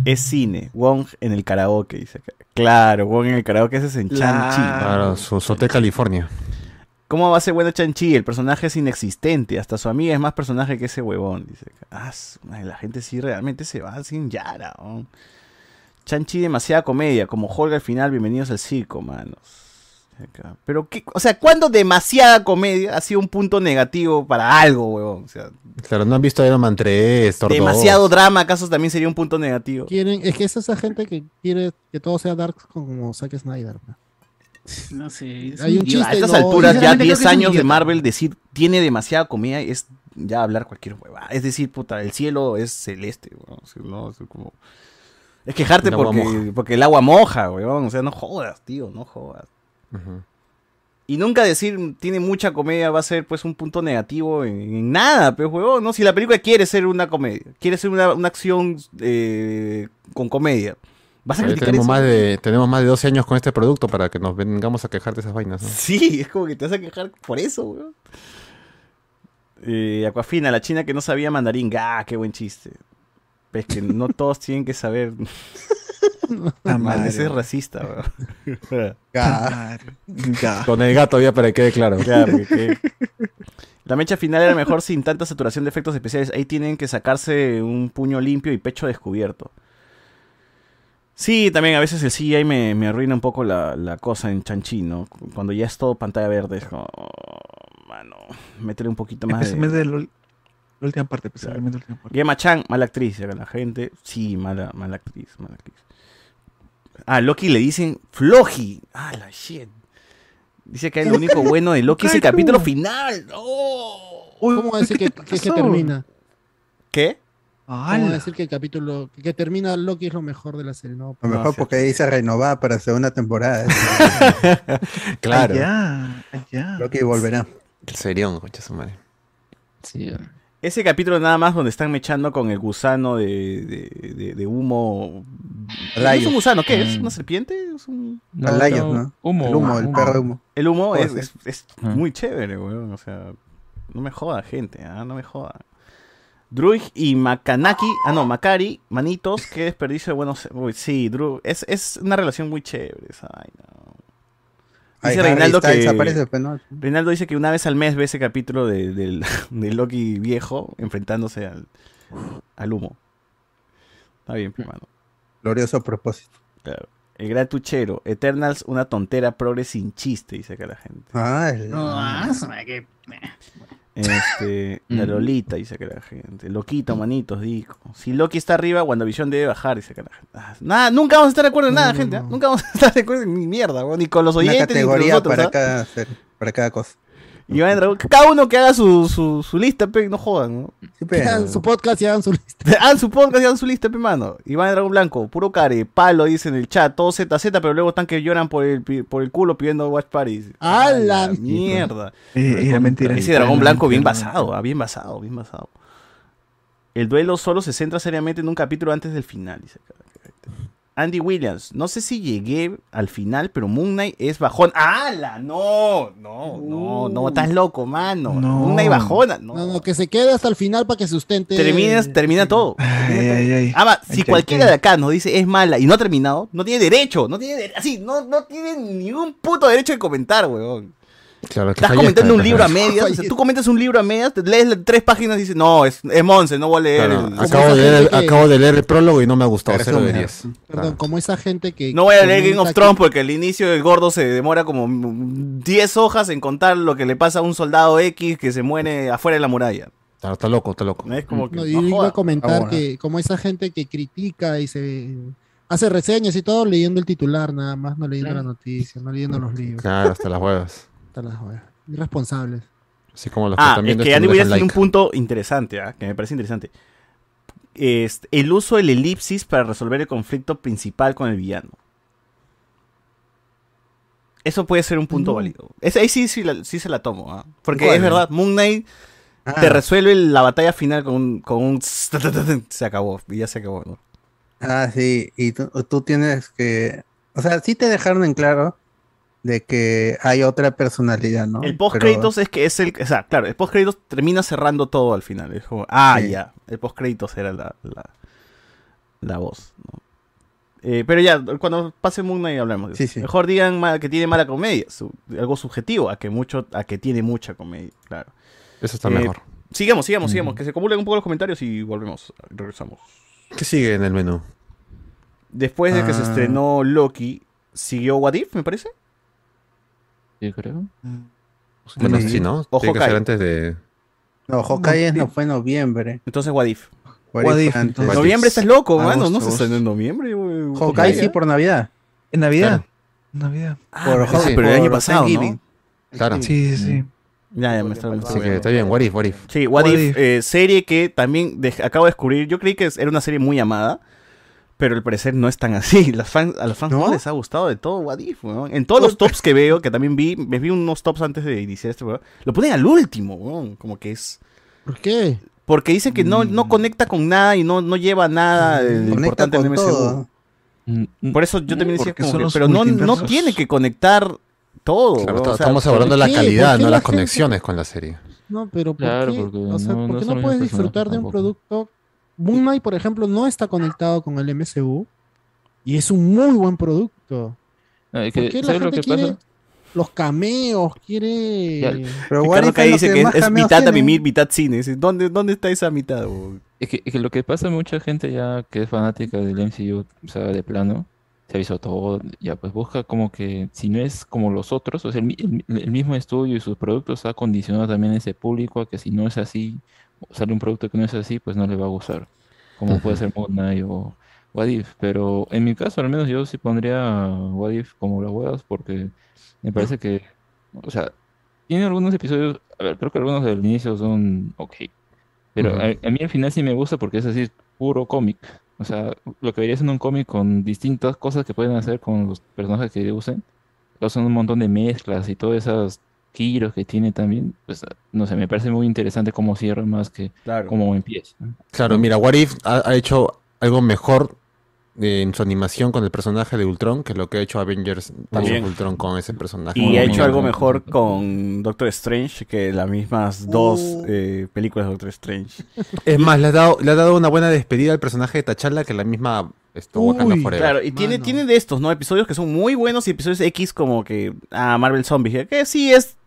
A: Es cine. Wong en el karaoke, dice acá. Claro, Wong en el karaoke ese es en Chan-Chi.
N: Claro, su su hotel California.
A: ¿Cómo va a ser bueno Chan-Chi? El personaje es inexistente. Hasta su amiga es más personaje que ese huevón, dice acá. Ah, su madre, la gente sí realmente se va sin Yara. ¿no? Chan-Chi demasiada comedia. Como Holga al final, bienvenidos al circo, manos. Acá. Pero, qué, o sea, ¿cuándo demasiada comedia ha sido un punto negativo para algo, huevón? O sea,
N: Claro, no han visto Iron Man 3, Thor 2.
A: demasiado drama, ¿acaso también sería un punto negativo?
K: Quieren, es que es esa gente que quiere que todo sea dark como Zack Snyder. ¿no?
I: No sé. es
K: Hay un
A: Y
K: chiste,
A: a estas
K: no,
A: alturas, ya
K: sinceramente
A: 10
K: creo que es un
A: años de
K: idiota.
A: Marvel, decir tiene demasiada comida es ya hablar cualquier hueva. Es decir, puta, el cielo es celeste, weón. O sea, no, es, como... es quejarte
N: El agua
A: porque,
N: moja.
A: porque el agua moja, weón. O sea, no jodas, tío, no jodas.
N: Ujú.
A: Y nunca decir tiene mucha comedia va a ser pues un punto negativo en, en nada, pero huevón, ¿no? Si la película quiere ser una comedia, quiere ser una, una acción eh, con comedia, vas a
N: Ahí
A: criticar
N: tenemos,
A: eso?
N: más de, tenemos más de 12 años con este producto para que nos vengamos a quejar de esas vainas. ¿no?
A: Sí, es como que te vas a quejar por eso, weón. Eh, Aquafina, la china que no sabía mandarín. ¡Ah, qué buen chiste! Es que no todos tienen que saber. Ah, madre, ese es racista, weón.
N: Ga. Con el gato ya para que quede claro.
A: Claro, que- que- La mecha final era mejor sin tanta saturación de efectos especiales. Ahí tienen que sacarse un puño limpio y pecho descubierto. Sí, también a veces el CGI me, me arruina un poco la, la cosa en Chanchi, ¿no? Cuando ya es todo pantalla verde, es como. oh, mano, métele un
G: Este
A: poquito más de.
G: Especialmente la, la última parte, pues, especialmente la última parte.
A: Gemma Chan, mala actriz, acá la gente. Sí, mala, mala actriz, mala actriz. A Ah, Loki le dicen Floji. Ah, la
G: Eh,
A: shit. Dice que el único bueno de Loki es el
K: Ay, tú.
A: capítulo final.
K: ¿Cómo decir que, que- que
A: pasó?
K: termina?
A: ¿Qué?
K: ¿Cómo decir que el capítulo que, que termina Loki es lo mejor de la serie? No,
O: A lo mejor porque dice renovar para segunda temporada.
N: Claro.
K: Ah,
O: Lo que volverá.
N: El serión, concha su madre.
J: Sí.
A: Ese capítulo nada más donde están mechando con el gusano de, de- de- de humo.
J: Alayo.
A: ¿No es un gusano? ¿Qué es?
J: Mm.
A: ¿Una serpiente? ¿Es un...
J: No, Alayo, no, ¿no? humo,
A: el humo,
J: el perro de humo. Ah.
A: El humo
J: Puede
A: es,
J: ser.
A: es- es muy chévere, weón. O sea, no me joda, gente. ah, No me joda. Druig y Makanaki, ah no, Makari, manitos, qué desperdicio de buenos. Uy, sí, Druig, es, es una relación muy chévere esa vaina.
O: Ay,
A: Dice
O: Harry
A: Reinaldo que.
O: Styles aparece, pues, ¿no?
A: Reinaldo dice que una vez al mes ve ese capítulo de, del, del Loki viejo enfrentándose al, al humo. Está bien, pues, mano.
O: Glorioso propósito.
A: Claro. El gratuchero, Eternals, una tontera progre sin chiste, dice acá la gente.
I: No, ah, su madre, que-
A: Este,
O: Mm.
A: la Lolita, dice que la gente. Loquito, manitos, dijo. Si Loki está arriba, WandaVision debe bajar, dice que la gente. Ah, Nada, nunca vamos a estar de acuerdo en nada, gente. ¿ah? Nunca vamos a estar de acuerdo en ni mierda, weón, ni con los
O: Una
A: oyentes, ni con
O: categoría
A: nosotros.
O: para
A: ¿ah?
O: cada, serie, para cada cosa.
A: Y Iván Drago- cada uno que haga su, su, su lista, pe, no jodan, ¿no?
K: Hagan su podcast y hagan su lista.
A: Hagan su podcast y hagan su lista, pe, mano. Iván Dragón Blanco, puro care, palo, dice en el chat, todo ZZ, pero luego están que lloran por el, pi- por el culo pidiendo Watch Party.
K: ¡A la
A: mierda!
G: Eh, era mentira.
A: Ese dragón blanco bien basado, ah, bien basado, bien basado. El duelo solo se centra seriamente en un capítulo antes del final, dice acá. Andy Williams, no sé si llegué al final, pero Moon Knight es bajón. ¡Hala! No, no, no, no, estás loco, mano. Moon Knight bajona. No.
K: No, no, que se quede hasta el final para que sustente.
A: Terminas, termina todo. Termina todo. Ahora, si cualquiera de acá nos dice es mala y no ha terminado, no tiene derecho, no tiene dere- así, no, no tiene ningún puto derecho de comentar, weón.
N: Claro, que
A: Estás
N: fallezca,
A: comentando un
N: pues,
A: libro a
N: ¿no?
A: medias, o sea, tú comentas un libro a medias, te lees las tres páginas y dices, no, es, es Monse, no voy a leer.
N: Claro,
A: el-
N: acabo, de leer, acabo de leer el prólogo y no me ha gustado.
A: Pero
N: cero de Ah.
A: eso me-
N: 10.
K: Perdón, como esa gente que.
A: No voy a leer
K: comenta
A: Game of
K: que-
A: Thrones porque el inicio del gordo se demora como 10 hojas en contar lo que le pasa a un soldado X que se muere afuera de la muralla.
N: Está, está loco, está loco.
A: Es como que,
K: No,
A: no
K: yo iba
A: joda.
K: a comentar
N: Ahora.
K: que como esa gente que critica y se hace reseñas y todo leyendo el titular nada más, no leyendo la noticia, no leyendo los libros.
N: Claro, hasta las huevas.
K: Hasta las huevas. Irresponsables.
N: Así como los que
A: Ah,
N: están
A: es
N: viendo este
A: que
N: esto
A: Andy
N: no
A: Williams
N: dejan
A: tiene un
N: like.
A: punto interesante, ¿ah? que me parece interesante. Es el uso del elipsis para resolver el conflicto principal con el villano. Eso puede ser un punto válido. Es, ahí sí, sí, la- sí se la tomo. ¿ah? Porque
B: ¿Cuál?
A: es verdad, Moon Knight te resuelve la batalla final con un, con un Se acabó, y ya se acabó. ¿no?
O: Ah, sí, y tú, tú tienes que, o sea, sí te dejaron en claro de que hay otra personalidad, ¿no?
A: El post créditos es que es el. O sea, claro, el post créditos termina cerrando todo al final. Es como, ah,
O: Sí.
A: ya. El post créditos era la, la, la voz. ¿no? Eh, pero ya, cuando pase Moon Knight hablamos. de
O: Sí,
A: eso.
O: sí.
A: Mejor digan ma- que tiene mala comedia. su- algo subjetivo a que mucho, a que tiene mucha comedia, claro.
N: Eso está
A: Eh,
N: mejor.
A: Sigamos, sigamos,
O: Mm.
A: sigamos. Que se acumulen un poco los comentarios y volvemos. Regresamos.
N: ¿Qué sigue en el menú?
A: Después de que se
N: Ah.
A: estrenó Loki, siguió What If, me parece.
J: Yo creo.
N: Bueno, sí, ¿no?
A: Ojo,
N: Tiene que ser
A: Kai.
N: antes de.
O: No, Hawkeye no fue en noviembre.
A: Entonces, What If.
O: What What Ah, If If, antes. entonces.
A: Noviembre estás loco, mano. No
O: Agosto,
A: se estrenó en noviembre, güey.
O: Hawkeye sí por Navidad.
G: En Navidad. Navidad.
A: Ah, Por
O: Hawkeye,
A: pero el
O: por
A: año pasado, ¿no?
O: Thanksgiving.
N: Claro.
G: Sí, sí.
A: Ya, ya me está, me está
N: Así que está bien, what if, what if.
A: Mm. Sí, What,
N: What
A: If, eh, serie que también dej- acabo de descubrir. Yo creí que es- era una serie muy amada, pero al parecer no es tan así. Las fans, a los fans no les ha gustado de todo What If, weón. En todos los tops que veo, que también vi, me vi unos tops antes de iniciar este programa, lo ponen al último, weón. Como que es.
K: ¿Por qué?
A: Porque dicen que no,
N: Mm.
A: no conecta con nada y no, no lleva nada eh, importante en
O: con
A: MCU.
O: todo.
A: Por eso yo también decía
O: Mm, Porque
A: como
O: son
A: que,
O: los
A: pero no, no
O: multiversos.
A: tiene que conectar todo.
N: Claro,
A: weón.
N: está-
A: O sea,
N: estamos hablando de la
A: ¿por qué?
N: calidad,
A: ¿Por qué
N: no
A: la
N: las
A: gente-
N: conexiones con la serie.
K: No, pero ¿por
J: Claro,
K: qué?
J: porque
K: O sea,
J: no-
K: ¿por
J: no
K: qué
J: son
K: no,
J: los
K: puedes
J: mismos
K: disfrutar de un producto? Moon Knight, por ejemplo, no está conectado con el MCU y es un muy buen producto.
J: No, Ah, es
K: ¿Por
J: que,
K: qué la
J: ¿sabes
K: gente
J: lo que
K: quiere
J: pasa?
K: los cameos? Quiere.
J: Ya,
O: Pero
A: Ricardo
O: What If
A: Calle
O: es lo
A: dice
O: que
A: que
O: más
A: es, es
O: cameos
A: mitad
O: tiene.
A: Tamimir, mitad cine. Dice, ¿dónde, ¿Dónde está esa mitad? weón?
J: Es que, es que lo que pasa mucha gente ya que es fanática del MCU, o sea, de plano, se avisó todo, ya pues busca como que, si no es como los otros, o sea, el, mi- el mi- el mismo estudio y sus productos ha condicionado también a ese público a que si no es así, o sale un producto que no es así, pues no le va a gustar. Como puede ser Moon Knight o, What If, pero en mi caso al menos yo sí pondría What If como las huevas porque me parece que, o sea, tiene algunos episodios, a ver, creo que algunos del inicio son ok, pero
C: Ujú.
J: a, a mí al final sí me gusta porque es así puro cómic, o sea, lo que verías en un cómic con distintas cosas que pueden hacer con los personajes que usen, son un montón de mezclas y todos esos giros que tiene también, pues no sé, me parece muy interesante cómo cierra más que cómo empieza.
C: Claro, mira, What If ha, ha hecho algo mejor eh, en su animación con el personaje de Ultron que lo que ha hecho Avengers también
A: Bien.
C: Ultron con ese personaje.
A: Y ha hecho algo mejor con Doctor Strange que las mismas dos eh, películas de Doctor Strange.
C: Es más, le ha dado, le ha dado una buena despedida al personaje de T'Challa que la misma esto, Wakanda Forever.
A: claro, y tiene, tiene de estos, ¿no? Episodios que son muy buenos y episodios X como que ah, Marvel Zombies, ¿eh? que sí es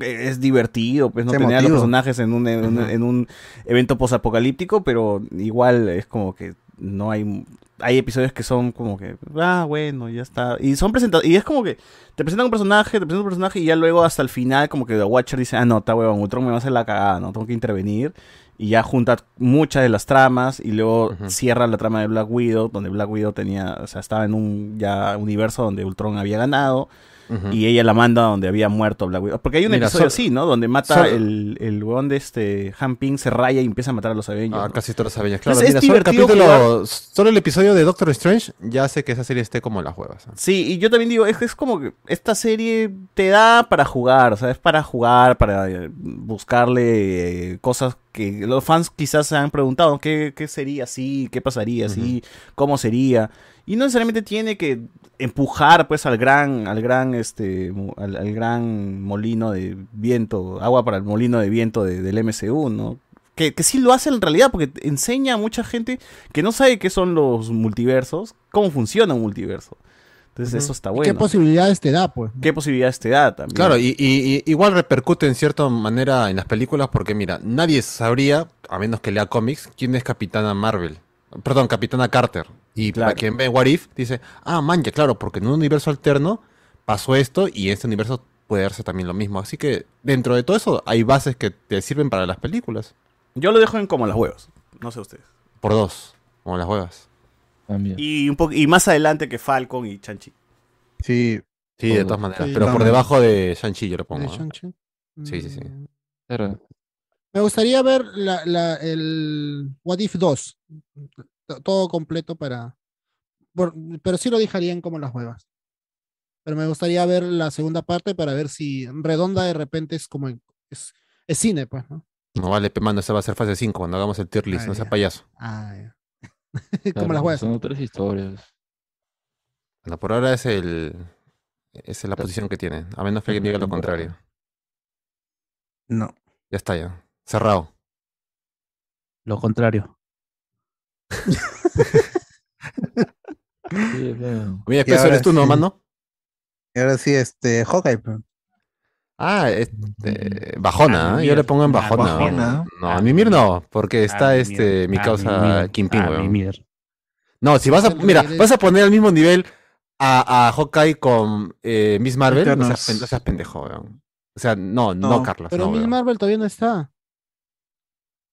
A: es divertido, pues no
G: Es
A: tener a los
G: emotivo.
A: personajes en un, en, un- en un evento posapocalíptico, pero igual es como que no hay hay episodios que son como que ah, bueno, ya está. Y son presentados y es como que te presentan un personaje, te presentan un personaje y ya luego hasta el final como que The Watcher dice, "Ah, no, está huevón, Ultron me va a hacer la cagada, no tengo que intervenir." Y ya junta muchas de las tramas y luego cierra la trama de Black Widow, donde Black Widow tenía, o sea, estaba en un ya universo donde Ultron había ganado
C: Ujú.
A: y ella la manda donde había muerto Black Widow. Porque hay un
C: Mira,
A: episodio
C: solo-
A: así, ¿no? Donde mata
C: solo-
A: el, el weón de este Han Ping, se raya y empieza a matar a los Avengers. Ah,
C: casi todos los Avengers,
A: Claro,
C: Claro,
A: es,
C: mira, solo el,
A: divertido. jugar-
C: capítulo, solo el episodio de Doctor Strange ya hace que esa serie esté como las huevas.
A: Sí, y yo también digo, es, es como que esta serie te da para jugar, o sea, es para jugar, para eh, buscarle eh, cosas que los fans quizás se han preguntado, ¿qué, qué sería así? ¿Qué pasaría así? ¿Cómo sería? Y no necesariamente tiene que empujar pues al gran, al gran, este, mo- al, al gran molino de viento, agua para el molino de viento de- del MCU, ¿no? que, que sí lo hace en realidad, porque te enseña a mucha gente que no sabe qué son los multiversos, cómo funciona un multiverso. Entonces eso está bueno.
K: ¿Qué posibilidades te da, pues?
A: ¿Qué posibilidades te da también?
C: Claro, y, y- y igual repercute en cierta manera en las películas porque mira, nadie sabría, a menos que lea cómics, quién es Capitana Marvel. Perdón, Capitana Carter. Y para quien ve What If, dice, ah, man, ya claro, porque en un universo alterno pasó esto y en este universo puede darse también lo mismo. Así que dentro de todo eso hay bases que te sirven para las películas.
A: Yo lo dejo en como las huevas. No sé ustedes.
C: Por dos, como las huevas.
A: Y, un po- y más adelante que Falcon y Chanchi.
C: Sí. Sí,
A: Por
C: de todas
A: dos.
C: maneras.
A: Sí,
C: Pero por
A: también. Mm.
C: debajo de Shang-Chi yo
K: ¿De
C: lo pongo. ¿eh?
K: Shang-Chi?
C: Sí, sí, sí.
K: Me gustaría ver la, la- el What If 2. to- Todo completo para. por- pero sí lo dejarían como las huevas. Pero me gustaría ver la segunda parte para ver si redonda de repente es como. en- Es, es cine, pues, ¿no?
C: No vale, pe, mano, esa va a ser fase 5 cuando hagamos el tier list,
K: Ah,
C: no sea
K: ya.
C: payaso.
K: Ah, ya.
J: Claro,
K: como las huevas.
J: Son otras historias.
C: Bueno, por ahora es el. Esa es la posición que tiene. A menos que alguien diga lo contrario.
D: No.
C: Ya está ya. Cerrado.
P: Lo contrario.
C: Mira,
D: Y
C: Espeso, eres
D: ahora
C: tú, ¿no,
D: sí-
C: mano?
D: Y ahora sí, este, Hawkeye. pe.
C: Ah, este,
A: Mm,
C: bajona, ¿eh? Yo
D: Mimir.
C: le pongo en
D: Ah,
C: bajona.
D: Bajona.
C: No, a Mimir no, porque está este mi
D: a
C: causa
D: Mimir,
C: Kimping,
D: a
C: weón. No, si vas a. Mira, vas a poner al mismo nivel a, a Hawkeye con eh, Miss Marvel. No seas,
D: Eternos.
C: pen- no seas pendejo, weón. O sea, no, no,
K: No,
C: Carlos.
K: Pero
C: no,
K: Miss
C: weón.
K: Marvel todavía no está.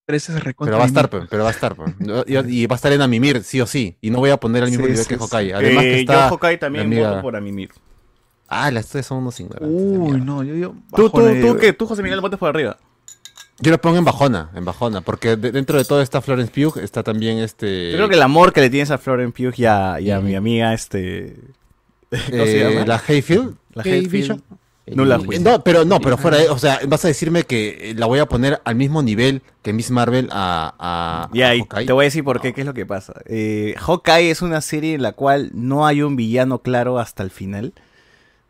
C: Pero va a estar, pues, pe, pero va a estar. pe. No, Y, y va a estar en Amimir, sí o sí. Y no voy a poner al mismo
A: Sí,
C: nivel
A: sí,
C: que
A: sí.
C: Hawkeye. Además que
A: Eh,
C: está
A: yo Hawkeye también
C: mi amiga-
A: voto por Amimir.
C: Ah, las tres son unos ignorantes.
Q: Uy, no, yo digo.
A: Tú, tú,
C: Bajona,
A: tú,
C: digo.
A: que tú, José Miguel, votes por arriba.
C: Yo lo pongo en bajona, en bajona. Porque de- dentro de todo está Florence Pugh, está también este...
A: Yo creo que el amor que le tienes a Florent Pugh y a, y a mi amiga, este... ¿Cómo se
C: eh,
A: llama?
C: la Hayfield.
A: La Hayfield. Bishop. No la juicio.
C: No, pero no, pero fuera, de- o sea, vas a decirme que eh, la voy a poner al mismo nivel que Miss Marvel a, a,
A: Ya, y te voy a decir por qué, qué es lo que pasa. Eh, Hawkeye es una serie en la cual no hay un villano claro hasta el final.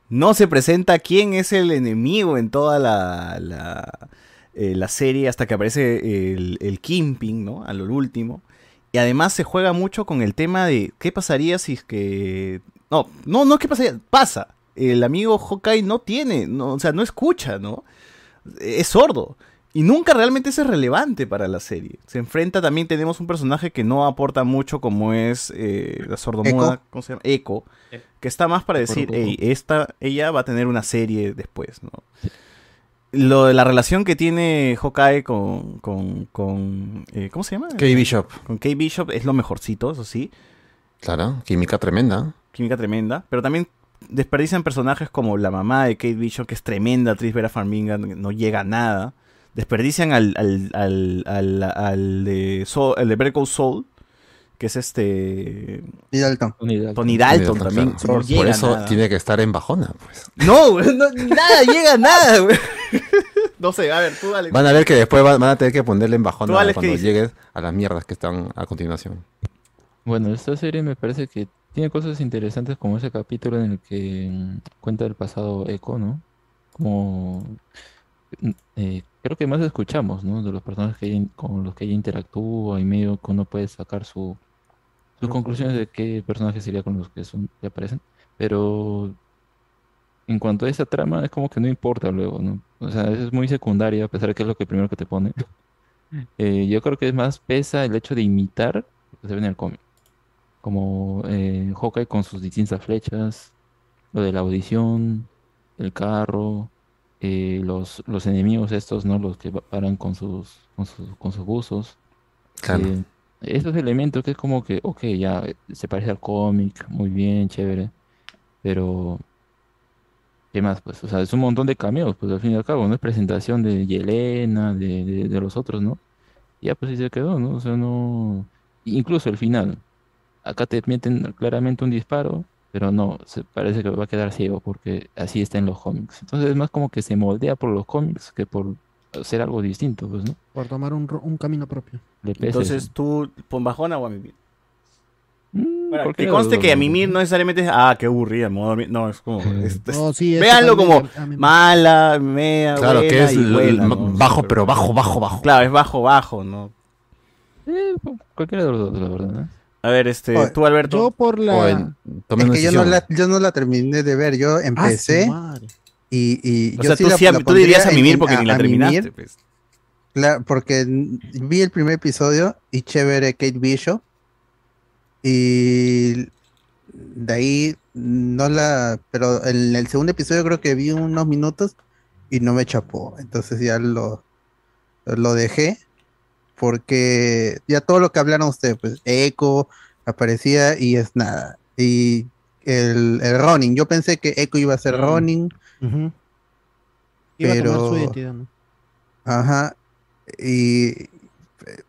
A: No se presenta quién es el enemigo en toda la, la, eh, la serie hasta que aparece eh, el, el Kingpin, ¿no? A lo último. Y además se juega mucho con el tema de qué pasaría si es que... No, no, no es que pasaría, pasa. El amigo Hawkeye no tiene, no, o sea, no escucha, ¿no? es sordo. Y nunca realmente ese es relevante para la serie. Se enfrenta también, tenemos un personaje que no aporta mucho, como es eh, la sordomuda,
G: Echo.
A: ¿cómo se llama? Echo, que está más para decir, "Ey, esta, ella va a tener una serie después, ¿no? Lo de la relación que tiene Hawkeye con, con, con, eh, ¿cómo se llama?
C: Kate Bishop.
A: Con Kate Bishop es lo mejorcito, eso sí.
C: Claro, química tremenda.
A: química tremenda, pero también desperdician personajes como la mamá de Kate Bishop, que es tremenda actriz, Vera Farminga, no llega a nada. Desperdician al, al, al, al, al de Soul, el de Better Call Saul, que es este...
D: Tony Dalton.
A: Tony Dalton
C: Claro.
A: también. no
C: Por,
A: llega a
C: eso
A: nada.
C: tiene que estar en bajona. pues.
A: No, güey, no, nada, llega nada, güey. No sé, a ver, tú dale.
C: Van a ver que después van, van a tener que ponerle en bajona
A: Tú, Alex,
C: cuando
A: ¿qué dices?
C: llegues a las mierdas que están a continuación.
J: Bueno, esta serie me parece que tiene cosas interesantes como ese capítulo en el que mm, cuenta el pasado Echo, ¿no? Como mm, eh, creo que más escuchamos, ¿no? De los personajes que ella in- con los que ella interactúa y medio que uno puede sacar su, sus conclusiones de qué personaje sería con los que son, que aparecen. Pero en cuanto a esa trama, es como que no importa luego, ¿no? O sea, es muy secundaria, a pesar de que es lo que primero que te pone. Eh, yo creo que es más pesa el hecho de imitar lo que se ve en el cómic. Como eh, Hawkeye con sus distintas flechas, lo de la audición, el carro, eh, los, los enemigos estos, ¿no? Los que va- paran con sus, con sus, con sus buzos.
C: Claro.
J: Eh, esos elementos que es como que, ok, ya eh, se parece al cómic, muy bien, chévere, pero ¿Qué más? Pues, o sea, es un montón de cameos, pues al fin y al cabo, ¿no? Es presentación de Yelena, de, de- de los otros, ¿no? Y Ya, pues y se quedó, ¿no? O sea, no. Incluso el final. Acá te meten claramente un disparo, pero no, se parece que va a quedar ciego porque así está en los cómics. Entonces es más como que se moldea por los cómics que por ser algo distinto, pues, ¿no?
K: Por tomar un, ro- un camino propio.
J: Le pesa
A: Entonces
J: eso.
A: tú, ¿pon bajona o a mimir? Ahora,
J: ¿por qué
A: que
J: los
A: conste
J: dos,
A: que a
J: no?
A: mimir no necesariamente es, ah, qué aburrida, me voy a dormir". No, es como. es- es-
K: No, sí, es
A: véanlo como
K: totalmente a- a mimir.
A: mala, mea,
C: Claro,
A: buena
C: que es
A: y
C: l-
A: buena,
C: l-
A: ¿no?
C: bajo, pero bajo, bajo, bajo. pues,
A: Claro, es bajo, bajo, ¿no?
J: Eh, cualquiera de los dos, la verdad, ¿no?
A: A ver, este,
D: Oye,
A: tú, Alberto.
K: Yo por la...
D: Es que yo no, la, yo no la terminé de ver, yo empecé y, y
A: Ah,
D: yo
A: O sea,
D: sí
A: tú
D: la-
A: sí
D: la
A: am- tú
D: pondría
A: dirías a
D: en-
A: mimir
D: en-
A: porque ni la
D: a
A: terminaste,
D: mimir.
A: pues.
D: Claro, porque n- vi el primer episodio y chévere Kate Bishop y de ahí no la, pero en el segundo episodio creo que vi unos minutos y no me chapó, entonces ya lo, lo dejé porque ya todo lo que hablaron ustedes, pues Echo aparecía y es nada. Y el, el Ronin, yo pensé que Echo iba a ser Ronin,
K: Mm. Iba a tomar
D: pero...
K: su identidad, ¿no?
D: Ajá. Y eh,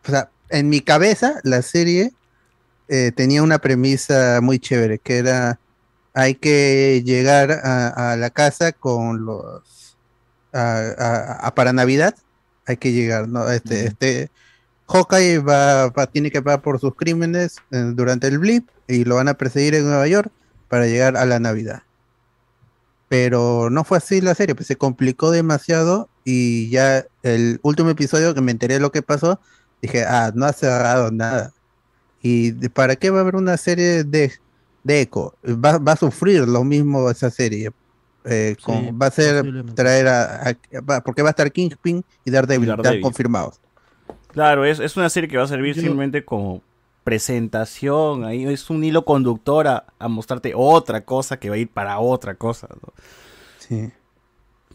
D: o sea, en mi cabeza la serie eh, tenía una premisa muy chévere, que era hay que llegar a, a la casa con los a, a- a- para Navidad hay que llegar, ¿no? Este, este Hawkeye va, va- tiene que pagar por sus crímenes eh, durante el blip y lo van a perseguir en Nueva York para llegar a la Navidad pero no fue así la serie, pues se complicó demasiado y ya el último episodio que me enteré de lo que pasó, dije, ah, no ha cerrado nada. ¿Y de- para qué va a haber una serie de, de eco? Va, va a sufrir lo mismo esa serie. eh, con- va a ser traer a, a- va- porque va a estar Kingpin y Daredevil, están
A: Daredevil.
D: confirmados.
A: Claro, es, es una serie que va a servir
D: Yo-
A: simplemente como presentación. Ahí es un hilo conductor a, a mostrarte otra cosa que va a ir para otra cosa. ¿no?
D: Sí.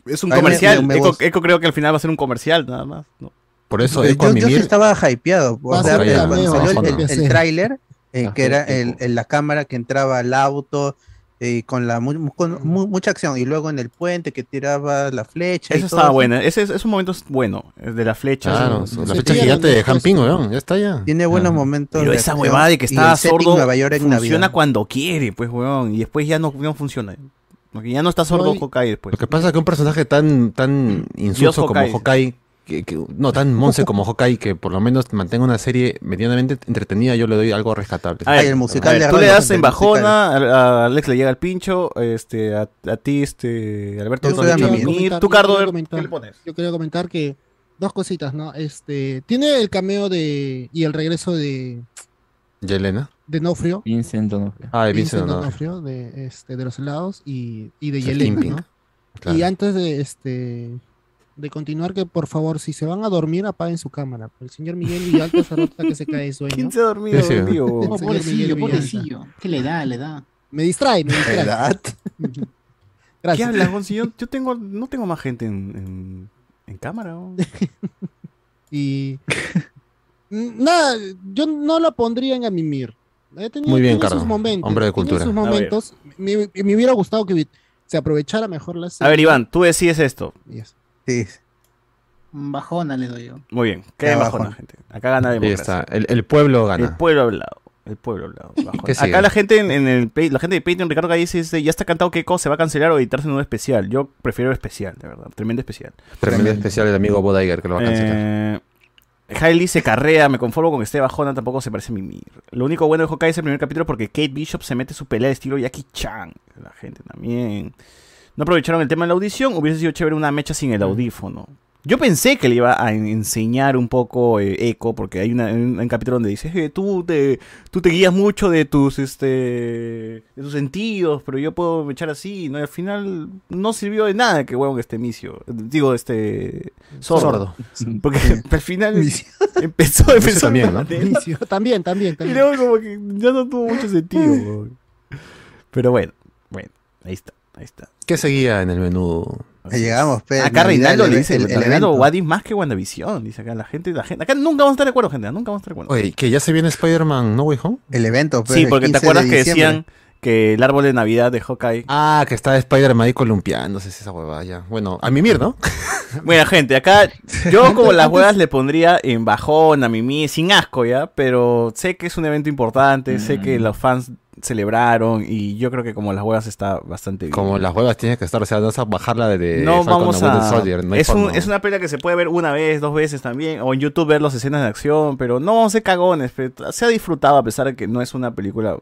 A: Es un
D: Ahí me-
A: comercial.
D: me- me
A: Eco,
D: gusta.
A: Eco creo que al final va a ser un comercial, nada más. ¿no?
C: Por eso
D: Yo-
C: Echo a
D: yo, yo sí
C: mimir.
D: estaba hypeado. o
C: Va a
D: sea,
C: ser
D: cuando
C: cameo,
D: salió el,
C: bajona.
D: el- el
C: Sí.
D: tráiler, eh, que era
C: Ajá,
D: el- el- la cámara que entraba al auto eh, con la mu- con mu- mucha acción y luego en el puente que tiraba la flecha. y
A: Eso
D: todo
A: estaba
D: eso.
C: ¿eh?
A: bueno. Ese es, es un momento bueno. el de la flecha.
C: Claro,
A: Sí,
C: la
A: sí,
C: flecha
A: sí,
C: gigante
A: sí,
C: de
A: sí,
C: Jampín,
A: sí.
C: weón. Ya está ya.
D: Tiene buenos momentos.
A: Pero
D: de
A: esa
D: acción
A: huevada de que
D: y el
A: estaba
D: setting
A: sordo
D: Nueva York en
A: funciona
D: Navidad.
A: cuando quiere, pues, weón. Y después ya no, no funciona. Porque ya no está sordo
C: No, y-
A: Hawkeye después.
C: Lo que pasa es que un personaje tan, tan insulso como
A: Mm, Hawkeye.
C: Hawkeye, que, que- no, tan monce como Hawkeye, que por lo menos mantenga una serie medianamente entretenida, yo le doy algo rescatable.
A: A ver, a ver, tú le das en bajona, a, a Alex le llega el pincho, este, a, a ti, este, Alberto,
K: Yo
A: tú
K: quería
A: has dicho
K: comentar-
A: Mimir.
K: yo
A: tú, Cardo,
K: quería
A: a ver,
K: comentar-
A: ¿qué le pones?
K: Yo quería comentar que dos cositas, ¿no? Este, tiene el cameo de y el regreso de
C: Yelena.
K: de Nofrio,
J: Vincent D'Onofrio.
C: Ah, de
K: Vincent
C: Vincent D'Onofrio.
K: D'Onofrio, de este de los helados y, y de
C: El
K: Yelena,
C: Kingpin,
K: ¿no?
C: claro.
K: Y antes de este de continuar que por favor, si se van a dormir, apaguen su cámara. El señor Miguel Villalta se nota que se cae de sueño.
I: ¿Quién se ha dormido Sí, sí. en vivo?
K: El señor
I: Pobrecillo,
K: Miguel Villalta.
I: pobrecillo. ¿Qué le da? Le da.
K: Me distrae, me distrae.
D: ¿Verdad?
A: ¿Qué
K: Gracias.
A: hablas, Gonzi? Yo, yo tengo, no tengo más gente en, en, en cámara. weón.
K: Y. Mm, Nada, yo no la pondría en Amimir. Eh, tenía-
C: Muy bien,
K: tenía sus
C: Cardo.
K: momentos,
C: Hombre de
K: tenía
C: cultura.
K: sus
C: A ver.
K: momentos. Me, me- me hubiera gustado que se aprovechara mejor la
A: A
K: serie.
A: ver, Iván, tú decides esto.
K: Sí.
I: Bajona le doy yo.
A: Muy bien, qué
I: Ya,
A: bajona,
I: bajona.
A: gente. Acá gana la
C: Ahí
A: democracia.
C: está, el- el pueblo gana.
A: El pueblo hablado. El pueblo hablado. bajona.
C: ¿Qué sigue?
A: Acá la gente en, en el pa- la gente de Patreon, Ricardo Calle dice, dice, ya está cantado Keiko, se va a cancelar o editarse en un especial. Yo prefiero especial, de verdad. Tremendo especial.
C: Tremendo especial el amigo Bodiger que lo va a cancelar.
A: Eh, Hailey se carrea, me conformo con que esté bajona, tampoco se parece a Mimir. Lo único bueno de Hawkeye es el primer capítulo porque Kate Bishop se mete su pelea de estilo Jackie Chan. La gente también. No aprovecharon el tema de la audición, hubiese sido chévere una mecha sin el audífono. Yo pensé que le iba a en- enseñar un poco eh, Echo, porque hay una- un, un capítulo donde dice, "Eh, tú te, tú te guías mucho de tus, este, de tus sentidos, pero yo puedo echar así, ¿no? Y al final no sirvió de nada que huevón este misio, digo, este, sordo.
C: Sordo.
A: Porque al final empezó,
C: Misio
A: empezó
C: también,
A: de
C: ¿no?
A: manera-
K: También, también,
A: Y
K: también.
A: luego como que ya no tuvo mucho sentido. huevón. Pero bueno, bueno, ahí está, ahí está.
C: ¿Qué seguía en el menú?
A: Llegamos,
C: pero
A: Acá Reinaldo le dice, Reinaldo
C: evento.
A: Wadi más que WandaVision, dice acá la gente, la gente. Acá nunca vamos a estar de acuerdo, gente, nunca vamos a estar de acuerdo.
C: Oye, que ya se viene Spider-Man, ¿no, Way Home?
K: El evento,
A: sí, porque te acuerdas que decían que el árbol de Navidad de Hawkeye.
C: Ah, que está Spider-Man ahí columpiándose, esa huevada ya. Bueno, a mimir, ¿no?
A: Bueno, gente, acá yo como las huevas le pondría en bajón a Mimi, sin asco ya, pero sé que es un evento importante, sé que los fans celebraron y yo creo que como las huevas está bastante bien.
C: Como las huevas tienes que estar, o sea, vas a bajarla de, de
A: no
C: Falcon
A: vamos
C: and Winter
A: a...
C: Soldier, no hay
A: es, un-
C: forma.
A: es una pelea que se puede ver una vez, dos veces también, o en YouTube ver las escenas de acción, pero no vamos a ser cagones, pe- este, se ha disfrutado a pesar de que no es una película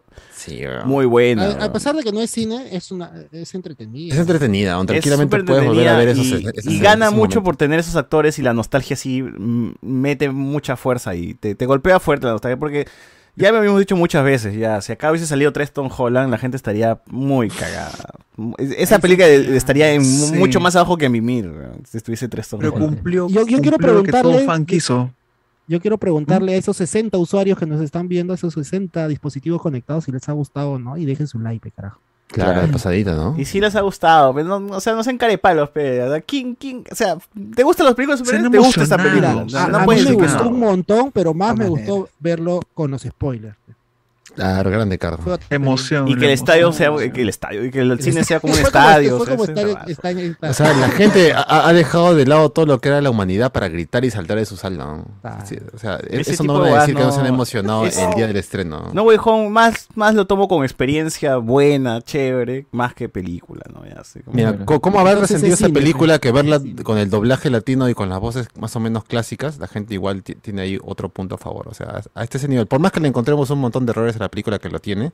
A: muy buena.
K: A, a
A: weón.
K: pesar de que no es cine, es una es entretenida.
C: Es entretenida, aún
A: Es
C: tranquilamente
A: súper
C: puedes volver a ver esos
A: entretenida y, y gana mucho por tener esos actores y la nostalgia sí mm, mete mucha fuerza y te, te golpea fuerte la nostalgia porque ya me habíamos dicho muchas veces, ya si acá hubiese salido Treston Holland la gente estaría muy cagada. Es- Esa película estaría en mu-
J: Sí.
A: mucho más abajo que Mimir weón, si estuviese Treston
J: Pero
A: Holland.
J: cumplió.
K: Yo- yo quiero
J: cumplió lo que todo
K: preguntarle-
J: fan quiso.
K: Yo quiero
C: ¿Mm?
K: preguntarle a esos 60 usuarios que nos están viendo, a esos 60 dispositivos conectados, si les ha gustado o no, y dejen su like, pe, carajo.
C: Claro, de pasadita, ¿no?
A: Y sí les ha gustado, pero no, o sea, no sean carepalos, pero ¿verdad? ¿Quién, quién, o sea, ¿te gustan las películas de
J: Se han
A: superhéroes? ¿Te gusta esta película?
J: emocionado,
A: Ah, No,
J: se
A: no
K: A- a
A: puedes
K: mí me
A: decir que
K: gustó
A: no.
K: un montón, pero más me gustó verlo con los spoilers.
C: Claro, grande Cardo.
J: Emoción.
A: Y que el estadio sea, que el estadio, y que el cine sea como un
K: Fue
A: estadio.
K: fue
A: o sea,
K: como
A: es-
K: estar en- estar en-
C: O sea, la gente ha, ha dejado de lado todo lo que era la humanidad para gritar y saltar de su sala. ¿no?
K: Ah.
C: Sí, o sea, e-
A: Ese
C: eso
A: tipo
C: no
A: de
C: va a
A: huevadas
C: decir que no se han
A: no-
C: emocionado
A: Eso-
C: el día del estreno.
A: No Way Home, más, más lo tomo como experiencia buena, chévere, más que película, ¿no? Ya sé, como-
C: Mira, co- ¿cómo haber
A: Entonces
C: resentido
A: es
C: esa
A: cine,
C: película
A: gente.
C: que verla con el doblaje latino y con las voces más o menos clásicas? La gente igual ti- tiene ahí otro punto a favor. O sea, a este es el nivel. Por más que le encontremos un montón de errores a la película que lo tiene,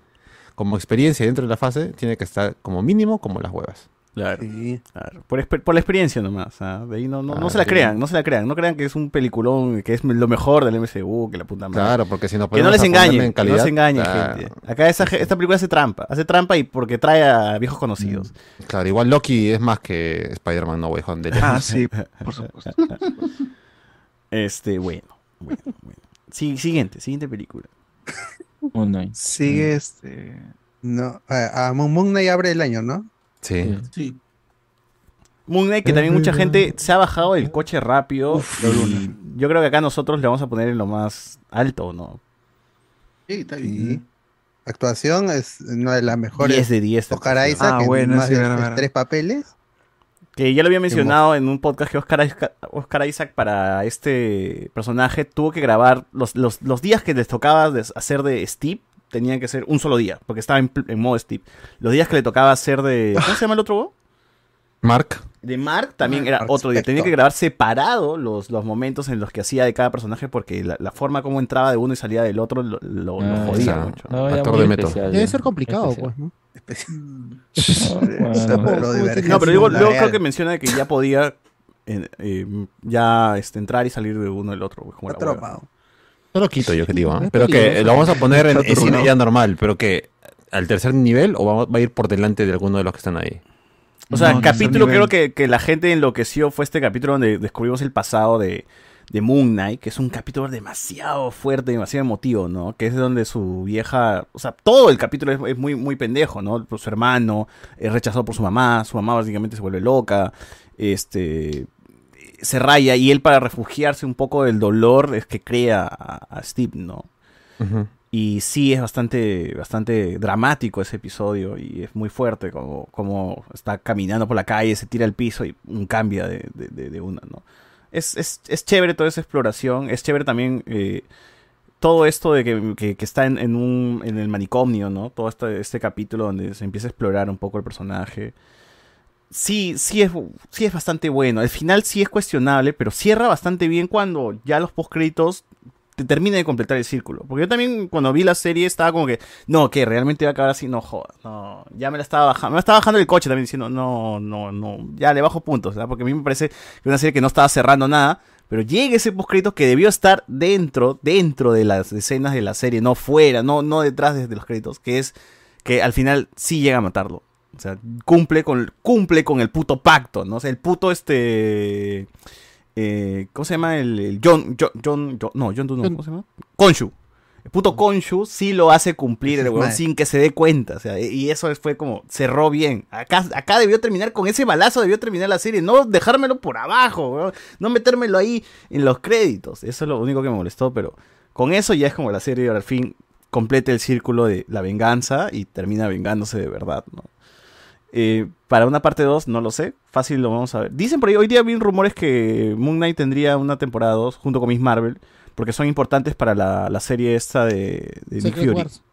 C: como experiencia dentro de la fase, tiene que estar como mínimo como las huevas.
A: Claro. claro. Por, exper- por la experiencia nomás. ah, De ahí no, no, no se la
C: Claro.
A: crean, no se la crean. No crean que es un peliculón, que es lo mejor del MCU, que la puta madre.
C: Claro, porque si no
A: Que no
C: ponemos
A: les
C: a ponerle
A: engañen,
C: en
A: que no
C: calidad, ah,
A: se engañen,
C: claro.
A: gente. Acá esa, ge- esta película hace trampa. Hace trampa y porque trae a viejos conocidos.
C: Mm, Claro, igual Loki es más que Spider-Man No Way Home. de lejos.
A: Ah, sí, por supuesto. Este, bueno, bueno, bueno. Sí, siguiente, siguiente película.
C: Mm.
J: Sigue este.
D: No, a, a Moon Moon Knight abre el año, ¿no?
C: Sí.
I: Sí.
A: Moon Knight, que también mucha gente se ha bajado del coche rápido. y yo creo que acá nosotros le vamos a poner en lo más alto, ¿no?
I: Sí, está bien.
D: Sí. Actuación es una de las mejores.
A: 10 de 10.
D: Oscar Isaac
A: Ah,
D: en
A: bueno,
D: más
A: sí,
D: de
A: verdad, verdad.
D: tres papeles.
A: Que ya lo había mencionado en un podcast que Oscar, Isaac- Oscar Isaac para este personaje tuvo que grabar los, los- los días que les tocaba de- hacer de Steve. Tenían que ser un solo día, porque estaba en, pl- en modo Steve. Los días que le tocaba hacer de... ¿Cómo se llama el otro? huevón?
C: Mark.
A: De Mark también era otro día. Tenía que grabar separado los, los momentos en los que hacía de cada personaje porque la, la forma como entraba de uno y salía del otro lo, lo- lo
G: Ah,
A: jodía
C: esa.
A: mucho.
G: No, ya
C: Actor
G: muy
C: de método.
G: especial,
K: Debe
G: ya.
K: ser complicado, pues, ¿no?
G: bueno.
K: Pero divergente.
A: No, pero digo,
K: La
A: luego
K: real.
A: creo que menciona de que ya podía eh, eh, ya este, entrar y salir de uno del otro. güey, como la hueva.
C: No lo quito yo que digo, ¿ah?
A: Es
C: pero que
A: peligroso.
C: lo vamos a poner en,
A: Está
C: en cine
A: turrado.
C: ya normal, pero que al tercer nivel o va, va a ir por delante de alguno de los que están ahí.
A: O sea,
C: No, no sé el
A: capítulo creo
C: nivel.
A: que, que la gente enloqueció fue este capítulo donde descubrimos el pasado de, de Moon Knight, que es un capítulo demasiado fuerte, demasiado emotivo, ¿no? Que es donde su vieja, o sea, todo el capítulo es, es muy, muy pendejo, ¿no? Por su hermano, es rechazado por su mamá, su mamá básicamente se vuelve loca, este se raya y él para refugiarse un poco del dolor es que crea a, a Steve, ¿no? Y sí, es bastante, bastante dramático ese episodio y es muy fuerte, como, como está caminando por la calle, se tira al piso y un cambia de, de- de- de una, ¿no? Es, es- es chévere toda esa exploración, es chévere también eh, todo esto de que, que- que está en, en un, en el manicomio, ¿no? Todo este, este capítulo donde se empieza a explorar un poco el personaje. Sí, sí es, sí es bastante bueno. El final sí es cuestionable, pero cierra bastante bien cuando ya los postcritos te termina de completar el círculo. Porque yo también cuando vi la serie estaba como que, no, que realmente va a acabar así, no jodas, no, ya me la estaba bajando, me la estaba bajando el coche también diciendo, no, no, no, ya le bajo puntos, ¿verdad? Porque a mí me parece que una serie que no estaba cerrando nada, pero llega ese postcrito que debió estar dentro, dentro de las escenas de la serie, no fuera, no, no detrás de de los créditos, que es que al final sí llega a matarlo. O sea, cumple con, cumple con el puto pacto, ¿no? O sea, el puto este... eh, ¿Cómo se llama? El, el John, John, John, John- No, John Doe no, ¿cómo se llama? Konshu. El puto Konshu sí lo hace cumplir el huevón
R: Madre.
A: sin que se dé cuenta. O sea, e, y eso fue como, cerró bien. Acá, acá debió terminar con ese balazo, debió terminar la serie. No dejármelo por abajo, huevón. No metérmelo ahí en los créditos. Eso es lo único que me molestó, pero con eso ya es como la serie al fin completa el círculo de la venganza y termina vengándose de verdad, ¿no? Eh, para una parte 2, no lo sé. Fácil lo vamos a ver. Dicen por ahí, hoy día vi rumores que Moon Knight tendría una temporada 2 junto con Miss Marvel. Porque son importantes para la, la serie esta de, de Nick
C: Secret
A: Fury.
C: Wars.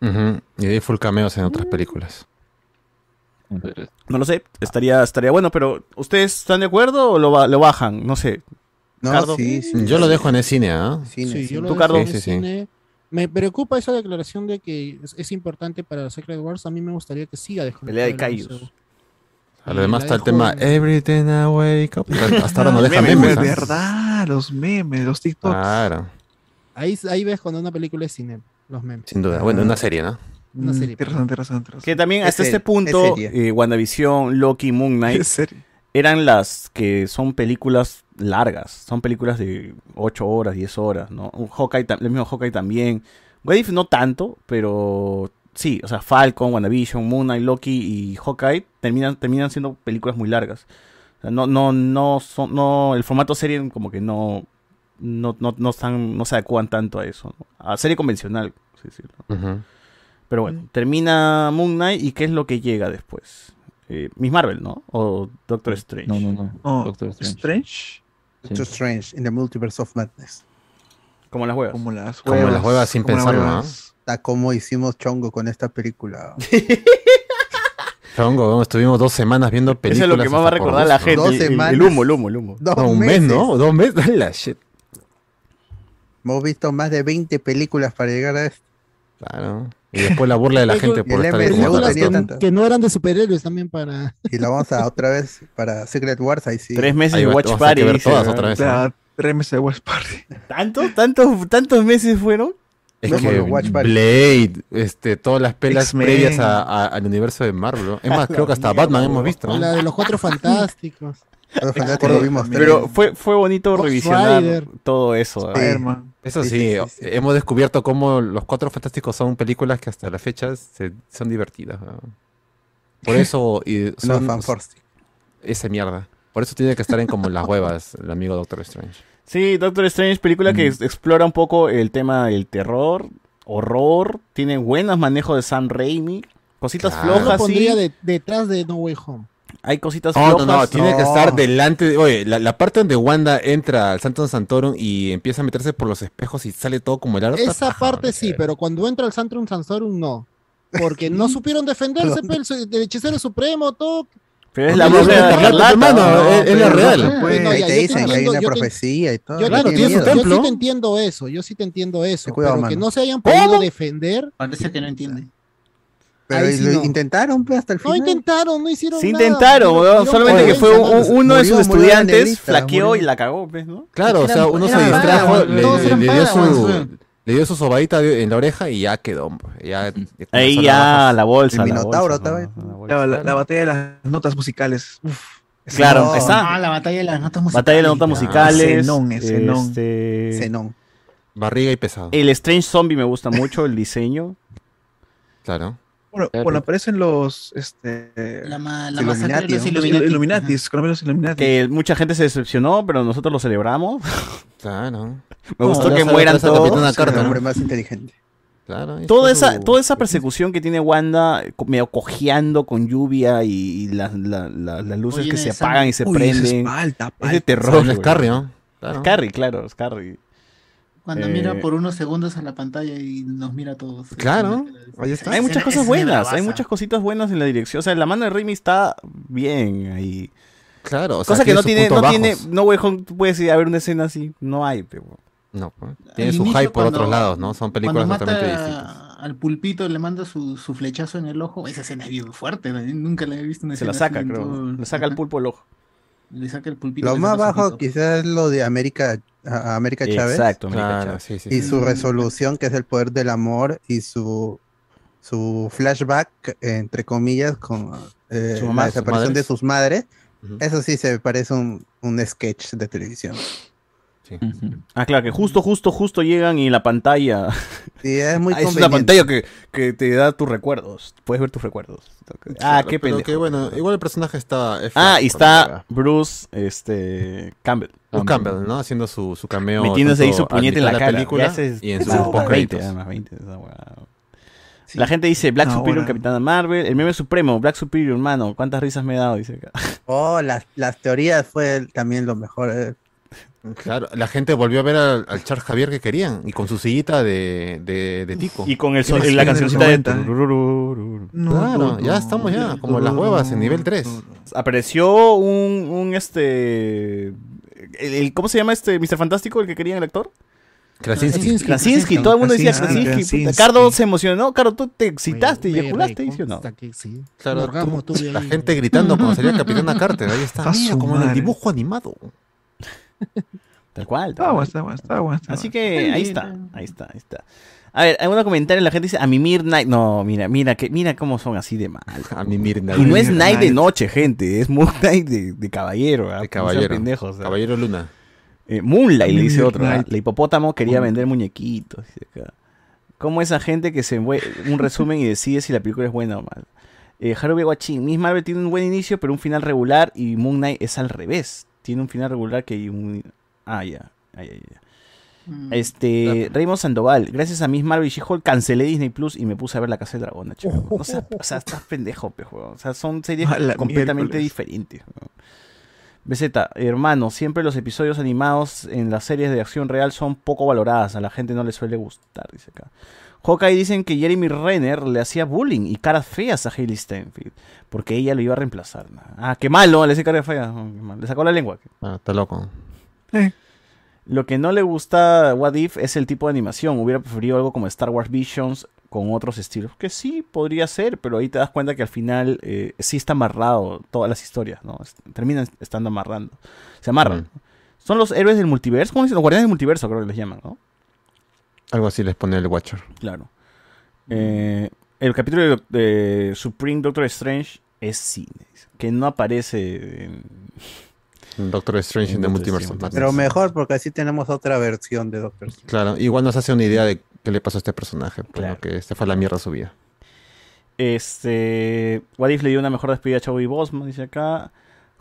C: Ujú, Y hay full cameos en otras películas.
A: No lo sé, estaría, estaría bueno, pero ¿ustedes están de acuerdo o lo, ba- lo bajan? No sé.
C: No,
A: Cardo.
C: sí, sí, Yo lo sí. dejo en el cine, ¿ah?
K: Sí, yo lo
A: ¿Tú,
K: dejo
A: Cardo?
K: en el cine. Me preocupa esa declaración de que es, es importante para Secret Wars. A mí me gustaría que siga dejando.
A: Pelea de
K: Caius.
A: Cayus.
C: Además
K: la
C: está el
K: dejo
C: tema
K: en-
C: Everything I wake up. Hasta ahora no
G: Los
C: deja
G: memes,
C: memes.
G: pues,
C: ¿ah?
G: verdad, los memes, los TikToks.
C: Claro,
K: Ahí, ahí ves cuando una película es cine, los memes.
C: sin duda. Bueno, una serie, ¿no?
K: Una
G: Mm,
K: serie.
A: Que también hasta
K: Es
A: este
K: serie,
A: punto,
K: es
A: eh, WandaVision, Loki, Moon Knight eran las que son películas largas. Son películas de 8 horas, 10 horas, ¿no? Un Hawkeye, tam- el mismo Hawkeye también. What If no tanto, pero sí, o sea, Falcon, WandaVision, Moon Knight, Loki y Hawkeye terminan, terminan siendo películas muy largas. O sea, no, no, no, son, no, el formato serie como que no, no, no, no están, no se adecuan tanto a eso, ¿no? A serie convencional, por así decirlo. Pero bueno, termina Moon Knight y ¿qué es lo que llega después? Eh, Miss Marvel, ¿no? O Doctor Strange. No, no, no.
C: Oh,
K: Oh.
G: No,
A: Doctor Strange.
K: Doctor Strange in the Multiverse of Madness.
A: Como las huevas.
G: Como las
C: Como huevas, las huevas sin como las pensarlo, huevas.
K: Está como hicimos chongo con esta película.
C: Chongo, weón, estuvimos dos semanas viendo
A: es
C: películas.
A: lo que más va a
C: hasta por
A: recordar la
C: gusto.
A: gente, Dos el- el- el semanas. humo, el humo, el humo.
K: Dos
C: No, un mes,
K: meses.
C: ¿no? Dos meses. dale la shit.
K: Hemos visto más de 20 películas para llegar a esto.
C: Claro. Y después la burla de la gente por estar como
K: películas
C: tanto.
K: que, que no eran de superhéroes también para. Y la vamos a otra vez para Secret Wars ahí sí.
A: Tres meses Ahí de va- Watch vamos a tener que Party, ver dice, todas ¿no? otra vez, Claro, ¿no?
G: tres meses de Watch Party.
A: ¿Tanto? ¿Tantos, ¿Tantos meses fueron?
C: Es
A: No,
C: que
A: bueno, Watch Party.
C: Blade, este, todas las pelas
G: X-Men.
C: previas a- a- al universo de Marvel. ¿no? Es más, creo que hasta Batman hemos visto. ¿no?
K: La de los cuatro fantásticos. los
C: Pero- vimos también.
A: Pero fue, fue bonito
K: Ghost
A: revisionar
K: Rider.
A: todo eso. ¿eh?
C: Eso sí, hemos descubierto cómo Los Cuatro Fantásticos son películas que hasta la fecha se- son divertidas. ¿no? Por eso... y son, esa mierda. Por eso tiene que estar en como las huevas el amigo Doctor Strange.
A: Sí, Doctor Strange, película que es- explora un poco el tema del terror, horror, tiene buenos manejos de Sam Raimi, cositas
K: Yo lo
A: flojas, sí.
K: pondría de- detrás de No Way Home.
A: Hay cositas
C: Oh, No, no,
A: flojas.
C: no, tiene que estar delante. de- oye, la, la parte donde Wanda entra al Santo Santorum y empieza a meterse por los espejos y sale todo como el aro.
K: Esa parte sí, pero cuando entra el Santrum Sansorum no. Porque no supieron defenderse, pe, el, su- el hechicero supremo, todo.
A: Pero
C: es la búsqueda de Escarlata, hermano, es- es la real.
K: pues,
C: Ahí
K: ya,
C: te
K: yo
C: dicen que hay
K: entiendo,
C: una
K: yo te-
C: profecía y todo.
K: Yo,
C: Claro,
K: te
C: tiene su
K: entiendo, yo
C: templo.
K: sí te entiendo eso, yo sí te entiendo eso.
C: cuidado,
K: pero que
C: mano.
K: no se hayan podido defender.
I: Parece que no entiende.
K: Pero
I: Ahí sí no.
K: intentaron pe, hasta el final. No intentaron, no hicieron
A: Sí
K: nada.
A: intentaron,
K: Tiraron-
A: weón,
K: tiraron
A: solamente que
K: por
A: fue
K: la
A: un-
K: ventana.
A: uno de
K: Murió-
A: sus
K: murió la
A: estudiantes
K: negrita,
A: flaqueó
K: murió.
A: y la cagó, pues, ¿no?
C: Claro, o sea, uno se distrajo, le, le- le dio su, le dio su sobadita de- en la oreja y ya quedó. hombre, Ya,
A: Ahí ya, la bolsa,
C: El
A: la
C: Minotauro
A: bolsa,
C: estaba
G: La, la- la batalla de las notas musicales. Uf.
A: Claro, está.
I: Ah, la batalla de las notas musicales. Ah,
A: Batalla de notas musicales.
G: Zenón, es Zenón.
A: este,
C: Barriga y pesado.
A: El Strange Zombie me gusta mucho, el diseño.
C: Claro.
G: Bueno, bueno, aparecen los. Este,
I: La, ma- la
G: Illuminati,
I: masacre de los
G: ¿no?
I: Illuminati.
G: Illuminatis, con los Illuminati.
A: Que mucha gente se decepcionó, pero nosotros lo celebramos.
C: Claro.
A: Me
C: No,
A: gustó
C: ya
A: que
C: sabe,
A: mueran
C: ya sabe,
A: todos.
C: capitana Carter.
A: Sí,
C: El hombre
K: más inteligente.
C: Claro, ahí
A: Toda
C: está
A: esa,
C: su-
A: toda esa persecución que tiene Wanda, eh, co- medio cojeando con lluvia y, y las- la- la- las luces
C: Oye,
A: que
C: en
A: se
C: esa-
A: apagan y se
C: Uy, ese es
A: prenden.
C: palta,
A: es de
C: palta.
A: terror.
C: Sale
A: güey.
C: Scarry, ¿no? Claro.
A: Scarry, claro, Scarry.
I: Cuando
A: Eh,
I: mira por unos segundos a la pantalla y nos mira a todos.
C: ahí está.
A: Hay muchas
I: Ese-
A: cosas
I: ese
A: buenas,
I: bravaza.
A: hay muchas cositas buenas en la dirección. O sea, la mano de Raimi está bien ahí.
C: Claro, o sea,
A: Cosa que
C: tiene
A: no
C: sus
A: tiene,
C: puntos
A: no tiene,
C: bajos.
A: no Way Home puede decir, a ver una escena así, no hay, pero.
C: No, pues.
I: Al
C: tiene su
I: inicio
C: hype por
I: cuando-
C: otros lados, ¿no? Son películas
I: cuando
C: totalmente
I: mata
C: distintas.
I: Al pulpito le manda su, su flechazo en el ojo. Esa escena es bien fuerte. ¿no? Nunca la he visto una
A: Se la
I: escena
A: saca,
I: así en
A: creo.
I: todo-
A: Le saca el pulpo el ojo.
I: Le saca el pulpito.
D: Lo
I: le
D: más
I: saca su
D: bajo
I: pito.
D: quizás lo de América, a- América Chávez.
A: Exacto, América Claro, Chávez. sí, sí,
D: y
A: sí.
D: su
A: Mm.
D: resolución, que es el poder del amor, y su, su flashback, entre comillas, con eh,
C: Su mamá,
D: la
C: sus
D: desaparición de
C: madres.
D: sus madres.
C: Ujú.
D: Eso sí se parece un, un sketch de televisión.
A: Ah, claro, que justo, justo, justo llegan y la pantalla.
D: Sí, es muy
A: Ah, es una
D: conveniente.
A: pantalla que, que te da tus recuerdos. Puedes ver tus recuerdos. Ah,
C: Claro,
A: qué
C: pero
A: pendejo.
C: que bueno, igual el personaje está. es
A: Ah, y
C: flaco,
A: está Bruce este, Campbell.
C: Bruce Campbell, ¿no? Haciendo su, su cameo.
A: Metiéndose ahí
C: tanto
A: su puñete en la,
C: al mitad de
A: cara.
C: película
A: Ya se-
C: y en
A: esa
C: sus
A: hueá,
C: post-créditos.
A: 20, ah, más 20, esa hueá. La gente dice Black
D: Ahora.
A: Superior Capitán Marvel, el meme supremo, Black Superior, hermano, cuántas risas me he dado, dice acá.
D: Oh, las, las teorías fue el- también lo mejor. eh.
C: Claro, la gente volvió a ver al, al Char Javier que querían y con su sillita de, de, de tico.
A: Y con el so-
C: Qué
A: la
C: más
A: cancioncita de
C: quieren.
A: turururururu.
C: Claro, ya estamos ya, como las huevas en nivel 3.
A: Apareció un, un este el- el- ¿cómo se llama este Mr. Fantástico el que querían el actor?
C: Krasinski.
A: Krasinski, Krasinski, todo el mundo decía
C: Krasinski, ah,
A: Krasinski.
C: Krasinski.
A: puta, Cardo se emocionó, Cardo tú te excitaste y eyaculaste, ¿sí o no?
C: Claro,
A: Morgamos,
C: tú-
A: tú,
C: la
A: ahí.
C: gente gritando cuando salía Capitana Carter. Ahí está,
A: A
C: mira,
A: su
C: como en el
A: madre.
C: dibujo animado.
A: Tal cual.
G: Está guay, está guay, está guay, está
A: Así
G: guay.
A: que ahí está, ahí está, ahí está. A ver, hay unos comentarios, la gente dice a mi Midnight. No, mira, mira que, mira cómo son así de mal.
C: A mi Midnight.
A: Y no es night de noche, gente, es Moonlight de, de caballero, ¿ah? De
C: caballero.
A: caballero Luna. Eh, Moonlight, le dice otro. ¿ah? La hipopótamo quería vender muñequitos. dice acá. ¿Cómo esa gente que se envue- un resumen y decide si la película es buena o mala? Eh, Haruhi Watchin, Miss Marvel tiene un buen inicio, pero un final regular y Moon Knight es al revés. Tiene un final regular que... un- Ah, ya. Ay, ay, ay. Este, Raymond Sandoval, gracias a Miss Marvel y She-Hulk cancelé Disney Plus y me puse a ver La Casa del Dragón, chico. O sea, o sea, estás pendejo, pe, huevón. O sea, son series
G: Oh. A la
A: completamente
G: miércoles.
A: diferentes. huevón. BZ, hermano, siempre los episodios animados en las series de acción real son poco valoradas, a la gente no le suele gustar, dice acá. Hawkeye dicen que Jeremy Renner le hacía bullying y caras feas a Hailey Stenfield, porque ella lo iba a reemplazar. Ah, qué malo, le hacía cara fea. Oh, qué mal. Le sacó la lengua.
C: Ah, está loco.
A: Lo que no le gusta a What If es el tipo de animación. Hubiera preferido algo como Star Wars Visions con otros estilos. Que sí, podría ser, pero ahí te das cuenta que al final eh, sí está amarrado todas las historias, ¿no? Est- Terminan estando amarrando. Se amarran. Son los héroes del multiverso, ¿cómo dicen? Los guardianes del multiverso, creo que les llaman, ¿no?
C: Algo así les pone el Watcher.
A: Claro. Eh, el capítulo de, de Supreme Doctor Strange es cine, que no aparece en...
C: Doctor Strange en The Multiverse. of Madness.
D: Pero mejor porque así tenemos otra versión de Doctor Strange.
C: Claro, igual nos hace una idea de qué le pasó a este personaje. Pero que este fue a la mierda su vida.
A: Este. What If le dio una mejor despedida a Chadwick Boseman, dice acá.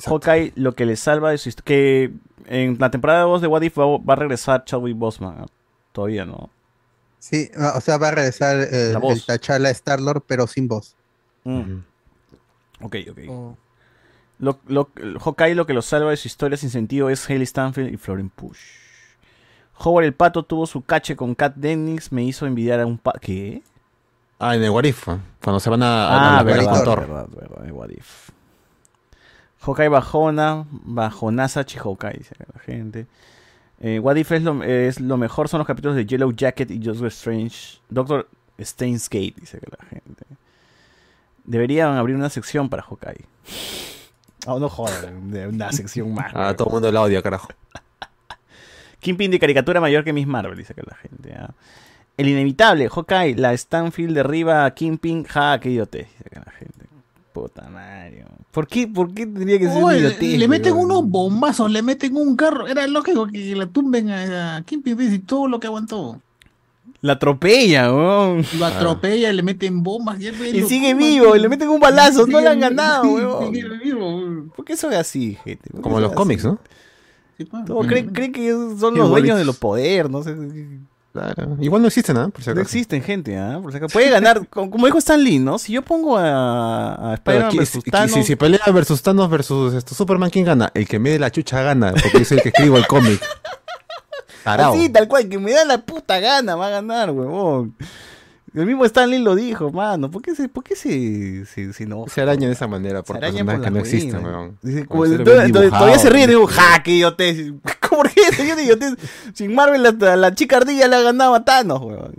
A: Hawkeye, lo que le salva de su histo- Que en la temporada 2 de What If va, va a regresar Chadwick Boseman. ¿ah? Todavía no.
D: Sí, ah, o sea, va a regresar eh,
A: La voz.
D: el T'Challa Star-Lord, pero sin voz.
A: Ok, ok. Oh. Lo, lo- el Hawkeye lo que lo salva de su historia sin sentido es Haley Stanfield y Florent Push. Howard el Pato tuvo su cache con Kat Dennings, me hizo envidiar a un pato. ¿Qué?
C: Ah, en el What If, cuando se van a, a-
A: Ah,
C: a ver
A: verdad,
C: con Thor.
A: verdad, verdad, en What If. Hawkeye Bajona, Bajonaza Chihawkeye, dice acá la gente. Eh, What If es lo, es lo mejor, son los capítulos de Yellow Jacket y Doctor Strange. Doctor Stains Gate, dice acá la gente. Deberían abrir una sección para Hawkeye. Ah, no jodan, de una sección más.
C: Ah, todo el mundo la odia, carajo.
A: Kingpin de caricatura mayor que Miss Marvel, dice acá la gente. ah. El inevitable, Hawkeye, la Stanfield derriba a Kingpin, ja, qué idiotez, dice acá la gente. Puta Mario. ¿Por qué, por qué tendría que ser
I: Oh,
A: una
I: le,
A: idiotez?
I: le meten
A: weón?
I: unos bombazos, le meten un carro. Era lógico que la tumben a, a Kingpin Davis y todo lo que aguantó.
A: La atropella, weón.
N: Ah.
I: Lo atropella, le meten bombas.
A: Ah. Y sigue vivo, y le meten un balazo, no le han ganado, weón.
I: Sigue vivo, weón.
A: ¿Por qué son así, gente? ¿Por qué
C: Como
A: son
C: los
A: así?
C: cómics, ¿no?
I: Sí, pa.
A: Todo- creen, creen que son los
C: Igualitos.
A: dueños de los poderes, no sé.
N: Claro. Igual no existen, ¿ah? Por si
A: No
N: acaso.
A: existen gente, ¿ah? Por si acaso. Puede ganar, como como dijo Stan Lee, ¿no? Si yo pongo a, a
N: Pero
A: Spider-Man
N: aquí-
A: versus
N: aquí-
A: Thanos,
N: si, si pelea versus Thanos versus esto, Superman, ¿quién gana? El que me dé la chucha gana, porque es el que escribo el cómic. Tarao.
A: así, tal cual, que me da la puta gana, va a ganar, huevón. El mismo Stan Lee lo dijo, mano. ¿Por qué se, por qué se, se, se enoja?
N: Se araña de esa manera por
A: Se araña
N: personajes que
A: por las
N: no existen,
A: huevas.
N: weón.
A: Dice,
N: Como
A: como-
N: ser
A: todavía-
N: bien
A: todavía- todavía se ríe,
N: dibujado.
A: digo, ja, que yo te. ¿Cómo que eso? Yo digo, te- sin Marvel hasta la chica ardilla le ha ganado a Thanos, huevón.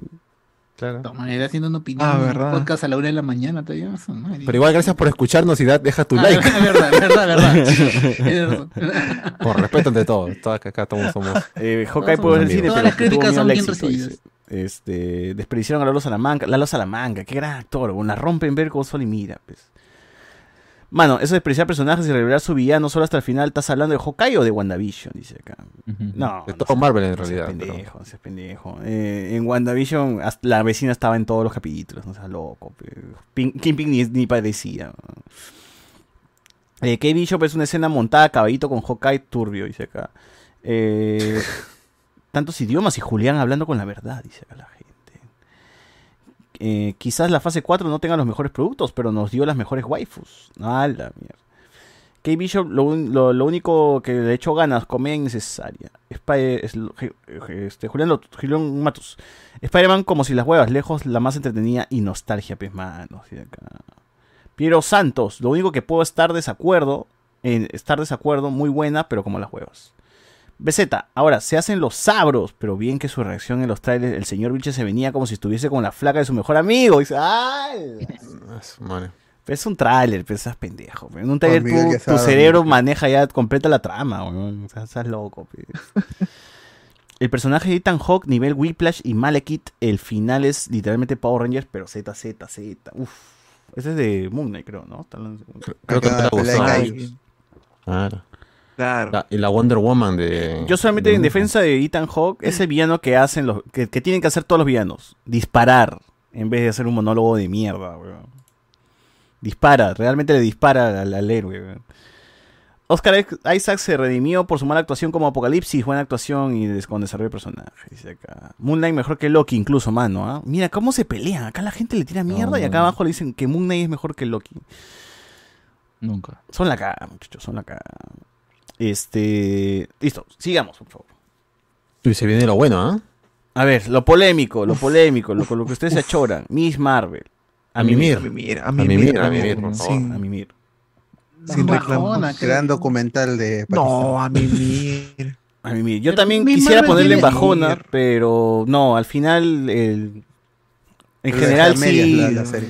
N: Claro.
I: De todas maneras, haciendo una opinión.
N: Ah,
I: en un
N: verdad.
I: Podcast a la una de la mañana, te llevas a madre.
N: Pero igual, gracias por escucharnos y da- deja tu
I: Ah,
N: like.
I: verdad, verdad, verdad. Tienes razón.
N: Por respeto ante todo. Todas acá, acá todos somos.
A: Eh, Hawkeye pudo ver el cine,
N: amigos.
A: pero tuvo miedo al éxito,
I: recibidas.
A: dice. Este, desperdiciaron a Lalo Salamanca. Lalo Salamanca, qué gran actor. weón. La rompen ver con Sol y mira, pues. Mano, eso de desperdiciar personajes y revelar su villano solo hasta el final. ¿Estás hablando de Hawkeye o de WandaVision? Dice acá. No.
N: De
A: no
N: todo
A: seas-
N: Marvel, en
A: no seas
N: realidad,
A: pendejo, no seas pendejo. Eh, en WandaVision, hasta la vecina estaba en todos los capítulos. No seas loco. pe. Pin- Kingpin ni, ni parecía. Eh, Kate Bishop es una escena montada a caballito con Hawkeye turbio, dice acá. Eh, tantos idiomas y Julián hablando con la verdad, dice acá la gente. Eh, quizás la fase 4 no tenga los mejores productos, pero nos dio las mejores waifus. A la mierda. Kate Bishop, lo, un- lo- lo único que le echó ganas, comedia innecesaria. Spy- es- je- je- este, Julián, Lot- Julián Matus. Spider-Man como si las huevas, lejos la más entretenida y nostalgia, pues manos. y acá. Piero Santos, lo único que puedo estar desacuerdo, en estar desacuerdo, muy buena, pero como las huevas. BZ, ahora se hacen los sabros, pero bien que su reacción en los trailers, el señor Vilche se venía como si estuviese con la flaca de su mejor amigo. Dice, ¡ay!
B: Ah,
A: Es un tráiler, pues seas pendejo. pe. En un tráiler tú-
B: Miguel, ya
A: tu
B: sabes,
A: cerebro
B: Miguel.
A: maneja ya completa la trama, weón. O sea, seas loco, pues. pe. El personaje de Ethan Hawk, nivel Whiplash y Malekith, el final es literalmente Power Rangers, pero Z, Z, Z. Uf. Ese es de Moon Knight, creo, ¿no? Está hablando-
N: Creo que no te gustó. Claro. La- y la Wonder Woman de.
A: Yo solamente
N: de-
A: en defensa de Ethan Hawk, ese villano que hacen los que, que tienen que hacer todos los villanos, disparar en vez de hacer un monólogo de mierda, weón. Dispara, realmente le dispara al, al héroe, weón. Oscar Isaac se redimió por su mala actuación como Apocalipsis, buena actuación y des- con desarrollo de personaje, dice acá. Moon Knight mejor que Loki incluso, mano, ¿ah? Mira cómo se pelean, acá la gente le tira mierda y acá abajo le dicen que Moon Knight es mejor que Loki.
J: Nunca.
A: Son la cara, muchachos, son la cara. Este, listo, sigamos, por favor.
N: Uy, se viene lo bueno, ¿ah?
A: A ver, lo polémico, lo polémico, lo, con lo que ustedes se achoran. Miss Marvel.
N: A mimir. A mimir, a mimir, por favor.
A: A mimir.
G: Sin reclamos.
N: pues,
O: Gran documental de
G: No, a mí mierda.
A: A mimir. Yo también
G: Miss
A: quisiera
G: Marvel
A: ponerle en
G: tiene-
A: bajona, pero no, al final, el- en
O: Lo
A: general
O: deja a medias
A: sí.
O: la- la serie.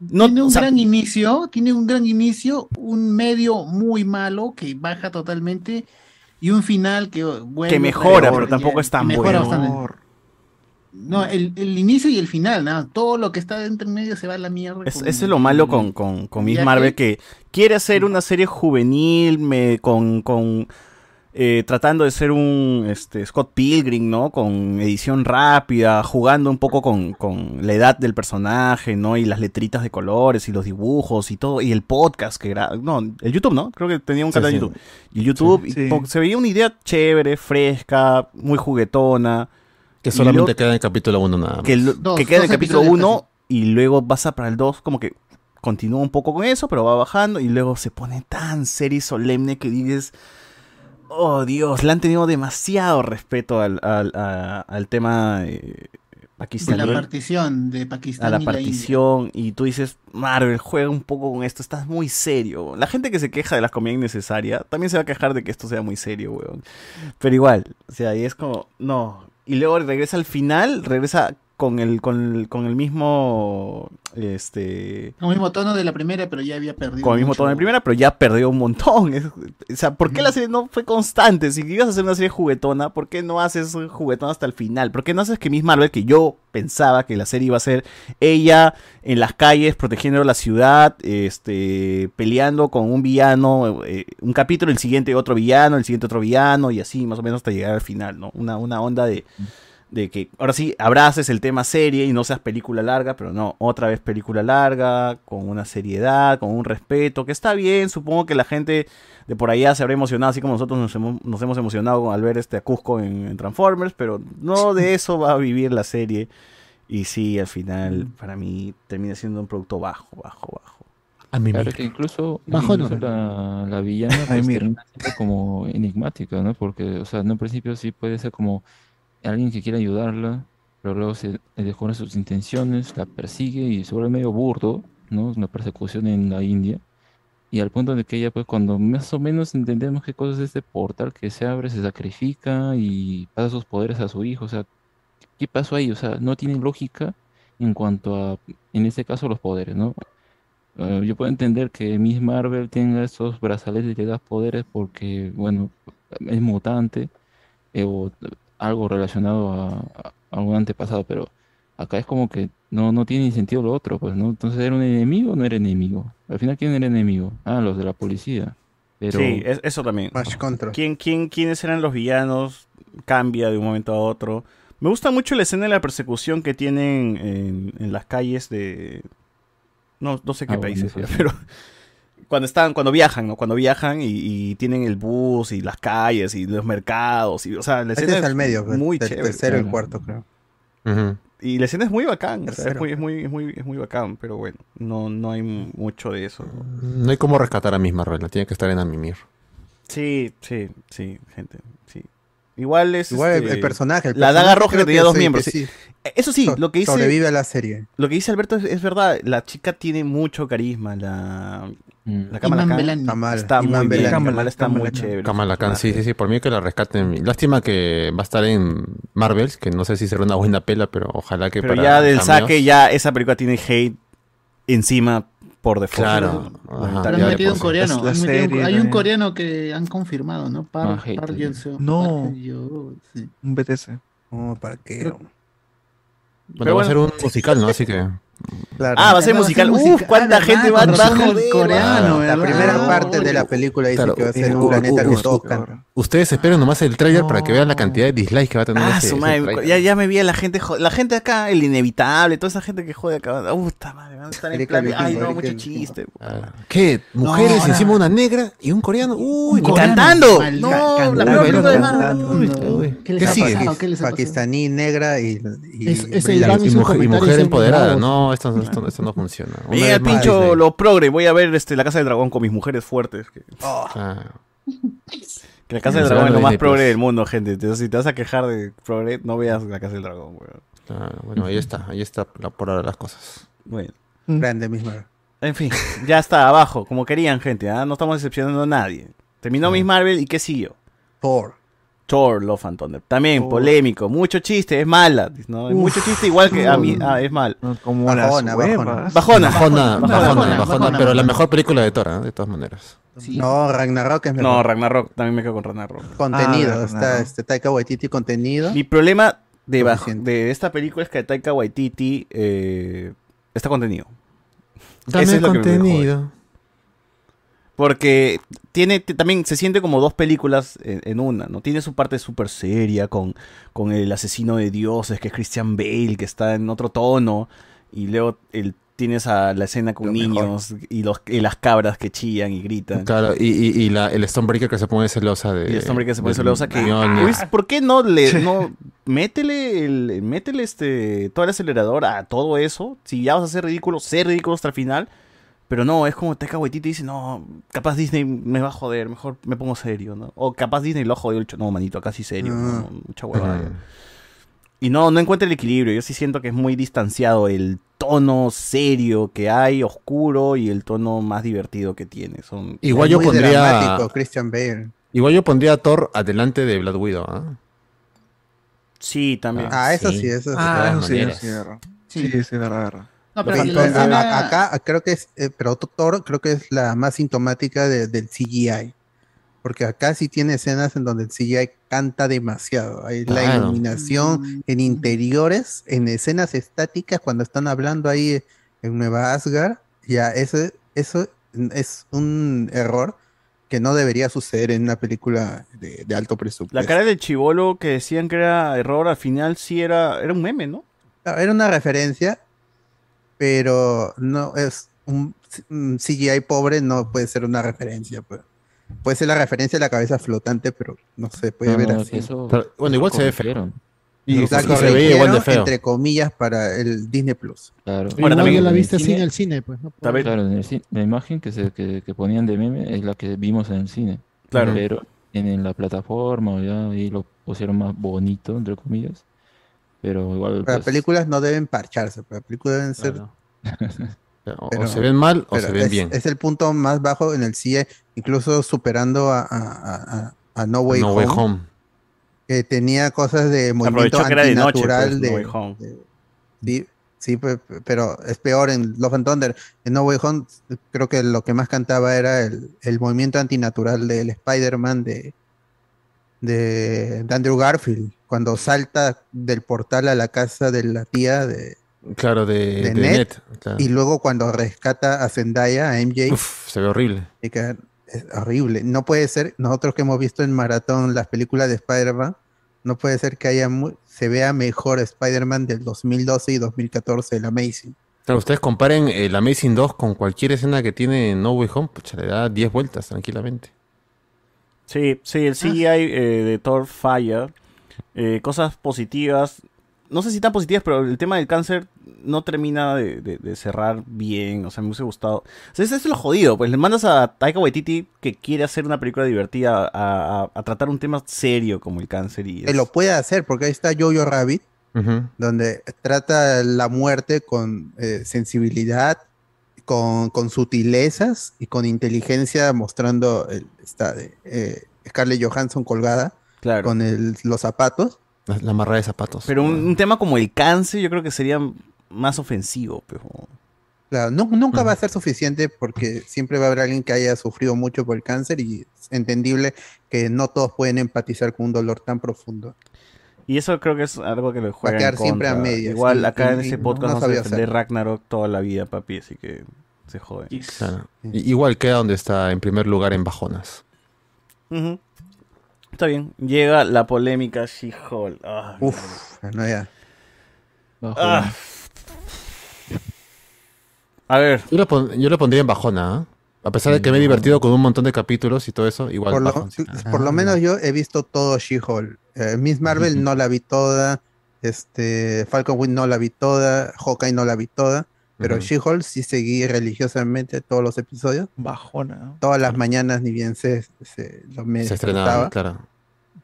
A: No,
I: tiene un
A: o sea,
I: gran inicio, tiene un gran inicio, un medio muy malo que baja totalmente y un final que bueno,
A: que mejora,
I: que-
A: pero tampoco es tan
I: mejora
A: bueno.
I: bastante. No, el, el inicio y el final, nada, todo lo que está entre medio se va a la mierda.
A: Es-
I: con-
A: eso es lo malo con, con, con Miss
I: Ya
A: Marvel, que quiere hacer una serie juvenil, me, con, con eh, tratando de ser un este, Scott Pilgrim, ¿no? Con edición rápida, jugando un poco con, con la edad del personaje, ¿no? Y las letritas de colores y los dibujos y todo, y el podcast que graba. No, el YouTube, ¿no? Creo que tenía un
N: Sí,
A: canal
N: sí.
A: de YouTube. Y YouTube, y po- se veía una idea chévere, fresca, muy juguetona.
N: Que
A: Y
N: solamente
A: lo-
N: queda en el capítulo 1 nada más.
A: que, lo-
I: Dos,
A: que queda en el
I: dos
A: capítulo
I: episodios
A: 1 y luego vas a para el 2, como que continúa un poco con eso, pero va bajando y luego se pone tan serio y solemne que dices, oh Dios, le han tenido demasiado respeto al, al- a- al tema eh,
I: de
A: pakistaní,
I: la partición de Pakistán.
A: a la
I: y
A: partición, y tú dices, Marvel, juega un poco con esto, estás muy serio. La gente que se queja de las comidas innecesarias también se va a quejar de que esto sea muy serio, weón. Pero igual, o sea, y es como, no. Y luego regresa al final, regresa con el, con el, con el mismo, este,
I: India. Con el mismo tono de la primera, pero ya había perdido.
A: con el mismo
I: mucho. Mm.
A: tono de primera, pero ya perdió un montón. Es- o sea, ¿por qué la serie no fue constante? Si ibas a hacer una serie juguetona, ¿por qué no haces juguetona hasta el final? ¿Por qué no haces que Miss Marvel, que yo pensaba que la serie iba a ser ella en las calles, protegiendo la ciudad, este, peleando con un villano, eh, un capítulo, el siguiente otro villano, el siguiente otro villano, y así más o menos hasta llegar al final, ¿no? Una, una onda de de que ahora sí abraces el tema serie y no seas película larga, pero no, otra vez película larga, con una seriedad, con un respeto, que está bien, supongo que la gente de por allá se habrá emocionado, así como nosotros nos, hemo- nos hemos emocionado al ver este a Cusco en, en Transformers, pero no de eso va a vivir la serie. Y sí, al final, para mí, termina siendo un producto bajo, bajo, bajo.
J: A mí claro que incluso,
A: Bajo
J: incluso la, la villana
A: Ay,
J: pues,
A: mira.
J: termina siendo como enigmática, ¿no? Porque, o sea, en un principio sí puede ser como alguien que quiere ayudarla, pero luego se descubre sus intenciones, la persigue y se vuelve medio burdo, ¿no? Una persecución en la India. Y al punto de que ella, pues, cuando más o menos entendemos qué cosa es este portal que se abre, se sacrifica y pasa sus poderes a su hijo, o sea, ¿qué pasó ahí? O sea, no tiene lógica en cuanto a, en este caso, los poderes, ¿no? Eh, yo puedo entender que Miss Marvel tenga esos brazaletes y le da poderes porque, bueno, es mutante eh, o algo relacionado a, a algún antepasado, pero acá es como que no, no tiene ni sentido lo otro, pues, ¿no? Entonces, ¿era un enemigo o no era enemigo? Al final, ¿quién era enemigo? Ah, los de la policía. Pero...
A: Sí, es- eso también. ¿Quién, quién, ¿Quiénes eran los villanos? Cambia de un momento a otro. Me gusta mucho la escena de la persecución que tienen en, en las calles de... No, no sé qué
J: Ah, bueno,
A: países,
J: sí,
A: ya,
J: sí.
A: pero... Cuando están, cuando viajan, ¿no? Cuando viajan y, y tienen el bus y las calles y los mercados. Y, o sea, la
D: Ese
A: escena
D: es al medio, pues,
A: muy
D: del
A: chévere.
D: tercero y cuarto, creo.
A: Y la escena es muy bacán, o sea, es,
D: Tercero.
A: muy, es, muy, es, muy, es muy bacán, pero bueno, no, no hay mucho de eso.
C: No hay cómo rescatar a Miss Marvel, la tiene que estar en Amimir.
A: Sí, sí, sí, gente, sí. Igual es...
D: Igual el-
A: este,
D: el personaje, el
A: la
D: personaje
A: daga roja que
D: creo
A: tenía
D: que
A: dos
D: sí,
A: miembros.
D: que
A: sí.
D: sí.
A: Eh, Eso sí,
D: So-
A: lo que dice...
D: sobrevive a la serie.
A: Lo que dice Alberto es, es verdad, la chica tiene mucho carisma, la...
C: Mm.
A: La cámara Khan
I: Iman Belani.
A: está
I: Iman
A: muy bien,
I: Belani.
A: Kamala está
I: Kamala
A: muy
I: Khan.
A: chévere.
C: Kamala Khan, sí, sí, sí, por mí que la rescaten. Lástima que va a estar en Marvels, que no sé si será una buena pela, pero ojalá que
A: Pero
C: para
A: ya del
C: cameos-
A: saque, ya esa película tiene hate encima por default.
C: Claro, ajá,
A: Lamentable.
C: ya de
I: Han metido un coreano.
A: Es la
I: han metido un-
A: serie
I: hay un
A: también.
I: coreano que han confirmado, ¿no? Par,
A: Ah, hate,
I: Par
A: sí.
I: Yeon-seo.
G: No.
I: Park Yeon- sí.
G: Un BTS.
D: No, Oh, ¿para qué?
C: Bueno, va a ser un musical, ¿no? Así que.
A: Ah, va a ser musical. Uf,
I: ah,
A: cuánta gente va
D: con
A: a
D: razón el
A: joder.
D: coreano,
A: ¿verdad?
D: La primera parte de la película dice
C: Claro,
D: que va a ser
C: eh,
D: un planeta que
C: uh,
D: tocan.
C: Ustedes esperen nomás el trailer para que vean la cantidad de dislikes que va a tener
A: Ah,
C: ese-
A: su
C: ese
A: madre,
C: tráiler.
A: ya, ya me vi a la gente, jo- la gente acá, el inevitable, toda esa gente que jode acá. Uh, puta madre, van a estar en
C: Erika
A: plan, de,
C: Vikingo,
A: ay, no,
C: Erika
A: mucho
C: Vikingo.
A: chiste.
C: ¿Qué?
A: No,
C: Mujeres
A: ahora-
C: encima una negra y un coreano. Uy,
A: Y
C: no.
A: cantando.
C: Mal-
A: No,
C: cantando.
A: la
C: Uy,
A: peor película de
C: bailando.
A: Marvel.
C: Uy, uy.
D: ¿Qué
C: ¿Qué sigue?
D: sigue? Pakistaní, negra y. y
C: Es-
A: ese
D: brillante.
A: Iván
C: y,
A: hizo un
C: mujer, y
A: comentario
C: mujer
A: siempre
C: empoderada.
A: bravo.
C: No, esto, no- esto, esto no funciona. Una
A: Mira,
C: vez más
A: pincho
C: Disney.
A: los progres, voy a ver este, la Casa del Dragón con mis mujeres fuertes. Que,
C: Ah.
A: que la Casa del Dragón
C: Nos
A: es
C: hablan
A: lo
C: de
A: más
C: Disney
A: progre
C: Plus.
A: del mundo, gente. Entonces, si te vas a quejar de progre, no veas la Casa del Dragón, weón.
C: Ah, bueno, ahí está, ahí está la- por ahora las cosas.
A: Bueno.
D: Grande misma.
A: Mm. En fin, ya está abajo, como querían, gente. ¿ah? No estamos decepcionando a nadie. Terminó Miss Marvel y ¿qué siguió?
D: Thor.
A: Thor, Love and Thunder. También
D: Thor.
A: polémico, mucho chiste, es mala. ¿no?
D: Uf.
A: mucho chiste igual que a mí, ah, es mal.
G: Como
D: Bajona, las bajona.
A: bajona.
D: huevas.
A: Bajona,
C: Bajona, bajona, bajona,
A: bajona,
C: pero la
A: bajona.
C: mejor película de Thor, ¿eh? de todas maneras.
D: No, Ragnarok es mejor.
A: No, Ragnarok, también me quedo con Ragnarok.
D: Contenido.
A: Ah,
D: está este Taika Waititi contenido.
A: Mi problema de, bajo- de esta película es que Taika Waititi eh, está contenido.
C: Dame
A: Eso es lo que me
C: contenido.
A: jode. Porque tiene t- también se siente como dos películas en, en una, ¿no? Tiene su parte súper seria con, con el asesino de dioses, que es Christian Bale, que está en otro tono. Y luego el- tienes a la escena con niños y, los, y las cabras que chillan y gritan.
C: Claro, y, y, y la, el Stonebreaker que se pone celosa de.
A: Y el hombre que se pone
C: del
A: celosa que... Ah, pues.
C: guion,
A: Luis, ¿por qué no le... No, métele, el, métele este, todo el acelerador a todo eso. Si ya vas a ser ridículo, sé ridículo hasta el final. Pero no, es como Teca Waititi dice, no, capaz Disney me va a joder, mejor me pongo serio, ¿no? O capaz Disney lo ha jodido, el cho- no, manito, acá sí serio, no,
C: Ah.
A: no, mucha huevada.
C: Ujú.
A: Y no, no encuentra el equilibrio, yo sí siento que es muy distanciado el tono serio que hay, oscuro, y el tono más divertido que tiene. Son,
C: Igual yo
D: Muy
C: pondría-
D: dramático, Christian Bale.
C: Igual yo pondría a Thor adelante de Black Widow. ¿ah?
A: Sí, también.
D: Ah, eso sí, eso sí.
G: Ah,
C: De
G: eso
C: todas
G: sí, eso
C: maneras.
G: sí, verdad. Sí, sí, verdad, verdad.
I: No,
D: Pero
I: pero
D: acá-
I: la escena-
D: a- acá creo que es, eh, pero Thor creo que es la más sintomática de- del CGI. Porque acá sí tiene escenas en donde el CGI canta demasiado. Hay la
C: Claro.
I: Mm.
D: iluminación en interiores, en escenas estáticas, cuando están hablando ahí en Nueva Asgard. Ya, eso, eso es un error que que no debería suceder en una película de, de alto presupuesto.
A: La cara del chivolo que decían que era error, al final sí era, era un meme, ¿no?
D: No, Era una referencia, pero no es un, un CGI pobre, no puede ser una referencia. pues. Puede ser la referencia de la cabeza flotante, pero no se puede
J: No,
D: ver
J: no,
D: así.
J: eso-
C: Pero, bueno, igual
J: eso
C: se ve
J: corrigieron.
D: Y
C: Pero
D: exacto,
C: sí se ve igual de feo.
D: entre comillas, para el Disney Plus.
J: Claro.
D: Pero Ahora, no, también- yo la
J: el
D: viste así en el cine, pues, no puedo- También-
J: Claro, en el cine. la imagen que, se, que, que ponían de meme es la que vimos en el cine.
A: Claro.
J: Pero en, en la plataforma, ya, ahí lo pusieron más bonito, entre comillas. Pero igual.
D: Las
J: pues,
D: películas no deben parcharse, pero las películas deben ser.
C: O, o
D: pero-
C: se ven mal o
D: pero
C: se ven
D: es,
C: bien.
D: Es el punto más bajo en el CIE, incluso superando a, a- a- a- a No Way
C: No
D: Home.
C: Way Home.
D: Que tenía cosas de movimiento
A: Aprovechó que era de noche,
D: antinatural.
A: pues,
D: de,
A: No Way Home.
D: de- sí, sí, pe- pe- pero es peor en Love and Thunder. En No Way Home, creo que lo que más cantaba era el, el movimiento antinatural del Spider-Man de, de, de Andrew Garfield, cuando salta del portal a la casa de la tía de,
C: Claro, de,
D: de
C: de
D: Ned,
C: Ned, claro.
D: y luego cuando rescata a Zendaya, a MJ,
C: Uf, se ve horrible.
D: y que es horrible. No puede ser, nosotros que hemos visto en maratón las películas de Spider-Man, no puede ser que haya mu- se vea mejor Spider-Man del 2012 y 2014, el Amazing.
C: Claro, ustedes comparen el Amazing 2 con cualquier escena que tiene en No Way Home, pucha, le da 10 vueltas tranquilamente.
A: Sí, sí, el CGI
D: Ah.
A: eh, de Thor falla. Eh, cosas positivas. No sé si tan positivas, pero el tema del cáncer no termina de, de- de cerrar bien. O sea, me hubiese gustado. O sea, eso es lo jodido. Pues le mandas a Taika Waititi que quiere hacer una película divertida a, a- a tratar un tema serio como el cáncer. Y
D: Que
A: es-
D: Eh, lo puede hacer, porque ahí está Jojo Rabbit,
C: Ujú.
D: donde trata la muerte con eh, sensibilidad, con, con sutilezas y con inteligencia, mostrando el, está de, eh, Scarlett Johansson colgada con el- los zapatos.
C: La, la amarrada de zapatos.
A: Pero un, un tema como el cáncer yo creo que sería más ofensivo. Pero...
D: Claro, nu- nunca va a ser suficiente porque siempre va a haber alguien que haya sufrido mucho por el cáncer y es entendible que no todos pueden empatizar con un dolor tan profundo.
A: Y eso creo que es algo que lo juega
D: quedar siempre a medias,
A: Igual
D: y-
A: acá en
D: y-
A: ese
D: y
A: podcast
D: no
A: vamos a
D: sabía
A: defender
D: hacerlo.
A: Ragnarok toda la vida, papi. Así que se jode.
C: Claro. I- Igual queda donde está en primer lugar en bajonas.
A: Ujú. Está bien. Llega la polémica She-Hulk. Ah,
D: Uf, no ya.
A: Ah. A ver.
C: Yo lo, pon- yo lo pondría en bajona, ¿ah? A pesar de que me he divertido con un montón de capítulos y todo eso, igual
D: Por lo,
C: bajón, sí.
D: por lo menos yo he visto todo She-Hulk. Eh, Miss Marvel no la vi toda, este, Falcon Wing no la vi toda, Hawkeye no la vi toda, pero
C: Ujú.
D: She-Hulk sí seguí religiosamente todos los episodios.
G: Bajona.
D: Todas las mañanas, ni bien se, se, lo me
C: se estrenaba,
D: despertaba.
C: claro.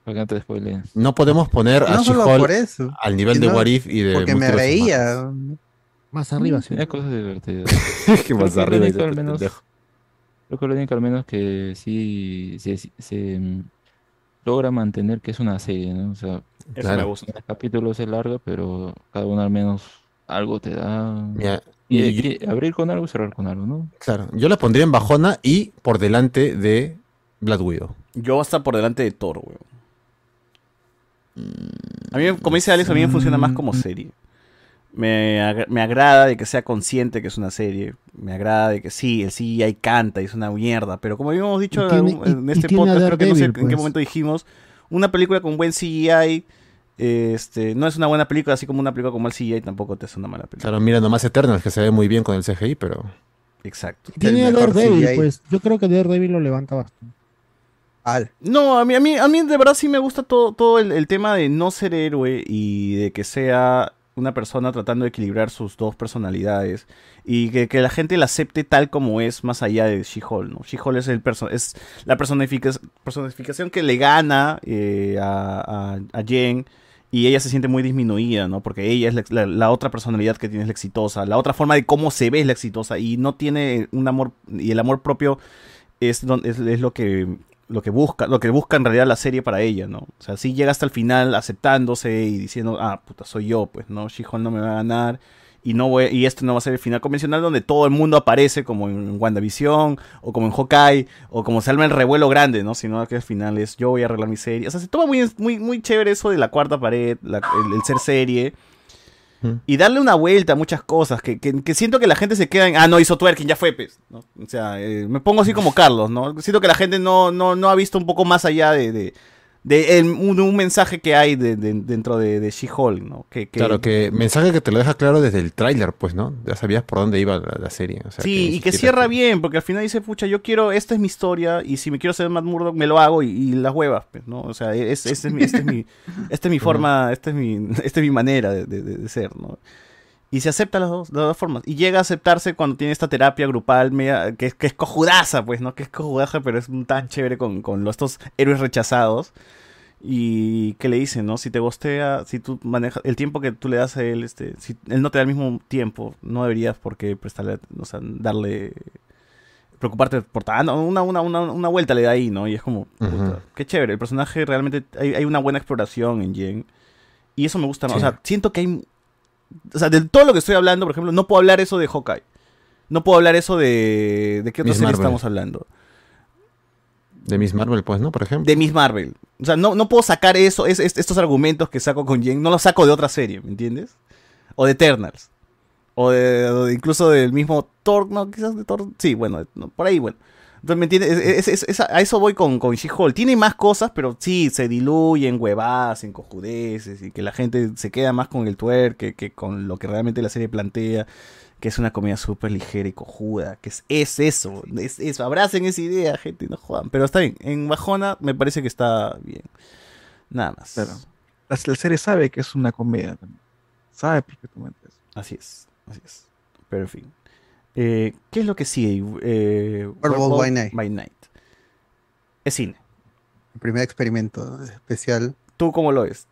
J: Para que no te spoileen.
C: No podemos poner a
D: No solo por eso,
C: She-Hulk al nivel de
D: sino
C: Warif y de.
D: porque me
C: Multiverso
D: reía.
K: Más arriba, sí.
J: Tenía Mm, cosas divertidas.
C: que
J: Creo
C: más
J: lo
C: arriba y
J: único
C: de
J: al menos-
C: pendejo.
J: Creo que lo único al menos que sí se, se, mm, logra mantener que es una serie, ¿no? O sea,
A: Eso me gusta.
J: Cada capítulo es largo, pero cada uno al menos algo te da.
C: Mira,
J: y,
C: y-
J: y abrir con algo y cerrar con algo, ¿no?
C: Claro, yo la pondría en bajona y por delante de Black Widow.
A: Yo hasta por delante de Thor, weón. A mí, como dice Alex, a mí me funciona más como serie. Me, agra- me agrada de que sea consciente que es una serie. Me agrada de que sí, el CGI canta y es una mierda. Pero como habíamos dicho
K: Y tiene-
A: en- en
K: y- y
A: este
K: tiene a
A: podcast, creo que no sé
K: Daredevil,
A: en qué
K: pues.
A: momento dijimos, una película con buen CGI este, no es una buena película, así como una película con mal CGI tampoco te es una mala película.
C: Claro, mira nomás Eternals, que se ve muy bien con el CGI, pero.
A: Exacto.
K: Tiene a Daredevil, pues. Yo creo que Daredevil lo levanta bastante.
A: No, a mí, a mí, a mí de verdad sí me gusta todo, todo el, el tema de no ser héroe y de que sea una persona tratando de equilibrar sus dos personalidades y que, que la gente la acepte tal como es más allá de She-Hulk, ¿no? She-Hulk es, el perso- es la personifica- personificación que le gana eh, a, a- a Jen y ella se siente muy disminuida, ¿no? Porque ella es la, la- la otra personalidad que tiene es la exitosa, la otra forma de cómo se ve es la exitosa y no tiene un amor, y el amor propio es, don- es, es lo que lo que busca, lo que busca en realidad la serie para ella, ¿no? O sea, sí llega hasta el final aceptándose y diciendo, ah, puta, soy yo, pues, ¿no? She-Hulk no me va a ganar y no voy, y esto no va a ser el final convencional donde todo el mundo aparece como en WandaVision o como en Hawkeye o como se arma el revuelo grande, ¿no? Sino que al final es yo voy a arreglar mi serie. O sea, se toma muy, muy, muy chévere eso de la cuarta pared, la- el, el ser serie. y darle una vuelta a muchas cosas que, que- que siento que la gente se queda en, ah, no hizo twerking, ya fue, pues. ¿no? O sea, eh, me pongo así como Carlos, ¿no? Siento que la gente no, no, no ha visto un poco más allá de, de, de el- un, un mensaje que hay de- de- dentro de, de She-Hulk, ¿no? Que, que-
C: Claro, que mensaje que te lo deja claro desde el tráiler, pues, ¿no? Ya sabías por dónde iba la, la serie. o sea,
A: sí,
C: ni
A: y que
C: siquiera-
A: cierra bien, porque al final dice, pucha, yo quiero, esta es mi historia, y si me quiero hacer Matt Murdock, me lo hago y, y las huevas, pues, ¿no? O sea, es, es- es mi, esta es mi, esta es mi forma, esta es mi, esta es mi manera de, de- de- de ser, ¿no? Y se acepta las dos, las dos formas. Y llega a aceptarse cuando tiene esta terapia grupal, media- que, es- que es cojudaza, pues, ¿no? Que es cojudaza, pero es un tan chévere con, con los- estos héroes rechazados. Y que le dicen, ¿no? Si te gostea, si tú manejas el tiempo que tú le das a él, este, si él no te da el mismo tiempo, no deberías porque prestarle, o sea, darle, preocuparte por ta- ah, no, una, una, una, una vuelta le da ahí, ¿no? Y es como, puta, qué chévere, el personaje realmente, hay, hay una buena exploración en Jen. Y eso me gusta más,
C: Sí.
A: o sea, siento que hay, o sea, de todo lo que estoy hablando, por ejemplo, no puedo hablar eso de Hawkeye. No puedo hablar eso de, de qué otra
C: Miss
A: serie
C: Marvel.
A: estamos hablando.
C: De Miss Marvel, pues, ¿no? Por ejemplo.
A: de Miss Marvel. O sea, no, no puedo sacar eso, es- es- estos argumentos que saco con Jen, no los saco de otra serie, ¿me entiendes? O de Eternals. O de, o de- incluso del mismo Thor, no, quizás de Thor. Sí, bueno, no, por ahí, bueno. Entonces, ¿me entiendes? Es- es- es- a eso voy con, con She-Hulk. Tiene más cosas, pero sí, se diluyen huevadas, en cojudeces, y que la gente se queda más con el twerk que, que con lo que realmente la serie plantea, que es una comida súper ligera y cojuda, que es, es eso, es eso. Abracen esa idea, gente, no jodan. Pero está bien, en Bajona me parece que está bien. Nada más.
G: Claro. La, la serie sabe que es una comedia también. Sabe perfectamente eso.
A: Así es, así es. Pero en fin. Eh, ¿Qué es lo que sigue? Eh,
D: Werewolf by Night.
A: Es cine.
D: El primer experimento especial.
A: ¿Tú cómo lo ves?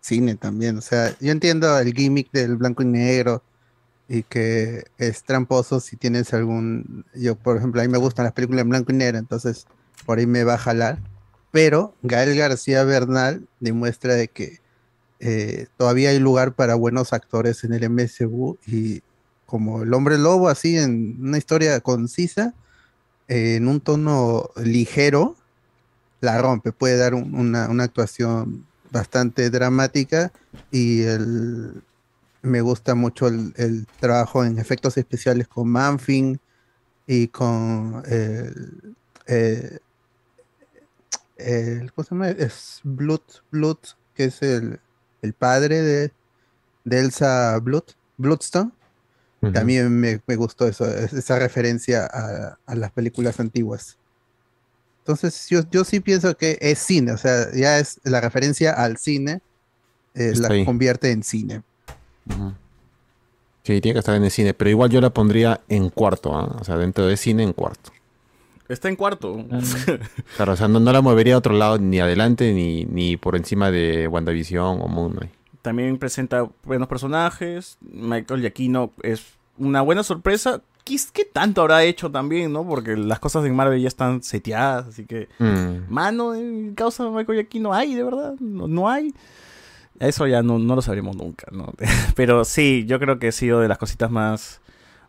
D: Cine también. O sea, yo entiendo el gimmick del blanco y negro y que es tramposo si tienes algún. Yo, por ejemplo, a mí me gustan las películas en blanco y negro, entonces por ahí me va a jalar. Pero Gael García Bernal demuestra de que eh, todavía hay lugar para buenos actores en el MSU y como el hombre lobo, así en una historia concisa, eh, en un tono ligero, la rompe, puede dar un- una, una actuación bastante dramática y el, me gusta mucho el, el trabajo en efectos especiales con Manfin y con el, eh, el- ¿cómo se llama? Es Blood, Blood, que es el, el padre de, de Elsa Blood, Bloodstone. También me, me gustó eso, es- esa referencia a, a las películas antiguas. Entonces, yo, yo sí pienso que es cine, o sea, ya es la referencia al cine, eh,
C: Está
D: la
C: ahí.
D: convierte en cine.
C: Ujú. Sí, tiene que estar en el cine, pero igual yo la pondría en cuarto, ¿ah? O sea, dentro de cine en cuarto.
A: Está en cuarto.
C: Claro, o sea, Ah, no, no la movería a otro lado, ni adelante, ni, ni por encima de WandaVision o Moon Knight.
A: También presenta buenos personajes. Michael Giacchino es una buena sorpresa. ¿Qué, qué tanto habrá hecho también, no? Porque las cosas en Marvel ya están seteadas, así que...
C: Mm.
A: Mano, en causa de Michael Giacchino hay, de verdad, no, no hay. Eso ya no, no lo sabremos nunca, ¿no? Pero sí, yo creo que ha sido de las cositas más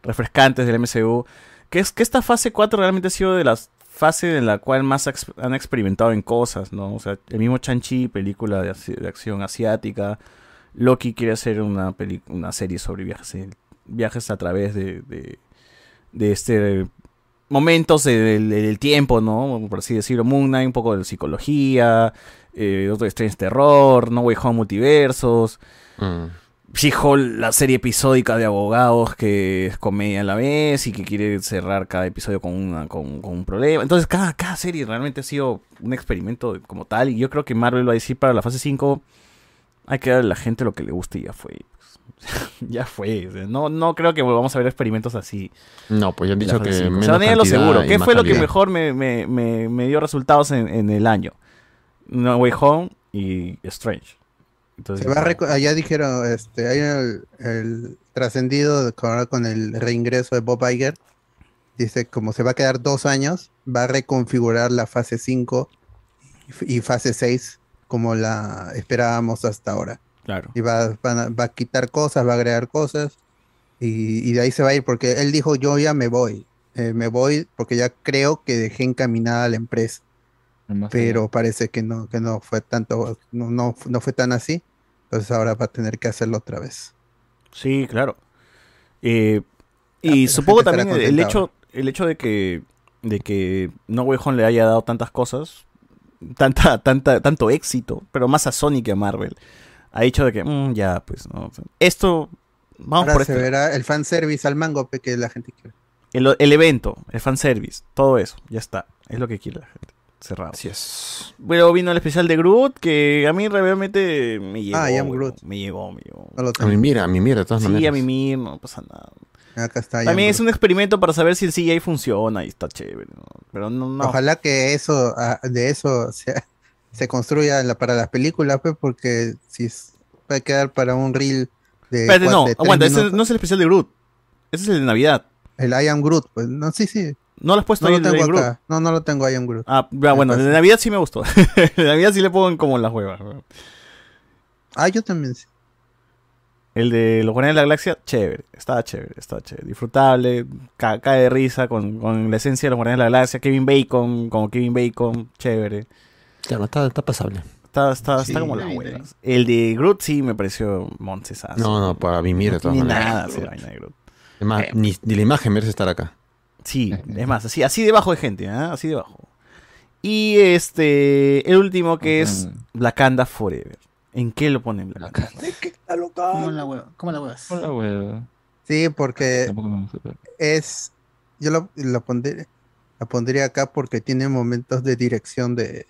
A: refrescantes del MCU. Que es que esta fase 4 realmente ha sido de las fases en la cual más ex- han experimentado en cosas, ¿no? O sea, el mismo Chanchi, película de, asi- de acción asiática. Loki quiere hacer una, peli- una serie sobre viajes, en- viajes a través de- de, de este momentos del, del tiempo, ¿no? Por así decirlo, Moon Knight, un poco de psicología, eh, otro Strange Terror, No Way Home Multiversos, She-Hulk, la serie episódica de abogados que es comedia a la vez y que quiere cerrar cada episodio con, una, con, con un problema. Entonces, cada, cada serie realmente ha sido un experimento como tal y yo creo que Marvel va a decir para la fase 5, hay que darle a la gente lo que le guste y ya fue. ya fue. O sea, No, no creo que volvamos a ver experimentos así.
C: No, pues ya han
A: La
C: dicho
A: fase
C: que
A: cinco.
C: menos
A: Se van a ir a lo
C: cantidad
A: seguro.
C: y
A: ¿Qué
C: más
A: fue lo que
C: calidad.
A: mejor me, me- me- me dio resultados en, en el año? No Way Home y Strange. Entonces,
D: Se va a reco- allá dijeron, este, hay el, el trascendido de- con, con el reingreso de Bob Iger. Dice, como se va a quedar dos años, va a reconfigurar la fase 5 y f- y fase 6 como la esperábamos hasta ahora.
A: Claro.
D: Y va, van a- va a quitar cosas, va a agregar cosas. Y, y de ahí se va a ir porque él dijo, yo ya me voy. eh, me voy porque ya creo que dejé encaminada a la empresa.
J: Más allá.
D: Pero parece que no, que no fue tanto, no, no, no fue tan así. Entonces ahora va a tener que hacerlo otra vez.
A: Sí, claro. Eh, y
D: la
A: supongo
D: Ah, gente estará
A: también el
D: contenta
A: hecho, el hecho de que, de que No Way Home le haya dado tantas cosas, tanta, tanta, tanto éxito, pero más a Sony que a Marvel, ha hecho de que, mm, ya, pues, no. Esto, vamos
D: ahora
A: por
D: se
A: este.
D: verá el fanservice al mango pe, que la gente quiere.
A: El, el evento, el fanservice, todo eso, ya está. Es lo que quiere la gente. Cerrado.
C: Así es.
A: Bueno, vino el especial de Groot, que a mí realmente me llegó.
D: Ah, I am
A: weón. Me llegó, me llegó.
C: A mi mira, a mi mira, de todas
A: Sí,
C: maneras.
A: a mimir, no pasa nada.
D: Acá está.
A: También
D: Ah, ya,
A: es un experimento para saber si el CGI funciona y está chévere. ¿no? Pero no, no.
D: Ojalá que eso, ah, de eso se, se construya la- para las películas, pe, porque si es- va a quedar para un reel de.
A: Espérate,
D: cuat-
A: no,
D: de tres
A: aguanta, ese
D: minutos.
A: no es el especial de Groot. Ese es el de Navidad.
D: El I am Groot, pues. No, sí, sí.
A: No lo has puesto
D: no
A: ahí
D: lo
A: el de
D: tengo
A: Groot.
D: acá. No, no lo tengo I am Groot.
A: Ah, ya, bueno, el de Navidad sí me gustó. el de Navidad sí le pongo como las huevas. weón.
D: Ah, yo también sí.
A: El de Los Guardianes de la Galaxia, chévere. Estaba chévere, estaba chévere. Disfrutable, ca- cae de risa con, con la esencia de Los Guardianes de la Galaxia. Kevin Bacon, como Kevin Bacon, chévere.
C: Claro, está, está pasable.
A: Está, está,
C: Sí,
A: está como las
C: ahí,
A: huevas. El de Groot sí me pareció moncesazo.
C: No, no, para mi mira, de todas
A: ni
C: maneras.
A: nada eh, esa vaina de Groot.
C: Es más, ni, ni la imagen merece estar acá.
A: Sí, es más, así, así debajo de gente, ¿ah? así debajo. Y este, el último que es Blacanda Forever. ¿En qué lo ponen Blacanda?
I: ¿Cómo la hueva? ¿Cómo la huevas?
D: Sí, porque es. Yo lo, lo pondré- la pondría acá porque tiene momentos de dirección de,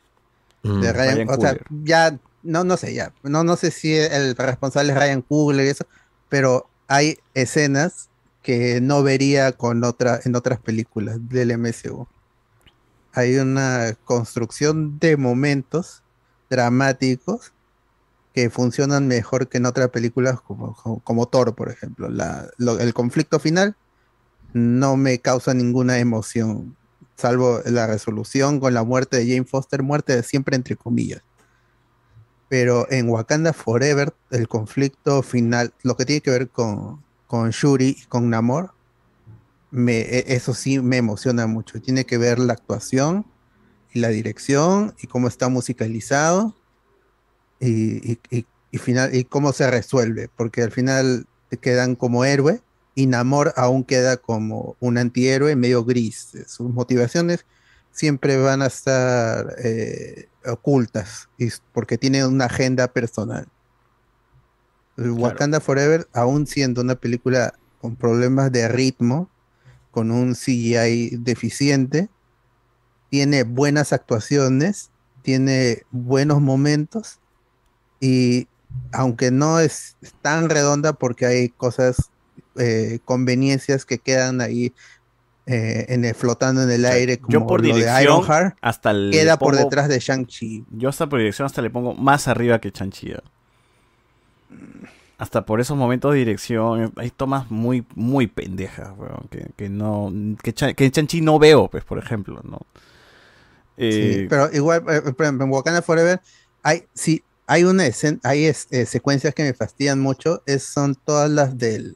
C: Mm,
D: de Ryan.
C: Ryan
D: o sea,
C: Coogler.
D: ya, no, no sé, ya. No, no sé si el responsable es Ryan Coogler y eso, pero hay escenas que no vería con otra, en otras películas del MCU. Hay una construcción de momentos dramáticos que funcionan mejor que en otras películas como, como, como Thor, por ejemplo. La- lo- el conflicto final no me causa ninguna emoción, salvo la resolución con la muerte de Jane Foster, muerte de siempre entre comillas. Pero en Wakanda Forever, el conflicto final, lo que tiene que ver con, con Shuri y con Namor, me, e- eso sí me emociona mucho. Tiene que ver la actuación y la dirección y cómo está musicalizado y, y- y- y final, y cómo se resuelve, porque al final te quedan como héroe y Namor aún queda como un antihéroe medio gris. Sus motivaciones siempre van a estar eh, ocultas y, s- porque tiene una agenda personal. El Wakanda Forever, aún siendo una película con problemas de ritmo, con un CGI deficiente, tiene buenas actuaciones, tiene buenos momentos y aunque no es tan redonda porque hay cosas, eh, conveniencias que quedan ahí eh, en el- flotando en el aire como
A: Yo por
D: lo de
A: dirección
D: Ironheart,
A: hasta el
D: queda por detrás de Shang-Chi.
A: Yo hasta por dirección hasta le pongo más arriba que Chanchi. ¿ah? Hasta por esos momentos de dirección hay tomas muy muy pendejas, weón, que, que no que, Chan- que en Chanchi no veo, pues por ejemplo, ¿no? Eh,
D: Sí, pero igual, eh, por ejemplo, en Wakanda Forever hay, sí, hay una escena, hay es- eh, secuencias que me fastidian mucho, es, son todas las de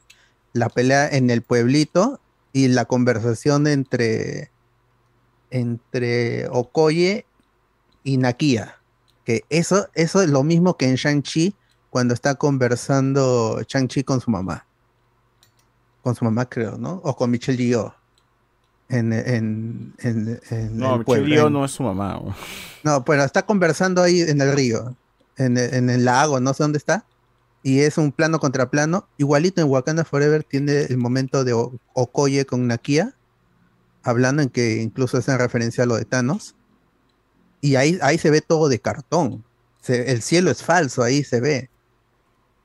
D: la pelea en el pueblito y la conversación entre, entre Okoye y Nakia. Que eso, eso es lo mismo que en Shang-Chi cuando está conversando Shang-Chi con su mamá. Con su mamá, creo, ¿no? O con Michelle Yeoh. En, en, en, en el
A: no, Michelle
D: pueblo,
A: Yeoh
D: en-
A: no es su mamá. weón.
D: no, pero está conversando ahí en el río, en el, en el lago, no sé dónde está. Y es un plano contra plano. Igualito en Wakanda Forever tiene el momento de O- Okoye con Nakia, hablando en que incluso hacen referencia a lo de Thanos. Y ahí, ahí se ve todo de cartón. Se- el cielo es falso, ahí se ve.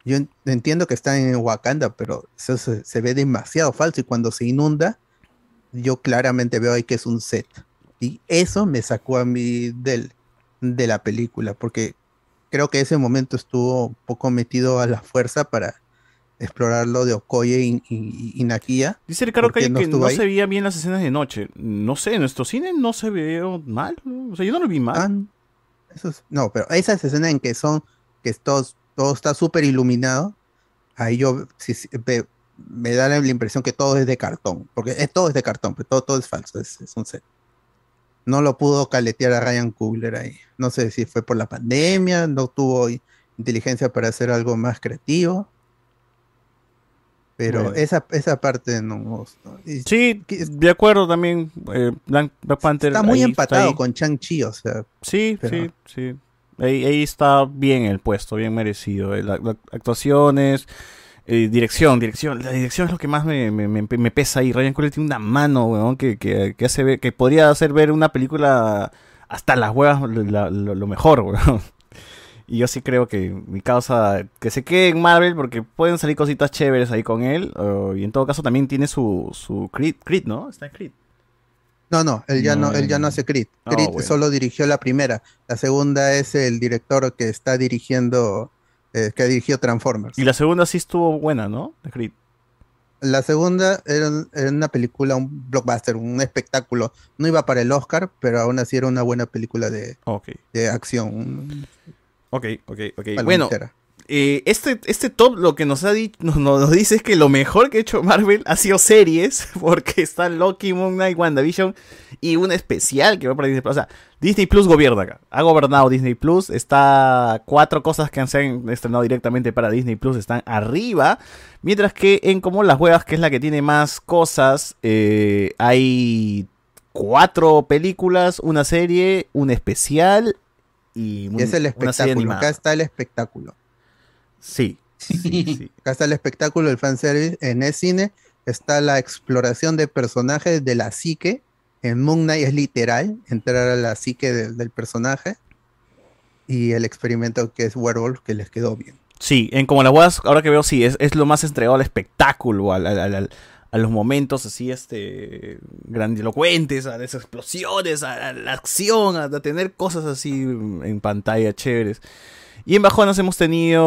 D: Yo en- entiendo que está en Wakanda, pero eso se, se ve demasiado falso. Y cuando se inunda, yo claramente veo ahí que es un set. Y eso me sacó a mí del, de la película, porque creo que ese momento estuvo un poco metido a la fuerza para explorar lo de Okoye y, y, y Nakia.
A: Dice Ricardo
D: porque
A: Calle que
D: estuvo
A: no
D: ahí.
A: se veía bien las escenas de noche. No sé, en nuestro cine no se veo mal. ¿no? O sea, yo no lo vi mal.
D: Ah, Eso es- no, pero esas escenas en que son, que todo, todo está súper iluminado, ahí yo sí- sí, ve- me, da la, la impresión que todo es de cartón, porque es, todo es de cartón, pero todo, todo es falso, es, es un set. No lo pudo caletear a Ryan Coogler ahí. No sé si fue por la pandemia, no tuvo i-
O: inteligencia para hacer algo más creativo. Pero
A: Bueno.
O: esa, esa parte no me gustó. Y
A: Sí, de acuerdo también. eh, Black, Black Panther.
O: Está muy
A: ahí,
O: empatado
A: ahí.
O: con Chang-Chi, o sea.
A: Sí,
O: pero-
A: sí, sí. Ahí, ahí está bien el puesto, bien merecido. Eh, la- la- actuaciones, eh, dirección, dirección. La dirección es lo que más me, me- me- me pesa ahí. Ryan Coogler tiene una mano, weón, que, que- que hace ver- que podría hacer ver una película hasta las huevas lo, la- lo- lo mejor, weón. Y yo sí creo que mi causa que se quede en Marvel porque pueden salir cositas chéveres ahí con él. eh, y en todo caso también tiene su, su Creed, Creed, ¿no? Oh, Está en Creed.
O: No, no, él ya no, él ya no hace Creed.
A: Ah,
O: Creed
A: bueno.
O: solo dirigió la primera. La segunda es el director que está dirigiendo, eh, que dirigió Transformers.
A: Y la segunda sí estuvo buena, ¿no? De Creed.
O: La segunda era, un- era una película, un blockbuster, un espectáculo. No iba para el Oscar, pero aún así era una buena película de, de acción. un-
A: Ok, ok, ok.
O: Palomita
A: Bueno,
O: era.
A: eh, este, este top lo que nos ha dicho, nos, nos dice es que lo mejor que ha hecho Marvel ha sido series, porque están Loki, Moon Knight, WandaVision y un especial que va para Disney Plus. O sea, Disney Plus gobierna acá. Ha gobernado Disney Plus. Está cuatro cosas que se han estrenado directamente para Disney Plus están arriba. Mientras que en como las huevas, que es la que tiene más cosas, eh, hay cuatro películas, una serie, un especial y,
O: Y es el
A: una serie
O: espectáculo.
A: animada.
O: Acá está el espectáculo.
A: Sí.
O: Acá está el espectáculo, el fanservice. En el cine está la exploración de personajes de la psique. En Moon Knight es literal, entrar a la psique del, del personaje. Y el experimento que es Werewolf, que les quedó bien.
A: Sí, en como las huevas, ahora que veo, sí, es, es lo más entregado al espectáculo, al- al- al- al- a los momentos así, este, grandilocuentes, a las explosiones, a, a la acción, a, a tener cosas así en pantalla chéveres. Y en Bajonas hemos tenido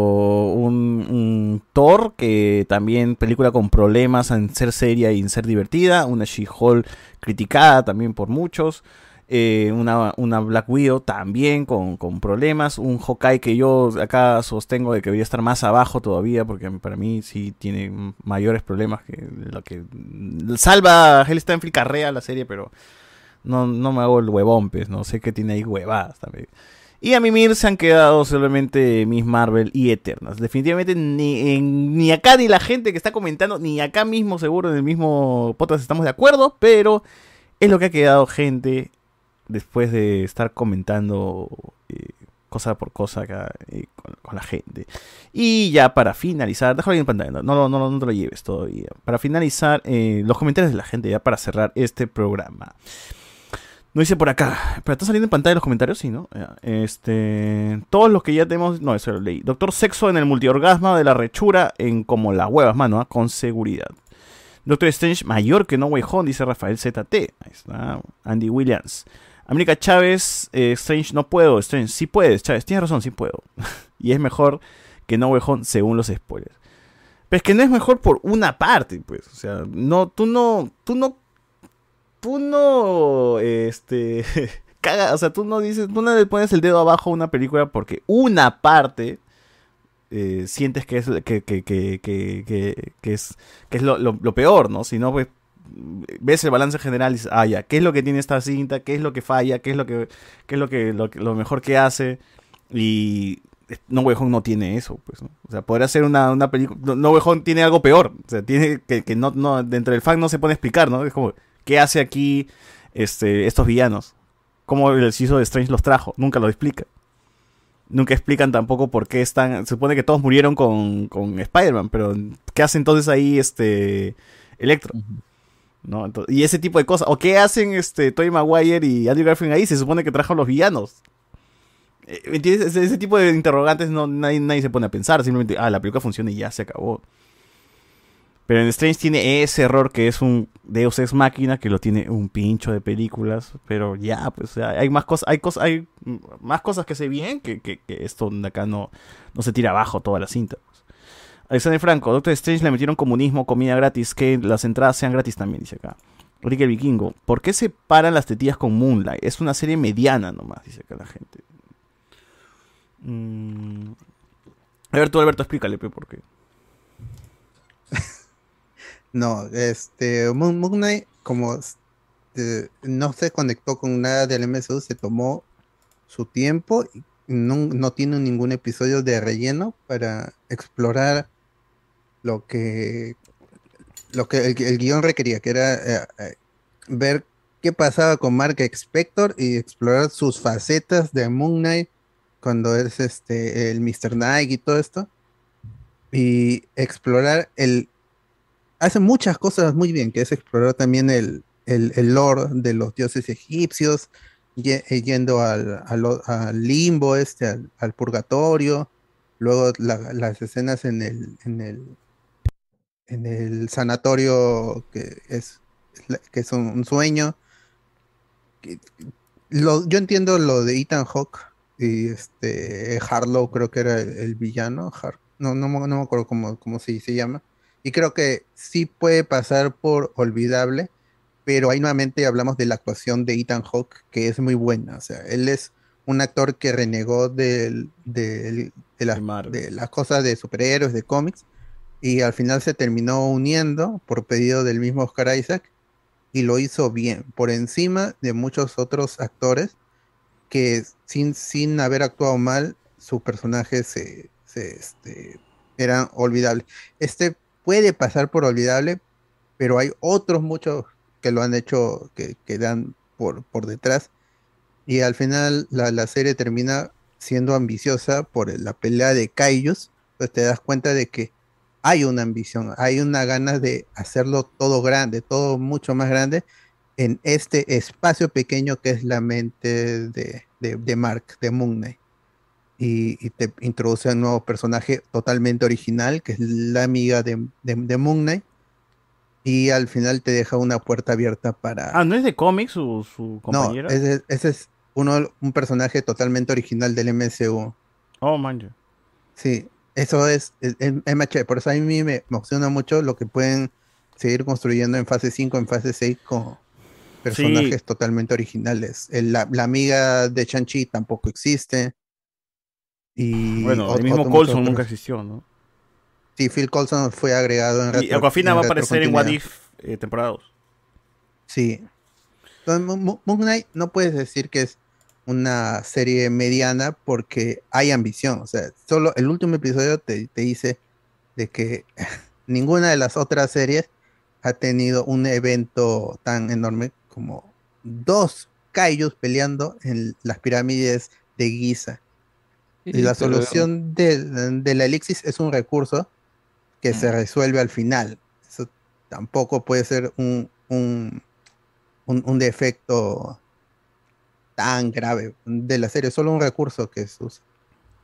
A: un, un Thor, que también película con problemas en ser seria y en ser divertida, una She-Hulk criticada también por muchos. Eh, una, una Black Widow también con, con problemas. Un Hawkeye que yo acá sostengo de que debería estar más abajo todavía, porque para mí sí tiene mm, mayores problemas que lo que. mm, Salva a Hellsteinfeld carrea la serie, pero no, no me hago el huevón, pues, no sé que tiene ahí huevadas también. Y a Mimir se han quedado solamente Miss Marvel y Eternas. Definitivamente ni, en- ni acá ni la gente que está comentando, ni acá mismo seguro en el mismo podcast estamos de acuerdo, pero es lo que ha quedado gente después de estar comentando eh, cosa por cosa acá eh, con, con la gente. Y ya para finalizar, déjalo ahí en pantalla, no, no, lo- no, lo- no te lo lleves todavía. Para finalizar, eh, los comentarios de la gente ya para cerrar este programa. No dice por acá. Pero está saliendo en pantalla los comentarios, sí, ¿no? Ya, Este. Todos los que ya tenemos. No, eso lo leí. Doctor Sexo en el multiorgasmo de la rechura en como las huevas, mano, ¿ah? con seguridad. Doctor Strange mayor que No Way Home, dice Rafael ZT. Ahí está. Andy Williams. América Chávez, eh, Strange no puedo. Strange, sí puedes, Chávez. Tienes razón, sí puedo. y es mejor que No Way Home según los spoilers. Pero es que no es mejor por una parte, pues. O sea, no, tú no. Tú no tú no, este, caga, o sea, tú no dices, tú no le pones el dedo abajo a una película porque una parte eh, sientes que es, que, que, que, que, que- que es, que es lo, lo- lo peor, ¿no? Si no, pues, ves el balance general y dices, ah, ya, ¿qué es lo que tiene esta cinta? ¿Qué es lo que falla? ¿Qué es lo que, qué es lo que, lo, que- lo mejor que hace? Y No Way Home no tiene eso, pues, ¿no? O sea, podría ser una, una película, No- No Way Home tiene algo peor, o sea, tiene que, que no, no, dentro del fan no se puede explicar, ¿no? Es como, ¿qué hace aquí este, estos villanos? ¿Cómo el hechizo de Strange los trajo? Nunca lo explica. Nunca explican tampoco por qué están. Se supone que todos murieron con, con Spider-Man, pero ¿qué hace entonces ahí este Electro? ¿No? Ento- y ese tipo de cosas. ¿O qué hacen este Tobey Maguire y Andrew Garfield ahí? Se supone que trajo a los villanos. Eh, ¿me entiendes? Ese, ese tipo de interrogantes no, nadie, nadie se pone a pensar. Simplemente, ah, la película funciona y ya se acabó. Pero en Strange tiene ese error que es un Deus Ex Máquina que lo tiene un pincho de películas. Pero ya, pues ya, hay más cosas, hay cosas, hay mm, más cosas que se bien que, que- que esto de acá no, no se tira abajo toda la cinta. pues. Alexander Franco, Doctor Strange le metieron comunismo, comida gratis, que las entradas sean gratis también, dice acá. Rick el Vikingo, ¿por qué se paran las tetillas con Moonlight? Es una serie mediana nomás, dice acá la gente. Mm. A ver tú, Alberto, explícale, pe, por qué.
O: No, este, Moon, Moon Knight, como eh, no se conectó con nada del MCU, se tomó su tiempo y,
D: no, no tiene ningún episodio de relleno para explorar lo que, lo que el, el guión requería, que era eh, eh, ver qué pasaba con Mark Spector y explorar sus facetas de Moon Knight cuando es este el Mr. Knight y todo esto. Y explorar el. Hace muchas cosas muy bien, que es explorar también el, el, el lore de los dioses egipcios, ye- eh, yendo al, al- al limbo, este, al, al purgatorio. Luego la- las escenas en el, en el en el sanatorio que es, que es un, un sueño. Que- lo- yo entiendo lo de Ethan Hawke y este Harlow creo que era el, el villano. Har- no, no, me- no me acuerdo cómo, cómo se, se llama. Y creo que sí puede pasar por olvidable, pero ahí nuevamente hablamos de la actuación de Ethan Hawke, que es muy buena. O sea, él es un actor que renegó del- del- de, las- de las cosas de superhéroes, de cómics, y al final se terminó uniendo por pedido del mismo Oscar Isaac y lo hizo bien, por encima de muchos otros actores que sin, sin haber actuado mal, su personaje se, se, este, era olvidable. Este puede pasar por olvidable, pero hay otros muchos que lo han hecho, que, que dan por, por detrás. Y al final la, la serie termina siendo ambiciosa por la pelea de Kaijus. Pues te das cuenta de que hay una ambición, hay una ganas de hacerlo todo grande, todo mucho más grande en este espacio pequeño que es la mente de, de, de Mark, de Moon Knight. Y, y te introduce a un nuevo personaje totalmente original, que es la amiga de, de, de Moon Knight. Y al final te deja una puerta abierta para,
A: Ah, ¿no es de cómics su, su
D: no,
A: compañera?
D: ese, ese es uno, un personaje totalmente original del MCU.
A: Oh, man.
D: Sí, eso es, es, es- es más chévere. Por eso a mí me, me emociona mucho lo que pueden seguir construyendo en fase 5, en fase 6 con personajes totalmente originales. El- la, la amiga de Chanchi tampoco existe. Y
A: Bueno,
D: ot-
A: el mismo
D: otro-
A: Colson
D: otros-
A: nunca existió, ¿no?
D: Sí, Phil Coulson fue agregado en
A: Y
D: retro-
A: Aquafina
D: en
A: va a aparecer en What
D: retrocontinuidad.
A: If eh, temporada 2.
D: Sí. Entonces, Mo- Mo- Moon Knight no puedes decir que es una serie mediana porque hay ambición. O sea, solo el último episodio te, te dice de que ninguna de las otras series ha tenido un evento tan enorme como dos kaijus peleando en las pirámides de Giza. Y
E: Sí,
A: Este,
D: la
E: pero-
D: solución del, del elixir es un recurso que se resuelve al final. Eso tampoco puede ser un, un, un- un defecto tan grave de la serie, solo un recurso que se usa.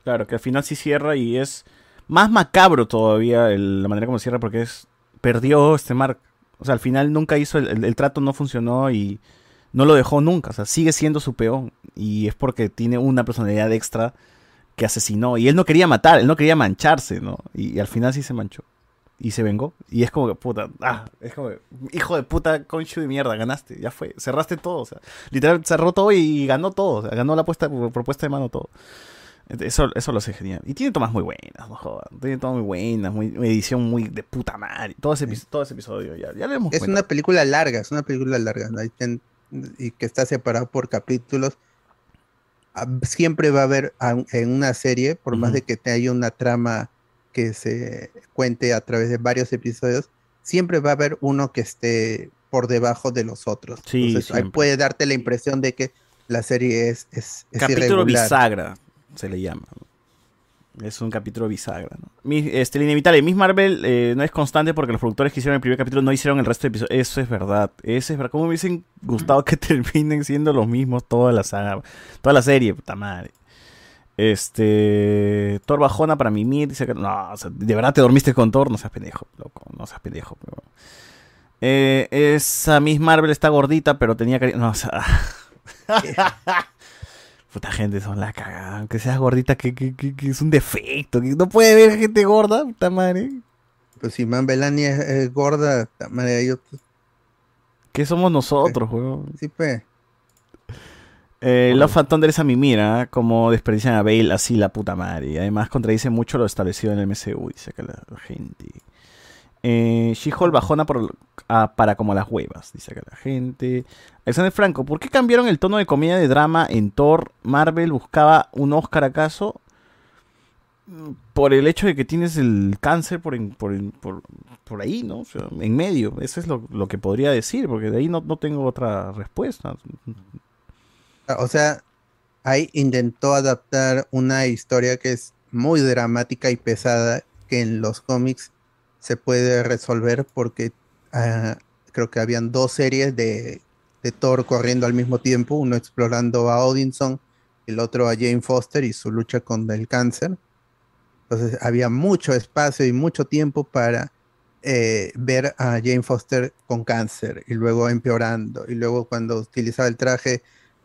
A: Claro, que al final sí cierra y es más macabro todavía el- la manera como cierra porque es perdió este Mark. O sea, al final nunca hizo, el, el- el trato no funcionó y no lo dejó nunca. O sea, sigue siendo su peón. Y es porque tiene una personalidad extra que asesinó. Y él no quería matar, él no quería mancharse, ¿no? Y, y al final sí se manchó. Y se vengó. Y es como que, puta, ah, es como, que, hijo de puta, conchu de mierda, ganaste, ya fue. Cerraste todo, o sea, literal, cerró todo y, ganó todo. o sea, ganó la apuesta, propuesta de mano todo. Eso, eso lo sé genial. Y tiene tomas muy buenas, no jodas. Tiene tomas muy buenas, muy, una edición muy de puta madre. Todo ese, epi- todo ese episodio ya, ya le hemos
D: Es una película larga, es una película larga, ¿no? Ahí ten- y que está separada por capítulos. Ah, Siempre va a haber a- en una serie, por más de que te haya una trama que se cuente a través de varios episodios, siempre va a haber uno que esté por debajo de los otros.
A: Sí,
D: Entonces, ahí
A: siempre.
D: puede darte la impresión de que la serie es, es, es
A: capítulo
D: irregular.
A: bisagra, se le llama. Es un capítulo bisagra, ¿no? Mi- este, lo inevitable, Miss Marvel eh, no es constante porque los productores que hicieron el primer capítulo no hicieron el resto de episodios. Eso es verdad. Eso es verdad. ¿Cómo me hubiesen gustado que terminen siendo los mismos toda la saga, toda la serie? Puta madre. Este. Thor Bajona para mimir. Dice que. No, o sea, de verdad te dormiste con Thor. No seas pendejo, loco. No seas pendejo. pero- Eh, esa Miss Marvel está gordita, pero tenía que. No, o sea. Puta gente, son la cagada. Aunque seas gordita, que, que- que- que es un defecto. Que no puede ver gente gorda, puta madre.
D: Pues si Man Belani es, es gorda, puta madre, yo-
A: ¿Qué somos nosotros, weón?
D: sí, pues.
A: Eh, Love and Thunder es a mi mira, como desperdician a Bale así la puta madre. Y además contradice mucho lo establecido en el MCU, dice acá la gente. Eh, She-Hulk bajona por- a- para como las huevas, dice acá la gente. Alexander Franco, ¿por qué cambiaron el tono de comedia de drama en Thor? ¿Marvel buscaba un Oscar acaso? Mm, Por el hecho de que tienes el cáncer por, en- por, en- por- por ahí, ¿no? O sea, en medio. Eso es lo, lo que podría decir, porque de ahí no, no tengo otra respuesta.
D: O sea, ahí intentó adaptar una historia que es muy dramática y pesada, que en los cómics se puede resolver porque ah, creo que habían dos series de, de Thor corriendo al mismo tiempo, uno explorando a Odinson, el otro a Jane Foster y su lucha con el cáncer. Entonces había mucho espacio y mucho tiempo para eh, ver a Jane Foster con cáncer y luego empeorando. Y luego cuando utilizaba el traje,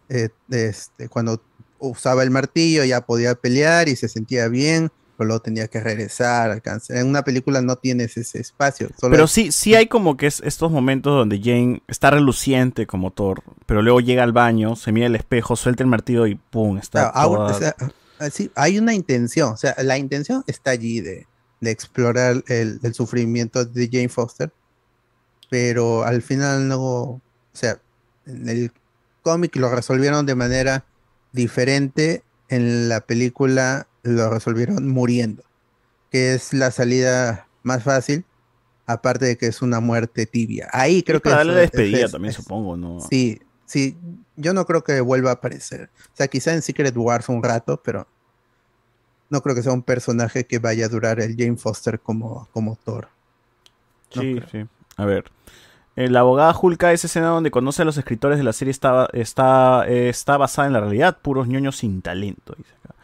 D: eh, este, cuando usaba el martillo ya podía pelear y se sentía bien, pero luego tenía que regresar al cáncer. En una película no tienes ese espacio. solo
A: Pero
D: es-
A: sí, sí hay como que es estos momentos donde Jane está reluciente como Thor, pero luego llega al baño, se mira el espejo, suelta el martillo y ¡pum!
D: Claro,
A: Está
D: ahora,
A: toda-
D: Ah, o sea, ah, sí, hay una intención, o sea, la intención está allí de, de explorar el, el sufrimiento de Jane Foster, pero al final no, o sea, en el cómic lo resolvieron de manera diferente, en la película lo resolvieron muriendo, que es la salida más fácil, aparte de que es una muerte tibia. Ahí creo
A: Es para
D: que
A: darle
D: es-
A: la despedida
D: es-
A: también, supongo, ¿no?
D: Sí, sí, yo no creo que vuelva a aparecer. O sea, quizá en Secret Wars un rato, pero no creo que sea un personaje que vaya a durar el Jane Foster como, como Thor.
A: Sí, sí. A ver. Eh, la abogada Julka, esa escena donde conoce a los escritores de la serie está, está, eh, está basada en la realidad, puros ñoños sin talento, dice acá.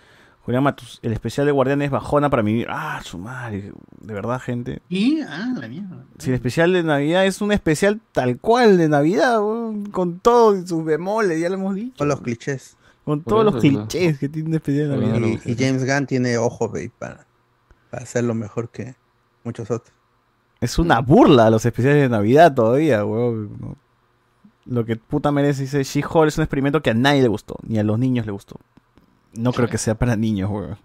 A: Julián Matus, el especial de Guardianes bajona para vivir. Ah, su madre. De verdad, gente.
I: ¿Y? Ah, la mierda.
A: Si el especial de Navidad es un especial tal cual de Navidad, weón, con todos sus bemoles, ya lo hemos dicho.
D: Con los clichés.
A: Con todos los clichés que tiene un especial de Navidad.
D: Y, y James Gunn tiene ojo, babe, para, para hacerlo mejor que muchos otros.
A: Es una burla a los especiales de Navidad todavía, weón. No. Lo que puta merece, dice She-Hulk, es un experimento que a nadie le gustó, ni a los niños le gustó. No creo que sea para niños, weón.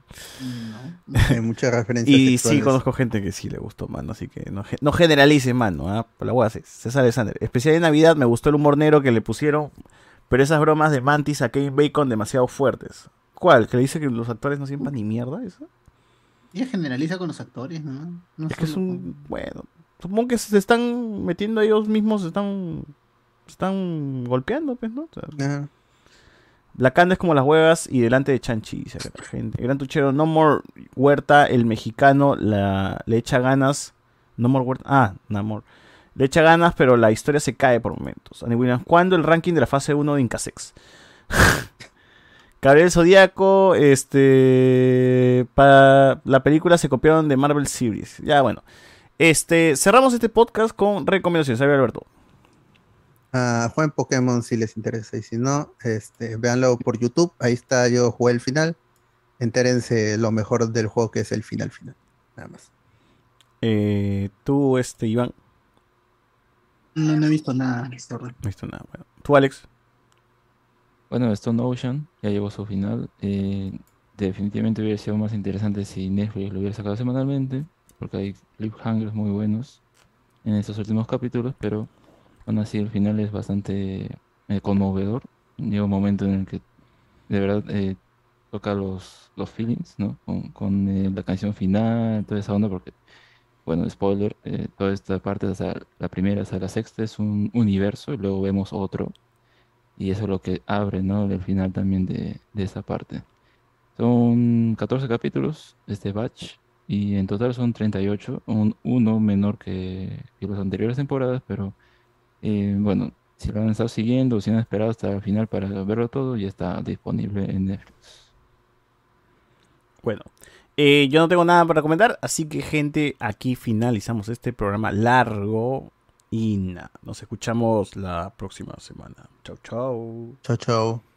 D: Hay muchas referencias.
A: Y sí,
D: sexuales.
A: conozco gente que sí le gustó, mano, así que no, ge- no generalices, mano, ¿ah? por la hueá, sí. César Alexander. Especial de Navidad, me gustó el humor negro que le pusieron, pero esas bromas de Mantis a Kevin Bacon demasiado fuertes. ¿Cuál? ¿Que le dice que los actores no sientan ni mierda eso?
I: Ella generaliza con los actores, ¿no? No
A: Es que es
I: solo
A: un. Bueno. Supongo que se están metiendo ellos mismos, se están. se están golpeando, pues, ¿no? O sea, Blacanda es como las huevas y delante de Chanchi, dice acá la gente. Gran Tuchero, No More Huerta, el mexicano, la, le echa ganas. No More Huerta. Ah, No More. Le echa ganas, pero la historia se cae por momentos. Annie Williams, ¿cuándo el ranking de la fase 1 de Incasex? Gabriel Zodíaco, este. Para la película se copiaron de Marvel Series. Ya, bueno. Este, cerramos este podcast con recomendaciones. Javier Alberto.
D: Ah, jueguen Pokémon si les interesa y si no, este, véanlo por YouTube. Ahí está, yo jugué el final. Entérense lo mejor del juego que es el final final. Nada más.
A: Eh, tú, este, Iván.
I: No, no he visto nada. sorry.
A: No he visto nada. Bueno. Tú, Alex.
J: Bueno, Stone Ocean ya llegó a su final. eh, definitivamente hubiera sido más interesante si Netflix lo hubiera sacado semanalmente, porque hay cliffhangers muy buenos en estos últimos capítulos, pero aún así el final es bastante eh, conmovedor. Llega un momento en el que de verdad eh, toca los, los feelings, ¿no? Con, con, eh, la canción final, toda esa onda, porque, bueno, spoiler, eh, toda esta parte, hasta la primera hasta la sexta, es un universo y luego vemos otro. Y eso es lo que abre, ¿no? El final también de, de esa parte. Son 14 capítulos, este batch, y en total son 38, un, uno menor que, que las anteriores temporadas, pero eh, bueno, si lo han estado siguiendo, si han esperado hasta el final para verlo todo, ya está disponible en Netflix.
A: Bueno, eh, yo no tengo nada para comentar, así que gente, aquí finalizamos este programa largo y nada, nos escuchamos la próxima semana. Chau, chau.
D: Chao, chao.